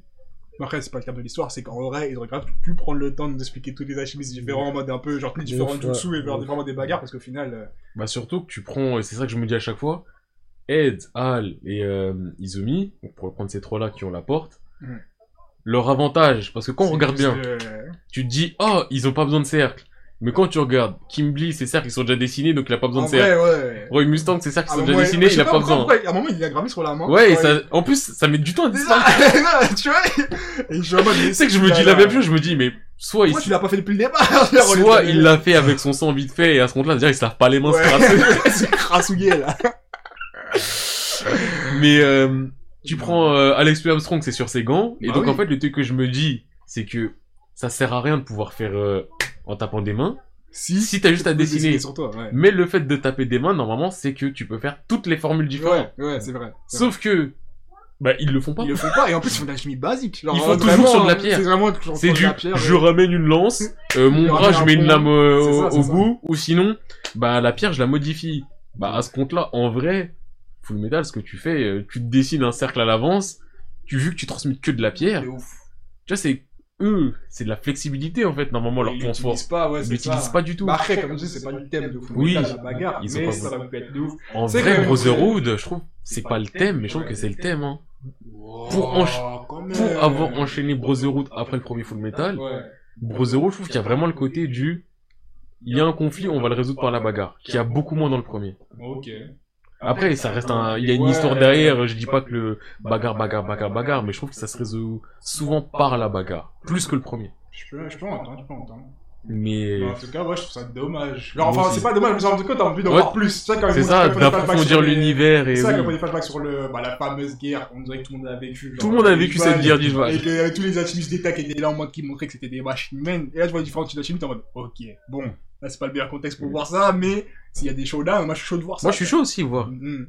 S1: mais Après c'est pas le terme de l'histoire, c'est qu'en vrai ils auraient grave pu prendre le temps de nous expliquer toutes les alchimies différents en mode un peu genre les différents
S3: ouf, ouais.
S1: jutsu et faire
S3: De ouf.
S1: vraiment des bagarres parce qu'au final euh,
S2: Bah surtout que tu prends, et c'est ça que je me dis à chaque fois, Ed, Al et euh, Izumi, donc pour prendre ces trois là qui ont la porte,
S1: Mm.
S2: leur avantage, parce que quand on
S1: c'est
S2: regarde
S1: juste,
S2: bien,
S1: euh,
S2: tu te dis oh ils ont pas besoin de cercle. Mais quand tu regardes, Kimberly, ses cercles ils sont déjà dessinés donc il a pas besoin
S1: en
S2: de cercle.
S1: vrai Ah, ouais.
S2: Roy Mustang, ses cercles
S1: À
S2: ils
S1: un
S2: sont
S1: moment,
S2: déjà
S1: il-
S2: dessinés,
S1: je sais
S2: il a pas
S1: pourquoi,
S2: besoin.
S1: ouais, À un moment il a gravé sur la main.
S2: Ouais, et
S1: Quand
S2: ça... en plus ça met du temps à disparaître.
S1: Ah, tu
S5: (laughs)
S1: vois Et je suis en mode, mais
S2: Tu sais que je me dis la même chose, je me dis mais soit il
S1: Pourquoi tu l'as pas fait depuis le départ Genre, on
S2: Soit
S1: est-
S2: il l'a fait avec son sang vite fait et à ce compte-là, déjà ils se lavent pas les mains,
S1: Ouais.
S2: c'est crasseux.
S1: C'est crassouillé là.
S2: Mais euh, tu prends euh, Alex P. Armstrong, c'est sur ses gants. Et
S1: Bah
S2: donc
S1: oui.
S2: en fait, le truc que je me dis, c'est que ça sert à rien de pouvoir faire euh, en tapant des mains. Si
S1: (laughs)
S2: t'as (laughs) juste à
S1: tu peux
S2: dessiner.
S1: sur toi, ouais.
S2: Mais le fait de taper des mains, normalement, c'est que tu peux faire toutes les formules différentes.
S1: Ouais, ouais, c'est vrai. c'est vrai.
S2: Sauf que, bah ils le font pas.
S1: Ils le font pas et en plus ils font de la chimie basique. Genre,
S2: Ils font
S1: vraiment, euh,
S2: toujours sur de la pierre.
S1: C'est vraiment toujours
S2: C'est
S1: sur de
S2: du,
S1: la pierre.
S2: je
S1: ouais.
S2: ramène une
S1: (laughs)
S2: lance, euh, mon
S1: Je
S2: bras,
S1: ramène
S2: je
S1: un
S2: mets une
S1: pont.
S2: lame euh,
S1: C'est ça,
S2: au,
S1: c'est ça.
S2: bout, ou sinon, bah la pierre, je la modifie. Bah à ce compte-là, en vrai, full metal, ce que tu fais, euh, tu te dessines un cercle à l'avance, tu vu que tu transmets que de la pierre,
S1: C'est ouf.
S2: tu vois, c'est eux, c'est de la flexibilité en fait, normalement, leur
S1: Ils
S2: point fort.
S1: l'utilisent pas, ouais,
S2: Ils
S1: c'est ça.
S2: l'utilisent pas du tout.
S1: Bah après, comme je dis, c'est pas le thème de fou.
S2: Oui.
S1: la bagarre,
S2: Ils ont
S1: mais
S2: pas-
S1: ça aurait pu être de ouf.
S2: En
S1: C'est
S2: vrai,
S1: que-
S2: Brotherhood, je trouve, c'est pas le thème, mais je trouve que c'est le thème. Hein. Pour encha-
S1: Oh, quand même.
S2: Pour avoir enchaîné Brotherhood après le premier full metal,
S1: Ouais.
S2: Brotherhood, je trouve qu'il y a vraiment le côté du. Il y a un conflit, on va le résoudre par la bagarre, qui a beaucoup moins dans le premier.
S1: Ok.
S2: Après, ça reste un. Il y a une
S5: Ouais,
S2: histoire
S5: ouais,
S2: derrière. Je dis pas que le
S1: Bah,
S2: bagarre, bagarre, bagarre, bagarre, mais je trouve que ça se résout souvent par la bagarre, plus que le premier.
S5: Je peux, je peux entendre, je peux entendre.
S2: Mais
S1: Bah,
S5: Mais En tout cas, moi, je trouve ça dommage. Genre,
S2: Moi
S5: enfin,
S2: aussi.
S5: c'est pas dommage, mais ça, en tout cas, t'as envie d'en
S2: Ouais.
S5: voir plus. Tu sais, quand ils
S2: c'est
S5: font-
S2: ça,
S5: quand ils font des flashbacks sur
S2: d'approfondir
S5: les-
S2: l'univers et
S5: C'est ça,
S2: oui.
S5: quand on fait des flashbacks sur le, bah, la fameuse guerre, on dirait que tout le monde l'a vécu. genre,
S2: Tout le monde a
S5: les
S2: vécu
S5: vagues,
S2: cette guerre du
S5: Et
S2: vague.
S5: que euh, tous les alchimistes d'État qui étaient là en mode qui montraient que c'était des machines humaines. Et là, je vois les différents types d'alchimistes en mode, ok, bon, là, c'est pas le meilleur contexte pour voir ça, mais s'il y a des showdowns, moi, je suis chaud de voir
S2: Mm.
S5: ça.
S2: Moi, je suis chaud aussi, voir.
S5: Mhm.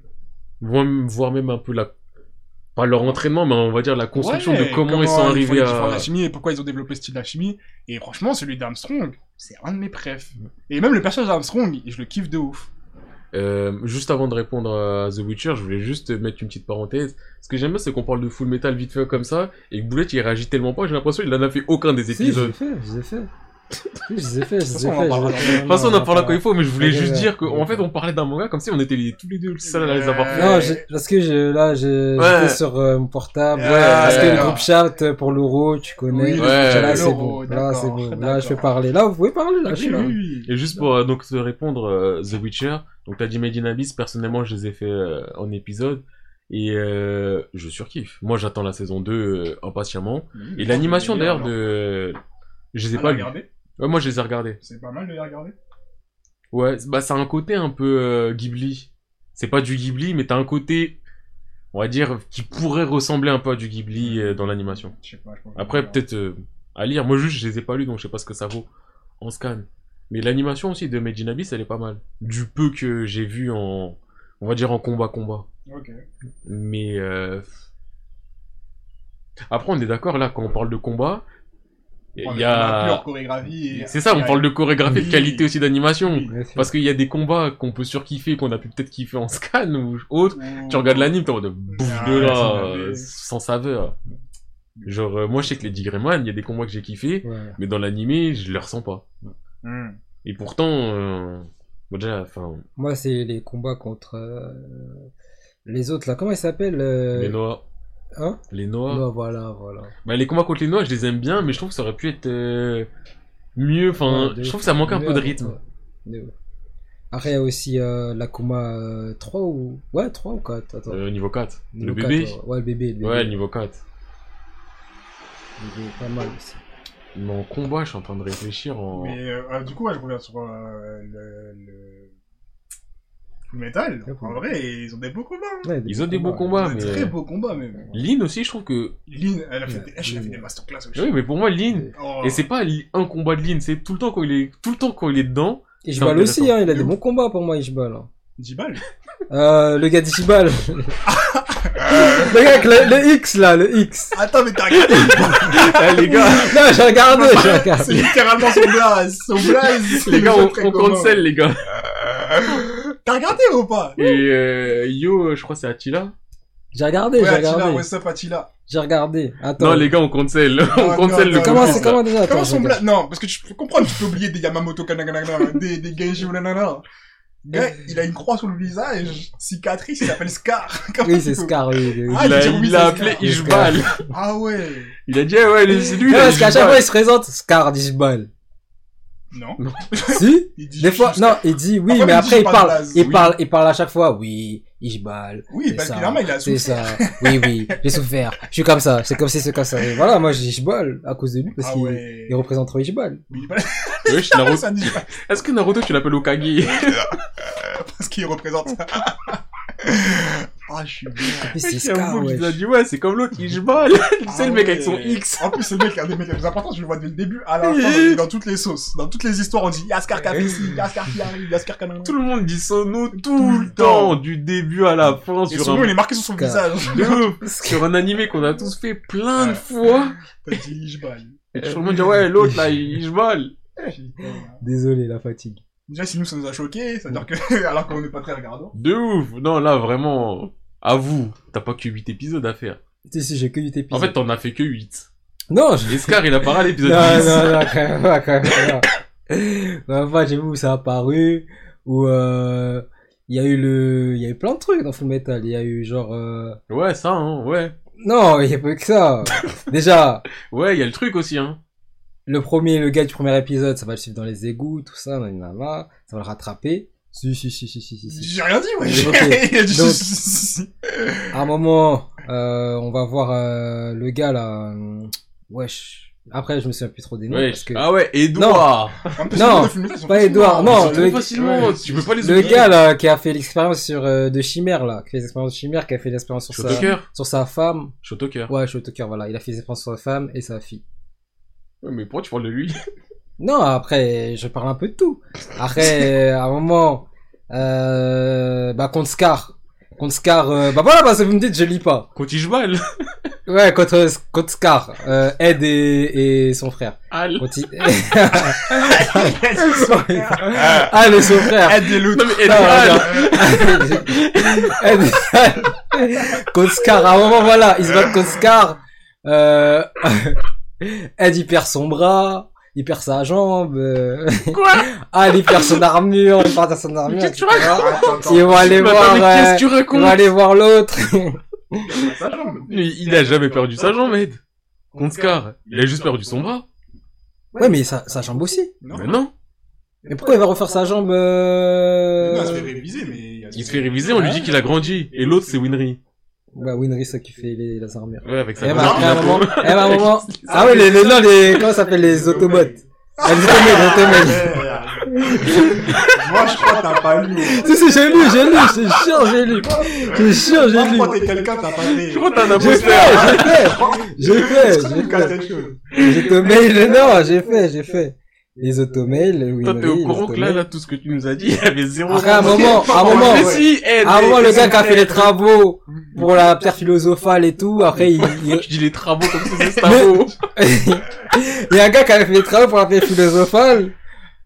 S2: Voir- Voir même un peu la. Pas leur entraînement, mais on va dire la construction
S5: Ouais,
S2: de comment, ils sont
S5: font les
S2: arrivés
S5: différents
S2: à.
S5: alchimies et pourquoi ils ont développé ce style d'alchimie. Et franchement, celui d'Armstrong, c'est un de mes préfs.
S2: Mm.
S5: Et même le personnage d'Armstrong, je le kiffe de ouf.
S2: Euh, juste avant de répondre à The Witcher, je voulais juste mettre une petite parenthèse. Ce que j'aime bien, c'est qu'on parle de Full Metal vite fait comme ça, et que Boulet il réagit tellement pas, j'ai l'impression qu'il en a fait aucun des
S3: Si, je les ai
S2: épisodes.
S3: fait, je les ai fait. Si, je les ai fait, je les ai
S5: façon, on en
S3: fait. je
S5: parlera.
S3: vais-
S5: De toute
S2: De toute façon, on en parlera quand il faut, mais je voulais
S3: Ouais,
S2: juste
S3: ouais,
S2: dire que,
S3: ouais.
S2: en fait, on parlait d'un manga comme si on était les- tous les deux seuls à les avoir fait.
S3: Non, j'ai- parce que je, là, je-
S2: Ouais.
S3: j'étais sur euh, mon portable.
S5: Ouais,
S3: parce que
S2: ouais,
S3: le
S5: ouais.
S3: groupe chat euh, pour l'euro, tu connais.
S2: Ouais.
S5: Oui,
S3: là, c'est
S5: l'euro,
S3: bon. Là, c'est
S5: d'accord,
S3: bon. Là,
S5: d'accord.
S3: je peux parler. Là, vous pouvez parler. Là, je suis
S2: Mm.
S3: là.
S2: Et juste pour euh, donc te répondre, euh, The Witcher, donc t'as dit Made in Abyss, personnellement je les ai fait euh, en épisode, et euh, je surkiffe. Moi j'attends la saison 2 euh, impatiemment.
S1: Mmh.
S2: Et l'animation d'ailleurs de... Je les ai
S5: Ah,
S2: pas
S5: la
S2: lus.
S5: regarder
S2: Ouais, moi je les ai regardés.
S5: C'est pas mal de les regarder.
S2: Ouais, c'est- bah ça a un côté un peu euh, Ghibli. C'est pas du Ghibli, mais t'as un côté, on va dire, qui pourrait ressembler un peu à du Ghibli euh, dans l'animation.
S5: Je sais pas, je pense que je
S2: Après,
S5: vais
S2: peut-être euh, à lire. Moi, juste, je les ai pas lus, donc je sais pas ce que ça vaut en scan. Mais l'animation aussi de Made in Abyss, elle est pas mal. Du peu que j'ai vu en, on va dire, en combat-combat.
S5: regarder. Ok.
S2: Mais euh, après, on est d'accord là quand on parle de combat, il y
S5: On a plus
S2: a,
S5: leur chorégraphie. et-
S2: c'est ça, on
S5: et-
S2: parle de chorégraphie, de
S5: Oui.
S2: qualité aussi d'animation.
S5: Oui.
S3: Ouais, c'est-
S2: Parce qu'il y a des combats qu'on peut surkiffer, qu'on a pu peut-être kiffer en scan ou autre. Tu regardes l'anime, t'es en mode bouffe
S5: Ah,
S2: de là,
S5: c'est une
S2: euh,
S5: idée.
S2: sans saveur. Genre, euh, moi je sais que les Digreman, il y a des combats que j'ai kiffé,
S3: ouais.
S2: mais dans l'animé, je les ressens pas.
S5: Hmm.
S2: Et pourtant, euh, bon, déjà, enfin,
S3: Moi, c'est les combats contre euh, les autres. Là, comment ils s'appellent euh,
S2: les Noah.
S3: hein
S2: Les Noah.
S3: Non, voilà, voilà.
S2: Bah, les combats contre les Noah, je les aime bien, mais je trouve que ça aurait pu être euh, mieux. Enfin,
S3: Ouais, de
S2: je
S3: ouf.
S2: trouve que ça manque un peu de
S3: Ouais,
S2: rythme.
S3: ouais, de ouf. Après, il y a aussi euh, l'Akuma euh, 3 ou. Ouais, 3 ou 4. Attends.
S2: Euh, niveau 4.
S3: Niveau
S2: le
S3: 4,
S2: bébé.
S3: ouais. Ouais, le bébé. Le bébé.
S2: ouais, niveau 4.
S3: Le bébé, pas mal aussi.
S2: Mais en combat, je suis en train de réfléchir en.
S5: Mais euh,
S1: ah,
S5: euh, du coup, ouais, je reviens sur euh, le, le... le métal.
S3: Ouais,
S5: En
S3: ouais.
S5: vrai, ils ont des beaux combats. hein.
S3: Ouais,
S2: Ils ont des beaux combats,
S5: Des
S2: mais.
S5: très beaux combats, même.
S2: Lynn aussi, je trouve que.
S5: Lynn, elle a fait, des...
S3: Ouais.
S5: elle a fait des
S3: Ouais.
S5: masterclass. wesh.
S2: Oui, mais pour moi, Lynn.
S5: Oh.
S2: Et c'est pas li- un combat de Lynn, c'est tout le temps quand il est, tout le temps quand il est (laughs) dedans.
S3: Et Ishbal
S2: C'est
S3: aussi, hein, il a
S5: De
S3: des
S5: ouf.
S3: bons combats pour moi, Ishbal. hein.
S5: 10 balles.
S3: Euh, le gars d'Ishbal. (laughs) le gars avec le, le X là,
S2: (laughs)
S3: le X.
S5: Attends, mais t'as regardé.
S2: Eh, les gars,
S3: Non, j'ai regardé, j'ai
S5: C'est
S3: regardé.
S5: littéralement son blaze. Son
S2: (laughs)
S5: blaze.
S2: les gars,
S5: C'est
S2: on,
S5: très
S2: on
S5: commun. Euh,
S2: cancel, les gars.
S5: T'as regardé ou pas
S2: Et euh, yo, euh, je crois que c'est Attila.
S3: J'ai regardé,
S5: Ouais,
S3: j'ai
S5: Attila,
S3: regardé.
S5: what's up, Attila
S3: J'ai regardé. Attends.
S2: Non, les gars, on cancel. (laughs) on
S5: non,
S2: cancel le
S5: non,
S3: Comment
S2: complice,
S3: c'est
S2: là.
S3: comment déjà Attends,
S5: Comment
S3: je
S5: son
S3: regarde.
S5: blaze Non, parce que tu peux comprendre, tu peux oublier des Yamamoto Kanaganagana, (laughs) des, des Genji ou nanana. Gars, il a une croix sur le visage, cicatrice, il s'appelle Scar. (laughs) Comment
S3: Oui,
S5: tu
S3: c'est
S5: peux-
S3: Scar, oui. oui.
S5: Ah,
S2: Il a,
S5: j'ai oublié
S2: il a
S5: ça,
S2: appelé
S5: Scar.
S2: Ishbal.
S5: Ah ouais
S2: Il a dit, ah ouais, lui, c'est lui.
S3: Non,
S2: là,
S3: parce qu'à chaque
S2: Ishbal.
S3: fois, il se présente Scar d'Ishbal.
S5: Non.
S3: si
S5: Il dit
S3: Des
S5: juste
S3: fois,
S5: Scar.
S3: non, il dit oui,
S5: Parfois,
S3: mais
S5: il dit
S3: après, il
S5: Ishbal
S3: parle,
S5: Blaze,
S3: il
S2: oui.
S3: parle, il parle à chaque fois. Oui, Ishbal.
S5: Oui,
S3: c'est
S5: parce
S3: ça,
S5: que vraiment, il a
S3: C'est
S5: souffert.
S3: ça. Oui, oui, j'ai souffert. Je suis comme ça. C'est comme si c'est comme ça. Et voilà, moi, j'ai Ishbal à cause de lui parce
S5: Ah
S3: qu'il
S5: ouais.
S3: il représente trop Ishbal.
S5: Mais il est
S2: Wesh, Naruto-
S5: pas ça, dit pas, (laughs)
S2: Est-ce que Naruto, tu l'appelles Okage
S5: parce qu'il représente ça. Ah, je suis bien.
S3: Mais c'est
S2: Il y a un
S3: Scar,
S2: mot qui
S3: ouais.
S2: nous a dit, ouais, c'est comme l'autre, Ishbal. (laughs) Tu sais,
S5: Ah
S2: le mec avec
S5: ouais.
S2: son X.
S5: En plus, c'est le mec qui a des mecs les plus importants, je le vois dès le début à la fin, dans- dans toutes les sauces. Dans toutes les histoires, on dit Yaskar Kafisi, Yaskar qui arrive, Yaskar Kanan.
S2: Tout le monde dit son nom tout le temps, du début à la fin,
S5: Et
S2: sur
S5: son nom,
S2: un
S5: il est marqué sur son
S3: Scar.
S5: visage. (laughs)
S2: De ouf. sur un animé qu'on a tous fait plein de fois.
S5: T'as dit Ishbal.
S2: Et tout le monde dit ouais, l'autre là, il il se vole.
S5: Putain.
S3: Désolé, la fatigue.
S5: Déjà, si nous, ça nous a choqués, c'est-à-dire que, alors qu'on n'est pas très regardant.
S2: De ouf. Non, là vraiment, à vous, t'as pas que 8 épisodes à faire.
S3: Si, si, j'ai que 8
S2: En
S3: épisodes.
S2: fait, t'en as fait que 8.
S3: non, je...
S2: Et Scar, il apparaît à
S3: (laughs) non,
S2: l'épisode 10.
S3: non, non, quand même pas, quand même pas. La fois, j'ai vu où ça a apparu, où euh, il y a eu le, il y a eu plein de trucs dans Full Metal. Il y a eu genre, euh...
S2: Ouais, ça, hein, ouais.
S3: non, il y a pas eu
S2: (laughs)
S3: que ça. Déjà,
S2: Ouais, il y a le truc aussi, hein.
S3: le premier, le gars du premier épisode, ça va le suivre dans les égouts, tout ça, nanana, ça va le rattraper. Si, si, si, si, si, si. si.
S1: J'ai rien dit, ouais.
S3: Ok.
S1: (laughs) Il a dit
S3: Donc-
S1: si, si, si, si.
S3: À un moment, euh, on va voir euh, le gars là. euh, Wesh. Après, je me souviens plus trop des noms.
S2: Ouais.
S3: parce que...
S2: Ah ouais, Edouard
S1: En plus,
S3: Non,
S1: les deux films, ils sont
S3: pas
S1: faciles,
S3: Edouard,
S1: hein.
S3: non,
S2: Ils sont
S3: le-
S2: facilement,
S1: ouais.
S2: tu peux pas les
S3: Le
S2: oublier.
S3: gars là qui a fait l'expérience sur euh, de chimère là, qui fait l'expérience de chimère, qui a fait l'expérience sur sa,
S2: Shotoker
S3: sur sa femme.
S2: Shotoker.
S3: Ouais, Shotoker, voilà, il a fait l'expérience sur sa femme et sa fille.
S2: Ouais, mais pourquoi tu parles de (laughs) lui
S3: Non, après, je parle un peu de tout. Après, à un moment, euh, bah contre Scar, contre Scar, euh, bah voilà, parce que vous me dites, je lis pas.
S2: Cotijbal
S3: Ouais, contre contre Scar, euh, Ed et, et son frère.
S2: Al
S3: Contre... (laughs) ah, le son frère.
S1: Aide les loups.
S2: Non mais Ed
S3: Non,
S2: Al
S3: Ed- contre Scar, Eh, à un moment, voilà, il se bat contre Scar. Euh... (laughs) Ed, il perd son bras, il perd sa jambe. euh, (laughs)
S2: Quoi
S3: Al, il perd son armure, il perd son armure.
S2: qu'est-ce que
S1: Ah,
S2: tu
S3: etc.
S1: Attends, attends.
S3: Ils vont aller
S2: Mais
S3: voir,
S2: attends, mais qu'est-ce
S3: euh,
S2: que tu
S3: ils vont
S2: racontes
S3: aller voir l'autre.
S1: Sa jambe.
S2: Mais Il a jamais perdu sa jambe, Ed Konskar, il a juste perdu son bras.
S3: ouais, mais sa, sa jambe aussi.
S1: Non.
S2: Mais non
S3: Mais pourquoi il va refaire sa jambe euh...
S1: Non, il se fait réviser, mais.
S2: Il se fait réviser, on lui dit qu'il a grandi. Et l'autre, c'est Winry.
S3: Bah, Winry, ça qui fait les, les armures.
S2: Ouais, avec sa
S3: Eh ben,
S2: grosse
S3: après, à un
S2: nappe.
S3: moment, eh (laughs) ben, à un moment, ah ouais, les, les, non, les, comment ça s'appelle, les Autobots. Ah, les Autobots, les Autobots.
S1: Moi, je crois que t'as pas lu.
S3: Si, si, j'ai lu, j'ai lu, je suis sûr, j'ai lu. Je suis sûr, j'ai
S1: Moi, je
S3: lu.
S1: crois que t'es quelqu'un, t'as pas lu.
S2: Je crois que t'as un
S3: J'ai
S2: imposteur.
S3: fait, j'ai fait, j'ai fait, j'ai fait. Les automails, non, j'ai fait, j'ai fait. Les automails, oui.
S2: Toi, t'es
S3: oui, Ah,
S2: au
S3: les
S2: courant que là,
S3: automails.
S2: là, tout ce que tu nous as dit, il y avait zéro.
S3: Après, à un
S2: sens.
S3: moment, à un moment,
S2: Mais si, Ed
S3: à un moment,
S2: Ed,
S3: Ah, le gars qui a fait les travaux pour la pierre philosophale et tout, après, il, il-
S2: Tu dis les travaux comme si c'était un mot.
S3: (laughs) il y a un gars qui avait fait les travaux pour la pierre philosophale.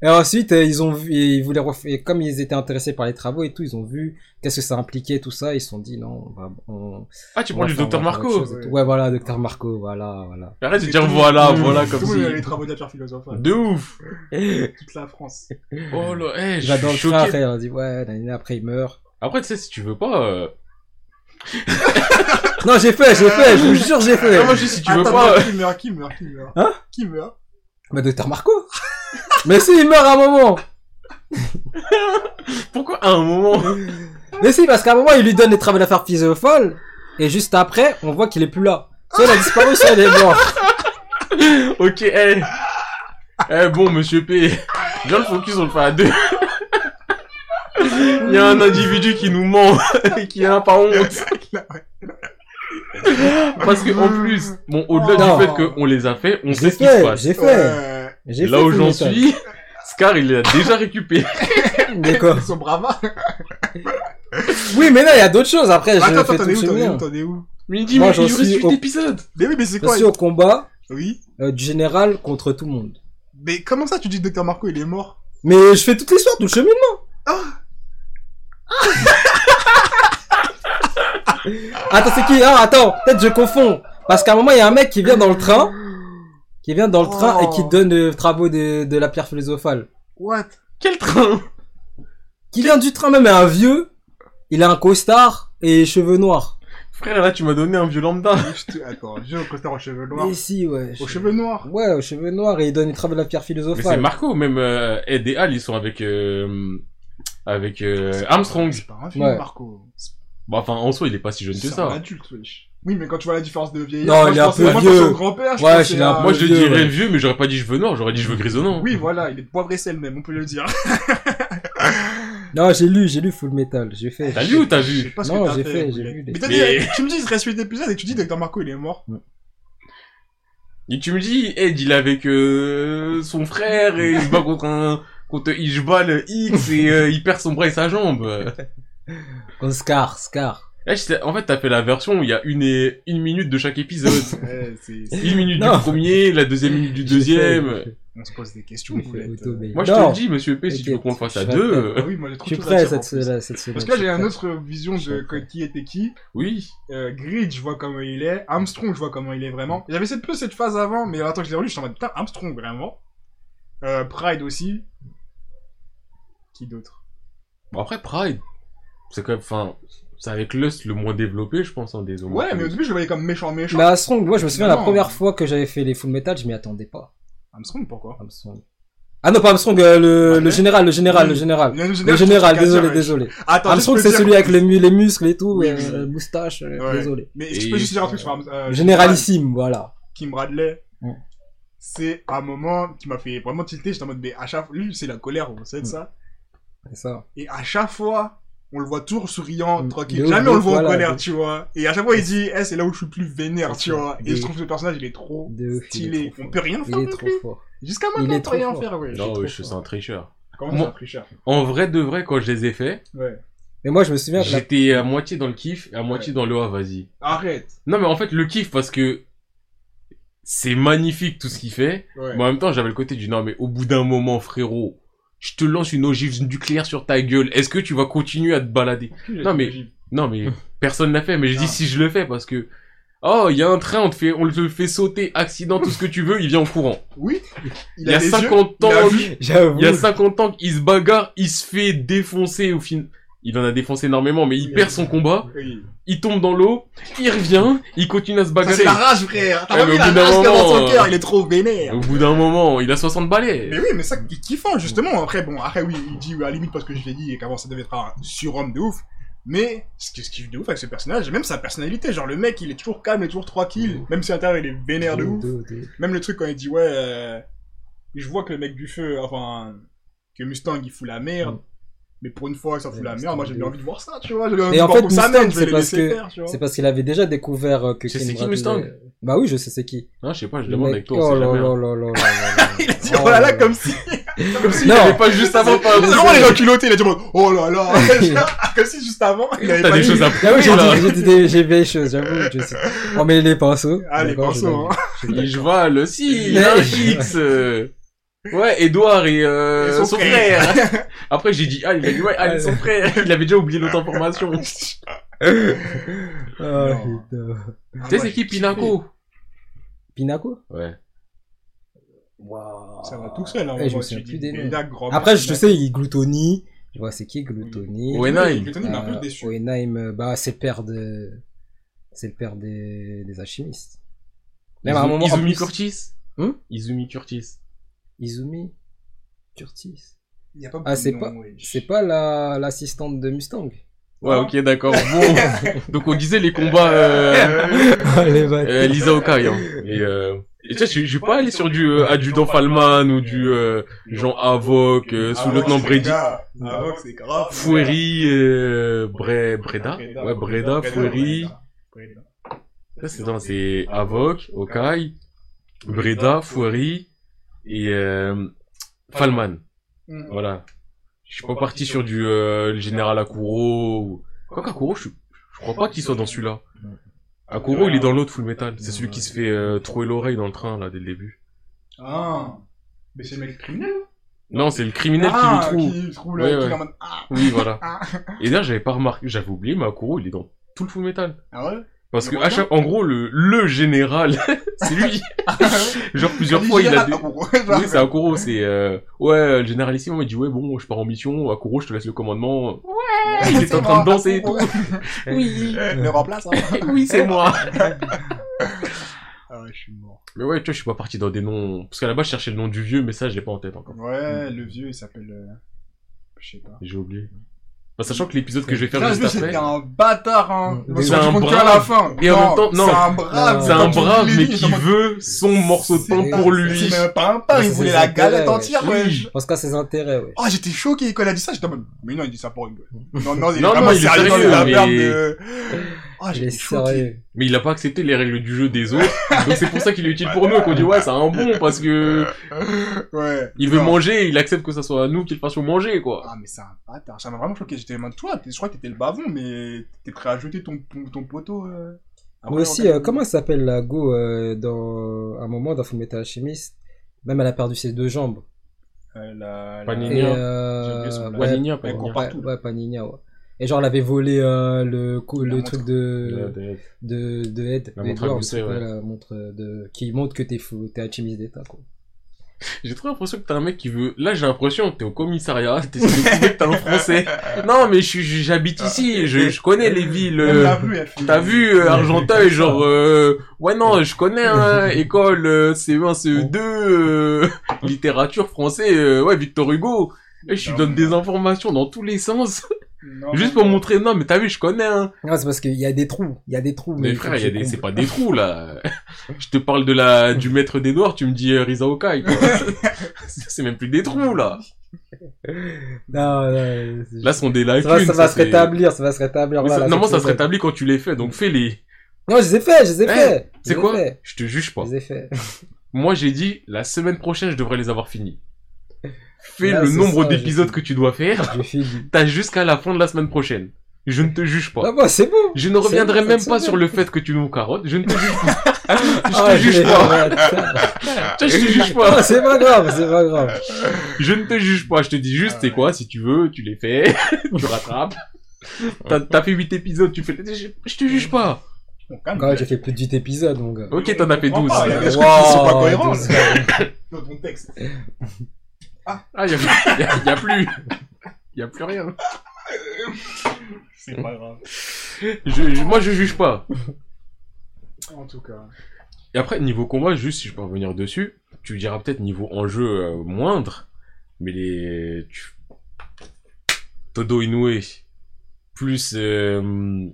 S3: Et ensuite, euh, ils ont vu, ils voulaient refaire, et comme ils étaient intéressés par les travaux et tout, ils ont vu qu'est-ce que ça impliquait, tout ça, ils se sont dit, non, on va, on,
S2: Ah, tu
S3: on
S2: prends
S3: va
S2: du
S3: faire-
S2: docteur
S3: on va faire autre
S2: Marco.
S3: chose et tout. Mmh. Ouais, voilà, docteur Marco, voilà, voilà.
S2: (laughs) Arrête de dire voilà,
S1: Tout-
S2: voilà,
S1: tout
S2: comme
S1: le monde
S2: si.
S1: a les travaux de la pierre philosophale.
S2: De ouf.
S1: Toute la France.
S2: Oh là, eh, je
S3: J'adore
S2: suis
S3: le train,
S2: choqué.
S3: après, on dit, ouais, nanana, après, il meurt.
S2: Après, tu sais, si tu veux pas. euh,
S3: Non, j'ai fait, j'ai fait, je vous jure, j'ai fait.
S2: Ah, moi, je dis, si tu veux
S1: Attends,
S2: pas. euh,
S1: qui meurt, qui meurt, qui meurt
S3: Hein
S1: Qui meurt
S3: Bah, docteur Marco. (laughs) Mais si, il meurt à un moment.
S2: euh, Pourquoi à un moment
S3: Mais si, parce qu'à un moment, il lui donne les travaux d'affaires philosophales. Et juste après, on voit qu'il est plus là. Soit il a disparu, soit il est mort.
S2: Ok, eh. Eh, bon, monsieur P. Viens le focus, on le fait à deux. Il y a un individu qui nous ment et qui a pas honte. Parce que en plus, bon, au-delà
S3: Non.
S2: du fait qu'on les a fait, on
S3: J'ai
S2: sait ce qui se
S3: fait,
S2: passe.
S3: j'ai fait.
S1: Euh,
S3: J'ai
S2: Là
S3: fait
S2: où
S3: tout
S2: j'en
S3: le temps. (laughs)
S2: suis, Scar il l'a déjà récupéré.
S3: D'accord.
S1: Son brava.
S3: Oui, mais là, il y a d'autres choses. Après,
S1: Attends,
S3: je
S1: attends,
S3: fais
S1: t'en
S3: tout
S1: es
S3: le
S1: où T'en es où
S3: chemin.
S1: T'en es où
S2: Mais il dit,
S3: Moi,
S2: mais
S3: j'en
S2: il reste
S3: suis
S2: suite
S3: au-
S2: d'épisode.
S1: Mais oui, mais c'est
S3: Je
S1: quoi
S3: suis au combat
S1: Oui.
S3: euh, du général contre tout le monde.
S1: Mais comment ça, tu dis que Docteur Marco, il est mort Ah!
S3: Mais je fais toute l'histoire, tout le cheminement. attends, c'est qui Ah, attends, peut-être je confonds. Parce qu'à un moment, il y a un mec qui vient dans le train. Qui vient dans le train et qui
S1: Oh.
S3: donne le travaux de, de la pierre philosophale.
S1: What
S2: Quel train
S3: Qui vient du train même, mais un vieux. Il a un costard et cheveux noirs.
S2: Frère, là tu m'as donné un vieux lambda.
S1: Je te- Attends, je au costard aux cheveux noirs.
S3: Mais si, ouais.
S1: Aux cheveux noirs
S3: Ouais, aux cheveux noirs et il donne les travaux de la pierre
S2: Mais c'est
S3: philosophale.
S2: Marco, même euh, Ed et Al, ils sont avec. euh, avec euh, Armstrong.
S1: Ah, C'est pas un film,
S3: Ouais.
S1: Marco.
S2: Bon, enfin, en soi, il est pas si jeune que
S1: C'est
S2: ça.
S1: un adulte, wesh. Oui, mais quand tu vois la différence de vieillesse.
S3: Non,
S1: moi,
S3: il
S1: je
S3: est un
S1: pensais-
S3: peu
S1: moi, je pensais au
S3: vieux.
S1: grand-père, je
S3: Ouais,
S1: pensais
S3: il est un
S1: à-
S2: Moi, je
S3: Ah, vieux,
S2: dirais
S3: ouais.
S2: vieux, mais j'aurais pas dit cheveux noirs, j'aurais dit cheveux grisonnants.
S1: Oui, voilà, il est de poivre et sel même, on peut le dire.
S3: Non, j'ai lu, j'ai lu Full Metal. J'ai fait.
S2: T'as lu ou t'as vu
S1: Parce
S3: Non,
S1: que t'as
S3: j'ai fait,
S1: oui.
S3: j'ai vu des-
S1: Mais t'as
S2: Mais-
S1: dit, tu me dis, il se reste 8 épisodes et tu dis, Docteur Marco, il est mort.
S2: Et tu me dis, Ed, il est avec euh, son frère et il se bat contre un. contre Ishbal X et euh, il perd son bras et sa jambe. Euh,
S3: Comme Scar, Scar.
S2: là, je sais- en fait, t'as fait la version où il y a une, et... une minute de chaque épisode.
S1: Ouais, Eh, c'est. c'est-
S2: une minute
S3: Non.
S2: du premier, la deuxième minute du
S3: J'ai fait,
S2: deuxième.
S3: j'ai fait.
S1: On se pose des questions,
S3: J'ai
S1: vous
S3: fait
S1: l'êtes.
S3: Autobé.
S2: Moi, je te
S3: Non.
S2: le dis, monsieur P, si tu veux
S3: T'inquiète,
S2: qu'on le fasse à
S3: je suis
S2: deux.
S1: Ah
S2: euh,
S1: oui, moi, j'ai trop
S3: Je suis
S1: de choses à dire,
S3: prêt
S1: en
S3: cette,
S1: plus.
S3: semaine- cette semaine.
S1: Parce que là,
S3: je
S1: j'ai
S3: suis
S1: une
S3: prêt.
S1: autre vision
S3: Je
S1: de
S3: suis prêt.
S1: qui était qui.
S2: Oui.
S1: Euh, Grid, je vois comment il est. Armstrong, je vois comment il est vraiment. J'avais cette peu cette phase avant, mais attends, que je l'ai relu, je suis en mode putain, Armstrong vraiment. Euh, Pride aussi. Qui d'autre
S2: Bon, après, Pride, c'est quand même. Enfin, c'est avec Lust le moins développé, je pense, en des hommes.
S1: Ouais, mais au début, je le voyais comme méchant, méchant.
S3: Mais Armstrong, moi je me souviens la
S1: Non.
S3: première fois que j'avais fait les Full Metal, je m'y attendais pas.
S1: Armstrong, pourquoi Ah,
S3: Armstrong. Ah non, pas Armstrong, euh, le, le général, le général, le général.
S1: Le
S3: Le
S1: général,
S3: général,
S1: je pense qu'il y a
S3: désolé,
S1: un-
S3: désolé.
S1: Attends,
S3: Armstrong,
S1: juste
S3: c'est
S1: pour
S3: celui
S1: dire-
S3: avec les, mu- les muscles et tout,
S1: Oui,
S3: euh,
S1: oui.
S3: euh, moustache, euh,
S1: Ouais.
S3: désolé.
S1: Mais est-ce que
S2: Et-
S1: je peux juste dire un truc sur Arms- euh,
S3: Généralissime, voilà.
S1: Kim Bradley,
S3: Ouais.
S1: c'est un moment qui m'a fait vraiment tilter. J'étais en mode, mais à chaque fois, lui, c'est la colère, on sait de ça.
S3: C'est ça.
S1: Et à chaque fois, on le voit toujours souriant,
S3: Mm.
S1: tranquille.
S3: De ouf,
S1: Jamais
S3: de
S1: on le
S3: ouf,
S1: voit en
S3: voilà,
S1: colère,
S3: de-
S1: tu vois. Et à chaque fois, il dit, eh, c'est là où je suis le plus vénère, tu
S3: De-
S1: vois. Et
S3: de-
S1: je trouve que ce personnage, il est trop
S3: De ouf, il est
S1: stylé.
S3: trop
S1: On
S3: fort.
S1: peut rien faire
S3: Il est
S1: avec
S3: trop
S1: lui.
S3: fort.
S1: Jusqu'à
S3: Il
S1: maintenant,
S3: est
S1: on peut
S3: trop
S1: rien
S3: fort.
S1: faire, ouais.
S2: Non,
S3: trop
S2: oui, euh, je
S3: fort.
S2: suis un tricheur.
S1: Comment
S2: Moi-
S1: ça, très cher
S2: En vrai de vrai, quand je les ai fait,
S1: Ouais.
S3: Mais moi, je me souviens que la-
S2: j'étais à moitié dans le kiff et à moitié dans le ah, vas-y.
S1: Arrête.
S2: Non, mais en fait, le kiff, parce que c'est magnifique tout ce qu'il fait.
S1: Ouais.
S2: Mais en même temps, j'avais le côté du non, mais au bout d'un moment, frérot, je te lance une ogive nucléaire sur ta gueule. Est-ce que tu vas continuer à te balader Non, mais- Non, mais personne l'a fait, mais je dis
S1: Ah.
S2: si je le fais parce que. Oh, il y a un train, on te fait, on le fait sauter, accident, tout ce que tu veux, il vient en
S5: (laughs)
S2: courant.
S1: Oui.
S2: Il, y a
S1: des yeux,
S2: 50
S1: il a
S2: ans,
S1: vu.
S3: J'avoue.
S2: il y a 50 ans qu'il se bagarre, il se fait défoncer au fin. Il en a défoncé énormément, mais il
S1: Oui,
S2: perd
S1: oui.
S2: son combat,
S1: Oui.
S2: il tombe dans l'eau, il revient, il continue à se
S1: Ça,
S2: bagarrer.
S1: C'est la rage, frère. T'as
S2: Ouais,
S1: pas
S2: mais
S1: vu
S2: au
S1: la
S2: bout d'un
S1: rage qu'il y a dans son
S2: moment,
S1: cœur.
S2: euh,
S1: Il est trop vénère.
S2: Au bout d'un moment, il a 60 balais.
S1: Mais oui, mais ça, qui kiffant, justement. Après, bon, après, oui, il dit, oui, à la limite, parce que je l'ai dit, et qu'avant, ça devait être un surhomme de ouf. Mais, ce qui ce qui est de ouf avec ce personnage, et même sa personnalité, genre, le mec, il est toujours calme, il est toujours tranquille, même si à l'intérieur, il est vénère de ouf. Même le truc quand il dit, ouais, euh, je vois que le mec du feu, enfin, que Mustang, il fout la merde.
S3: Mm.
S1: Mais pour une fois, que ça fout
S3: Ouais,
S1: la
S3: Mustang
S1: merde, moi, j'ai
S3: de
S1: bien
S3: ouf.
S1: envie de voir ça, tu vois. J'ai bien envie
S3: Et
S1: de
S3: en
S1: voir
S3: fait,
S1: comme ça
S3: Mustang,
S1: mène, je vais
S3: c'est
S1: les
S3: parce
S1: laisser
S3: que-
S1: faire, tu vois.
S3: C'est parce qu'il avait déjà découvert euh, que
S2: C'est-
S3: Ken
S2: c'est qui,
S3: Bradley-
S2: Mustang
S3: Bah oui, je sais c'est qui.
S2: Hein, je sais pas, je
S3: Le
S2: demande
S3: mec-
S2: avec toi, on
S3: oh
S2: sait
S3: là
S2: jamais.
S3: là
S2: hein.
S3: là là
S2: (laughs)
S3: là là.
S1: Il a dit, oh là là, comme si, comme si,
S3: Non.
S2: Il avait pas juste avant pas.
S1: C'est vraiment les gens culottés, il a dit, oh là là, comme si juste avant, il avait
S2: T'as
S1: pas
S2: des
S1: eu-
S2: choses à
S3: Ah oui,
S2: (laughs) prouver
S3: j'ai
S2: là.
S3: dit, j'ai dit des, j'ai des choses, j'avoue, je
S2: (laughs)
S3: sais. On met les pinceaux.
S1: Ah, les
S3: D'accord, je
S1: pinceaux,
S3: l'ai- je l'ai-
S2: Et je vois le si, il a un X. euh. Ouais, Edouard et, euh,
S1: Et son
S2: son frère.
S3: (laughs)
S2: Après, j'ai dit, ah, il a dit, ouais, ah, et son frère. Il avait déjà oublié l'autre
S3: (laughs)
S2: information. tu
S3: Ah,
S1: Non.
S3: putain.
S1: Ah, moi,
S2: sais, c'est qui
S1: j'ai kiffé.
S2: Pinaco
S3: Pinaco
S2: Ouais.
S3: Waouh.
S1: Ça va tout seul, hein.
S3: Eh, je me souviens plus des noms. Après,
S1: Après,
S3: je sais, il Gluttony. Je vois, c'est qui Gluttony
S2: Ouais,
S1: Oenaim.
S2: Oenaim.
S1: Gluttony m'a un peu déçu.
S3: Oenaim, euh, bah, c'est le père de. C'est le père des, des alchimistes. Même à un
S2: Izumi-
S3: moment. en
S2: Izumi
S3: plus-
S2: Curtis.
S3: Hmm
S2: Izumi Curtis.
S3: Izumi Curtis.
S1: Il y a pas
S3: Ah,
S1: beaucoup
S3: c'est
S1: de
S3: pas,
S1: noms, oui.
S3: c'est pas la, l'assistante
S2: (laughs)
S3: de Mustang. Ah.
S2: Ouais, ok, d'accord.
S3: (laughs)
S2: Bon. Donc, on disait les combats, euh,
S3: Allez, va.
S2: euh, Lisa Okai, hein. Et, euh, et tu sais, je- je suis pas allé sur du euh, adjudant Falman ou du, euh, Jean Havoc, euh,
S1: Ah,
S2: sous-lieutenant
S1: ouais, c'est
S2: Brady.
S1: grave. Ah, ouais, c'est grave.
S2: Fouery, euh, Bre- Breda, ouais, Breda, Fouery,
S1: Breda.
S2: ça c'est dans c'est Avoc, Okai, Breda, Fouery et euh, Falman,
S1: Mm.
S2: voilà. Je suis pas parti sur du euh, le général Akuro, ou... quoi qu'Akuro, je, je crois pas qu'il soit dans celui-là. Akuro, il est dans l'autre Full Metal, c'est celui qui se fait euh, trouer l'oreille dans le train là dès le début.
S1: Ah. Mais c'est le mec criminel. hein.
S2: Non, c'est le criminel
S1: Ah,
S2: qui le trouve.
S1: Qui trouve
S2: Ouais,
S1: le. qui
S2: ouais.
S1: est en mode, Ah,
S2: Oui, voilà.
S1: Ah.
S2: Et d'ailleurs, j'avais pas remarqué, j'avais oublié, mais Akuro, il est dans tout le Full Metal.
S1: ah ouais.
S2: Parce que,
S1: Le
S2: à chaque- en gros, le, le général, (laughs)
S1: (laughs)
S2: c'est lui. Genre, plusieurs fois, il a
S1: Général
S2: des...
S1: Akuro.
S2: Oui, c'est Akuro, c'est... euh, Ouais, le général ici, il dit, ouais, bon, je pars en mission, Akuro, je te laisse le commandement.
S1: Ouais,
S2: il est
S1: c'est
S2: en train
S1: moi,
S2: de danser et
S1: Akuro.
S2: Oui,
S1: Le remplace. hein.
S2: oui, c'est moi.
S1: Ah ouais, je suis mort.
S2: Mais ouais, tu vois, je suis pas parti dans des noms... Parce qu'à la base, je cherchais le nom du vieux, mais ça, je l'ai pas en tête encore.
S1: Ouais, le vieux, il s'appelle. euh, Je sais pas.
S2: J'ai oublié. Bah, sachant que l'épisode que je vais faire
S1: Putain,
S2: juste
S1: lui,
S2: après...
S1: c'était un bâtard, hein.
S3: Mm.
S1: Moi,
S2: C'est
S1: je me
S2: un
S1: rends compte qu'à
S2: brave.
S1: la fin.
S2: Et en même temps- non.
S1: C'est un brave.
S2: C'est
S3: Quand
S2: un
S1: tu lis
S2: brave,
S1: les
S2: mais
S1: lignes,
S2: qui
S1: t'es en mode,
S2: veut son morceau de pain
S3: C'est-
S2: pour lui.
S1: C'est même pas un pain,
S3: C'est
S1: il voulait
S3: ses
S1: la
S3: intérêts,
S1: galette
S3: ouais.
S1: entière,
S2: Oui.
S1: wesh.
S3: Parce qu'à ses intérêts, ouais.
S1: Oh, j'étais choqué quand il a dit ça, j'étais en mode, mais non, il dit ça pour une Non, non, il est
S2: Non,
S1: vraiment
S2: non, il est
S1: sérieux,
S2: sérieux,
S1: la
S2: mais-
S1: merde de... Oh,
S3: Il est
S1: j'étais choqué.
S3: sérieux.
S2: Mais il a pas accepté les règles du jeu
S1: (laughs)
S2: des autres. donc c'est pour ça qu'il est utile pour nous, qu'on dit ouais, c'est un bon, parce que
S1: Ouais.
S2: il veut
S1: Euh, Non.
S2: manger, il accepte que ça soit à nous qu'il le fassions manger, quoi.
S1: Ah, mais c'est un bâtard, ça m'a vraiment choqué, j'étais en mode, toi, t'es- je crois que t'étais le bavon, mais t'es prêt à jeter ton, ton, ton poteau... Euh...
S3: Mais aussi, euh, comment elle s'appelle la Go euh, dans un moment dans Fullmetal Alchemist Même elle a perdu ses deux jambes.
S1: Euh, la...
S2: Panini. hein.
S3: Et
S2: Paninia.
S1: J'ai oublié
S3: euh,
S1: son
S3: ouais,
S1: nom.
S2: Paninia,
S1: Elle court
S2: Paninia.
S1: partout.
S3: ouais, ouais, Paninia, ouais. Et genre, elle avait volé euh, le, cou-
S1: La
S3: le
S1: montre.
S3: truc de,
S2: Ouais,
S3: de, de Ed,
S2: La
S3: de
S2: montre à
S3: Edward,
S2: gousset,
S3: c'est quoi, euh,
S2: ouais.
S3: la montre de, qui montre que t'es fou, t'es alchimiste d'état, quoi.
S2: J'ai trop l'impression que t'es un mec qui veut. Là, j'ai l'impression que t'es au commissariat, t'es que t'as
S1: (laughs)
S2: le français. Non, mais je suis- j'habite ici, je, je connais les villes.
S1: Même
S2: euh,
S1: la rue, elle fait-
S2: T'as vu euh, Argenteuil, genre euh, ouais non, je connais hein, école euh, CE1, CE2, euh, littérature français, euh, ouais Victor Hugo. Et je lui donne des informations dans tous les sens,
S1: Non,
S2: juste pour montrer non, mais t'as vu, je connais. Hein.
S3: Non, c'est parce qu'il y a des trous. Il y a des trous.
S2: Mais
S3: il faut
S2: frère,
S3: que
S2: il y a
S3: tu
S2: des, c'est
S3: combles.
S2: pas des trous là. je te parle de la du maître d'Edouard, tu me dis euh, Risa Okai. quoi. c'est même plus des trous là. (laughs)
S3: Non, non, c'est-
S2: Là, ce sont des
S3: ça,
S2: lacunes.
S3: va, ça va se
S2: c'est-
S3: rétablir, ça va se rétablir.
S2: Mais ça-
S3: voilà,
S2: non, moi,
S3: c'est
S2: ça se
S3: tout.
S2: rétablit quand tu les fais, donc fais-les.
S3: Non, je les ai fait, je les ai
S2: Eh,
S3: fait. Je
S2: C'est
S3: les ai
S2: quoi
S3: fait,
S2: Je te juge pas.
S3: Je les
S2: (laughs)
S3: ai fait.
S2: Moi, j'ai dit, la semaine prochaine, je devrais les avoir finis. Fais
S3: Là,
S2: le
S3: ce
S2: nombre
S3: soir,
S2: d'épisodes
S3: je-
S2: que tu dois faire.
S3: J'ai fini.
S2: T'as jusqu'à la fin de la semaine prochaine. Je ne te juge pas.
S3: Ah, bah, c'est bon.
S2: Je ne reviendrai
S3: bon,
S2: même
S3: c'est
S2: pas
S3: bon.
S2: sur le fait que tu nous carottes. Je ne te juge pas. je te
S3: (laughs) Ah,
S2: juge
S3: l'ai-
S2: pas.
S3: ouais, putain. (laughs)
S2: Tu vois, Je te juge
S3: Ah,
S2: pas.
S3: c'est pas grave, c'est pas grave.
S2: Je ne te juge pas. Je te dis juste,
S1: Ah
S2: c'est quoi, si tu veux, tu les fais, (laughs) tu rattrapes. T'as- T'as fait 8 épisodes, tu fais. Je, je te juge pas.
S1: On calme.
S3: Quand même, j'ai fait plus de 8 épisodes, mon gars.
S2: Ok, t'en as fait
S1: On
S2: 12.
S1: parle, il y a des trucs qui sont pas
S3: Wow,
S1: cohérents.
S3: douze.
S1: là. Dans ton texte.
S2: Ah, y a, y a- y a plus. (laughs) Y a plus rien.
S1: C'est pas grave.
S2: Je- je- moi, je juge pas.
S1: En tout cas.
S2: Et après, niveau combat, juste si je peux revenir dessus, tu me diras peut-être niveau enjeu euh, moindre, mais les. tu- Todo Inoue, plus euh,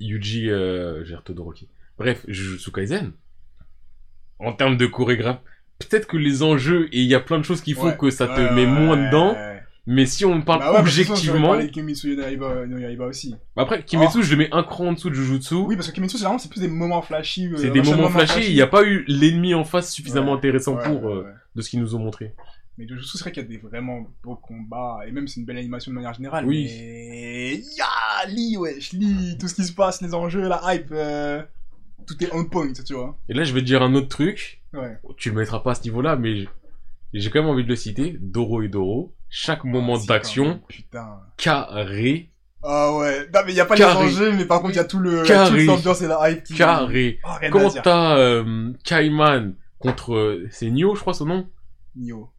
S2: Yuji. Euh, j'ai Todoroki. Bref, Jujutsu Kaisen, en termes de chorégraphe, peut-être que les enjeux, et il y a plein de choses qui font
S1: Ouais,
S2: que ça te
S1: ouais, ouais,
S2: met moins
S1: ouais,
S2: dedans,
S1: ouais.
S2: mais si on parle
S1: Bah ouais, parce que sinon, j'aurais
S2: objectivement.
S1: parlé de Kimetsu no Yaiba- no Yaiba aussi.
S2: Après, Kimetsu, je le mets un cran en dessous de Jujutsu.
S1: Oui, parce que Kimetsu, généralement, c'est plus des moments flashy. euh,
S2: c'est des
S1: enchaînements
S2: moments flashés, il n'y a pas eu l'ennemi en face suffisamment
S1: Ouais,
S2: intéressant
S1: Ouais,
S2: pour. euh,
S1: ouais.
S2: de ce qu'ils nous ont montré.
S1: Mais de Jujutsu, c'est vrai qu'il y a des vraiment beaux combats, et même c'est une belle animation de manière générale.
S2: Oui.
S1: Mais... Ya, Lee, wesh, Lee, tout ce qui se passe, les enjeux, la hype, euh, tout est on point, tu vois.
S2: Et là, je vais te dire un autre truc.
S1: Ouais.
S2: Tu le mettras pas à ce niveau-là, mais je- j'ai quand même envie de le citer. Doro et Doro, chaque moment
S1: Ah, si, quand même,
S2: d'action,
S1: Putain.
S2: carré,
S1: Ah ouais, non mais il y a pas
S2: Carré.
S1: les enjeux, mais par contre il y a tout le
S2: Carré.
S1: toute l'ambiance et la hype qui
S2: carré.
S1: Oh, rien à
S2: Quand
S1: dire.
S2: t'as euh, Kaiman contre... euh, C'est Nio, je crois, son nom
S1: Nio.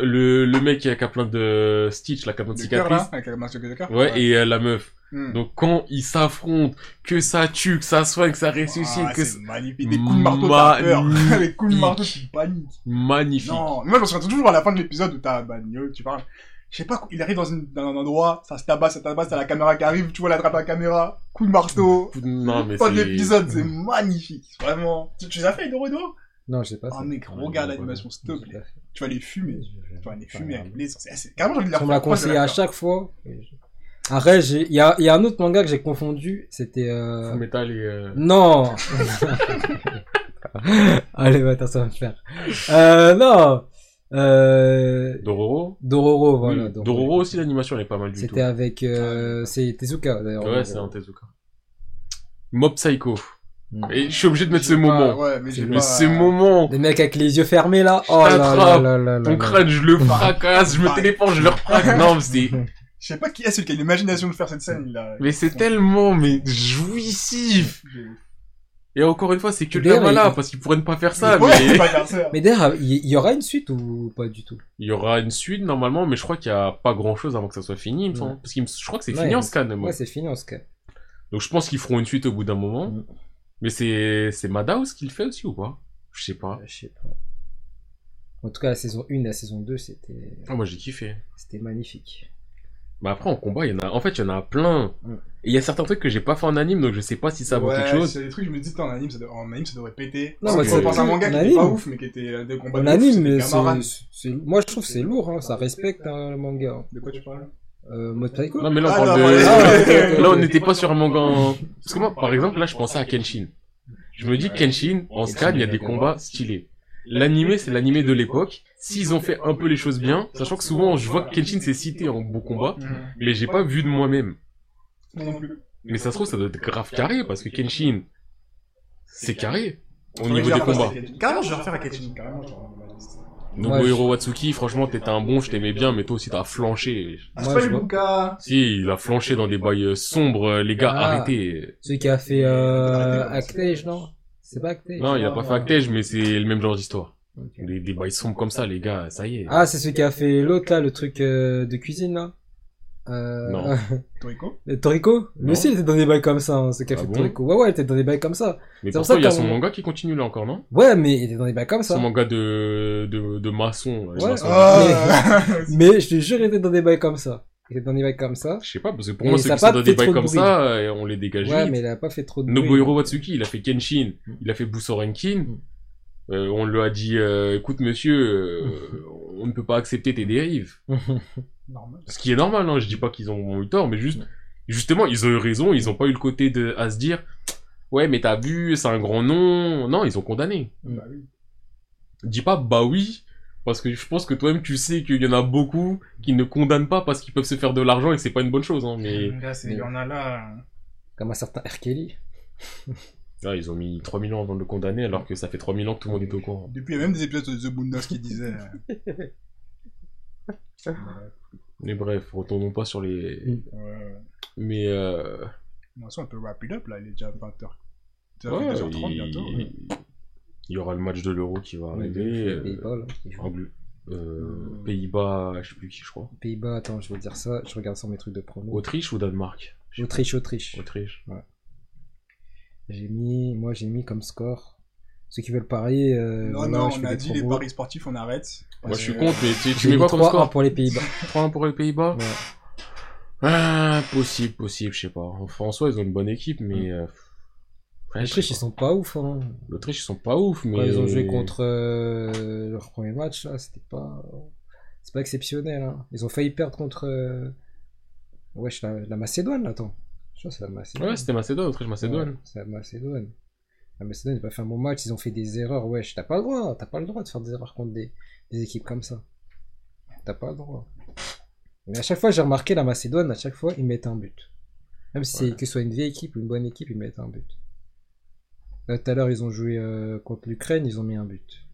S2: le, le mec qui a, qui a plein de stitch, là, qui a plein de
S1: Le cœur là,
S2: cicatrices.
S1: avec la masque de cœur.
S2: Ouais, et euh, la meuf.
S1: Hmm.
S2: Donc quand ils s'affrontent, que ça tue, que ça soigne, que ça
S1: Ah,
S2: ressuscite, que
S1: c'est
S2: c'est
S1: magnifique, des coups de marteau t'as peur. (laughs) Les coups de marteau tu paniques.
S2: magnifique.
S1: Non, mais moi je me souviens toujours à la fin de l'épisode où t'as bah, Neo, tu parles. Je sais pas, il arrive dans, une, dans un endroit, ça se tabasse, ça tabasse, t'as la caméra qui arrive, tu vois l'attrape à la caméra, coup de marteau.
S2: Non, mais
S1: Fin de
S2: c'est-
S1: l'épisode, Ah, c'est magnifique, vraiment. Tu, tu les as fait, Doro Doro
S3: Non, je sais pas.
S1: Oh
S3: ça.
S1: mec, regarde l'animation, s'il te plaît. Tu vas les
S2: (laughs)
S1: fumer. Tu vas les fumer avec les. c'est- c'est- Carrément, j'ai envie de la
S3: On me l'a conseillé à chaque fois. Après, j'ai- il y a, il y a un autre manga que j'ai confondu. C'était. euh,
S2: Full Metal et... euh,
S3: Non (laughs) Allez, va, attends, ça va me faire. Euh, non euh...
S2: Dororo
S3: Dororo, voilà.
S2: Oui,
S3: Dororo.
S2: Hmm, Dororo aussi, l'animation, elle est pas mal du tout.
S3: C'était avec. Euh... C'est Tezuka, d'ailleurs.
S2: Ah Ouais, c'est un Tezuka. Mob Psycho.
S3: Mm.
S2: Et je suis obligé de mettre ce moment.
S1: Ouais, mais j'ai
S2: mais
S1: pas-
S2: ce moment,
S3: Le mec avec les yeux fermés, là. Oh là là
S2: t'attrape,
S3: là là là.
S2: ton
S3: là.
S2: crâne, je le fracasse, je me
S1: Pareil.
S2: téléporte, je le
S1: (laughs)
S2: refracasse. Non, mais c'est,
S1: Je sais pas qui est-ce qui a l'imagination de faire cette scène, là.
S2: mais c'est tellement, mais jouissif. Et encore une fois, c'est que le
S3: D'ailleurs,
S2: gamin là,
S3: il-
S2: parce qu'il pourrait ne pas faire
S1: (laughs)
S2: ça,
S1: Ouais, c'est
S2: mais
S1: pas faire ça.
S3: Mais d'ailleurs, il y, il y aura une suite ou pas du tout
S2: il y aura une suite normalement, mais je crois qu'il y a pas grand chose avant que ça soit fini, il me semble. Parce que je crois que c'est
S3: Ouais,
S2: fini en
S3: mais-
S2: scan, moi.
S3: Ouais, c'est fini en ce cas.
S2: Donc je pense qu'ils feront une suite au bout d'un moment.
S3: Mm.
S2: Mais c'est, c'est Madhouse qui le fait aussi ou pas? Je sais pas.
S3: Euh, Je sais pas. En tout cas, la saison 1 et la saison 2, c'était
S2: Ah, moi j'ai kiffé.
S3: c'était magnifique.
S2: Bah après en combat, il y en a. En fait, il y en a plein.
S3: Mm.
S2: Et il y a certains trucs que j'ai pas fait en anime, donc je sais pas si ça vaut
S1: ouais,
S2: quelque chose.
S1: C'est des trucs, je me dis, putain, en anime, ça, devrait- en anime, ça devrait péter.
S3: Non,
S1: Non,
S2: mais
S1: mais
S2: c'est
S1: je pense à un
S3: plus-
S1: manga
S3: en
S1: qui était pas
S3: anime.
S1: ouf, mais qui était euh, des combats
S3: En
S1: de ouf,
S3: anime,
S1: c'était
S3: mais
S1: Gamaran.
S3: c'est- c'est- moi je trouve que c'est lourd, hein, ça respecte hein, le manga. hein.
S1: De quoi tu parles
S3: Euh, mode Psycho
S2: Non mais là on
S1: Ah,
S2: parle
S1: non,
S2: de.
S3: ouais, ouais.
S2: là on n'était pas sur un manga. en- Parce que moi, par exemple, là je pensais à Kenshin. Je me dis Kenshin, en scan, il y a des combats stylés. L'animé, c'est l'animé de l'époque. S'ils ont fait un peu les choses bien, sachant que souvent je vois que Kenshin s'est cité en beau combat,
S5: Mm.
S2: mais j'ai pas vu de moi-même.
S1: Moi non plus.
S2: Mais ça se trouve, ça doit être grave carré parce que Kenshin, c'est carré au
S1: Faudrait que
S2: niveau
S1: je
S2: des
S1: la refasse
S2: combats.
S1: à Kenshin. Carrément, je vais refaire à Kenshin, carrément, je vais refaire ma liste.
S3: Ouais,
S2: Nobuhiro Watsuki, franchement, t'étais un bon, je t'aimais bien, mais toi aussi t'as flanché.
S1: Ah,
S3: Moi,
S1: c'est pas
S3: je
S1: lui,
S3: vois-
S1: Luca
S2: Si, il a flanché dans des bails euh, sombres, euh, les gars,
S3: Ah.
S2: arrêtez.
S3: Celui qui a fait euh, Actage, non C'est pas Actage Ah.
S2: Non, il a pas fait Actège, mais c'est le même genre d'histoire. Des, des bails sombres comme ça, les gars, ça y est.
S3: Ah, c'est celui qui a fait l'autre, là, le truc euh, de cuisine, là. Euh...
S2: Non.
S5: Toriko
S3: (laughs) Le Toriko Lui
S2: Non.
S3: aussi, il était dans des bails comme ça, hein, ce qu'a
S2: Ah
S3: fait
S2: bon
S3: Toriko. Ouais, ouais, il était dans des bails comme ça.
S2: Mais
S3: C'est pour
S2: pour
S3: ça
S2: ça, il y a
S3: qu'on-
S2: son manga qui continue là encore, non
S3: Ouais, mais il était dans des bails comme ça.
S2: Son manga de, de, de maçon. là, les
S3: Ouais.
S2: maçons.
S1: Ah, (laughs)
S3: Mais je te jure, il était dans des bails comme ça. Il était dans des bails comme ça.
S2: Je sais pas, parce que pour
S3: Et
S2: moi,
S3: ça
S2: ceux
S3: a
S2: qui sont
S3: pas
S2: dans
S3: fait
S2: des bails
S3: trop de
S2: comme ça, euh, on les dégage
S3: Ouais,
S2: vite.
S3: mais il a pas fait trop de bruit. hein. Mm.
S2: Nobuhiro Watsuki, il a fait Kenshin, il a fait Busorenkin. Euh, on lui a dit, euh, écoute monsieur, euh,
S3: Mm.
S2: on ne peut pas accepter tes dérives.
S5: Normal.
S2: Ce qui est normal, hein, je dis pas qu'ils ont eu tort, mais juste, justement, ils ont eu raison, ils ont pas eu le côté de, à se dire, ouais, mais t'as bu, c'est un grand nom. Non, ils ont condamné.
S5: Bah oui.
S2: Dis pas, bah oui, parce que je pense que toi-même, tu sais qu'il y en a beaucoup qui ne condamnent pas parce qu'ils peuvent se faire de l'argent et que c'est pas une bonne chose, hein, mais
S5: Là, c'est- il y en a là. hein.
S3: Comme un certain R. Kelly.
S2: là, ils ont mis 3000 ans avant de le condamner, alors que ça fait 3000 ans que tout le monde est au courant.
S1: Depuis, il y a même des épisodes de The Bundas qui disaient. euh,
S2: (laughs) Mais bref, retournons pas sur les,
S1: ouais.
S2: mais euh,
S1: De toute façon, on peut wrap it up là, il est déjà 20h.
S2: ouais,
S1: 22h30
S2: Bah, il...
S1: bientôt. ouais.
S2: il y aura le match de l'euro qui va
S3: Oui,
S2: arriver.
S3: les
S2: euh,
S3: Pays-Bas, là, qui jouent.
S2: Angl- euh, Pays-Bas, je sais plus qui, je crois.
S3: Pays-Bas, attends, je vais dire ça. Je regarde sur mes trucs de promo.
S2: Autriche ou Danemark Je sais
S3: Autriche, Autriche.
S2: pas. Autriche.
S3: J'ai mis, moi j'ai mis comme score. Ceux qui veulent parier, euh,
S1: Non,
S3: voilà,
S1: non,
S3: je
S1: on
S3: fais
S1: a
S3: des
S1: dit les
S3: promos.
S1: paris sportifs, on arrête.
S2: Moi, je suis
S1: Euh,
S2: contre, mais tu, tu
S3: J'ai
S2: mets
S3: mis
S2: quoi comme
S3: 3-1
S2: score
S3: pour les Pays-Bas.
S2: 3-1 pour les Pays-Bas
S3: Ouais.
S2: Ah, possible, possible, je sais pas. Enfin, en soi, ils ont une bonne équipe, mais. euh, ouais, je sais
S3: L'Autriche,
S2: pas.
S3: ils sont pas ouf. Hein.
S2: L'Autriche, ils sont pas ouf, mais.
S3: Quand ils ont joué contre euh, leur premier match, là, c'était pas, c'est pas exceptionnel. hein. Ils ont failli perdre contre, euh, wesh, la, la Macédoine, là, attends. Je crois que c'est la Macédoine.
S2: Ouais, c'était Macédoine, Autriche-Macédoine.
S3: Ouais, c'est la Macédoine. La Macédoine n'a pas fait un bon match, ils ont fait des erreurs. Wesh, t'as pas le droit, t'as pas le droit de faire des erreurs contre des, des équipes comme ça. T'as pas le droit. Mais à chaque fois, j'ai remarqué la Macédoine, à chaque fois, ils mettent un but. Même si c'est
S2: Ouais.
S3: que ce soit une vieille équipe ou une bonne équipe, ils mettent un but. Là, tout à l'heure, ils ont joué euh, contre l'Ukraine, ils ont mis un but.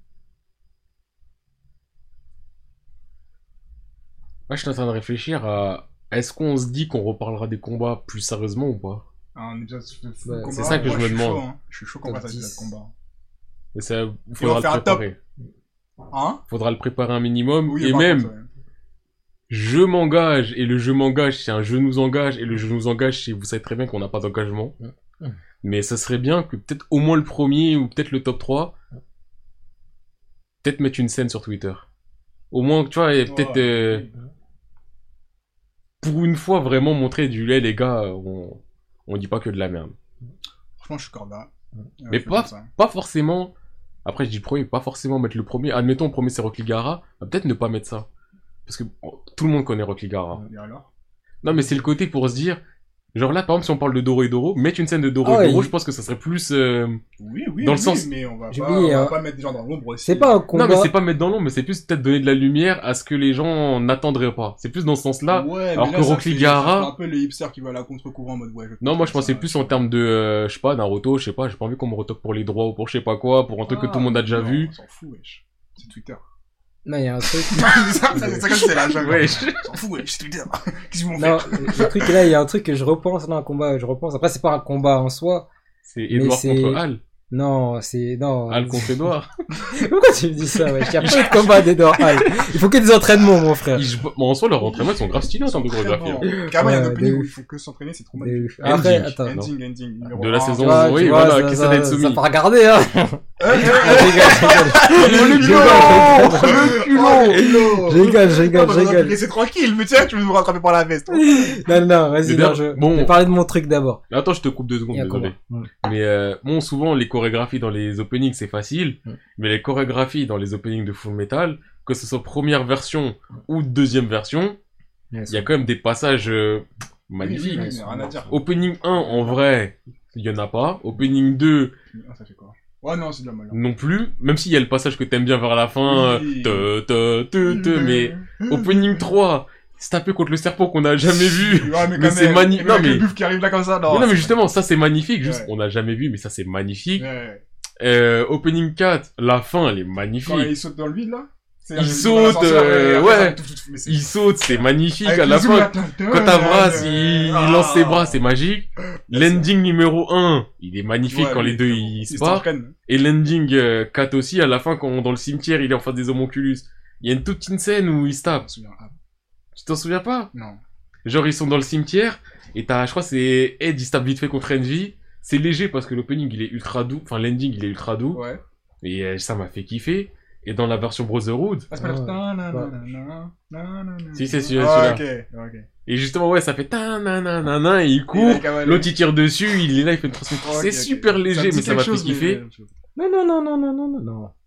S2: Ouais, Ah, je suis en train de réfléchir à. Est-ce qu'on se dit qu'on reparlera des combats plus sérieusement ou pas
S1: un épisode de fou
S3: Ouais,
S1: combat.
S2: c'est ça que
S1: Moi,
S2: je me
S1: suis
S2: demande.
S1: chaud, hein. Je suis chaud qu'on
S3: Top
S1: fasse un épisode
S3: 10.
S1: de combat.
S2: Et ça,
S1: on
S2: faudra
S1: fait un
S2: le
S1: top.
S2: préparer.
S1: Hein
S2: Faudra le préparer un minimum.
S1: Oui,
S2: et
S1: par
S2: même,
S1: contre, ouais.
S2: je m'engage et le je m'engage, c'est un je nous engage et le je nous engage, c'est vous savez très bien qu'on n'a pas d'engagement.
S3: Mm.
S2: Mais ça serait bien que peut-être au moins le premier ou peut-être le top 3, peut-être mettre une scène sur Twitter. Au moins, tu vois, et peut-être euh, pour une fois vraiment montrer du lait, les gars, on, on dit pas que de la merde.
S1: Franchement, je suis corda. Euh,
S2: Mais paf. Pas forcément, après je dis le premier, pas forcément mettre le premier. Admettons, le premier c'est Rock Ligara, bah, peut-être ne pas mettre ça. Parce que bon, tout le monde connaît Rock Ligara.
S1: Et alors
S2: Non, mais c'est le côté pour se dire. Genre là, par exemple, si on parle de Doro et Doro, mettre une scène de Doro
S3: Ah
S2: et Doro,
S3: ouais,
S2: je pense que ça serait plus. euh,
S1: Oui, oui,
S2: Dans
S1: oui,
S2: le sens-
S1: mais on va,
S3: J'ai
S1: pas,
S3: oublié,
S1: on va
S3: hein.
S1: pas mettre des gens dans l'ombre aussi.
S3: C'est pas un combat.
S2: Non, mais c'est pas mettre dans l'ombre, mais c'est plus peut-être donner de la lumière à ce que les gens n'attendraient pas. C'est plus dans ce sens-là.
S1: Ouais, mais
S2: Bah, alors
S1: là,
S2: que
S1: ça
S2: Rock
S1: fait- ça
S2: Ligara-
S1: fait un peu le hipster qui va à la contre-courant en mode ouais. Je
S2: Non, moi je
S1: comprends
S2: pensais
S1: ça.
S2: plus en termes de, euh, je sais pas, Naruto, je sais pas, j'ai pas envie qu'on me retoque pour les droits ou pour je sais pas quoi, pour un truc que tout le monde a déjà
S1: Ah, Non,
S2: vu.
S1: On s'en fout, wesh. C'est Twitter.
S3: Non, il y a un truc.
S1: ça, ça, ça, comme c'est la jungle.
S2: Ouais,
S1: On s'en fout, wesh, c'est Twitter. (laughs) Qu'est-ce qu'ils vont
S3: Non,
S1: faire
S3: le truc là, il y a un truc que je repense dans un combat, je repense. Après, c'est pas un combat en soi.
S2: c'est Edouard
S3: c'est-
S2: contre Al.
S3: Non, c'est non.
S2: Al contre Edouard.
S3: Pourquoi tu me dis ça, wesh Il y a pas de combat d'Edouard Hall. Il faut que des entraînements, mon frère.
S2: Ils jouent- bon, en soi, leurs entraînements ils sont grave stylés en termes de
S1: Très
S2: chorégraphie. hein.
S1: bon. Carrément, il y a un
S3: Ouais,
S1: opening
S3: de
S1: où
S3: ouf.
S1: il faut que s'entraîner, c'est trop magnifique.
S3: Des- Après,
S2: Ending.
S3: attends.
S1: Ending, ending. numéro
S2: De la
S1: un.
S2: saison.
S3: Tu vois,
S2: Oui,
S3: tu
S2: voilà,
S3: vois,
S2: qu'est-ce
S3: ça,
S2: que
S3: ça,
S2: t'as soumis
S3: ça pas regarder, hein.
S1: Eh, eh, eh,
S3: Je rigole,
S2: Le
S3: culot
S2: Le culot
S1: Hello
S3: je rigole, je rigole, je rigole, je rigole.
S1: laisser tranquille, mais tiens, tu veux me rattraper par la veste.
S3: Non, non, vas-y,
S2: Mais
S3: non,
S2: d'ailleurs,
S3: je
S2: bon.
S3: je vais parler de mon truc d'abord.
S2: Attends, je te coupe deux secondes,
S3: Il y a un
S2: désolé.
S3: combat. Mm.
S2: Mais euh, bon, souvent les chorégraphies dans les openings c'est facile,
S3: Mm.
S2: mais les chorégraphies dans les openings de Full Metal, que ce soit première version ou deuxième version, il y a quand même des passages euh, magnifiques.
S1: Oui, oui, oui, rien à dire.
S2: Opening 1 en vrai, il y en a pas. Opening 2
S1: Ah, ça fait quoi Ouais, non, c'est de la malade.
S2: non plus, même s'il y a le passage que t'aimes bien vers la fin,
S1: Oui.
S2: euh, te, te, te, te, mais opening 3, se taper contre le serpent qu'on n'a jamais vu.
S1: Ouais, mais
S2: Mais
S1: quand
S2: c'est
S1: même.
S2: magnifique.
S1: le mec
S2: Non, mais-
S1: avec Le buff qui arrive là comme ça, non.
S2: Non, non, mais justement, ça c'est magnifique, juste
S1: Ouais.
S2: on n'a jamais vu, mais ça c'est magnifique.
S1: Ouais.
S2: Euh, opening 4, la fin, elle est
S1: Quand
S2: magnifique.
S1: il saute dans le vide, là
S5: C'est-
S2: Il
S5: dans
S2: saute,
S5: l'ascenseur,
S2: euh,
S5: après, ça
S2: ouais.
S5: fait tout, tout, tout, mais c'est-
S2: Il saute, c'est magnifique
S5: Avec
S2: à
S5: le
S2: la
S5: zoom,
S2: fin.
S5: là, tin, tin,
S2: Quand Avras,
S5: euh,
S2: il, il
S5: ah.
S2: lance ses bras, c'est magique. L'ending numéro 1, il est magnifique
S5: Ouais,
S2: quand
S5: mais
S2: les deux
S5: c'est bon.
S2: ils se
S5: Ils
S2: partent.
S5: s'entraînent.
S2: Et l'ending euh, 4 aussi, à la fin, quand dans le cimetière, il est en face des homonculus. Il y a une toute une scène où ils se tapent.
S5: Je me souviens, ah,
S2: Tu t'en souviens pas
S5: Non.
S2: Genre, ils sont dans le cimetière, et t'as, je crois, c'est Ed, il se tape vite fait contre Envy. C'est léger parce que l'opening, il est ultra doux. Enfin, l'ending, il est ultra doux.
S5: Ouais.
S2: Et euh, ça m'a fait kiffer. Et dans la version Brotherhood,
S5: Ah, c'est pas le-
S3: Ouais.
S5: Tin, nan, nan, nan, nan, nan, nan.
S2: Si, c'est celui-là,
S5: Ah, ok, ok.
S2: et justement, ouais, ça fait ta na na na na, et il
S5: Il y a
S2: court.
S5: la cavale.
S2: L'autre, il tire dessus, il est là, il fait une transmission.
S5: Ok,
S2: c'est
S5: ok.
S2: super
S5: me
S2: léger,
S5: dit
S2: mais ça
S5: quelque
S2: m'a fait
S5: chose, mais- euh,
S2: kiffer.
S3: Non, non, non, non, non, non, non, non.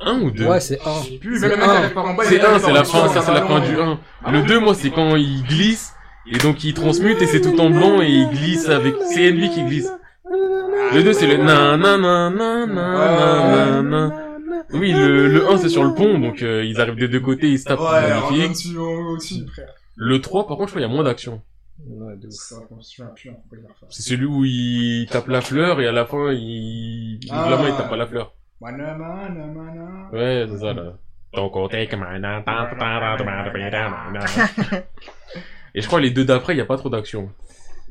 S2: 1 ou 2
S3: Ouais, c'est un.
S5: Je sais plus,
S3: C'est
S5: mais le mec,
S3: un.
S5: il arrive par en bas, il
S2: C'est
S5: arrive
S2: 1, c'est
S5: par
S2: la
S5: en
S2: fin,
S5: dessous,
S2: ça, c'est la fin du 1. Le 2, moi, c'est quand il glisse. Et donc il transmute et c'est tout en blanc et il glisse avec. C'est lui qui glisse. Le 2 c'est le na na na na na na na. Oui, le, le 1 c'est sur le pont, donc euh, ils arrivent des deux côtés, ils se tapent,
S5: Ouais,
S2: c'est
S5: alors, même
S2: magnifique.
S5: si on- aussi, frère.
S2: Le 3 par contre je crois qu'il y a moins d'action.
S3: Ouais, de ouf.
S5: Ça, je me souviens plus, hein, faut le refaire.
S2: C'est celui où il tape la fleur et à la fin il... il
S5: Ah.
S2: ouvre la main il tape pas la fleur.
S5: Manana, nanana.
S2: Ouais, c'est ça là. Ton côté comme un entente, entente,
S3: (laughs)
S2: entente. Et je crois les deux d'après il y a pas trop d'action.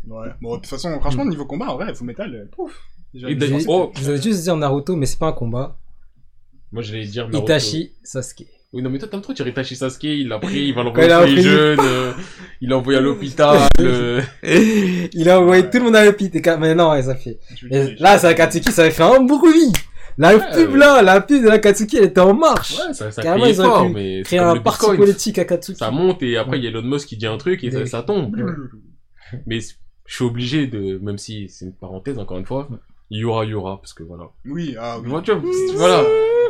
S5: Ouais. Bon, de toute façon, franchement, niveau combat, en vrai, Full Metal, euh, pouf. Déjà,
S2: Et
S5: il-
S2: d'ailleurs- oh,
S3: Je voulais juste dire Naruto, mais c'est pas un combat.
S2: moi je vais dire Naruto.
S3: Itachi, Sasuke.
S2: Oui, non, mais toi, t'as trop tiré Tachi Sasuke, il l'a pris, il va
S3: Quand
S2: l'envoyer
S3: il a
S2: sur les
S3: repris.
S2: jeunes, euh, il l'a envoyé à
S3: (laughs)
S2: l'hôpital. euh.
S3: Il a envoyé tout le monde à l'hôpital. Mais non, ouais, ça fait.
S5: tu-
S3: Et là, c'est la Katsuki, ça avait fait un bruit. La pub
S2: ouais.
S3: là, la pub de la Katsuki, elle était en marche.
S2: Ouais, ça, ça
S3: Carrément,
S2: criait
S3: ils auraient
S2: fort,
S3: pu
S2: mais c'est
S3: Créer
S2: comme
S3: un
S2: le
S3: parti
S2: Bitcoin.
S3: politique à Katsuki.
S2: Ça monte et après, il y a Elon Musk qui dit un truc et ça,
S3: Des-
S2: ça tombe.
S3: Ouais.
S2: (laughs) Mais je suis obligé de, même si c'est une parenthèse encore une fois, il y aura, il y aura, parce que voilà.
S5: Oui, ah, oui.
S2: Moi, tu vois, voilà.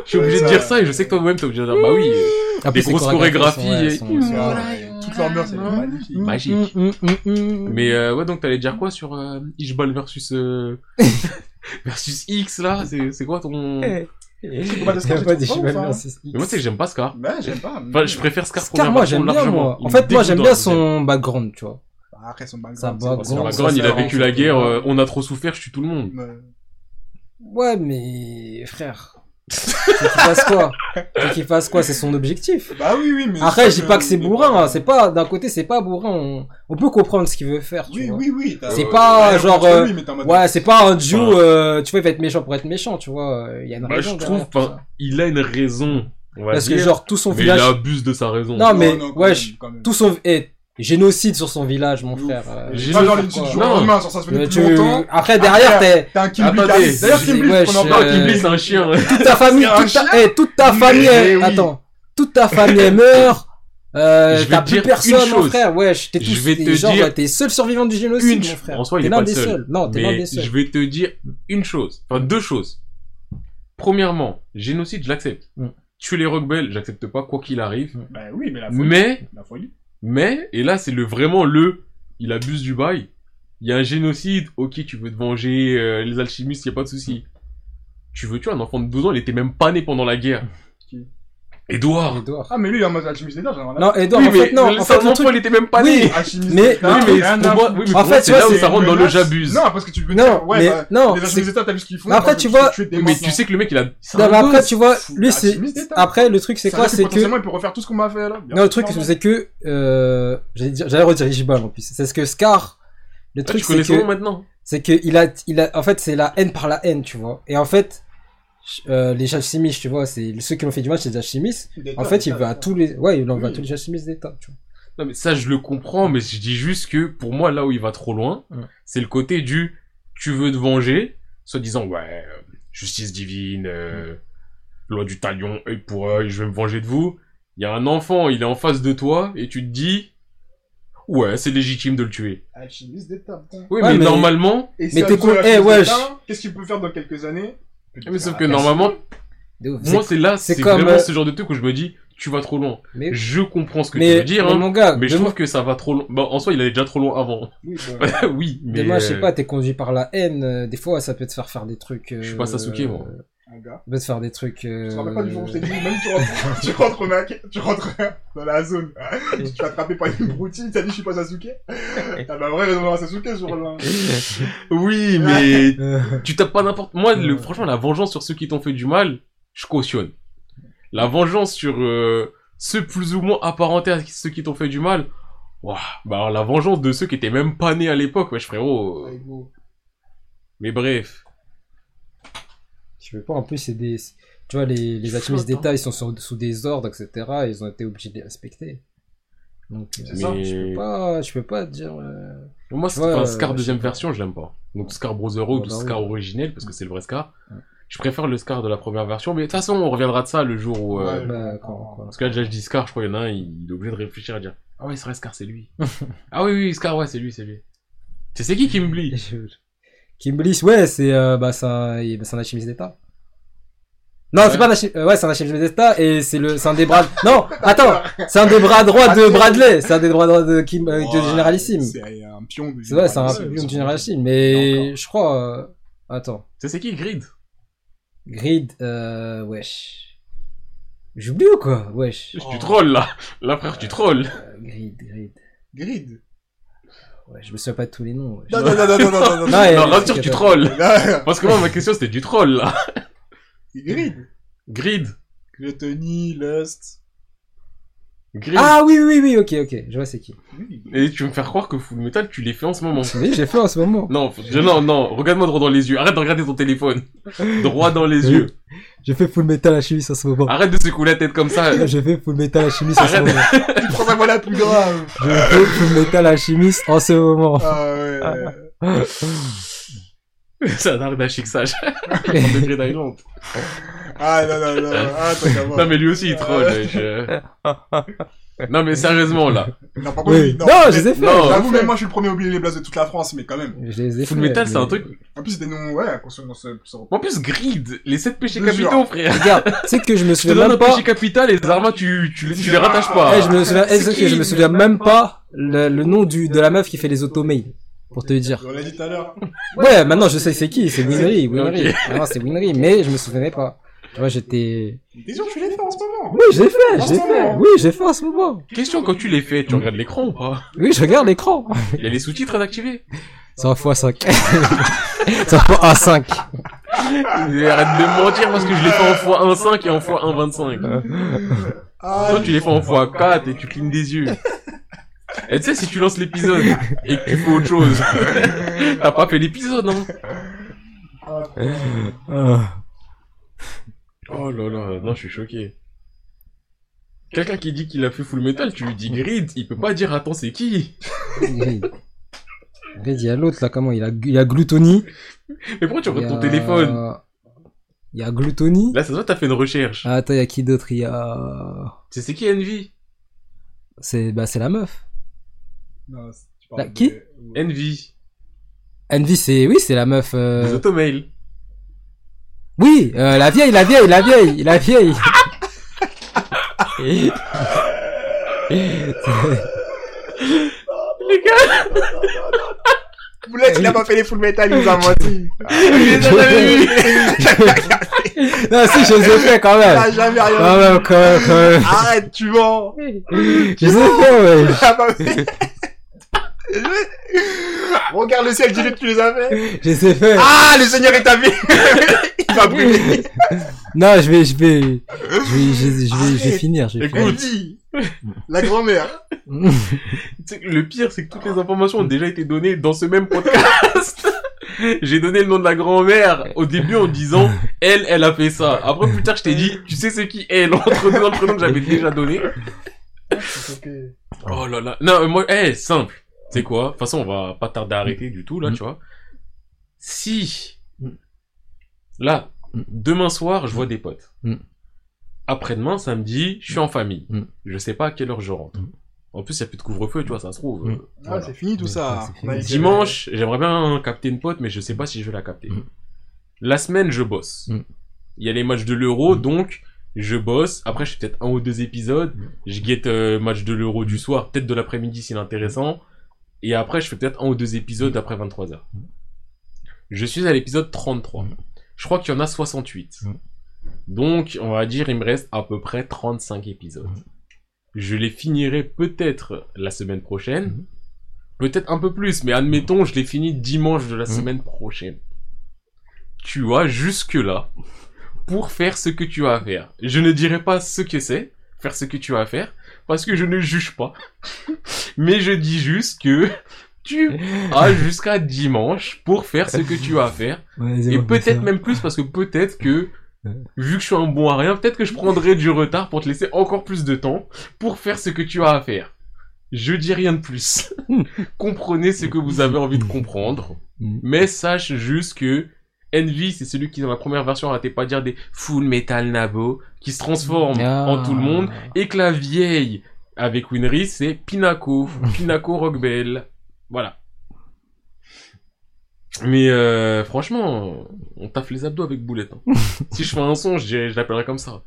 S2: Je suis obligé de dire ça et je sais que toi-même, t'es obligé de dire, bah oui, euh,
S3: Après,
S2: Des
S3: ces
S2: grosses chorégraphies
S3: ouais,
S2: et-
S3: sont- sont-
S5: Ah, ouais, Toute l'ambiance, elle est magnifique.
S2: magique.
S3: Mm, mm, mm, mm.
S2: Mais euh, ouais, donc t'allais dire quoi sur euh, Ishbal versus,
S3: (laughs)
S2: euh, versus X là? C'est c'est quoi ton. Mais
S3: Eh, eh.
S5: combat de Scar,
S3: Y a pas
S5: tu
S3: des
S5: trouves pas,
S3: chevaliers
S5: ou pas
S3: versus X.
S2: hein. moi, c'est que j'aime pas Scar.
S5: Ouais, Bah, j'aime pas. mais-
S2: Enfin, je préfère Scar
S3: Scar, moi j'aime bien moi. En fait, moi
S2: hein,
S3: j'aime bien son background, tu vois.
S5: Bah, Après, son background.
S3: Sa
S5: c'est-
S3: background,
S5: c'est-
S2: Son
S3: Grand,
S2: background,
S3: ça,
S2: il a
S3: ça,
S2: vécu
S3: ça,
S2: la
S3: ça,
S2: guerre,
S3: ça.
S2: euh, on a trop souffert, je tue tout le monde.
S5: Ouais.
S3: Ouais, mais frère, tu qu'il fasse quoi Tu qu'il fasse quoi C'est son objectif.
S5: Bah oui, oui, mais.
S3: Après, je
S5: sais
S3: dis pas que c'est bourrin. hein. C'est pas d'un côté, c'est pas bourrin. On, on peut comprendre ce qu'il veut faire. Tu
S5: Oui,
S3: vois.
S5: oui, oui. t'as-
S3: C'est
S5: ouais,
S3: pas,
S5: ouais,
S3: genre,
S5: contre
S3: euh,
S5: lui, mais t'es en mode-
S3: Ouais, c'est pas un duo.
S2: Enfin.
S3: euh, tu vois, il va être méchant pour être méchant. Tu vois, il y a une
S2: Bah,
S3: raison.
S2: je trouve,
S3: derrière tout
S2: enfin,
S3: ça.
S2: il a une raison. on va
S3: Parce que
S2: dire,
S3: genre tout son
S2: mais il
S3: village,
S2: abuse de sa raison.
S3: Non, mais,
S5: quand
S3: wesh,
S5: même, quand même.
S3: tout son eh, génocide sur son village, mon
S5: Ouf.
S3: frère. euh,
S5: J'ai
S2: J'ai
S5: pas
S2: le-
S5: genre les petites jours
S2: Non.
S5: en main, sur ça se fait
S3: mais
S5: depuis
S3: tu-
S5: longtemps.
S3: Après derrière, t'es
S5: T'as un Kim
S2: Attendez,
S5: Blitz. D'ailleurs,
S2: j'ai-
S5: Kim Blitz, on en
S3: wesh,
S5: parle.
S2: Non, Ghibli, c'est un
S3: (laughs)
S2: chien.
S3: toute ta famille,
S5: C'est un
S3: toute ta, eh, toute ta
S5: Mais
S3: famille, est-
S5: oui.
S3: attends, toute ta famille est meurt.
S2: Je
S3: Euh,
S2: vais
S3: t'as
S2: te
S3: plus
S2: dire
S3: personne,
S2: une
S3: mon
S2: chose.
S3: frère. Wesh, t'es tout,
S2: Je vais
S3: t'es
S2: te
S3: genre,
S2: dire
S3: t'es seul survivant du génocide,
S2: une
S3: mon
S2: chose.
S3: frère.
S2: En soi, il
S3: T'es
S2: est
S3: l'un
S2: pas
S3: des
S2: le seul.
S3: seuls. Non, t'es l'un
S2: Mais
S3: des seuls.
S2: je vais te dire une chose. Enfin, deux choses. Premièrement, génocide, je l'accepte.
S3: Mm.
S2: Tuer les rebelles, j'accepte pas, quoi qu'il arrive.
S5: Bah oui, mais la folie.
S2: Mais,
S5: La folie.
S2: mais, et là, c'est le vraiment le. Il abuse du bail. Il y a un génocide. Ok, tu veux te venger, euh, les alchimistes, y a pas de souci. Tu veux tuer un enfant de 12 ans, il était même pas né pendant la guerre.
S3: Mm.
S5: Qui
S2: Édouard.
S3: Edouard.
S5: Ah, mais lui, il est en mode alchimiste des dents, j'en ai
S3: Non,
S5: marre.
S3: Edouard,
S2: oui,
S3: en fait,
S2: mais
S3: non, en
S2: son
S3: fait, le
S2: enfant,
S3: truc,
S2: il était même pas
S3: Oui. Ah,
S2: né.
S5: Alchimiste
S3: Mais-
S5: des dents,
S2: oui, mais
S5: rien
S2: pour
S5: à
S2: moi,
S5: foutre.
S2: oui, mais pour
S3: En
S2: moi,
S3: fait,
S2: c'est
S3: tu vois,
S2: là où
S5: c'est
S2: ça rentre
S5: une
S2: dans le
S5: menace.
S2: j'abuse.
S5: Non, parce que tu veux
S3: non,
S5: dire, ouais,
S3: mais,
S5: bah,
S3: non,
S5: les
S3: c'est-
S5: alchimistes des dents, t'as vu ce qu'ils font.
S3: Mais après, tu vois-
S2: Oui, mais tu sais que le mec, il a. c'est
S3: non,
S2: un
S3: mais après,
S2: gosse.
S3: tu vois, lui,
S5: Ah,
S3: c'est,
S5: timide, t'es-
S3: après, le truc, c'est quoi, c'est que,
S5: potentiellement, il peut refaire tout ce qu'on m'a fait là. Bien
S3: non, le truc,
S5: sûr,
S3: c'est que, euh, j'allais dire- j'allais redire Ishbal, en plus. C'est ce que Scar, le
S2: Ah,
S3: truc,
S2: tu
S3: c'est
S2: connais son nom
S3: que,
S2: maintenant.
S3: c'est que, il a, il a, en fait, c'est la haine par la haine, tu vois. Et en fait, euh, les alchimistes, tu vois, c'est ceux qui l'ont fait du mal, c'est des alchimistes.
S5: des
S3: En
S5: tas,
S3: fait,
S5: des
S3: il
S5: tas,
S3: va
S5: des
S3: à
S5: tas.
S3: tous les, ouais, il envoie
S5: Oui.
S3: tous les alchimistes d'État, tu vois.
S2: Non, mais ça, je le comprends, mais je dis juste que pour moi, là où il va trop loin,
S3: Ouais.
S2: c'est le côté du tu veux te venger, soit disant ouais, euh, justice divine, euh, loi du talion, œil pour œil, je vais me venger de vous. Il y a un enfant, il est en face de toi, et tu te dis ouais, c'est légitime de le tuer.
S5: Alchimiste des tas, putain.
S2: Oui,
S3: Ouais,
S2: mais,
S3: mais-
S2: normalement,
S5: Et si
S3: Mais t'es
S5: Alchimiste
S3: con-
S5: des
S3: eh,
S5: tas,
S3: wesh.
S5: Qu'est-ce qu'il peut faire dans quelques années
S3: Ah,
S2: mais sauf que normalement,
S3: De ouf.
S2: moi, c'est là,
S3: c'est
S2: c'est
S3: comme,
S2: vraiment
S3: euh,
S2: ce genre de truc où je me dis tu vas trop loin.
S3: Mais,
S2: Je comprends ce que
S3: mais-
S2: tu veux dire,
S3: mais
S2: hein,
S3: mon gars,
S2: mais je
S3: demain-
S2: trouve que ça va trop loin. Bah, en soi, il allait déjà trop loin avant. (laughs)
S5: Oui, bon.
S2: oui, mais.
S3: Demain, je sais
S2: euh,
S3: pas, t'es conduit par la haine. euh, Des fois, ça peut te faire faire des trucs. euh,
S2: Je suis pas Sasuke, moi.
S5: Un gars.
S3: Ça peut te faire des trucs.
S5: Je
S3: euh,
S5: te rappelle pas du jour où je t'ai dit, même tu rentres, tu rentres, au Mac, tu rentres dans la zone,
S1: hein.
S5: tu t'es attrapé par une broutille, t'as dit je suis
S1: (laughs)
S5: pas Sasuke. T'as
S1: Ah bah
S5: ma vraie raison d'avoir Sasuke ce jour-là.
S2: Oui,
S3: (laughs)
S2: mais
S3: euh,
S2: tu tapes pas n'importe. Moi, le-
S3: Ouais.
S2: franchement, la vengeance sur ceux qui t'ont fait du mal, je cautionne. La vengeance sur euh, ceux plus ou moins apparentés à ceux qui t'ont fait du mal, ouah, bah alors la vengeance de ceux qui étaient même pas nés à l'époque, wesh frérot. euh, Mais bref.
S3: Je veux pas, en plus, c'est des. Tu vois, les, les atomistes d'État, ils sont sur- sous des ordres, etc. Ils ont été obligés de les respecter. Donc, euh,
S5: C'est ça,
S3: je peux
S2: Mais
S3: pas, je peux pas dire. euh,
S2: moi, c'est-
S3: Ouais,
S2: enfin,
S3: euh,
S2: Scar
S3: je
S2: deuxième
S3: sais pas.
S2: version, je l'aime pas. Donc Scar Brotherhood
S3: Ouais,
S2: ou
S3: bah
S2: Scar
S3: oui.
S2: originel, parce que c'est le vrai Scar.
S3: Ouais.
S2: Je préfère le Scar de la première version, mais de toute façon, on reviendra de ça le jour où. euh,
S5: Ouais.
S3: bah, quand- quand-
S2: Parce que là, déjà, je dis Scar, je crois qu'il y en a un, il, il est obligé de réfléchir à dire Ah ouais, c'est vrai, Scar, c'est
S3: (laughs)
S2: lui. ah oui, oui, Scar, ouais, c'est lui, c'est lui. C'est c'est qui qui me
S3: Et
S2: blie
S3: (laughs) je- Kimberly, ouais, c'est euh, bah, c'est un, il- c'est un alchimiste d'État. Non,
S2: Ouais.
S3: c'est pas un alchimiste, ouais, c'est un alchimiste d'État et c'est le, c'est un des bras. Non, attends, c'est un des bras droits de Bradley, c'est un des bras droits de Kim, euh, de Généralissime.
S1: C'est un pion du
S3: C'est vrai, c'est un
S1: généralissime.
S3: pion de Généralissime,
S1: Et
S3: mais
S1: encore.
S3: je crois. euh, Attends,
S2: C'est c'est qui Grid
S3: Grid, euh, wesh. J'oublie ou quoi, wesh.
S2: Tu trolls là Là, frère, tu trolls
S3: Euh, Grid, Grid.
S1: Grid.
S3: Ouais, je me souviens pas de tous les noms. wesh.
S1: Non, non, non, non, non, non, non, non.
S3: Non, elle-
S2: Non,
S3: elle-
S2: rassure, tu
S3: elle-
S2: trolls
S3: (laughs)
S1: Là,
S2: (laughs) Parce que moi, ma question, c'était du troll là
S1: Grid.
S2: Grid
S1: Gluttony, Lust.
S2: Grid
S3: Ah oui, oui, oui, ok, ok, je vois c'est qui.
S1: Oui.
S2: Et tu veux me faire croire que Full Metal, tu l'es fait en ce moment
S3: Oui, j'ai fait en ce moment.
S2: Non, faut- je- non, non, regarde-moi droit dans les yeux. Arrête de regarder ton téléphone. Droit dans les
S3: Oui.
S2: yeux.
S3: J'ai fait full metal alchimiste en ce moment.
S2: Arrête de secouer la tête comme ça.
S3: J'ai fait full metal alchimiste en ce
S2: Arrête.
S3: moment.
S1: Tu prends ta voix la plus grave.
S3: Je fais full metal alchimiste en ce moment.
S1: Ah ouais.
S2: (laughs) C'est un arc d'achixage. degré d'Island.
S1: Ah non, non, non. Ah, t'as qu'à voir.
S2: Non mais lui aussi il troll. je- non mais sérieusement là.
S1: Non, par contre,
S3: Oui.
S1: non.
S3: Non, je les ai fait.
S2: Non,
S1: J'avoue, même moi, je suis le premier à oublier les blagues de toute la France, mais quand même.
S3: Je les ai
S2: Full
S3: fait,
S2: Metal c'est
S3: mais-
S2: un truc.
S1: En plus, c'était non, ouais, qu'on se- on se- on
S2: En plus grid, les 7 péchés
S1: Je te
S2: capitaux frère.
S3: Regarde, tu sais que je me
S2: Je te
S3: souviens
S2: donne un
S3: même pas.
S2: péché capital et les armas tu, tu, les- tu les rattaches pas.
S3: Eh, je me souviens, eh,
S2: C'est
S3: ok,
S2: qui
S3: je me souviens même pas le, le nom du, de la meuf qui fait les automails. Pour te
S1: se-
S3: dire.
S1: on l'a dit tout à l'heure.
S3: Ouais, maintenant je sais c'est qui, c'est Winery,
S2: Ok.
S3: Winery. Non, c'est Winery, mais je me souvenais pas. Tu vois, j'étais.
S1: T'es sûr que tu l'as fait en ce moment
S3: Oui, j'ai fait, j'ai fait. Oui, j'ai fait en ce moment.
S2: Question quand tu les fais, tu regardes l'écran ou pas
S3: Oui, je regarde l'écran.
S2: Il y a les sous-titres à activer.
S3: 100 fois (laughs) 5. 100 fois 1 5.
S2: Et Arrête de mentir parce que je les fais en fois 1.5 et en fois 1.25.
S1: Ah,
S2: Toi tu les fais en fois 4 et tu clignes des yeux. Et tu sais si tu lances l'épisode et que tu fais autre chose, (laughs) t'as pas fait l'épisode hein Oh là là, non, je suis choqué. Quelqu'un qui dit qu'il a fait full metal, tu lui dis grid, il peut pas dire attends c'est qui
S3: Grid. Grid, il y a l'autre là, comment Il a, il y a (laughs) Gluttony.
S2: Mais pourquoi tu
S3: il y
S2: regardes
S3: a-
S2: ton téléphone
S3: Il y a Gluttony.
S2: Là ça se voit t'as fait une recherche.
S3: Ah, attends, il y a qui d'autre Il y a.
S2: Tu sais c'est qui Envy
S3: C'est bah, c'est la meuf.
S1: Non, c'est- tu
S3: Bah,
S1: parles
S3: qui
S1: de- ouais.
S2: Envy,
S3: Envy, c'est. Oui, c'est la meuf. euh,
S2: les automails.
S3: Oui, euh, la vieille, la vieille, la vieille, la vieille.
S2: Les gars,
S1: Boulette, il a pas fait les full metal, il nous a menti. Ah,
S2: je les ai jamais vus.
S3: non, si,
S2: (laughs)
S3: je les ai fait quand
S1: Il
S3: même.
S2: Ah,
S1: a jamais rien
S3: Quand
S1: dit.
S3: même, quand même, quand même.
S1: Arrête, tu mens.
S3: Je les ai fait, ouais.
S1: (laughs) Ah, bah, oui. Regarde le ciel, dis-le que tu les as fait.
S3: Je les ai fait.
S1: Ah, le Seigneur est avec. il va brûler.
S3: Non, je vais, je vais. Je vais, je vais, je vais, je vais
S1: Arrête.
S3: finir. Je vais finir.
S1: Goody. La grand-mère.
S3: (laughs)
S2: Tu sais que Le pire c'est que toutes
S3: Ah.
S2: les informations ont déjà été données dans ce même podcast. (laughs) J'ai donné le nom de la grand-mère au début en
S3: (laughs)
S2: disant elle, elle a fait ça. Après plus tard je t'ai dit tu sais c'est qui elle entre deux dans le prénom que j'avais déjà
S3: (laughs)
S2: donné. Oh là là. Non, euh, moi, eh, simple. C'est quoi De toute façon, on va pas tarder à arrêter du tout, là, tu vois. Si,
S3: Mm.
S2: là,
S3: Mm.
S2: demain soir, je vois des potes.
S3: Mm.
S2: Après-demain, samedi, je suis en famille.
S3: Mm.
S2: Je sais pas à quelle heure je rentre. En plus, il y a plus de couvre-feu, tu vois, ça se trouve.
S3: Mm.
S2: euh, voilà.
S1: Ah, c'est fini tout ça.
S3: C'est fini.
S1: On a-
S2: Dimanche, j'aimerais bien capter une pote, mais je sais pas si je vais la capter.
S3: Mm.
S2: La semaine, je bosse. Il
S3: Mm.
S2: y a les matchs de l'Euro,
S3: Mm.
S2: donc je bosse, après je fais peut-être un ou deux épisodes, je guette euh, match de l'euro du soir, peut-être de l'après-midi s'il est intéressant, et après je fais peut-être un ou deux épisodes après 23h.
S3: Mm.
S2: Je suis à l'épisode 33. Je crois qu'il y en a 68. Donc on va dire il me reste à peu près 35 épisodes. Je les finirai peut-être la semaine prochaine, peut-être un peu plus, mais admettons je les finis dimanche de la semaine prochaine. Tu vois, jusque-là, pour faire ce que tu as à faire. Je ne dirai pas ce que c'est, faire ce que tu as à faire, parce que je ne juge pas. (laughs) Mais je dis juste que tu
S3: (laughs)
S2: as jusqu'à dimanche pour faire ce que tu as à faire. Et peut-être même plus, parce que peut-être que, vu que je suis un bon à rien, peut-être que je prendrai du retard pour te laisser encore plus de temps pour faire ce que tu as à faire. Je dis rien de plus. Comprenez ce que vous avez envie de comprendre,
S3: Mm.
S2: mais sache juste que Envy, c'est celui qui, dans la première version, arrêtait pas de dire des Full Metal Nabo, qui se transforme
S3: Ah.
S2: en tout le monde, et que la vieille, avec Winry, c'est Pinaco, Pinaco Rock Bell. Voilà. Mais euh, franchement, on taffe les abdos avec boulette. hein. si je fais un son, je, dirais- je l'appellerais comme ça.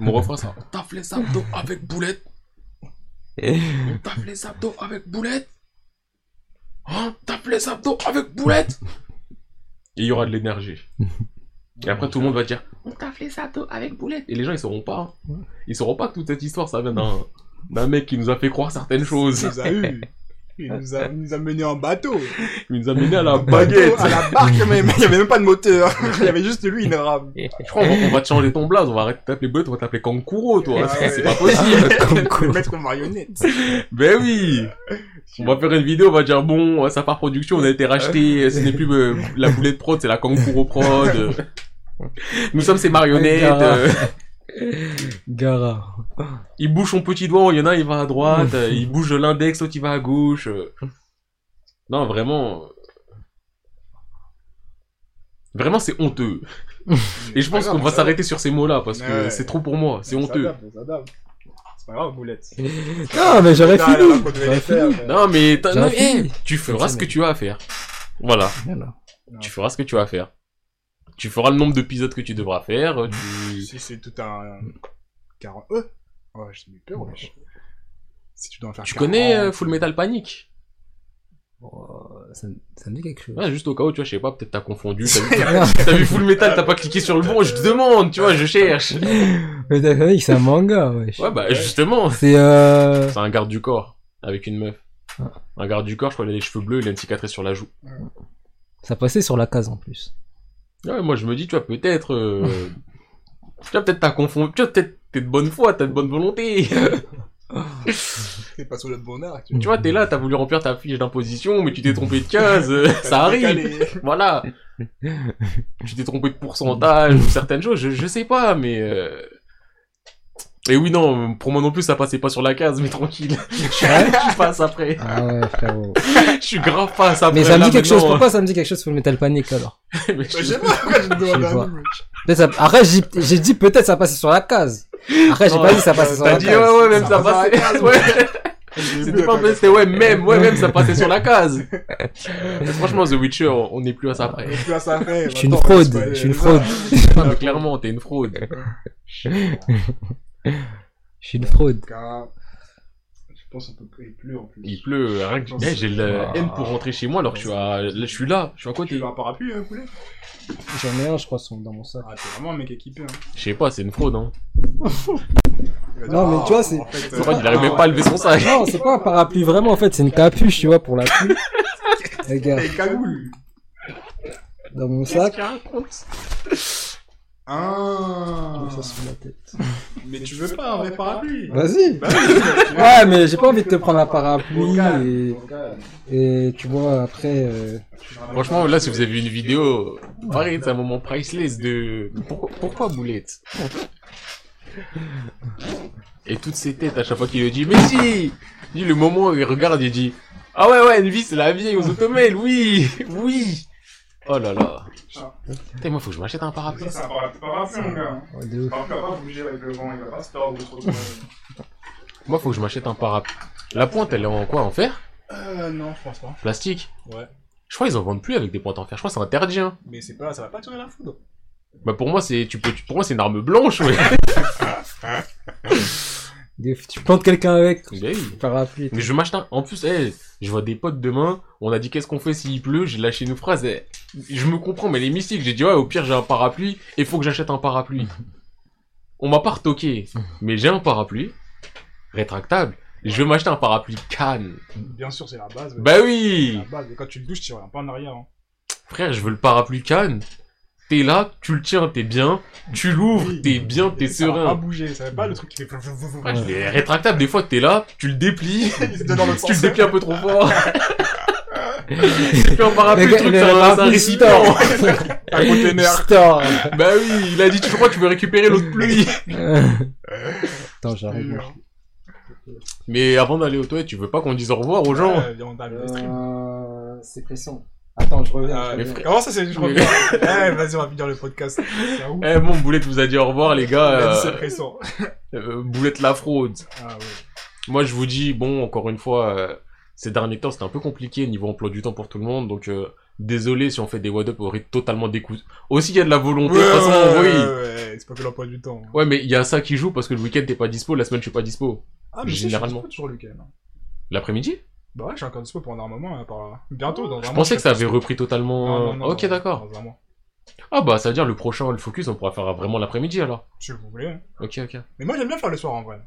S2: Mon refrain, ça. On taffe les abdos avec boulette. On taffe les abdos avec boulette. Hein On taffe les abdos avec boulette. Et il y aura de l'énergie. Et après, tout le monde va dire On taffe les abdos avec boulette. Et les gens, ils sauront pas. hein. Ils sauront pas que toute cette histoire, ça vient d'un d'un mec qui nous a fait croire certaines
S1: Il
S2: choses.
S1: nous a eu. Il nous a, il nous a menés en bateau.
S2: Il nous a mené à la
S1: Bateau
S2: baguette.
S1: à la barque même. Il y avait même pas de moteur. Il y avait juste lui, une rame.
S2: Je crois qu'on va- on va te changer ton blaze. On va arrêter de t'appeler boulette, on va t'appeler Kankuro, toi.
S1: Ah
S2: C'est
S1: ouais.
S2: c'est pas possible.
S1: (laughs)
S3: Comme
S1: Le
S3: quoi.
S1: maître en marionnette.
S2: Ben oui On va faire une vidéo, on va dire bon, ça part production, on a été racheté, ce n'est plus euh, la boulette prod, c'est la Kankuro prod. Nous sommes ces marionnettes. euh,
S3: Gara.
S2: il bouge son petit doigt, il y en a, il va à
S1: (laughs)
S2: droite, euh, il bouge l'index, l'autre il va à gauche. euh. Non, vraiment. euh, Vraiment, c'est honteux. Et je pense qu'on va s'arrêter sur ces mots-là parce que
S1: Ouais.
S2: c'est trop pour moi, c'est
S1: On
S2: honteux.
S1: s'adapte, on s'adapte. C'est pas grave, boulette.
S3: Non, mais j'aurais
S1: Non, non,
S3: fini.
S1: qu'on devait
S3: J'aurais
S1: les faire,
S3: fini.
S1: euh,
S2: Non, mais t'as-
S3: Ça
S2: non,
S3: a fini.
S2: hey, tu feras
S3: Comme
S2: ce
S3: ça,
S2: que
S3: mais-
S2: tu as à faire. Voilà.
S3: Voilà.
S2: Tu feras ce que tu as à faire. Tu feras le nombre d'épisodes que tu devras faire. Tu...
S1: Si c'est tout un. 40. Euh Ouais, j'ai eu peur, wesh. Si tu dois en faire
S2: Tu
S1: 40,
S2: connais euh, Full Metal Panic
S3: Oh, ça, me- ça me dit quelque chose.
S2: Ouais, Juste au cas où, tu vois, je sais pas, peut-être t'as confondu. T'as
S3: (laughs)
S2: vu, t'as vu Full Metal, t'as pas cliqué sur le bon, je te demande, tu vois, je cherche.
S3: Mais t'as compris que c'est un manga, wesh.
S2: Ouais, bah justement,
S3: C'est euh.
S2: c'est un garde du corps avec une meuf. Un garde du corps, je crois, il a les cheveux bleus, il a une cicatrice sur la joue.
S3: Ça passait sur la case en plus.
S2: Ouais, moi je me dis, tu vois, peut-être. euh, tu vois, peut-être t'as confondu. Tu vois, peut-être t'es de bonne foi, t'as de bonne volonté.
S1: T'es pas sur le bon art.
S2: tu
S3: Mm.
S2: vois, t'es là, t'as voulu remplir ta fiche d'imposition, mais tu t'es trompé de case.
S3: (laughs)
S2: euh, ça arrive.
S1: Bah,
S2: Voilà. tu t'es trompé de pourcentage ou certaines choses, je, je sais pas, mais. euh, Et oui, non, pour moi non plus, ça passait pas sur la case, mais tranquille. Je suis- (laughs) je suis passe après.
S3: Ah ouais, frérot.
S2: Je suis grave passe (laughs) après.
S3: Mais ça me
S2: là,
S3: dit quelque chose. Bah,
S2: maintenant.
S3: Pourquoi ça me dit quelque chose sur le Metal Panic alors
S2: (laughs) Mais je-
S1: Je sais pas pourquoi je te demande
S3: bah, Je sais
S1: un
S3: pas.
S1: nom, wesh.
S3: Peut-être ça- Après, j'ai j'ai dit peut-être ça passait sur la case. Après, j'ai
S2: Non,
S3: pas dit ça passait sur
S2: T'as
S3: la
S2: dit oh, ouais,
S3: case.
S2: ouais, même ça,
S1: Ça passe sur la
S2: passait.
S1: case,
S2: (laughs) Ouais.
S3: (laughs)
S1: J'ai eu
S2: C'était
S1: peur
S2: pas
S1: quand
S2: vrai,
S1: même.
S2: c'était ouais, même, ouais, même ça passait sur la
S3: (laughs)
S2: case. Mais franchement, The Witcher, on n'est plus à ça après.
S1: Et puis là, ça fait,
S3: Je suis une
S1: attends,
S3: fraude,
S1: c'est pas-
S3: je suis une
S1: ça.
S3: fraude.
S2: Non, mais clairement, t'es une fraude.
S3: (laughs) Je suis une fraude.
S1: Car- Je pense qu'on peut plus, plus en plus.
S2: Il pleut, rien que. Eh, J'ai le M pour rentrer chez moi alors que je suis à. là, Je suis là, je suis à
S1: Tu
S2: côté.
S1: veux un parapluie, hein, poulet
S3: J'en ai un, je crois, sur- dans mon sac.
S1: Ah, t'es vraiment un mec équipé, hein.
S2: Je sais pas, c'est une fraude, hein.
S1: Il va
S3: Non,
S1: dire,
S3: mais
S1: ah,
S3: tu vois, c'est-
S1: en fait,
S2: C'est vrai
S1: euh,
S2: qu'il arrive même pas à lever son sac.
S3: Non, c'est pas un parapluie vraiment, en fait, c'est une capuche, tu vois, pour la (laughs) pluie. Regarde,
S1: Les cagoules.
S3: dans mon sac,
S1: Ah.
S3: ça sur la tête.
S1: Mais tu veux pas un vrai parapluie
S3: Vas-y
S1: Bah
S2: (laughs)
S1: oui.
S3: Ouais, mais j'ai pas envie de te prendre un parapluie
S1: Vocal,
S3: et,
S1: vocal.
S3: et tu vois, après... euh,
S2: Franchement, là, si vous avez vu une vidéo, pareil, c'est un moment priceless de. Pourquoi, pourquoi Boulette Et toutes ses têtes à chaque fois qu'il le dit, mais si Il dit le moment où il regarde, il dit Ah ouais, ouais, Envy, c'est la vieille aux automails, oui Oui Oh là là Putain, moi, faut que je m'achète un parapluie.
S5: Ça, c'est un parapluie,
S3: Ah,
S5: parapluie, mon gars.
S3: de ouf.
S5: Parapluie, à part, vous bougez avec le vent, il va pas se tordre ou trop de-
S2: Moi, faut que je m'achète un parapluie. La pointe, elle est en quoi En fer
S1: Euh, non, je pense pas.
S2: Plastique
S1: Ouais.
S2: Je crois qu'ils en vendent plus avec des pointes en fer, je crois que c'est interdit, hein.
S1: Mais c'est pas, ça va pas tirer la foudre.
S2: Bah pour moi c'est tu peux tu- pour moi c'est une arme
S1: (laughs)
S2: blanche ouais.
S3: Des- Tu plantes quelqu'un avec.
S2: Bah oui.
S3: Parapluie.
S2: Mais je m'achète un. En plus, hey, je vois des potes demain. On a dit qu'est-ce qu'on fait s'il pleut. J'ai lâché une phrase. eh, je me comprends, mais elle est mystique. J'ai dit ouais, au pire j'ai un parapluie et faut que j'achète un parapluie. On m'a pas retoqué, mais j'ai un parapluie rétractable. Je vais m'acheter un parapluie Cannes.
S1: Bien sûr, c'est la base. ouais.
S2: Bah oui,
S1: C'est la base. Quand tu le douches, tu reviens pas en arrière. hein.
S2: frère, je veux le parapluie Cannes. T'es là, tu le tiens, t'es bien. Tu l'ouvres,
S1: Oui.
S2: t'es bien, t'es
S1: Ça va pas
S2: serein.
S1: bouger. Ça va pas le truc qui fait.
S2: Ouais, je l'ai rétractable. Des fois, t'es là, tu
S1: (laughs)
S2: le déplies.
S1: Il se donne dans l'autre
S2: tu le
S1: sens.
S2: déplies un peu
S1: (laughs)
S2: trop fort. C'est Ah, plus un parapluie, le
S3: gars,
S2: truc,
S3: il
S2: c'est
S3: a
S2: un, c'est un
S3: parapluie
S2: récipient.
S3: store.
S2: (laughs)
S1: Un container.
S3: Store.
S2: bah oui, il a dit, tu crois que tu veux récupérer l'eau de pluie. (laughs)
S3: Attends, j'arrive.
S2: Mais avant d'aller aux toilettes, tu veux pas qu'on dise au revoir aux gens
S1: Ouais, viens, on t'a mis le stream.
S6: Euh, c'est pressant. Attends, je reviens.
S1: Ah,
S6: je
S2: mais
S6: reviens.
S2: frère-
S1: Comment ça, c'est. je
S2: (laughs) Mais-
S1: reviens. Eh, vas-y, on va finir le podcast. C'est ouf.
S2: Eh bon, Boulette vous a dit au revoir, les gars.
S1: Vas-y,
S2: euh,
S1: C'est pressant.
S2: euh, Boulette la fraude.
S1: Ah ouais.
S2: Moi, je vous dis, bon, encore une fois, euh, ces derniers temps, c'était un peu compliqué niveau emploi du temps pour tout le monde. Donc, euh, désolé si on fait des what-up au rythme totalement découvert. Aussi, il y a de la volonté, de toute façon, oui.
S1: ouais, ouais, c'est pas que l'emploi du temps.
S2: Ouais, mais il y a ça qui joue parce que le week-end, t'es pas dispo, la semaine, je suis pas dispo.
S1: Ah, mais si,
S2: Généralement.
S1: je suis dispo toujours le week-end. hein.
S2: L'après-midi
S1: Bah ouais, je suis encore dispo pendant un moment, hein, par... bientôt. Dans un
S2: Je
S1: mois,
S2: pensais que ça
S1: serai
S2: avait repris
S1: dispo.
S2: totalement.
S1: Non, non, non,
S2: ok,
S1: dans-
S2: d'accord.
S1: Dans un mois,
S2: Ah bah, ça veut dire le prochain, le focus, on pourra faire vraiment l'après-midi alors.
S1: si vous voulez. hein.
S2: Ok, ok.
S1: Mais moi, j'aime bien faire le soir en vrai.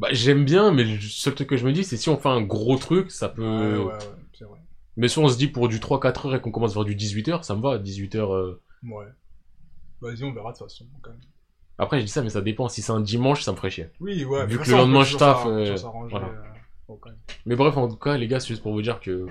S2: Bah, j'aime bien, mais le seul truc que je me dis, c'est si on fait un gros truc, ça peut.
S1: Ouais, ouais, ouais, c'est vrai.
S2: Mais si on se dit pour du 3-4 heures et qu'on commence vers du 18h, ça me va, euh, 18h.
S1: Ouais. Vas-y, on verra de toute façon. quand même.
S2: Après, je dis ça, mais ça dépend. Si c'est un dimanche, ça me ferait chier.
S1: Oui, ouais. mais
S2: Vu
S1: de toute
S2: que le
S1: façon, on peut
S2: lendemain, je
S1: toujours
S2: taffe,
S1: s'arr-
S2: euh,
S1: toujours s'arranger,
S2: voilà.
S1: euh, bon, quand même.
S2: Mais bref, en tout cas, les gars, c'est juste pour vous dire que.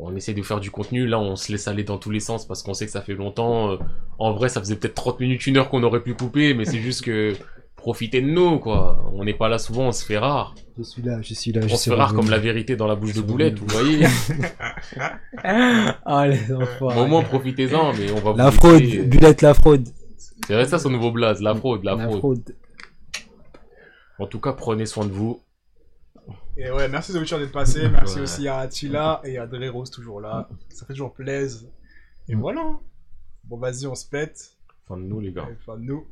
S2: On essaie de faire du contenu. Là, on se laisse aller dans tous les sens parce qu'on sait que ça fait longtemps. euh, En vrai, ça faisait peut-être 30 minutes, une heure qu'on aurait pu couper, mais c'est juste que. Profitez de nous, quoi. On n'est pas là souvent, on se fait rare.
S6: Je suis là, je suis là. je
S2: On se
S6: suis
S2: fait rare
S6: revenu.
S2: comme la vérité dans la bouche de
S6: C'est
S2: boulette,
S6: revenu.
S2: vous voyez.
S3: Ah, les
S2: Bon, au moins,
S3: enfants.
S2: profitez-en, mais on va vous.
S3: La fraude,
S2: laisser.
S3: Bulette, la fraude.
S2: C'est vrai, ça, son nouveau blaze, la fraude, la, fraude.
S3: fraude.
S2: En tout cas, prenez soin de vous.
S1: Et ouais, merci The Witcher d'être passé. Merci
S2: Ouais.
S1: aussi à Attila et à Dre Rose toujours là. Ça fait toujours
S2: Mm.
S1: plaisir. Et voilà. Bon, vas-y, on se pète.
S2: Fin de nous, les gars.
S1: Enfin, nous.